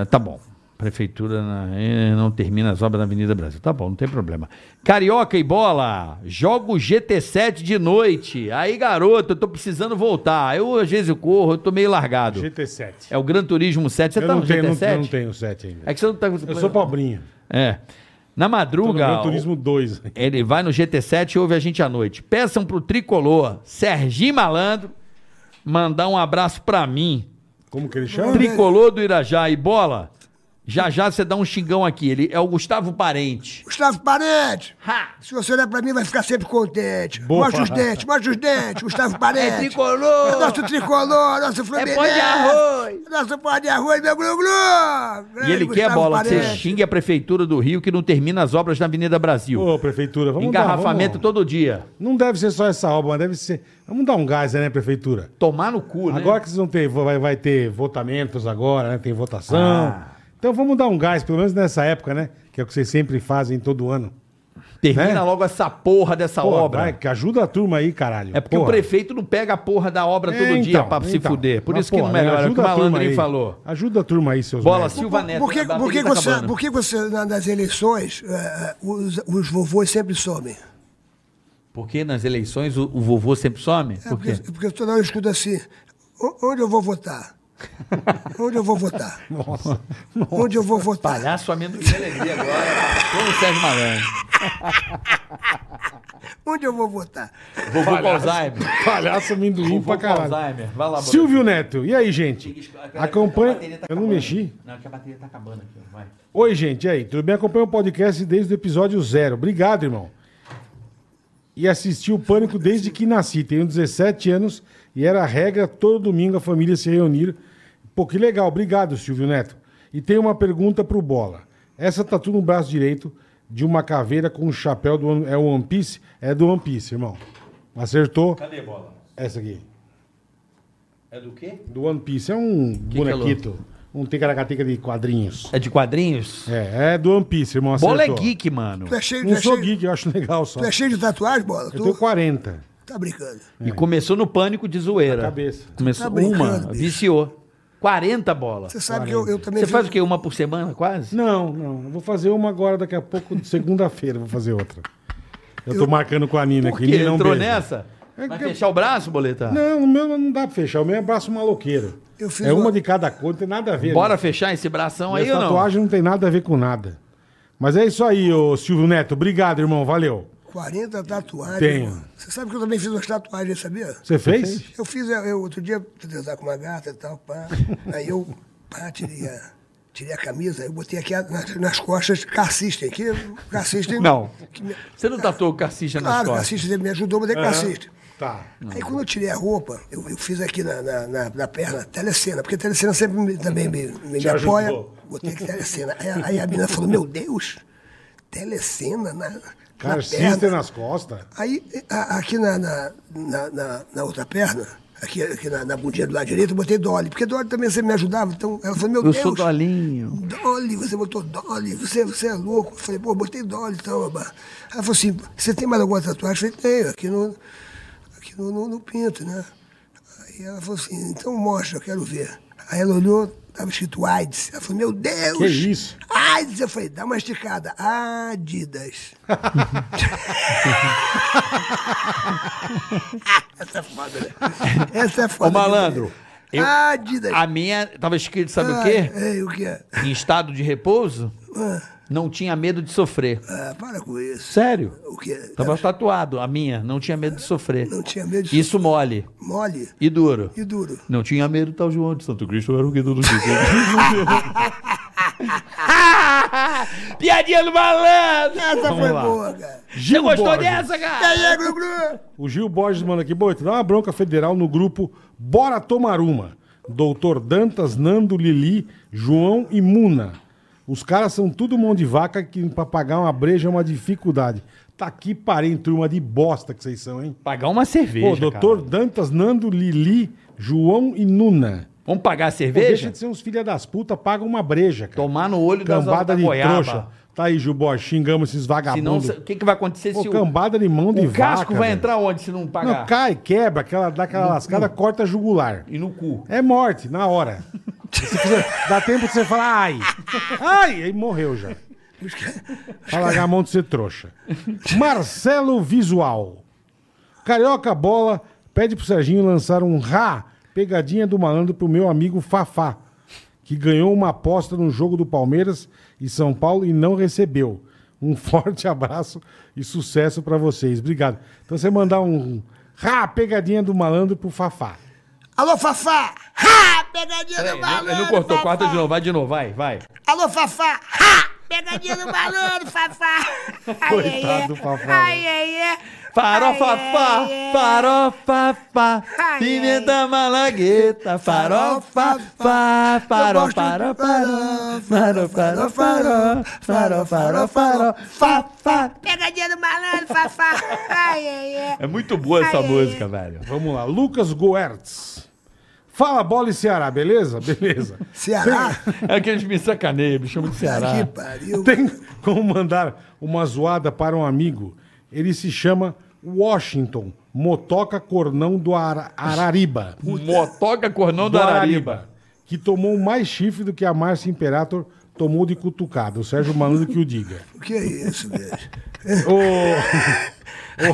Speaker 4: eh, Tá bom. Prefeitura na- eh, não termina as obras na Avenida Brasil. Tá bom, não tem problema. Carioca e bola, jogo GT7 de noite. Aí, garoto, eu tô precisando voltar. Eu, às vezes, eu corro, eu tô meio largado.
Speaker 3: GT7.
Speaker 4: É o Gran Turismo 7. Você
Speaker 3: eu
Speaker 4: tá
Speaker 3: não
Speaker 4: no
Speaker 3: tenho, não,
Speaker 4: GT7?
Speaker 3: eu não tenho 7 ainda.
Speaker 4: É que você não tá...
Speaker 3: Eu sou pobrinho.
Speaker 4: É. Na
Speaker 3: Tô no
Speaker 4: madruga...
Speaker 3: Gran Turismo 2. ainda.
Speaker 4: Ele vai no GT7 e ouve a gente à noite. Peçam pro tricolor Serginho Malandro mandar um abraço pra mim.
Speaker 3: Como que ele chama?
Speaker 4: Tricolor do Irajá e bola. Já já você dá um xingão aqui. Ele é o Gustavo Parente.
Speaker 1: Gustavo Parente!
Speaker 4: Ha!
Speaker 1: Se você olhar pra mim, vai ficar sempre contente.
Speaker 3: Boa.
Speaker 1: Mostra os dentes, mostra os dentes, Gustavo Parente.
Speaker 4: É tricolor. É
Speaker 1: Nosso tricolor, nosso Fluminense.
Speaker 4: pó de arroz.
Speaker 1: Nosso pó de arroz, meu glu-glu.
Speaker 4: E ele
Speaker 1: Grande
Speaker 4: quer
Speaker 1: Gustavo
Speaker 4: bola. que Você
Speaker 1: Parente.
Speaker 4: xingue a prefeitura do Rio que não termina as obras na Avenida Brasil.
Speaker 3: Ô, prefeitura, vamos
Speaker 4: Engarrafamento
Speaker 3: dar, vamos...
Speaker 4: todo dia.
Speaker 3: Não deve ser só essa obra, mas deve ser... Vamos dar um gás aí, né, prefeitura?
Speaker 4: Tomar no cu, né?
Speaker 3: Agora que vocês vão ter... Vai, vai ter votamentos agora, né? Tem votação.
Speaker 4: Ah.
Speaker 3: Então vamos dar um gás, pelo menos nessa época, né? Que é o que vocês sempre fazem todo ano.
Speaker 4: termina
Speaker 3: né?
Speaker 4: logo essa porra dessa
Speaker 3: Pô,
Speaker 4: obra.
Speaker 3: vai, que ajuda a turma aí, caralho.
Speaker 4: É porque o
Speaker 3: Porra.
Speaker 4: prefeito não pega a porra da obra
Speaker 3: É,
Speaker 4: todo dia
Speaker 3: então,
Speaker 4: pra se
Speaker 3: então.
Speaker 4: fuder. Por
Speaker 3: Mas,
Speaker 4: isso que
Speaker 3: pô,
Speaker 4: não
Speaker 3: né,
Speaker 4: melhora. O que
Speaker 3: ajuda
Speaker 4: o
Speaker 3: a turma
Speaker 4: malandrinho
Speaker 3: aí.
Speaker 4: falou.
Speaker 3: Ajuda a turma aí, seus
Speaker 4: Bola
Speaker 3: merda.
Speaker 4: Silva Neto.
Speaker 1: Por que,
Speaker 4: a bateria
Speaker 1: por que
Speaker 4: tá
Speaker 1: você,
Speaker 4: acabando.
Speaker 1: por que você, na- nas eleições, eh, os, os vovôs sempre somem?
Speaker 4: Porque nas eleições o, o vovô sempre some?
Speaker 1: É,
Speaker 4: Por quê?
Speaker 1: Porque, porque toda hora eu escuto assim, "O- onde eu vou votar? onde eu vou votar?
Speaker 3: Nossa.
Speaker 1: Onde eu vou votar?
Speaker 4: Palhaço amendoim de alegria agora. Como o Sérgio Malandro.
Speaker 1: Onde eu vou votar?
Speaker 4: Vovô com Alzheimer.
Speaker 3: Palhaço amendoim
Speaker 4: Vovô
Speaker 3: pra
Speaker 4: com
Speaker 3: caralho.
Speaker 4: Alzheimer. Vai lá, Bruno.
Speaker 3: Silvio Neto, e aí, gente?
Speaker 4: Aquela- aquela
Speaker 3: Acompanha.
Speaker 4: bateria tá
Speaker 3: Eu não
Speaker 4: acabando.
Speaker 3: mexi.
Speaker 4: Não, é que a bateria tá acabando aqui. ó, Vai.
Speaker 3: Oi, gente, e aí? Tudo bem? Acompanha o podcast desde o episódio zero. Obrigado, irmão. E assisti o Pânico desde que nasci. Tenho 17 anos e era a regra todo domingo a família se reunir. Pô, que legal. Obrigado, Silvio Neto. E tem uma pergunta pro Bola. Essa tatu no braço direito de uma caveira com um chapéu do One- é o One Piece? É do One Piece, irmão. Acertou?
Speaker 4: Cadê bola?
Speaker 3: Essa aqui.
Speaker 4: É do quê?
Speaker 3: Do One Piece. É um
Speaker 4: que é, Lu?
Speaker 3: bonequito. um ticaracateca de quadrinhos.
Speaker 4: É de quadrinhos?
Speaker 3: É, é do One Piece, irmão. Acertou.
Speaker 4: Bola é geek, mano.
Speaker 1: Tu é cheio, tu
Speaker 3: Não
Speaker 1: é
Speaker 3: sou
Speaker 1: cheio,
Speaker 3: geek, eu acho legal só.
Speaker 1: tu é cheio de tatuagem, bola?
Speaker 3: Eu tenho
Speaker 1: Tu
Speaker 3: 40.
Speaker 1: tá brincando.
Speaker 4: E começou no pânico de zoeira.
Speaker 3: Na cabeça.
Speaker 4: Começou
Speaker 1: Tá brincando,
Speaker 4: uma,
Speaker 1: bicho.
Speaker 4: viciou. 40 bola.
Speaker 1: Você sabe que eu, eu também.
Speaker 4: Você
Speaker 1: vi-
Speaker 4: faz o quê? Uma por semana, quase?
Speaker 3: Não, não. Eu vou fazer uma agora, daqui a pouco, de segunda-feira, eu vou fazer outra. Eu tô marcando com a Nina
Speaker 4: Por
Speaker 3: aqui.
Speaker 4: quê?
Speaker 3: Nina, um
Speaker 4: Entrou
Speaker 3: beijo.
Speaker 4: nessa?
Speaker 3: É
Speaker 4: Vai
Speaker 3: que eu-
Speaker 4: fechar o braço, boleta?
Speaker 3: Não, o meu não dá pra fechar. O meu é braço maloqueiro.
Speaker 1: Eu fiz
Speaker 3: É
Speaker 1: uma-
Speaker 3: uma de cada cor, não tem nada a ver.
Speaker 4: Bora
Speaker 3: né?
Speaker 4: fechar esse bração aí
Speaker 3: Minha
Speaker 4: ou não?
Speaker 3: tatuagem não tem nada a ver com nada. Mas é isso aí, ô Silvio Neto. Obrigado, irmão. Valeu.
Speaker 1: 40 tatuagens.
Speaker 3: Tenho.
Speaker 1: mano. Você sabe que eu também fiz umas tatuagens, sabia?
Speaker 3: Você fez?
Speaker 1: Eu fiz, eu, eu outro dia, fui transar com uma gata e tal, pá. Aí eu, pá, tirei a, tirei a camisa, eu botei aqui a- nas, nas costas Car System, que Car System...
Speaker 4: Não.
Speaker 1: que me-
Speaker 4: Você não tatuou o Cassista nas
Speaker 1: claro, Car
Speaker 4: costas?
Speaker 1: System ele me ajudou, mas é Car System.
Speaker 3: Tá.
Speaker 1: Aí quando eu tirei a roupa, eu, eu fiz aqui na, na, na, na perna telecena, porque telecena sempre me- também me, me, me
Speaker 3: ajudou.
Speaker 1: apoia. Botei aqui telecena. Aí, a- aí a menina falou, meu Deus, telecena na, na
Speaker 3: Carcista
Speaker 1: perna.
Speaker 3: nas costas.
Speaker 1: Aí a- aqui na, na, na, na- na outra perna, aqui, aqui na, na bundinha do lado direito, eu botei Dolly, porque Dolly também você me ajudava. Então ela falou, meu
Speaker 4: Eu
Speaker 1: Deus,
Speaker 4: sou dolinho.
Speaker 1: Dolly, você botou Dolly, você, você é louco. Eu então, falei, pô, botei Dolly e tal. babá. Ela falou assim, você tem mais alguma tatuagem? Eu falei, tenho, aqui no... aqui no, no, no pinto, né? Aí ela falou assim, então mostra, eu quero ver. Aí ela olhou, estava escrito AIDS. Ela falou, meu Deus!
Speaker 3: Que isso?
Speaker 1: AIDS! Eu falei, dá uma esticada. Adidas. Essa é foda, né? Essa é foda.
Speaker 4: Ô, malandro, eu-
Speaker 1: Adidas.
Speaker 4: A minha tava escrito, sabe o
Speaker 1: Ah,
Speaker 4: quê?
Speaker 1: Ei, o quê?
Speaker 4: Em estado de repouso,
Speaker 1: Ah,
Speaker 4: não tinha medo de sofrer.
Speaker 1: ah, para com isso.
Speaker 4: Sério?
Speaker 1: O quê?
Speaker 4: Tava tatuado, a minha, não tinha medo de sofrer.
Speaker 1: Não tinha medo de
Speaker 4: Tá Isso mole
Speaker 1: mole
Speaker 4: e duro.
Speaker 1: e duro.
Speaker 4: Não tinha medo, tal João de Santo Cristo era o guido do Jesus.
Speaker 2: Piadinha do malandro!
Speaker 1: Essa
Speaker 3: Vamos
Speaker 1: foi
Speaker 3: lá.
Speaker 1: boa, cara.
Speaker 3: Gil
Speaker 2: Gostou
Speaker 3: Borges.
Speaker 2: dessa, cara?
Speaker 1: E aí, Gru Gru?
Speaker 3: O Gil Borges manda aqui, Boito, dá uma bronca federal no grupo Bora Tomar Uma. Doutor Dantas, Nando, Lili, João e Muna. Os caras são tudo mão de vaca que pra pagar uma breja é uma dificuldade. Tá aqui, parei, turma de bosta que vocês são, hein?
Speaker 4: Pagar uma cerveja.
Speaker 3: Pô, doutor
Speaker 4: cara.
Speaker 3: Dantas, Nando, Lili, João e Nuna.
Speaker 4: Vamos pagar a
Speaker 3: Pô, deixa
Speaker 4: cerveja?
Speaker 3: de ser uns filha das puta, paga uma breja, cara.
Speaker 4: Tomar no olho das-
Speaker 3: Cambada
Speaker 4: da
Speaker 3: de
Speaker 4: goiaba.
Speaker 3: trouxa. Tá aí, Gil Borges, xingamos esses
Speaker 4: Senão,
Speaker 3: vagabundos.
Speaker 4: se- o que, que vai acontecer
Speaker 3: Pô,
Speaker 4: se o,
Speaker 3: cambada de mão de
Speaker 4: o casco
Speaker 3: vaca,
Speaker 4: vai
Speaker 3: velho.
Speaker 4: entrar onde se não pagar?
Speaker 3: Não, cai, quebra, aquela, dá aquela lascada, corta a jugular.
Speaker 4: E no cu.
Speaker 3: É morte, na hora. Se quiser, dá tempo de você falar, ai. Ai, aí morreu já. Pra largar a mão de ser trouxa. Marcelo Visual. Carioca Bola pede pro Serginho lançar um rá, pegadinha do malandro pro meu amigo Fafá, que ganhou uma aposta no jogo do Palmeiras e São Paulo e não recebeu. Um forte abraço e sucesso pra vocês. Obrigado. Então você mandar um rá, pegadinha do malandro pro Fafá.
Speaker 1: Alô, Fafá! Ha! Pegadinha do malandro!
Speaker 4: Ele não cortou,
Speaker 1: Fafá!
Speaker 4: corta de novo, vai de novo, vai, vai.
Speaker 1: Alô, Fafá! Ha! Pegadinha do malandro, Fafá! Ai, ai,
Speaker 3: Coitado
Speaker 1: ai.
Speaker 3: do Fafá. né?
Speaker 1: Ai, ai, ai.
Speaker 4: Farofa,
Speaker 1: Ai,
Speaker 4: fá,
Speaker 1: ai, ai.
Speaker 4: farofa, fá,
Speaker 1: Ai,
Speaker 4: pimenta malagueta, farofa, fá, faró, faró, faró, faró, faró, faró, faró, faró, faró, fá, fá.
Speaker 1: Pegadinha do malandro, Fafá! Ai, ai, ai.
Speaker 4: É muito boa essa
Speaker 1: Ai, ai,
Speaker 4: música, velho.
Speaker 3: Vamos lá, Lucas Goertz. Fala bola e Ceará, beleza? Beleza.
Speaker 1: Ceará?
Speaker 4: É que eles me sacaneiam, me chamam de Ceará.
Speaker 1: Aqui, pariu.
Speaker 3: Tem como mandar uma zoada para um amigo? Ele se chama Washington, motoca cornão do Ara- Arariba.
Speaker 4: Motoca Cornão da Arariba.
Speaker 3: Que tomou mais chifre do que a Márcia Imperator tomou de cutucada. O Sérgio Malandro que o diga.
Speaker 1: O que é isso, bicho?
Speaker 3: Ô,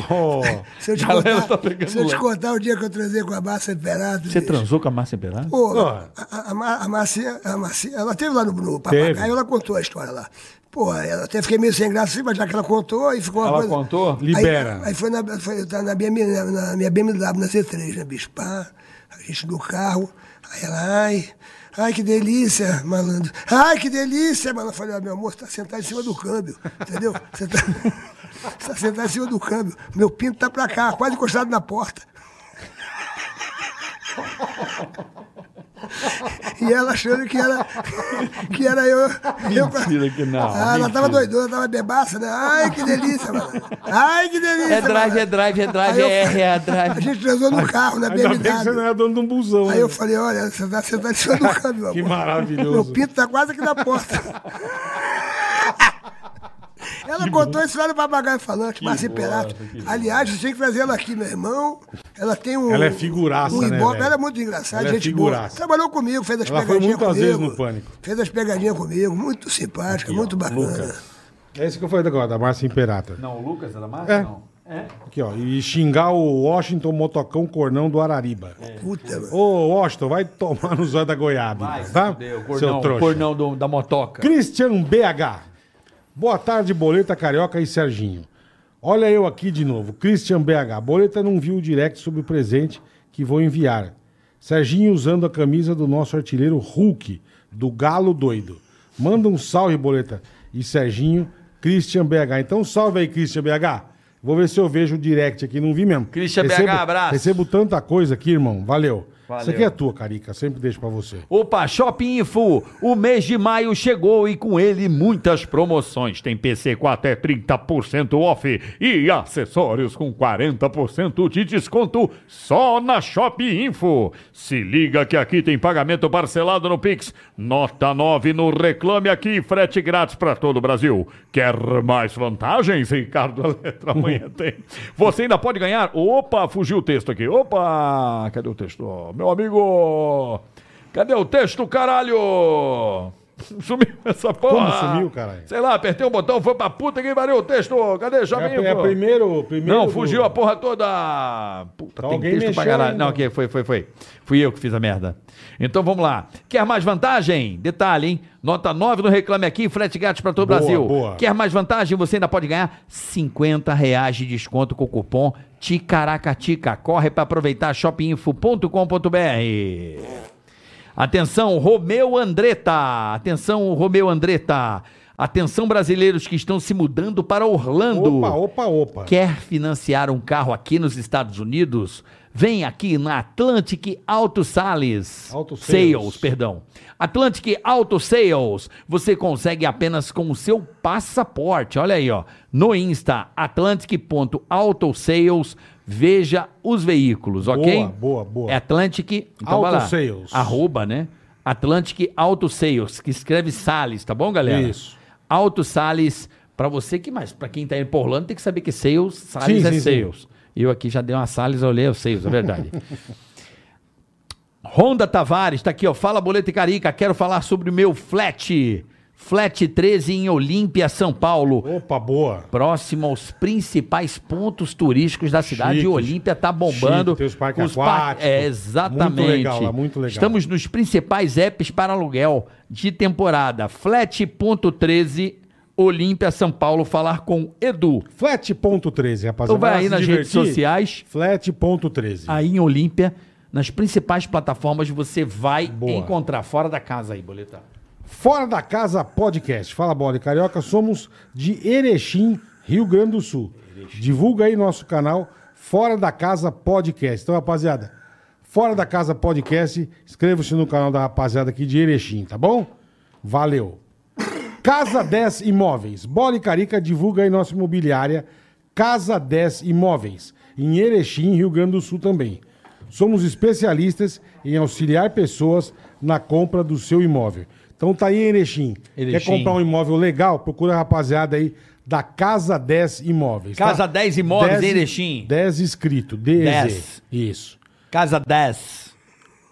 Speaker 1: Se eu te
Speaker 4: Galera,
Speaker 1: contar,
Speaker 4: tá pegando
Speaker 1: se eu te
Speaker 4: leve.
Speaker 1: contar o dia que eu transei com a Márcia Imperato.
Speaker 4: Você
Speaker 1: bicho.
Speaker 4: transou com a Márcia Imperato?
Speaker 1: Pô,
Speaker 3: Ó.
Speaker 1: a, a, a Mar- a Marcia, a Marcia, ela teve lá no, no
Speaker 3: Teve.
Speaker 1: Papagaio, ela contou a história lá. Pô, eu até fiquei meio sem graça, assim, mas já que ela contou, aí ficou uma
Speaker 4: Ela
Speaker 1: coisa...
Speaker 4: contou?
Speaker 1: Aí-
Speaker 3: Libera.
Speaker 1: Aí, foi, na, foi tá na, BMW, na, na minha BMW, na C3, né, bicho? Pá, a gente no carro, aí ela, ai... Ai, que delícia, malandro. Ai, que delícia, malandro. Eu falei, ó, meu amor, você tá sentado em cima do câmbio, entendeu? Você tá, você tá sentado em cima do câmbio. Meu pinto tá pra cá, quase encostado na porta. E ela achando que era, que era eu.
Speaker 4: Mentira
Speaker 1: eu,
Speaker 4: que não,
Speaker 1: Ah, ela tava
Speaker 4: mentira.
Speaker 1: doidona, tava bebaça, né? Ai, que delícia, mano. Ai, que delícia.
Speaker 4: É drive,
Speaker 1: mano.
Speaker 4: é drive, é drive,
Speaker 1: Aí eu-
Speaker 4: é R, é
Speaker 1: A
Speaker 4: drive.
Speaker 1: gente transou no carro, na
Speaker 3: ainda bem que você
Speaker 1: BMW.
Speaker 3: não era dono de um busão.
Speaker 1: Aí eu
Speaker 3: né?
Speaker 1: falei, olha, você tá sentado em cima do câmbio, meu
Speaker 3: Que
Speaker 1: amor. Meu
Speaker 3: maravilhoso.
Speaker 1: pinto tá quase aqui na porta. Ela contou isso lá no papagaio falante, Márcia Perato. Aliás, eu tinha que trazer ela aqui, meu irmão. Ela tem um.
Speaker 3: Ela é figuraça,
Speaker 1: um
Speaker 3: né,
Speaker 1: ibope.
Speaker 3: velho?
Speaker 1: Ela é muito engraçada,
Speaker 3: Ela é
Speaker 1: gente boa.
Speaker 3: figuraça.
Speaker 1: Trabalhou comigo, fez as
Speaker 3: Ela foi
Speaker 1: pegadinhas
Speaker 3: muitas
Speaker 1: comigo.
Speaker 3: vezes no Pânico.
Speaker 1: Fez as pegadinhas comigo, muito simpática, muito bacana.
Speaker 3: É isso que eu falei agora, da Márcia Imperator.
Speaker 4: Não, o Lucas era Márcia?
Speaker 3: É.
Speaker 4: Não. É?
Speaker 3: Aqui, ó. E xingar o Washington Motocão Cornão do Arariba.
Speaker 1: É. Puta, mano.
Speaker 3: Ô, Washington, vai tomar no zóio da goiaba, então, tá?
Speaker 4: Deu,
Speaker 3: Seu
Speaker 4: cordão,
Speaker 3: trouxa.
Speaker 4: cordão do- da motoca.
Speaker 3: Christian BH. Boa tarde, Boleta, Carioca e Serginho. Olha eu aqui de novo. Christian BH. Boleta não viu o direct sobre o presente que vou enviar. Serginho usando a camisa do nosso artilheiro Hulk, do Galo Doido. Manda um salve, Boleta. E Serginho, Christian BH. Então salve aí, Christian BH. Vou ver se eu vejo o direct aqui. Não vi mesmo.
Speaker 4: Christian BH, abraço.
Speaker 3: Recebo tanta coisa aqui, irmão. Valeu. Isso aqui é tua, Carica. Sempre deixo pra você.
Speaker 4: Opa, Shopping Info, o mês de maio chegou e com ele muitas promoções. Tem PC com até 30% off e acessórios com 40% de desconto só na Shopping Info. Se liga que aqui tem pagamento parcelado no Pix, nota 9 no Reclame Aqui, e frete grátis para todo o Brasil. Quer mais vantagens, Ricardo Letra? Amanhã tem. Você ainda pode ganhar. Opa, fugiu o texto aqui. Opa, cadê o texto? Ó, Meu amigo. Cadê o texto, caralho? Sumiu essa porra.
Speaker 3: Como sumiu, caralho?
Speaker 4: Sei lá, apertei um botão, foi pra puta que pariu o texto. Cadê, Jobinho?
Speaker 3: É, é primeiro, primeiro.
Speaker 4: Não,
Speaker 3: do-
Speaker 4: fugiu a porra toda. Puta,
Speaker 3: Então
Speaker 4: tem
Speaker 3: alguém
Speaker 4: texto
Speaker 3: mexeu
Speaker 4: pra caralho.
Speaker 3: ainda.
Speaker 4: Não, ok, foi, foi, foi. Fui eu que fiz a merda. Então vamos lá. Quer mais vantagem? Detalhe, hein? Nota 9 no Reclame Aqui, frete grátis pra todo o
Speaker 3: Boa,
Speaker 4: Brasil.
Speaker 3: boa.
Speaker 4: Quer mais vantagem? Você ainda pode ganhar 50 reais de desconto com o cupom TICARACATICA. Corre pra aproveitar shopinfo.com.br. Atenção, Romeu Andretta. Atenção, Romeu Andretta. Atenção, brasileiros que estão se mudando para Orlando.
Speaker 3: Opa, opa, opa.
Speaker 4: Quer financiar um carro aqui nos Estados Unidos? Vem aqui na Atlantic Auto Sales.
Speaker 3: Auto
Speaker 4: Sales.
Speaker 3: Sales.
Speaker 4: perdão. Atlantic Auto Sales. Você consegue apenas com o seu passaporte. Olha aí, ó. No Insta, atlantic.autosales. Veja os veículos, ok?
Speaker 3: Boa, boa, boa.
Speaker 4: É Atlantic. Então vai
Speaker 3: Auto
Speaker 4: lá.
Speaker 3: Sales.
Speaker 4: Arroba, né? Atlantic Auto Sales, que escreve Sales, tá bom, galera?
Speaker 3: Isso.
Speaker 4: Auto Sales, pra você que mais, pra quem tá indo por Orlando, tem que saber que sales, sales
Speaker 3: Sim,
Speaker 4: é
Speaker 3: sim, sim.
Speaker 4: sales. Eu aqui já dei uma sales, eu olhei os sales, é verdade. Ronda Tavares, tá aqui, ó. Fala Boleto e Carica, quero falar sobre o meu flat. Flat 13 em Olímpia, São Paulo.
Speaker 3: Opa, boa.
Speaker 4: Próximo aos principais pontos turísticos da cidade,
Speaker 3: Chique.
Speaker 4: o Olímpia tá bombando.
Speaker 3: Chique, tem os parques
Speaker 4: com par-
Speaker 3: aquáticos.
Speaker 4: É, exatamente.
Speaker 3: Muito legal lá, muito legal.
Speaker 4: Estamos nos principais apps para aluguel de temporada. Flat.13, Olímpia, São Paulo, falar com Edu.
Speaker 3: Flat.13, rapaziada.
Speaker 4: Então vai
Speaker 3: lá
Speaker 4: aí
Speaker 3: se
Speaker 4: nas redes
Speaker 3: divertir.
Speaker 4: sociais.
Speaker 3: Flat.13.
Speaker 4: Aí em Olímpia, nas principais plataformas, você vai
Speaker 3: Boa.
Speaker 4: encontrar. Fora da casa aí, Boleta.
Speaker 3: Fora da Casa Podcast. Fala, Bola e Carioca. Somos de Erechim, Rio Grande do Sul. Divulga aí nosso canal Fora da Casa Podcast. Então, rapaziada, Fora da Casa Podcast, inscreva-se no canal da rapaziada aqui de Erechim, tá bom? Valeu. Casa 10 Imóveis. Bola e Carica divulga aí nossa imobiliária Casa 10 Imóveis, em Erechim, Rio Grande do Sul também. Somos especialistas em auxiliar pessoas na compra do seu imóvel. Então tá aí em Erechim. Quer
Speaker 7: Erechim.
Speaker 3: comprar um imóvel legal? Procura a rapaziada aí da Casa 10 Imóveis.
Speaker 7: Casa 10 Imóveis, em Erechim.
Speaker 3: 10 escrito, DEZ.
Speaker 7: 10.
Speaker 3: Isso.
Speaker 7: Casa 10.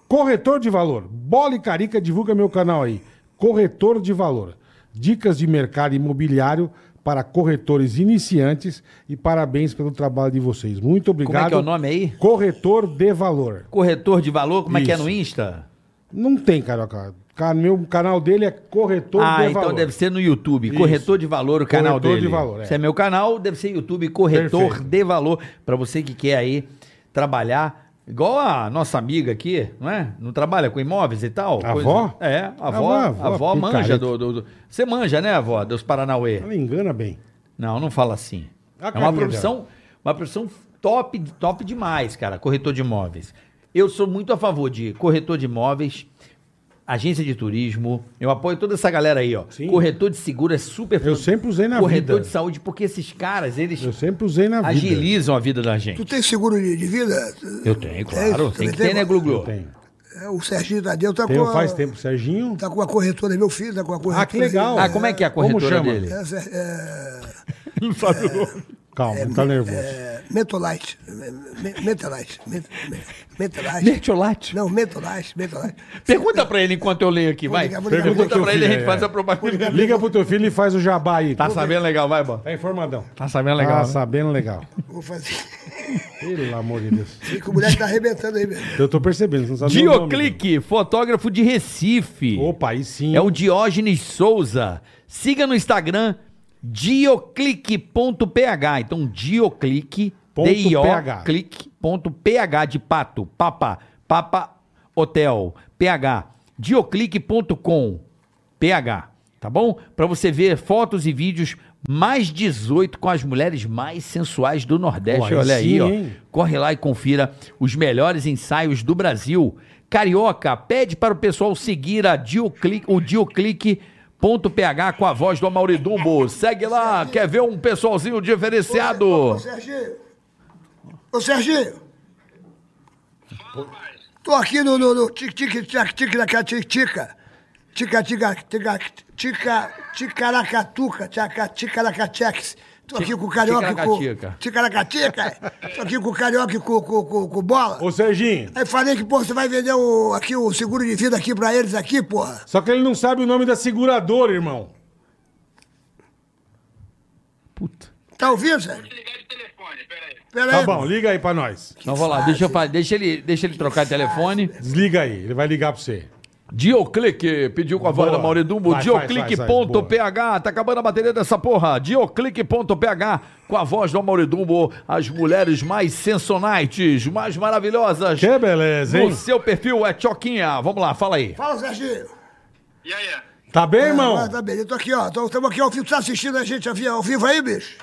Speaker 3: Corretor de valor. Bola e Carica divulga meu canal aí. Corretor de valor. Dicas de mercado imobiliário para corretores iniciantes e parabéns pelo trabalho de vocês. Muito obrigado.
Speaker 7: Como é que é o nome aí?
Speaker 3: Corretor de valor.
Speaker 7: Corretor de valor, como é que é
Speaker 3: Isso.
Speaker 7: no Insta?
Speaker 3: Não tem, Carioca. Ca- Meu canal dele é Corretor
Speaker 7: ah,
Speaker 3: de
Speaker 7: então
Speaker 3: valor.
Speaker 7: deve ser no YouTube, Corretor de Valor, o canal
Speaker 3: Corretor de
Speaker 7: dele.
Speaker 3: Valor, é.
Speaker 7: Se é meu canal, deve ser YouTube Corretor
Speaker 3: Perfeito.
Speaker 7: de Valor, pra você que quer aí trabalhar, igual a nossa amiga aqui, não é? Não trabalha com imóveis e tal?
Speaker 3: A avó?
Speaker 7: É, a avó,
Speaker 3: A
Speaker 7: a
Speaker 3: avó,
Speaker 7: avó,
Speaker 3: a avó
Speaker 7: manja
Speaker 3: picareta.
Speaker 7: do, do- do- Você manja, né, avó, dos Paranauê?
Speaker 3: Ela engana bem.
Speaker 7: Não, não fala assim.
Speaker 3: A
Speaker 7: é uma
Speaker 3: carinha
Speaker 7: profissão, uma profissão top, top demais, cara, corretor de imóveis. Eu sou muito a favor de corretor de imóveis, agência de turismo, eu apoio toda essa galera aí, ó.
Speaker 3: Sim.
Speaker 7: Corretor de seguro é super
Speaker 3: Eu sempre usei na
Speaker 7: Corretor
Speaker 3: vida.
Speaker 7: de saúde, porque esses caras,
Speaker 3: Eu
Speaker 7: eles
Speaker 3: sempre usei na vida.
Speaker 7: agilizam a vida da
Speaker 1: Tu é
Speaker 7: gente.
Speaker 1: tem seguro de, de vida?
Speaker 7: Eu tenho, claro.
Speaker 1: Tu
Speaker 7: Tem que
Speaker 1: também
Speaker 7: ter, né, Glu Glu?
Speaker 3: Tem.
Speaker 1: É, O Serginho Tadeu tá
Speaker 3: Tem
Speaker 1: com. a-
Speaker 3: faz tempo, Serginho.
Speaker 1: Tá com uma corretora, meu filho, tá com uma corretora.
Speaker 3: Ah, que legal.
Speaker 7: Ah, como é que é a
Speaker 3: Como
Speaker 7: corretora
Speaker 3: chama?
Speaker 7: dele?
Speaker 1: É, é,
Speaker 4: Não sabe o nome.
Speaker 3: Calma, não tá nervoso.
Speaker 1: é, Mentolite. Me- me- Mentolite. Me- me- Mentolite.
Speaker 7: Mertiolate.
Speaker 1: Não, Mentolite, Mentolite.
Speaker 7: Pergunta pra ele enquanto eu leio aqui,
Speaker 1: Vou
Speaker 7: vai.
Speaker 1: ligar, vou ligar.
Speaker 3: Pergunta
Speaker 7: Pergunta
Speaker 3: pro
Speaker 7: pra
Speaker 3: teu
Speaker 7: ele, a
Speaker 3: filho,
Speaker 7: gente
Speaker 3: é.
Speaker 7: faz a propaganda.
Speaker 3: Liga pro teu filho e faz o jabá aí.
Speaker 7: Tá sabendo legal, vai, bó.
Speaker 3: Tá informadão.
Speaker 7: Tá
Speaker 4: Ah,
Speaker 7: sabendo legal.
Speaker 3: Tá
Speaker 7: né?
Speaker 3: sabendo legal.
Speaker 1: Vou fazer.
Speaker 3: Pelo amor de Deus.
Speaker 1: Fica o moleque tá arrebentando aí mesmo.
Speaker 3: Eu tô percebendo, não sabe nem o nome. né?
Speaker 4: Dioclique, fotógrafo de Recife.
Speaker 3: Opa, aí sim.
Speaker 4: É o Diógenes Souza. Siga no Instagram dioclique.ph. Então, dioclique,
Speaker 3: Ponto
Speaker 4: dioclique.ph de pato, papa, papa hotel, ph, dioclique.com, ph, tá tá bom? Pra você ver fotos e vídeos mais 18 com as mulheres mais sensuais do Nordeste.
Speaker 3: Pô, aí
Speaker 4: Olha aí,
Speaker 3: sim,
Speaker 4: ó.
Speaker 3: hein?
Speaker 4: Corre lá e confira os melhores ensaios do Brasil. Carioca, pede para o pessoal seguir a Dioclic, o Dioclique.ph com a voz do Amaury Dumbo. Segue lá, quer ver um pessoalzinho diferenciado?
Speaker 1: Ô, Serginho. Ô, Serginho. Tô aqui no, no, no tic tic tic tic daquela tic tica. Tica tica tica tica ticaracatuca, tchaca ticaracatex. Tô aqui com o carioca e com
Speaker 4: Ticaracatica.
Speaker 1: ticaracatica. é. Tô aqui com o carioca e com com com, com bola.
Speaker 3: Ô, Serginho,
Speaker 1: Aí falei que, pô, você vai vender o, aqui, o seguro de vida aqui pra eles aqui, porra.
Speaker 3: só que ele não sabe o nome da seguradora, irmão.
Speaker 4: Puta.
Speaker 1: Tá ouvindo, Sérgio?
Speaker 6: ligar de telefone, peraí.
Speaker 1: Pera
Speaker 3: Tá
Speaker 1: aí.
Speaker 3: bom, liga aí pra nós.
Speaker 4: Não, vou lá, deixa, eu, fa- deixa ele, deixa ele trocar de telefone.
Speaker 3: Desliga aí, ele vai ligar pra você.
Speaker 4: Dioclique, pediu com a voz
Speaker 3: Boa.
Speaker 4: da Mauri Dumbo,
Speaker 3: Vai, faz, faz, faz,
Speaker 4: dioclique.ph, tá acabando a bateria dessa porra, dioclique.ph, com a voz do Mauri Dumbo, as mulheres mais sensonaites, mais maravilhosas,
Speaker 3: Que beleza, hein?
Speaker 4: no seu perfil é Choquinha, vamos lá, fala aí.
Speaker 1: Fala, Serginho.
Speaker 6: E aí?
Speaker 3: Tá bem,
Speaker 1: Ah,
Speaker 3: irmão?
Speaker 1: tá bem, eu tô aqui, ó. Estamos aqui ao vivo. Tu tá assistindo a gente ao vi- ao vivo aí, bicho?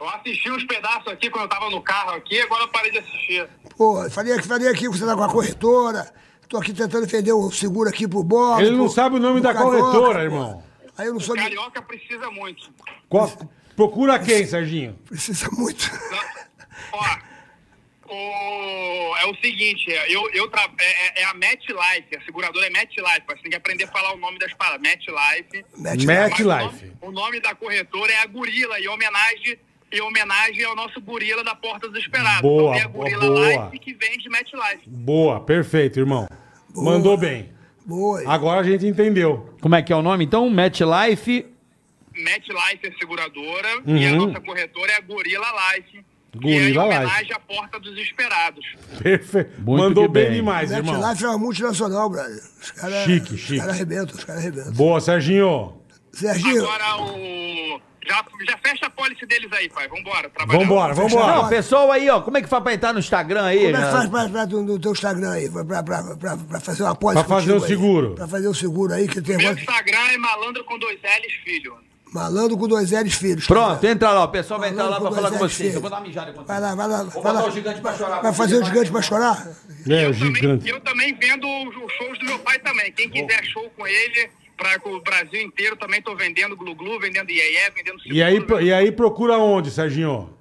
Speaker 6: Eu assisti uns pedaços aqui quando eu tava no carro aqui, agora eu parei de assistir.
Speaker 1: Pô, eu falei, aqui- falei aqui que você tá com a corretora. Tô aqui tentando vender o seguro aqui pro Bob.
Speaker 3: Ele não
Speaker 1: pro-
Speaker 3: sabe o nome
Speaker 1: pro
Speaker 3: da corretora, irmão.
Speaker 1: pô. Aí eu não sou. De...
Speaker 6: Carioca precisa muito.
Speaker 3: Qual- Procura quem, Serginho?
Speaker 1: Precisa muito.
Speaker 6: Ó, o- é o seguinte, eu, eu tra- é, é- é a MetLife, a seguradora é MetLife, você tem que aprender a falar o nome das palavras. MetLife. Mas o
Speaker 3: Mete-
Speaker 1: Mete
Speaker 6: nome-
Speaker 3: MetLife.
Speaker 6: O nome da corretora é a Gorila, em homenagem, em homenagem ao nosso gorila da Porta dos Esperados.
Speaker 3: Boa,
Speaker 6: é a
Speaker 3: boa,
Speaker 6: Gorila
Speaker 3: boa.
Speaker 6: Life que vende MetLife.
Speaker 3: Boa, perfeito, irmão. Mandou bem.
Speaker 1: Boa.
Speaker 3: Agora a gente entendeu.
Speaker 4: Como é que é o nome então? MetLife,
Speaker 6: MetLife é seguradora e a
Speaker 3: Uhum.
Speaker 6: nossa corretora é a Gorila Life.
Speaker 3: Gorila
Speaker 6: que é em
Speaker 3: Life.
Speaker 6: homenagem à Porta dos Esperados.
Speaker 3: Perfeito.
Speaker 4: Muito
Speaker 3: Mandou
Speaker 4: que
Speaker 3: bem,
Speaker 4: bem.
Speaker 3: demais,
Speaker 1: Mete
Speaker 3: irmão.
Speaker 1: lá é uma multinacional, brother. Os cara, é-
Speaker 3: Chique,
Speaker 1: Os
Speaker 3: chique.
Speaker 1: caras arrebentam, os caras arrebentam.
Speaker 3: Boa, Serginho.
Speaker 1: Serginho.
Speaker 6: Agora o. Já, já fecha a pólice deles aí, pai. Vambora, trabalhar.
Speaker 3: Vambora,
Speaker 4: não,
Speaker 3: vambora.
Speaker 4: pessoal aí, ó, como é que faz pra entrar no Instagram aí?
Speaker 1: Como é que
Speaker 4: né?
Speaker 1: faz pra, pra, no, no teu Instagram aí? Pra, pra, pra, pra, pra fazer uma pólice
Speaker 3: Pra fazer
Speaker 1: contigo
Speaker 3: o
Speaker 1: aí?
Speaker 3: seguro.
Speaker 1: Pra fazer o seguro aí, que tem
Speaker 6: Meu
Speaker 1: negócio.
Speaker 6: Instagram é malandro com dois L's, filho.
Speaker 1: Malandro com dois L's filhos.
Speaker 4: Pronto, entra lá, o pessoal vai entrar
Speaker 1: Malandro
Speaker 4: lá
Speaker 1: com
Speaker 4: pra
Speaker 1: dois
Speaker 4: falar com
Speaker 1: L's
Speaker 4: vocês,
Speaker 1: filhos.
Speaker 4: eu vou dar uma mijada enquanto
Speaker 1: Vai lá, vai lá. Vou
Speaker 4: botar o gigante pra chorar.
Speaker 1: Vai fazer o gigante pra chorar?
Speaker 3: É, o
Speaker 6: Eu também-
Speaker 3: gigante.
Speaker 6: eu também vendo os os shows do meu pai também. Quem quiser show com ele, pra o Brasil inteiro, também tô vendendo glu-glu, vendendo iê vendendo
Speaker 3: E aí,
Speaker 6: seguro,
Speaker 3: pro- e aí procura onde, Serginho?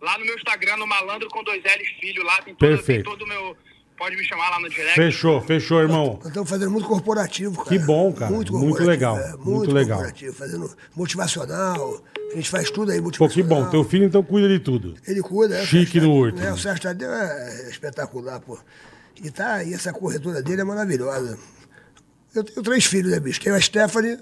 Speaker 6: Lá no meu Instagram, no Malandro com dois L's Filho, lá tem todo, tem
Speaker 3: Perfeito.
Speaker 6: todo o meu. Pode me chamar lá no direct.
Speaker 3: Fechou, fechou, irmão.
Speaker 1: Nós estamos fazendo muito corporativo, cara.
Speaker 3: Que bom, cara. Muito
Speaker 1: corporativo,
Speaker 3: legal,
Speaker 1: é,
Speaker 3: muito legal.
Speaker 1: corporativo, fazendo motivacional. A gente faz tudo aí,
Speaker 3: Pô,
Speaker 1: motivacional.
Speaker 3: que bom. Teu filho então cuida de tudo.
Speaker 1: Ele cuida. né?
Speaker 3: Chique no
Speaker 1: Sérgio
Speaker 3: Horto.
Speaker 1: Tadeu, né? O Sérgio Tadeu é espetacular, pô. E, tá, e essa corretora dele é maravilhosa. Eu tenho três filhos, né, bicho? Tenho a Stephanie,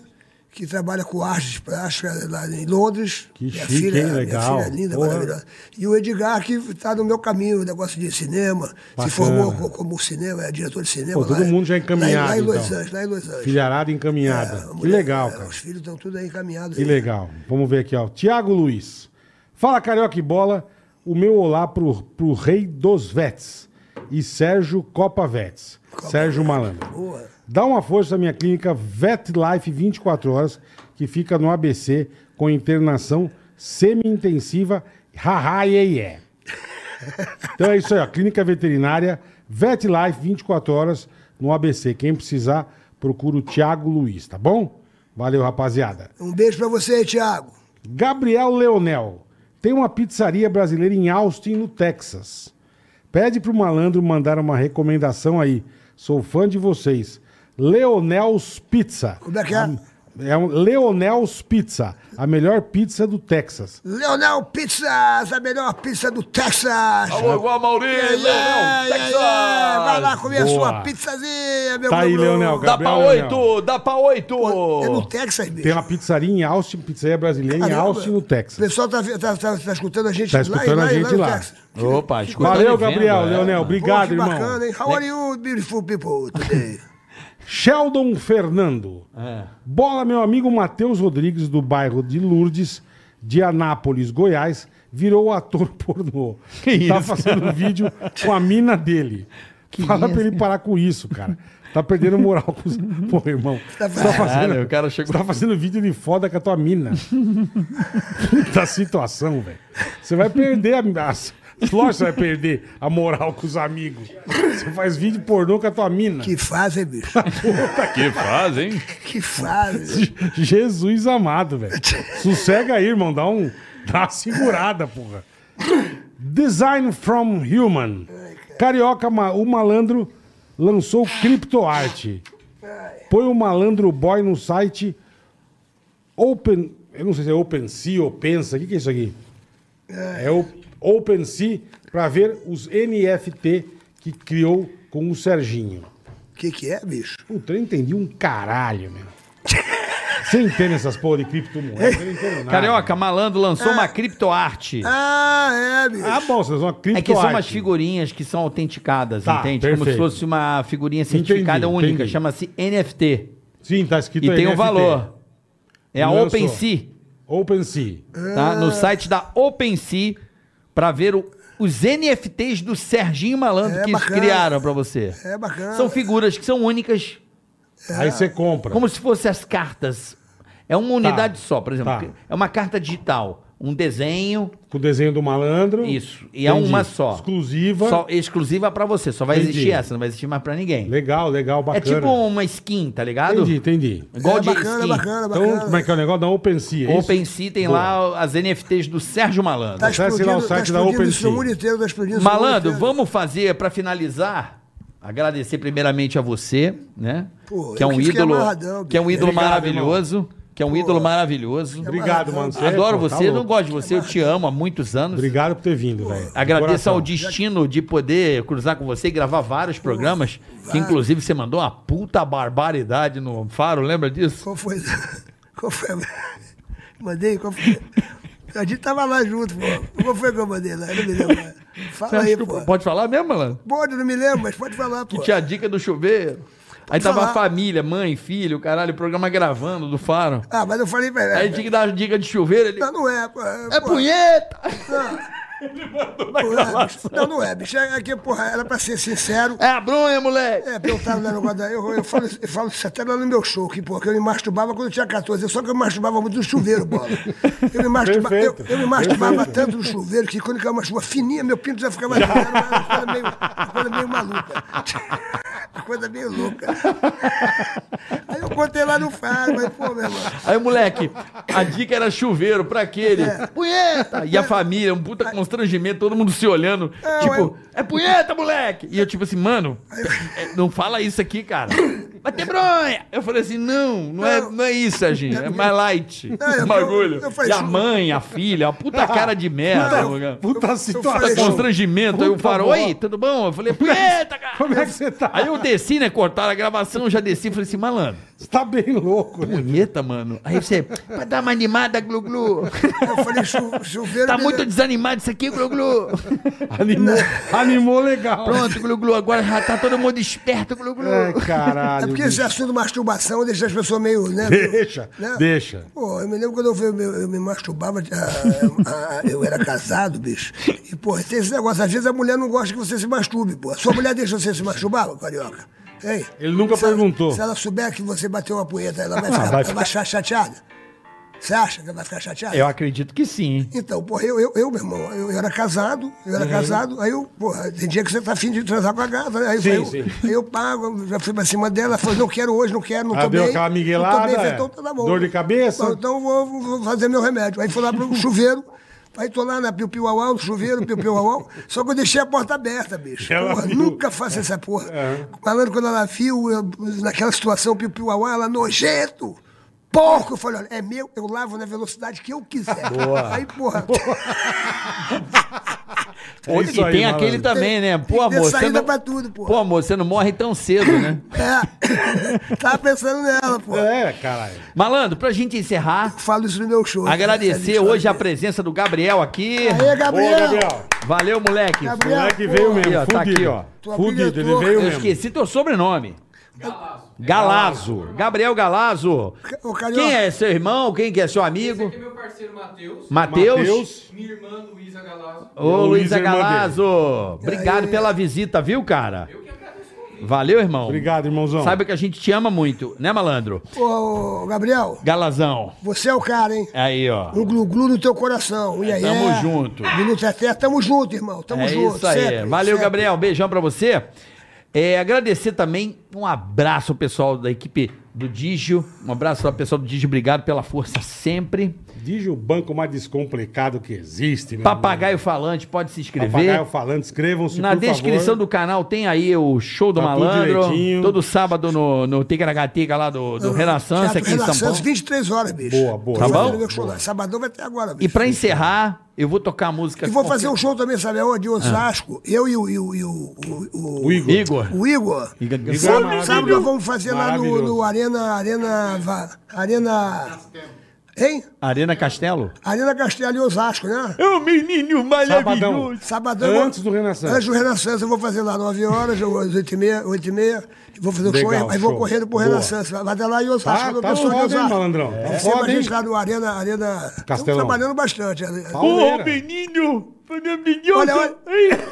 Speaker 1: que trabalha com artes plásticas lá em Londres.
Speaker 3: Que chique, hein? Legal.
Speaker 1: Minha filha é linda,
Speaker 3: Porra.
Speaker 1: maravilhosa. E o Edgar, que está no meu caminho, o negócio de cinema.
Speaker 3: Bacana.
Speaker 1: Se formou co- como cinema, é diretor de cinema.
Speaker 3: Pô, todo mundo já
Speaker 1: é
Speaker 3: encaminhado,
Speaker 1: Lá, em- lá em
Speaker 3: então.
Speaker 1: Los Angeles, lá em Los Angeles.
Speaker 3: Filharada
Speaker 1: É,
Speaker 3: encaminhada.
Speaker 1: a
Speaker 3: Que
Speaker 1: mulher-
Speaker 3: legal,
Speaker 1: é,
Speaker 3: cara.
Speaker 1: Os filhos estão tudo aí encaminhados.
Speaker 3: Que legal. Vamos ver aqui, ó. Tiago Luiz. Fala, Carioca e Bola. O meu olá pro, pro rei dos vets. E Sérgio Copa Vets. Sérgio Malandro.
Speaker 1: Boa.
Speaker 3: Dá uma força à minha clínica VetLife 24 horas, que fica no ABC com internação semi-intensiva. Haha, iê, iê. Então é isso aí, ó. Clínica Veterinária VetLife 24 horas no ABC. Quem precisar, procura o Thiago Luiz, tá bom? Valeu, rapaziada.
Speaker 1: Um beijo pra você, Thiago.
Speaker 3: Gabriel Leonel. Tem uma pizzaria brasileira em Austin, no Texas. Pede pro malandro mandar uma recomendação aí. Sou fã de vocês. Leonel's Pizza.
Speaker 1: Como é que é?
Speaker 3: A- é um Leonel's Pizza, a melhor pizza do Texas.
Speaker 1: Leonel Pizzas, a melhor pizza do Texas.
Speaker 4: Alô, igual a Mauri,
Speaker 1: Yeah, yeah,
Speaker 4: Leonel, Texas.
Speaker 1: yeah. Vai lá comer
Speaker 3: Boa.
Speaker 1: a sua pizzazinha, meu
Speaker 3: Tá aí,
Speaker 1: Bruno.
Speaker 3: Leonel.
Speaker 4: Dá pra
Speaker 3: Gabriel Leonel.
Speaker 4: oito, dá pra
Speaker 1: É no
Speaker 4: oito.
Speaker 1: Texas, bicho.
Speaker 3: Tem uma pizzaria em Austin, pizzaria brasileira em
Speaker 1: Caramba.
Speaker 3: Austin, no
Speaker 1: O
Speaker 3: Texas.
Speaker 1: pessoal tá, tá, tá, tá escutando a gente
Speaker 3: Tá
Speaker 1: lá
Speaker 3: escutando
Speaker 1: e lá
Speaker 3: a
Speaker 1: e
Speaker 3: gente
Speaker 1: no
Speaker 3: lá.
Speaker 1: Texas.
Speaker 4: Opa, escutando
Speaker 3: Valeu,
Speaker 4: e vendo,
Speaker 3: Gabriel,
Speaker 4: é.
Speaker 3: Leonel.
Speaker 1: né? Pô,
Speaker 3: Obrigado,
Speaker 1: que
Speaker 3: irmão.
Speaker 1: bacana, hein? How are you, beautiful people today?
Speaker 3: Sheldon Fernando.
Speaker 4: É.
Speaker 3: Bola, meu amigo Matheus Rodrigues, do bairro de Lourdes, de Anápolis, Goiás, virou ator pornô. Que tá fazendo vídeo com a mina dele. Fala pra ele parar com isso, cara. Tá perdendo moral com os... Pô, irmão. Você tá
Speaker 4: Caralho,
Speaker 3: fazendo...
Speaker 4: É, né, o cara
Speaker 3: Você
Speaker 4: chegou.
Speaker 3: tá fazendo vídeo de foda com a tua mina. Puta situação, velho. Você vai perder a... As... Lógico que você vai perder a moral com os amigos. Você faz vídeo pornô com a tua mina.
Speaker 1: Que fase, hein, bicho?
Speaker 3: Tá
Speaker 2: Que faz, hein?
Speaker 1: Que fase.
Speaker 3: Jesus amado, velho. Sossega aí, irmão. Dá, um, dá uma segurada, porra. Design from Human. Carioca, ma- o malandro lançou criptoarte. Põe o malandro boy no site Open. Eu não sei se é OpenSea ou Pensa. O que, que é isso aqui? É o OpenSea para ver os NFT que criou com o Serginho.
Speaker 1: Que que é, bicho?
Speaker 3: Puta, eu não entendi um caralho, meu. Você entende essas porra de criptomoedas? Eu não entendo nada.
Speaker 4: Carioca, malandro lançou uma criptoarte.
Speaker 1: Ah, é, bicho.
Speaker 3: Ah, bom, vocês vão criptoarte.
Speaker 4: É que são umas figurinhas que são autenticadas,
Speaker 3: Tá,
Speaker 4: entende? Como
Speaker 3: perfeito.
Speaker 4: se fosse uma figurinha certificada
Speaker 3: Entendi,
Speaker 4: única,
Speaker 3: entendi.
Speaker 4: chama-se NFT.
Speaker 3: Sim, tá escrito
Speaker 4: E tem um
Speaker 3: NFT.
Speaker 4: valor. É a
Speaker 3: Lançou.
Speaker 4: OpenSea,
Speaker 3: OpenSea.
Speaker 4: tá?
Speaker 1: Ah.
Speaker 4: No site da OpenSea para ver o- os NFTs do Serginho Malandro
Speaker 1: É
Speaker 4: que eles
Speaker 1: bacana.
Speaker 4: criaram para você.
Speaker 3: Ah.
Speaker 1: É bacana.
Speaker 4: São figuras que são únicas,
Speaker 3: Aí você compra.
Speaker 4: como se fossem as cartas. É uma unidade só, por exemplo.
Speaker 3: Tá.
Speaker 4: É uma carta digital, um desenho,
Speaker 3: Com o desenho do malandro.
Speaker 4: isso. E é
Speaker 3: Entendi.
Speaker 4: uma só.
Speaker 3: Exclusiva.
Speaker 4: Só exclusiva para você. Só vai
Speaker 3: Entendi.
Speaker 4: existir essa, não vai existir mais para ninguém.
Speaker 3: Legal, legal,
Speaker 4: É
Speaker 3: bacana.
Speaker 4: tipo uma skin, tá ligado?
Speaker 3: Entendi, entendi.
Speaker 4: Igual
Speaker 1: é
Speaker 4: de
Speaker 1: bacana,
Speaker 4: skin.
Speaker 1: bacana, bacana.
Speaker 3: Então, como é que é o negócio da OpenSea? é isso?
Speaker 4: OpenSea tem lá as NFTs do Sérgio Malandro.
Speaker 1: Tá
Speaker 3: Acesse lá o
Speaker 1: explodindo,
Speaker 3: site
Speaker 1: tá
Speaker 3: da
Speaker 1: explodindo
Speaker 3: OpenSea.
Speaker 1: isso no mundo inteiro, tá explodindo isso no
Speaker 4: Malandro,
Speaker 1: mundo inteiro.
Speaker 4: vamos fazer pra finalizar. Agradecer primeiramente a você, né?
Speaker 1: Pô,
Speaker 4: que é
Speaker 1: eu
Speaker 4: um
Speaker 1: que fiquei
Speaker 4: ídolo,
Speaker 1: amarradão,
Speaker 4: que é um
Speaker 1: bicho. É
Speaker 4: ídolo
Speaker 3: Obrigado,
Speaker 4: maravilhoso, que é um ídolo maravilhoso.
Speaker 3: Obrigado, mano. Você,
Speaker 4: Adoro
Speaker 3: pô, tá
Speaker 4: você, não
Speaker 3: louco.
Speaker 4: gosto de você, eu te amo há muitos anos.
Speaker 3: Obrigado por ter vindo, velho. De
Speaker 4: Agradeço
Speaker 3: coração.
Speaker 4: ao destino de poder cruzar com você e gravar vários programas, que inclusive você mandou uma puta barbaridade no Faro, lembra disso?
Speaker 1: Qual foi? Qual foi? a- Mandei? Qual foi? A gente tava lá junto, pô. Qual foi que eu mandei lá? Eu Não me lembro. mais.
Speaker 4: Você
Speaker 1: Fala
Speaker 4: acha
Speaker 1: aí,
Speaker 4: que
Speaker 1: pô.
Speaker 4: eu- pode falar mesmo, Malandro?
Speaker 1: Pode, não me lembro, mas pode falar, pô.
Speaker 4: Que tinha a dica do chuveiro. Aí tava
Speaker 1: falar.
Speaker 4: a família, mãe, filho, caralho, o programa gravando do Faro.
Speaker 1: Ah, mas eu falei pra ele.
Speaker 4: Aí tinha que dar as dicas de chuveiro, ele.
Speaker 1: Não, não é, pô.
Speaker 4: É punheta!
Speaker 1: Não é, bicho. Não, não é, bicho. É que, porra, era pra ser sincero.
Speaker 4: É a bronha, moleque!
Speaker 1: É, perguntaram lá no negócio da- Eu, eu, falo, eu falo isso até lá no meu show, que, pô, que eu me masturbava quando eu tinha 14. Só que eu me masturbava muito no chuveiro, bola. Eu me, masturba, eu,
Speaker 3: Perfeito,
Speaker 1: eu me masturbava
Speaker 3: perfeito.
Speaker 1: tanto no chuveiro que quando eu uma chuva fininha, meu pinto já ficava. assim, Era uma coisa meio, uma coisa meio maluca. Uma coisa meio louca. Aí eu contei lá no Fábio, mas, pô, meu irmão.
Speaker 4: Aí, moleque, a dica era chuveiro pra aquele.
Speaker 1: É.
Speaker 4: Punheta! E a família, um puta constrangimento, todo mundo se olhando.
Speaker 1: É,
Speaker 4: tipo, é punheta, moleque! E eu, tipo assim, mano, é, não fala isso aqui, cara. Vai ter bronha! Eu falei assim, não, não é, não é isso, Serginho. É mais light.
Speaker 1: É, eu-
Speaker 4: o bagulho.
Speaker 1: eu falei, assim,
Speaker 4: e a
Speaker 1: chuva-
Speaker 4: mãe, a filha, a puta cara de merda. moleque.
Speaker 3: Puta
Speaker 1: falei,
Speaker 4: Puta
Speaker 3: situação.
Speaker 4: Tá constrangimento. Aí eu
Speaker 1: tá
Speaker 3: Puta
Speaker 4: falo,
Speaker 3: bola.
Speaker 4: oi, tudo bom? Eu falei, punheta, cara!
Speaker 3: Como é que você tá?
Speaker 4: Aí eu desci, né? Cortaram a gravação, já desci falei assim, malandro.
Speaker 3: Você tá bem louco, né?
Speaker 4: Punheta, mano. Aí você, pra dar uma animada, Glu-Glu.
Speaker 1: Eu falei, chu- chuveiro.
Speaker 4: Tá
Speaker 1: me-
Speaker 4: muito desanimado isso aqui, Glu-Glu.
Speaker 3: Animou, animou legal.
Speaker 4: Pronto, Glu-Glu, agora já tá todo mundo esperto, Glu-Glu.
Speaker 3: Ai,
Speaker 1: É
Speaker 3: caralho.
Speaker 1: porque
Speaker 3: bicho.
Speaker 1: esse assunto de masturbação deixa as pessoas meio. Né,
Speaker 3: Deixa,
Speaker 1: Né?
Speaker 3: deixa.
Speaker 1: Pô, eu me lembro quando eu, fui- eu, me- eu me masturbava, a- a- a- eu era casado, bicho. E, pô, tem esse negócio, às vezes a mulher não gosta que você se masturbe, pô. Sua mulher deixa você se masturbar, ô, carioca? Hein?
Speaker 3: Ele nunca
Speaker 1: Se ela-
Speaker 3: perguntou.
Speaker 1: se ela souber que você bateu uma punheta, ela vai
Speaker 3: Ah,
Speaker 1: ficar,
Speaker 3: vai
Speaker 1: ela vai ficar chateada? Você acha que ela vai ficar chateada?
Speaker 4: acredito que sim.
Speaker 1: Então, porra, eu, eu, eu meu irmão, eu, eu era casado, eu
Speaker 3: Uhum.
Speaker 1: era casado, aí eu, porra, tem dia que você tá afim de transar com a gata, né? Aí, eu
Speaker 3: Sim,
Speaker 1: falei,
Speaker 3: sim.
Speaker 1: eu, aí eu pago, já fui pra cima dela, falei, não quero hoje, não quero, não
Speaker 3: Ah,
Speaker 1: tô
Speaker 3: deu
Speaker 1: bem.
Speaker 3: aquela
Speaker 1: não tô
Speaker 3: miguelada,
Speaker 1: bem, falei,
Speaker 3: é.
Speaker 1: então tá bom.
Speaker 3: Dor de cabeça?
Speaker 1: Então eu vou, vou- vou fazer meu remédio. Aí fui lá pro chuveiro, aí tô lá na piu-piu au no chuveiro, piu-piu au só que eu deixei a porta aberta, bicho.
Speaker 3: Ela
Speaker 1: Porra,
Speaker 3: viu.
Speaker 1: nunca faço essa porra.
Speaker 3: É.
Speaker 1: Falando quando ela viu, eu, naquela situação, piu-piu au ela, nojento! Porco! Eu falei, olha, é meu, eu lavo na velocidade que eu quiser. Aí, porra.
Speaker 3: É isso
Speaker 4: e
Speaker 3: aí,
Speaker 4: tem
Speaker 3: malandro.
Speaker 4: aquele também, né?
Speaker 1: Tem
Speaker 4: Pô,
Speaker 1: que ter
Speaker 4: amor, você
Speaker 1: saída
Speaker 4: não...
Speaker 1: pra tudo, pô.
Speaker 4: Pô, amor, você não morre tão cedo, né?
Speaker 1: É. Tava pensando nela, pô.
Speaker 3: É, caralho.
Speaker 4: Malandro, pra gente encerrar,
Speaker 1: Falo isso no meu show. é
Speaker 4: agradecer hoje a presença do Gabriel aqui.
Speaker 1: Aê,
Speaker 3: Ô,
Speaker 1: Gabriel!
Speaker 3: Gabriel.
Speaker 4: Valeu, moleque.
Speaker 3: O
Speaker 1: Gabriel,
Speaker 3: moleque
Speaker 1: pô.
Speaker 3: veio
Speaker 4: Aí, ó,
Speaker 3: mesmo.
Speaker 4: tá aqui,
Speaker 3: Fudido.
Speaker 4: ó.
Speaker 1: Tu
Speaker 3: Fudido, ele
Speaker 1: habilitou.
Speaker 3: veio
Speaker 4: Eu
Speaker 3: mesmo.
Speaker 4: esqueci teu sobrenome. Galazo. Gabriel Galazo.
Speaker 1: Ô, Carioca.
Speaker 4: Quem é seu irmão? Quem que é seu amigo?
Speaker 8: Aqui é meu parceiro Matheus,
Speaker 4: Matheus.
Speaker 3: Matheus.
Speaker 8: minha irmã Luísa Galazzo.
Speaker 4: Ô,
Speaker 3: Luísa,
Speaker 4: Luísa
Speaker 3: irmã
Speaker 4: Galazo. Obrigado pela visita, viu, cara?
Speaker 8: Eu que agradeço o convite.
Speaker 4: Valeu, irmão.
Speaker 3: Obrigado, irmãozão.
Speaker 4: Saiba que a gente te ama muito, né, malandro?
Speaker 1: Ô, Gabriel,
Speaker 4: Galazão.
Speaker 1: você é o cara, hein?
Speaker 4: Aí, ó.
Speaker 1: Um glu-glu no teu coração. Um iaiá,
Speaker 4: É, tamo junto.
Speaker 1: Minuto Teté, tá tamo junto, irmão. Tamo
Speaker 4: é
Speaker 1: junto.
Speaker 4: isso aí.
Speaker 1: sempre,
Speaker 4: Valeu,
Speaker 1: sempre.
Speaker 4: Gabriel. Beijão pra você. É, agradecer também um abraço ao pessoal da equipe do Digio. Um abraço ao pessoal do Digio. Obrigado pela força sempre.
Speaker 3: Diz o banco mais descomplicado que existe, meu
Speaker 4: Papagaio Falante, pode se
Speaker 3: irmão.
Speaker 4: inscrever.
Speaker 3: um- Papagaio falando, inscrevam-se,
Speaker 4: Na
Speaker 3: por
Speaker 4: descrição
Speaker 3: favor.
Speaker 4: do canal tem aí o show do
Speaker 3: Tá tudo
Speaker 4: malandro.
Speaker 3: direitinho.
Speaker 4: Todo sábado no, no Ticaragatica lá do, do Renaissance
Speaker 1: Teatro
Speaker 4: aqui em São
Speaker 1: Ah, Renaissance,
Speaker 4: Paulo.
Speaker 1: 23 horas, bicho.
Speaker 3: Boa, boa.
Speaker 4: Tá
Speaker 1: Eu vou
Speaker 4: bom?
Speaker 1: fazer meu show lá. Sabadão vai ter agora, bicho.
Speaker 4: E pra encerrar, eu vou tocar a música.
Speaker 1: E vou
Speaker 4: com-
Speaker 1: fazer um show também, sabe aonde? Em Osasco. Eu e o... E o, e o, o,
Speaker 3: O Igor.
Speaker 4: Ah. Igor.
Speaker 1: o Igor.
Speaker 4: Igor é
Speaker 1: Sábado,
Speaker 3: maravilhoso.
Speaker 1: sábado nós vamos fazer lá no,
Speaker 3: Maravilhoso.
Speaker 1: no Arena... Arena... Va- Arena... Hein?
Speaker 4: Arena Castelo?
Speaker 1: Arena Castelo e Osasco, né?
Speaker 4: É um menino
Speaker 3: Sabadão.
Speaker 1: Sabadão.
Speaker 3: Antes
Speaker 1: eu
Speaker 3: do
Speaker 1: vou-
Speaker 3: Renaissance.
Speaker 1: Antes do Renaissance, eu vou fazer lá 9 horas, eu- às 8 e meia, 8 e meia. Vou fazer o
Speaker 3: Legal,
Speaker 1: show, aí vou
Speaker 3: show.
Speaker 1: correndo pro
Speaker 3: Boa.
Speaker 1: Renaissance. Vai até lá e Osasco.
Speaker 3: Tá-
Speaker 1: quando eu
Speaker 3: tá
Speaker 1: penso em
Speaker 3: foda, hein,
Speaker 1: Osasco.
Speaker 3: malandro? Tá
Speaker 1: É, sempre
Speaker 3: foda,
Speaker 1: a gente
Speaker 3: hein?
Speaker 1: lá no Arena... Arena... Estamos
Speaker 3: Castelão.
Speaker 1: trabalhando bastante.
Speaker 3: Pauleira.
Speaker 2: É menino, maravilhoso.
Speaker 1: Olha, olha.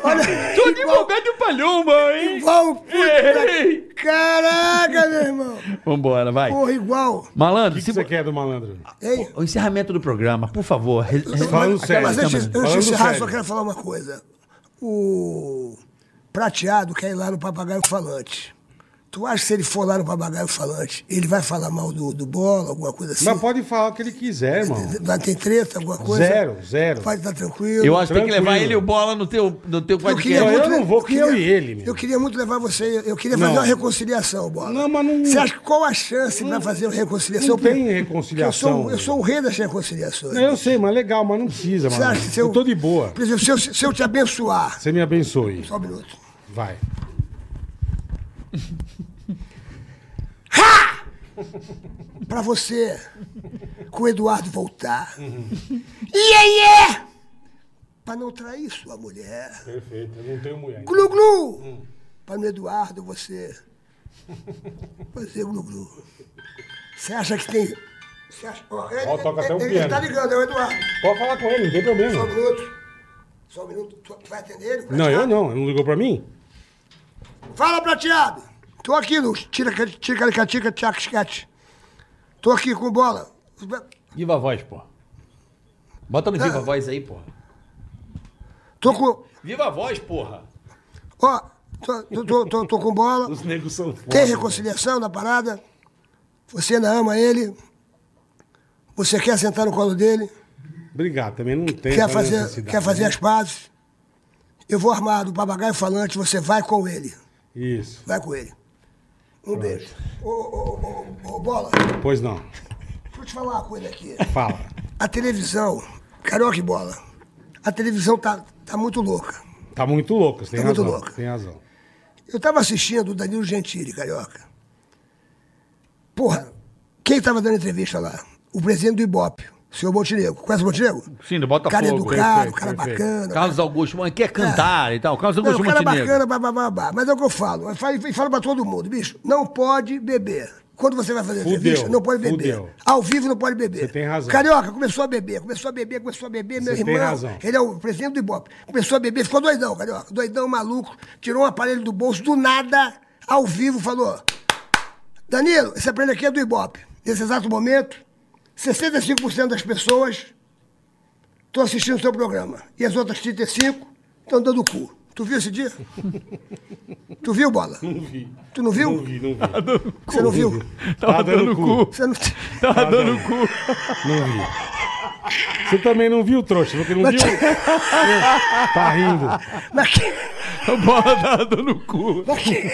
Speaker 1: olha
Speaker 2: Sou advogado Paloma, hein?
Speaker 1: Igual,
Speaker 2: Ei.
Speaker 1: puta. Caraca, meu irmão.
Speaker 4: Vambora, vai.
Speaker 1: Porra, igual.
Speaker 3: O
Speaker 4: Malandro,
Speaker 3: que, que
Speaker 4: se
Speaker 3: você quer do malandro?
Speaker 1: Hein?
Speaker 4: o encerramento do programa, por favor. re- re-
Speaker 3: Falando sério.
Speaker 1: Mas antes,
Speaker 3: Falando
Speaker 1: antes de encerrar,
Speaker 3: sério.
Speaker 1: só quero falar uma coisa. O prateado quer ir lá no papagaio falante. Tu acha que se ele for lá no papagaio falante, ele vai falar mal do, do bola, alguma coisa assim?
Speaker 3: Mas pode falar o que ele quiser, irmão.
Speaker 1: Vai ter treta, alguma coisa?
Speaker 3: Zero, zero.
Speaker 1: Pode estar tranquilo.
Speaker 4: Eu acho que tem que levar
Speaker 3: Tranquilo.
Speaker 4: ele e o Bola no teu, no teu
Speaker 3: queria
Speaker 4: podcast.
Speaker 3: muito- eu não vou, que eu
Speaker 1: queria-
Speaker 3: e ele, meu.
Speaker 1: Eu queria muito levar você, eu queria
Speaker 3: Não.
Speaker 1: fazer uma reconciliação, Bola.
Speaker 3: Não, mas não-
Speaker 1: Você acha que qual a chance pra fazer uma reconciliação?
Speaker 3: não tem
Speaker 1: Porque-
Speaker 3: reconciliação,
Speaker 1: porque Eu sou, eu sou o rei das reconciliações.
Speaker 3: Eu sei, mas legal, mas não precisa,
Speaker 1: Você
Speaker 3: mano.
Speaker 1: acha que se
Speaker 3: Eu... tô de boa.
Speaker 1: Por exemplo, se eu, se eu te abençoar...
Speaker 3: Você me abençoe.
Speaker 1: Só um minuto.
Speaker 3: Vai.
Speaker 1: Pra você, com o Eduardo voltar.
Speaker 3: Uhum.
Speaker 1: Iê, iê! Pra não trair sua mulher.
Speaker 3: Perfeito, eu não tenho mulher.
Speaker 1: Glu,
Speaker 3: Hum.
Speaker 1: glu! Pra no Eduardo você. Você, glu, glu. Você acha que tem... Você acha... Ó, ele,
Speaker 3: Ó, toca até o
Speaker 1: ele- ele
Speaker 3: piano.
Speaker 1: tá ligando, é o Eduardo.
Speaker 3: Pode falar com ele, não tem
Speaker 1: Só um
Speaker 3: problema.
Speaker 1: minuto. Só um minuto. Tu, tu vai atender ele?
Speaker 3: Não,
Speaker 1: prateado?
Speaker 3: eu não. Ele não ligou pra mim?
Speaker 1: Fala, prateado! Tô aqui no tira tira catica tchac sketch. Tô aqui com bola.
Speaker 4: Viva a voz, pô. Bota no
Speaker 1: Ah.
Speaker 4: Viva a Voz aí, porra.
Speaker 1: Tô com.
Speaker 4: Viva a voz, porra.
Speaker 1: Ó, tô, tô, tô, tô, tô com bola.
Speaker 3: Os negros são foda.
Speaker 1: Tem reconciliação na parada. Você ainda ama ele. Você quer sentar no colo dele.
Speaker 3: Obrigado, também não tem.
Speaker 1: Quer
Speaker 3: essa
Speaker 1: fazer,
Speaker 3: necessidade,
Speaker 1: quer fazer
Speaker 3: né?
Speaker 1: as pazes. Eu vou armado, papagaio falante, você vai com ele.
Speaker 3: Isso.
Speaker 1: Vai com ele. Um beijo. Ô, ô, ô, ô, ô, bola,
Speaker 3: Pois não.
Speaker 1: deixa eu te falar uma coisa aqui.
Speaker 3: Fala.
Speaker 1: A televisão, carioca e bola, a televisão tá, tá muito louca.
Speaker 3: Tá muito louco, você tem
Speaker 1: Tá muito
Speaker 3: razão.
Speaker 1: louca.
Speaker 3: Tem razão.
Speaker 1: Eu tava assistindo o Danilo Gentili, carioca. Porra, quem tava dando entrevista lá? O presidente do Ibope, o senhor Montenegro. Conhece o Montenegro?
Speaker 4: Sim, do Botafogo.
Speaker 1: Cara educado,
Speaker 3: perfeito,
Speaker 1: cara
Speaker 3: perfeito.
Speaker 1: bacana.
Speaker 4: Carlos Augusto, mano, quer cantar e tal. Carlos
Speaker 1: Não,
Speaker 4: Augusto
Speaker 1: o cara é
Speaker 4: Montenegro.
Speaker 1: bacana, bababá. Mas é o que eu falo. Eu falo, e falo pra todo mundo, bicho. Não pode beber. Quando você vai fazer
Speaker 3: Fudeu,
Speaker 1: entrevista, não pode beber.
Speaker 3: fudeu.
Speaker 1: Ao vivo não pode beber.
Speaker 3: Você tem razão.
Speaker 1: Carioca começou a beber, começou a beber, começou a beber. Meu
Speaker 3: Você
Speaker 1: irmão,
Speaker 3: tem razão.
Speaker 1: ele é o presidente do Ibope. Começou a beber, ficou doidão, Carioca. Doidão, maluco. Tirou um aparelho do bolso, do nada, ao vivo, falou... Danilo, esse aparelho aqui é do Ibope. Nesse exato momento, 65% das pessoas estão assistindo o seu programa. E as outras 35 estão dando o cu. Tu viu esse dia? tu viu, Bola? Não vi. Tu não viu?
Speaker 3: Não vi, não vi.
Speaker 1: Você não viu?
Speaker 3: Tava, dando cu.
Speaker 1: Você não...
Speaker 2: Tá dando cu.
Speaker 3: Não vi. Você também não viu, trouxa? Você não viu? tá rindo.
Speaker 1: Naquele...
Speaker 2: A bola tá dando cu.
Speaker 1: Naquele...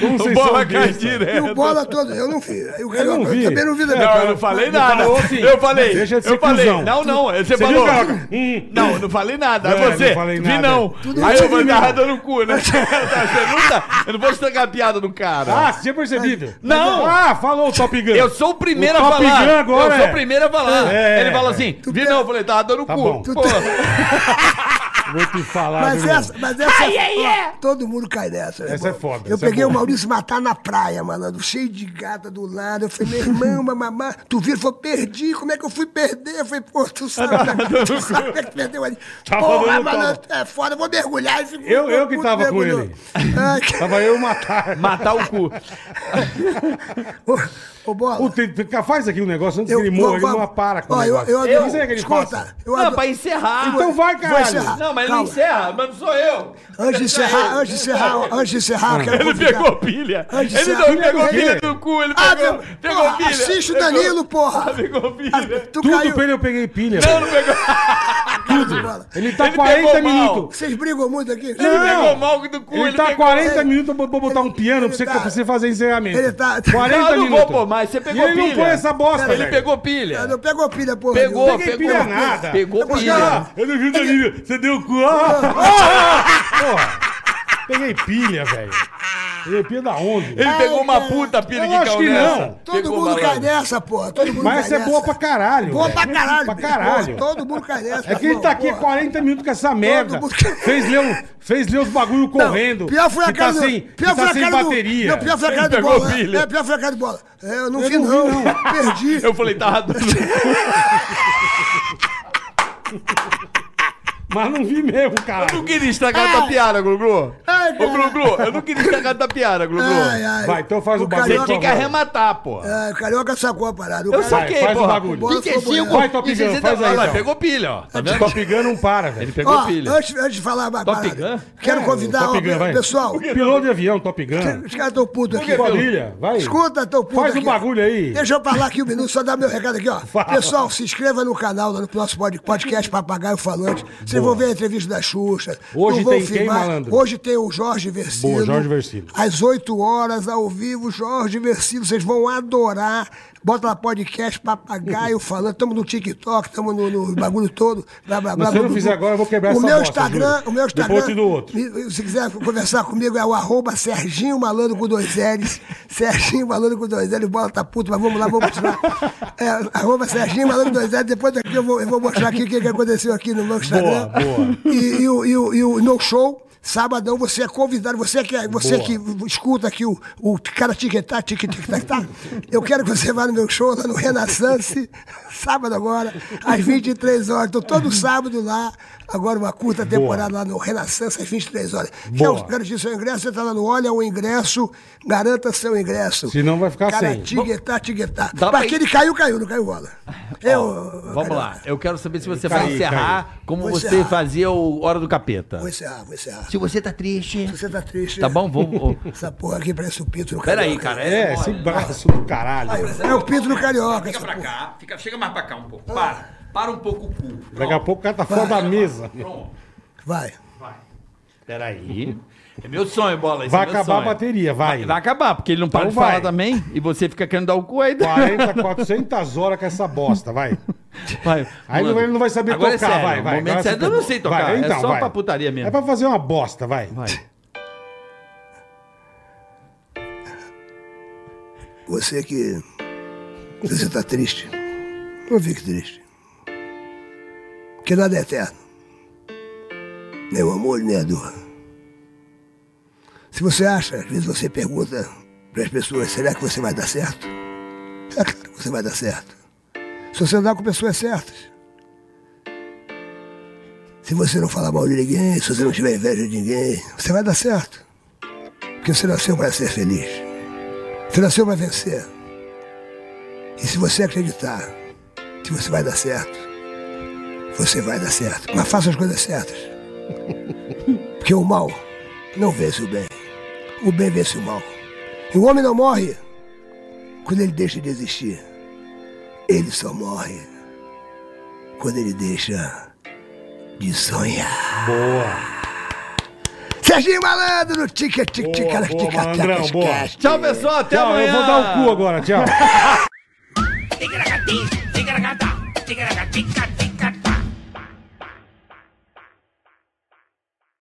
Speaker 3: Como
Speaker 2: A
Speaker 3: vocês
Speaker 2: bola
Speaker 3: são
Speaker 2: cai
Speaker 3: besta?
Speaker 1: E o
Speaker 2: direto.
Speaker 1: Bola todo. Eu não vi. Eu,
Speaker 3: não vi.
Speaker 1: também não vi. né?
Speaker 3: É,
Speaker 1: também.
Speaker 2: Não, eu não falei nada.
Speaker 3: falou assim,
Speaker 2: eu falei.
Speaker 3: deixa de ser
Speaker 2: eu falei.
Speaker 3: cuzão.
Speaker 2: Não, não. Você,
Speaker 3: Você
Speaker 2: falou.
Speaker 3: viu, Carioca? Hum.
Speaker 2: não, eu não falei nada. Aí
Speaker 3: É,
Speaker 2: você.
Speaker 3: não falei
Speaker 2: vi
Speaker 3: nada.
Speaker 2: não.
Speaker 3: Tudo
Speaker 2: Aí
Speaker 3: bem,
Speaker 2: eu vou
Speaker 3: viu?
Speaker 2: dar rada no cu, né? Você não tá- eu não vou estragar a piada do cara.
Speaker 3: Ah, você tinha percebido?
Speaker 2: Não.
Speaker 3: Ah, falou o Top Gun.
Speaker 2: eu sou o primeiro
Speaker 3: O
Speaker 2: a
Speaker 3: Top Gun
Speaker 2: falar.
Speaker 3: agora
Speaker 2: eu sou
Speaker 3: é.
Speaker 2: o primeiro a falar.
Speaker 3: É.
Speaker 1: tá-
Speaker 2: Ele fala assim: vi não, eu falei, tava dando
Speaker 3: Tá
Speaker 2: cu.
Speaker 3: bom.
Speaker 2: Pô.
Speaker 3: Vou te falar,
Speaker 1: Mas
Speaker 3: meu
Speaker 1: essa,
Speaker 3: irmão.
Speaker 1: mas essa é- ó, todo mundo cai nessa. meu
Speaker 3: Essa
Speaker 1: irmão.
Speaker 3: é foda,
Speaker 1: Eu
Speaker 3: essa é
Speaker 1: peguei o
Speaker 3: boa.
Speaker 1: Maurício Matar na praia, malandro, cheio de gata do lado. Eu falei, meu irmão, mamamá, tu viu? Ele falou, perdi, como é que eu fui perder? Eu falei, pô, tu
Speaker 3: Tá
Speaker 1: sabe, né? tu sabe como é que perdeu ali.
Speaker 3: Tava
Speaker 1: Porra,
Speaker 3: dando
Speaker 1: malandro, é foda, eu vou mergulhar. e fico-
Speaker 3: Eu- eu que
Speaker 1: puto
Speaker 3: tava com
Speaker 1: mergulhou.
Speaker 3: ele.
Speaker 1: Ai, que-
Speaker 3: Tava eu matar.
Speaker 4: Matar o cu.
Speaker 1: Ô, ô, Bola.
Speaker 3: O te- te- faz aqui um negócio antes que ele morra, ele
Speaker 1: vamos-
Speaker 3: não para com
Speaker 1: Ó,
Speaker 3: o
Speaker 1: eu,
Speaker 3: negócio.
Speaker 1: eu adoro-
Speaker 3: Isso aí que ele
Speaker 1: escuta,
Speaker 3: faça.
Speaker 1: eu
Speaker 4: Não,
Speaker 1: adoro-
Speaker 4: pra encerrar.
Speaker 3: Então vai,
Speaker 1: Vou
Speaker 3: caralho.
Speaker 1: encerrar.
Speaker 4: Não, mas ele
Speaker 1: Calma.
Speaker 4: não encerra, mas não sou eu.
Speaker 1: Antes de encerrar, antes de encerrar, antes de
Speaker 3: Ah.
Speaker 1: encerrar, eu quero
Speaker 2: Ele
Speaker 1: convidar-
Speaker 2: pegou pilha.
Speaker 1: Antes de
Speaker 2: Ele
Speaker 1: encerrar-
Speaker 2: não pegou
Speaker 3: Por quê?
Speaker 2: pilha do cu, ele
Speaker 1: Ah,
Speaker 2: pegou,
Speaker 1: meu-
Speaker 2: pegou
Speaker 1: porra,
Speaker 2: pilha.
Speaker 1: assiste o
Speaker 2: Pegou-
Speaker 1: Danilo, porra. Ah,
Speaker 2: Pegou pilha.
Speaker 1: Tu
Speaker 3: Tudo
Speaker 1: caiu.
Speaker 3: pra ele eu peguei pilha.
Speaker 2: Não,
Speaker 3: velho.
Speaker 2: não pegou.
Speaker 1: Bola.
Speaker 3: Ele tá
Speaker 2: Ele
Speaker 3: 40
Speaker 2: pegou mal.
Speaker 3: minutos.
Speaker 1: Vocês brigam muito aqui?
Speaker 3: Não.
Speaker 2: Pegou mal do cu,
Speaker 3: Ele,
Speaker 2: ele,
Speaker 3: tá
Speaker 2: pegou.
Speaker 3: 40 minutos pra pra botar um piano
Speaker 1: ele
Speaker 3: pra você,
Speaker 1: tá-
Speaker 3: pra você fazer encerramento.
Speaker 1: ele tá-
Speaker 3: 40
Speaker 4: Não, eu não
Speaker 3: minutos.
Speaker 4: vou pôr mais, você
Speaker 3: E
Speaker 4: pegou
Speaker 3: ele não
Speaker 4: pilha.
Speaker 3: põe essa bosta,
Speaker 1: Ele
Speaker 3: velho.
Speaker 4: Pegou pilha.
Speaker 1: Não pegou pilha, porra.
Speaker 4: Pegou,
Speaker 1: nenhuma.
Speaker 3: Não peguei
Speaker 4: pegou.
Speaker 3: pilha nada.
Speaker 4: Pegou
Speaker 1: Não,
Speaker 4: pilha.
Speaker 3: Ah, eu não vi o Danilo. Você deu o cu. Ah, ah, Porra. Peguei pilha, velho. Peguei pilha da onde?
Speaker 2: Ele pegou uma puta pilha
Speaker 3: Eu
Speaker 2: que
Speaker 3: acho
Speaker 2: caiu
Speaker 3: que
Speaker 2: nessa.
Speaker 3: não.
Speaker 1: Todo
Speaker 2: Pegou
Speaker 1: mundo cai
Speaker 2: malandro.
Speaker 1: nessa, porra. Todo mundo
Speaker 3: Mas
Speaker 1: cai
Speaker 3: essa é
Speaker 1: nessa.
Speaker 3: boa pra caralho.
Speaker 1: Boa
Speaker 3: velho.
Speaker 1: pra caralho.
Speaker 3: Pra
Speaker 1: bicho.
Speaker 3: caralho.
Speaker 1: Porra, todo mundo cai nessa.
Speaker 3: É que ele
Speaker 1: irmão,
Speaker 3: tá aqui
Speaker 1: porra.
Speaker 3: 40 minutos com essa merda.
Speaker 1: mundo-
Speaker 3: Fez ler, o- fez ler os bagulho
Speaker 1: Não,
Speaker 3: correndo.
Speaker 1: Pior foi a
Speaker 3: que tá
Speaker 1: cara do.
Speaker 3: sem,
Speaker 1: pior
Speaker 3: que
Speaker 1: foi
Speaker 3: tá
Speaker 1: a
Speaker 3: sem
Speaker 1: cara do-
Speaker 3: bateria.
Speaker 1: Não, pior foi a cara do
Speaker 2: pegou
Speaker 1: bola.
Speaker 2: pilha.
Speaker 1: É, pior foi a cara do bola. É, eu não vi,
Speaker 3: não vi,
Speaker 1: não.
Speaker 3: não.
Speaker 1: Perdi.
Speaker 2: Eu falei, tava dando.
Speaker 3: Mas não vi mesmo,
Speaker 2: Eu não
Speaker 3: caralho.
Speaker 2: queria estragar a tua piada, Gluglu.
Speaker 1: Ai,
Speaker 2: Ô,
Speaker 1: cara.
Speaker 2: Gluglu, eu não queria estragar a tua piada, Gluglu.
Speaker 1: Ai, ai.
Speaker 3: Vai, então faz o bagulho,
Speaker 2: Você
Speaker 1: Carioca-
Speaker 2: tinha que arrematar, pô.
Speaker 1: Ah, o Carioca sacou a parada. O
Speaker 2: Eu
Speaker 1: cara-
Speaker 2: saquei,
Speaker 3: faz o
Speaker 2: porra.
Speaker 3: bagulho.
Speaker 1: Bola ficou
Speaker 2: 55.
Speaker 1: boiando.
Speaker 3: Vai, Top
Speaker 2: e
Speaker 3: Gun,
Speaker 2: 60,
Speaker 1: tá
Speaker 3: faz aí,
Speaker 2: vai,
Speaker 3: então.
Speaker 2: Pegou pilha, ó. Tá vendo?
Speaker 3: Top Gun não para, velho.
Speaker 2: Ele pegou
Speaker 1: Ó,
Speaker 2: pilha.
Speaker 1: antes, antes de falar uma parada,
Speaker 2: Gun?
Speaker 1: quero
Speaker 3: É,
Speaker 1: convidar
Speaker 3: Top
Speaker 1: o
Speaker 3: Gun, vai.
Speaker 1: pessoal.
Speaker 3: Piloto de avião, Top Gun.
Speaker 1: Os caras estão putos aqui.
Speaker 3: Quadrilha, vai.
Speaker 1: Escuta, teu puto.
Speaker 3: Faz um
Speaker 1: aqui.
Speaker 3: bagulho aí.
Speaker 1: Deixa eu falar aqui um minuto, só dar meu recado aqui, ó.
Speaker 3: Fala.
Speaker 1: Pessoal, se inscreva no canal, no nosso pod- podcast Papagaio Falante. Vocês vão ver a entrevista da Xuxa.
Speaker 3: Hoje
Speaker 1: Não vão
Speaker 3: tem quem, malandro?
Speaker 1: Hoje tem o Jorge Versilo.
Speaker 3: Boa, Jorge Versilo.
Speaker 1: Às 8 horas, ao vivo, Jorge Versilo. Vocês vão adorar. Bota lá podcast Papagaio Falante. Estamos no TikTok, estamos no, no bagulho todo. Blá, blá, blá,
Speaker 3: se eu não
Speaker 1: blá,
Speaker 3: fizer
Speaker 1: blá.
Speaker 3: agora, eu vou quebrar
Speaker 1: o
Speaker 3: essa
Speaker 1: meu
Speaker 3: bosta,
Speaker 1: Instagram,
Speaker 3: juro.
Speaker 1: O meu
Speaker 3: Depois
Speaker 1: Instagram.
Speaker 3: eu te dou outro.
Speaker 1: E Se quiser conversar comigo, é o arroba Serginho Malandro com dois L's. Serginho Malandro com dois L's, bola tá puto, mas vamos lá, vamos mostrar. É, arroba Serginho Malandro com dois L's, depois daqui eu vou, eu vou mostrar aqui o que, que aconteceu aqui no meu Instagram.
Speaker 3: boa.
Speaker 1: E, e o, e, o, e o No Show. Sabadão, você é convidado, você que, você que escuta aqui o, o cara tiquetá, tiquetá, eu quero que você vá no meu show lá no Renaissance, sábado agora, às 23 horas. Estou todo sábado lá, agora uma curta temporada lá no Renaissance, às 23 horas.
Speaker 3: Boa.
Speaker 1: Quer garantir seu ingresso? Você está lá no Olha o Ingresso, garanta seu ingresso.
Speaker 3: Senão vai ficar
Speaker 1: cara,
Speaker 3: sem.
Speaker 1: Tiquetá, tiquetá. Mas
Speaker 4: Dá pra- Ah,
Speaker 1: que ele caiu, caiu, não caiu bola. Eu,
Speaker 4: Vamos lá. Eu quero saber se você
Speaker 3: Caiu,
Speaker 4: vai encerrar como
Speaker 1: Vou
Speaker 4: você
Speaker 1: encerrar.
Speaker 4: fazia o Hora do Capeta.
Speaker 1: Vou encerrar, vou encerrar.
Speaker 4: Se você tá triste,
Speaker 1: Você tá triste.
Speaker 4: tá bom? Vamos.
Speaker 1: Essa porra aqui parece o pito do
Speaker 4: Peraí,
Speaker 1: carioca.
Speaker 4: cara.
Speaker 3: É, esse braço do caralho.
Speaker 1: É o pito do carioca.
Speaker 5: Fica
Speaker 1: essa
Speaker 5: pra
Speaker 1: porra.
Speaker 5: cá, fica, chega mais pra cá um pouco. Para. Para um pouco o cu.
Speaker 3: Daqui a
Speaker 5: Pronto,
Speaker 3: pouco o cara tá fora da mesa.
Speaker 5: pronto.
Speaker 1: Vai.
Speaker 5: Vai.
Speaker 4: Peraí. É meu sonho, bola. esse
Speaker 3: Vai
Speaker 4: é meu
Speaker 3: acabar a
Speaker 4: sonho.
Speaker 3: bateria, vai.
Speaker 4: Vai acabar, porque ele não para
Speaker 3: Então
Speaker 4: de falar
Speaker 3: vai.
Speaker 4: também. E você fica querendo dar o cu aí.
Speaker 3: 40, 400 horas com essa bosta, vai.
Speaker 4: Vai.
Speaker 3: Aí
Speaker 4: Mano,
Speaker 3: não- ele não vai saber
Speaker 4: agora é
Speaker 3: tocar,
Speaker 4: sério,
Speaker 3: vai, vai.
Speaker 4: Momento
Speaker 3: Agora
Speaker 4: sério,
Speaker 3: você-
Speaker 4: eu não sei tocar.
Speaker 3: Vai,
Speaker 4: é
Speaker 3: então,
Speaker 4: só
Speaker 3: vai.
Speaker 4: pra putaria mesmo.
Speaker 3: É pra fazer uma bosta, vai.
Speaker 4: Vai.
Speaker 1: Você que. Você tá triste. Não fique triste. Que nada é eterno. Nem o amor, nem a dor. Se você acha, às vezes você pergunta para as pessoas, será que você vai dar certo? É claro que você vai dar certo. Se você andar com pessoas certas. Se você não falar mal de ninguém, se você não tiver inveja de ninguém, você vai dar certo. Porque você nasceu para ser feliz. Você nasceu para vencer. E se você acreditar que você vai dar certo, você vai dar certo. Mas faça as coisas certas. Porque o mal não vence o bem. O bem vence o mal. E o homem não morre quando ele deixa de existir. Ele só morre quando ele deixa de sonhar.
Speaker 3: Boa.
Speaker 1: Serginho Malandro, no tica tica
Speaker 3: Boa,
Speaker 1: tica
Speaker 3: boa,
Speaker 1: tica
Speaker 3: malandrão, boa.
Speaker 1: tica
Speaker 4: Tchau, pessoal. Até
Speaker 3: Tchau,
Speaker 4: amanhã.
Speaker 3: eu vou dar o cu agora, tchau.
Speaker 6: Tica-tica-tica, tica-tica-tica,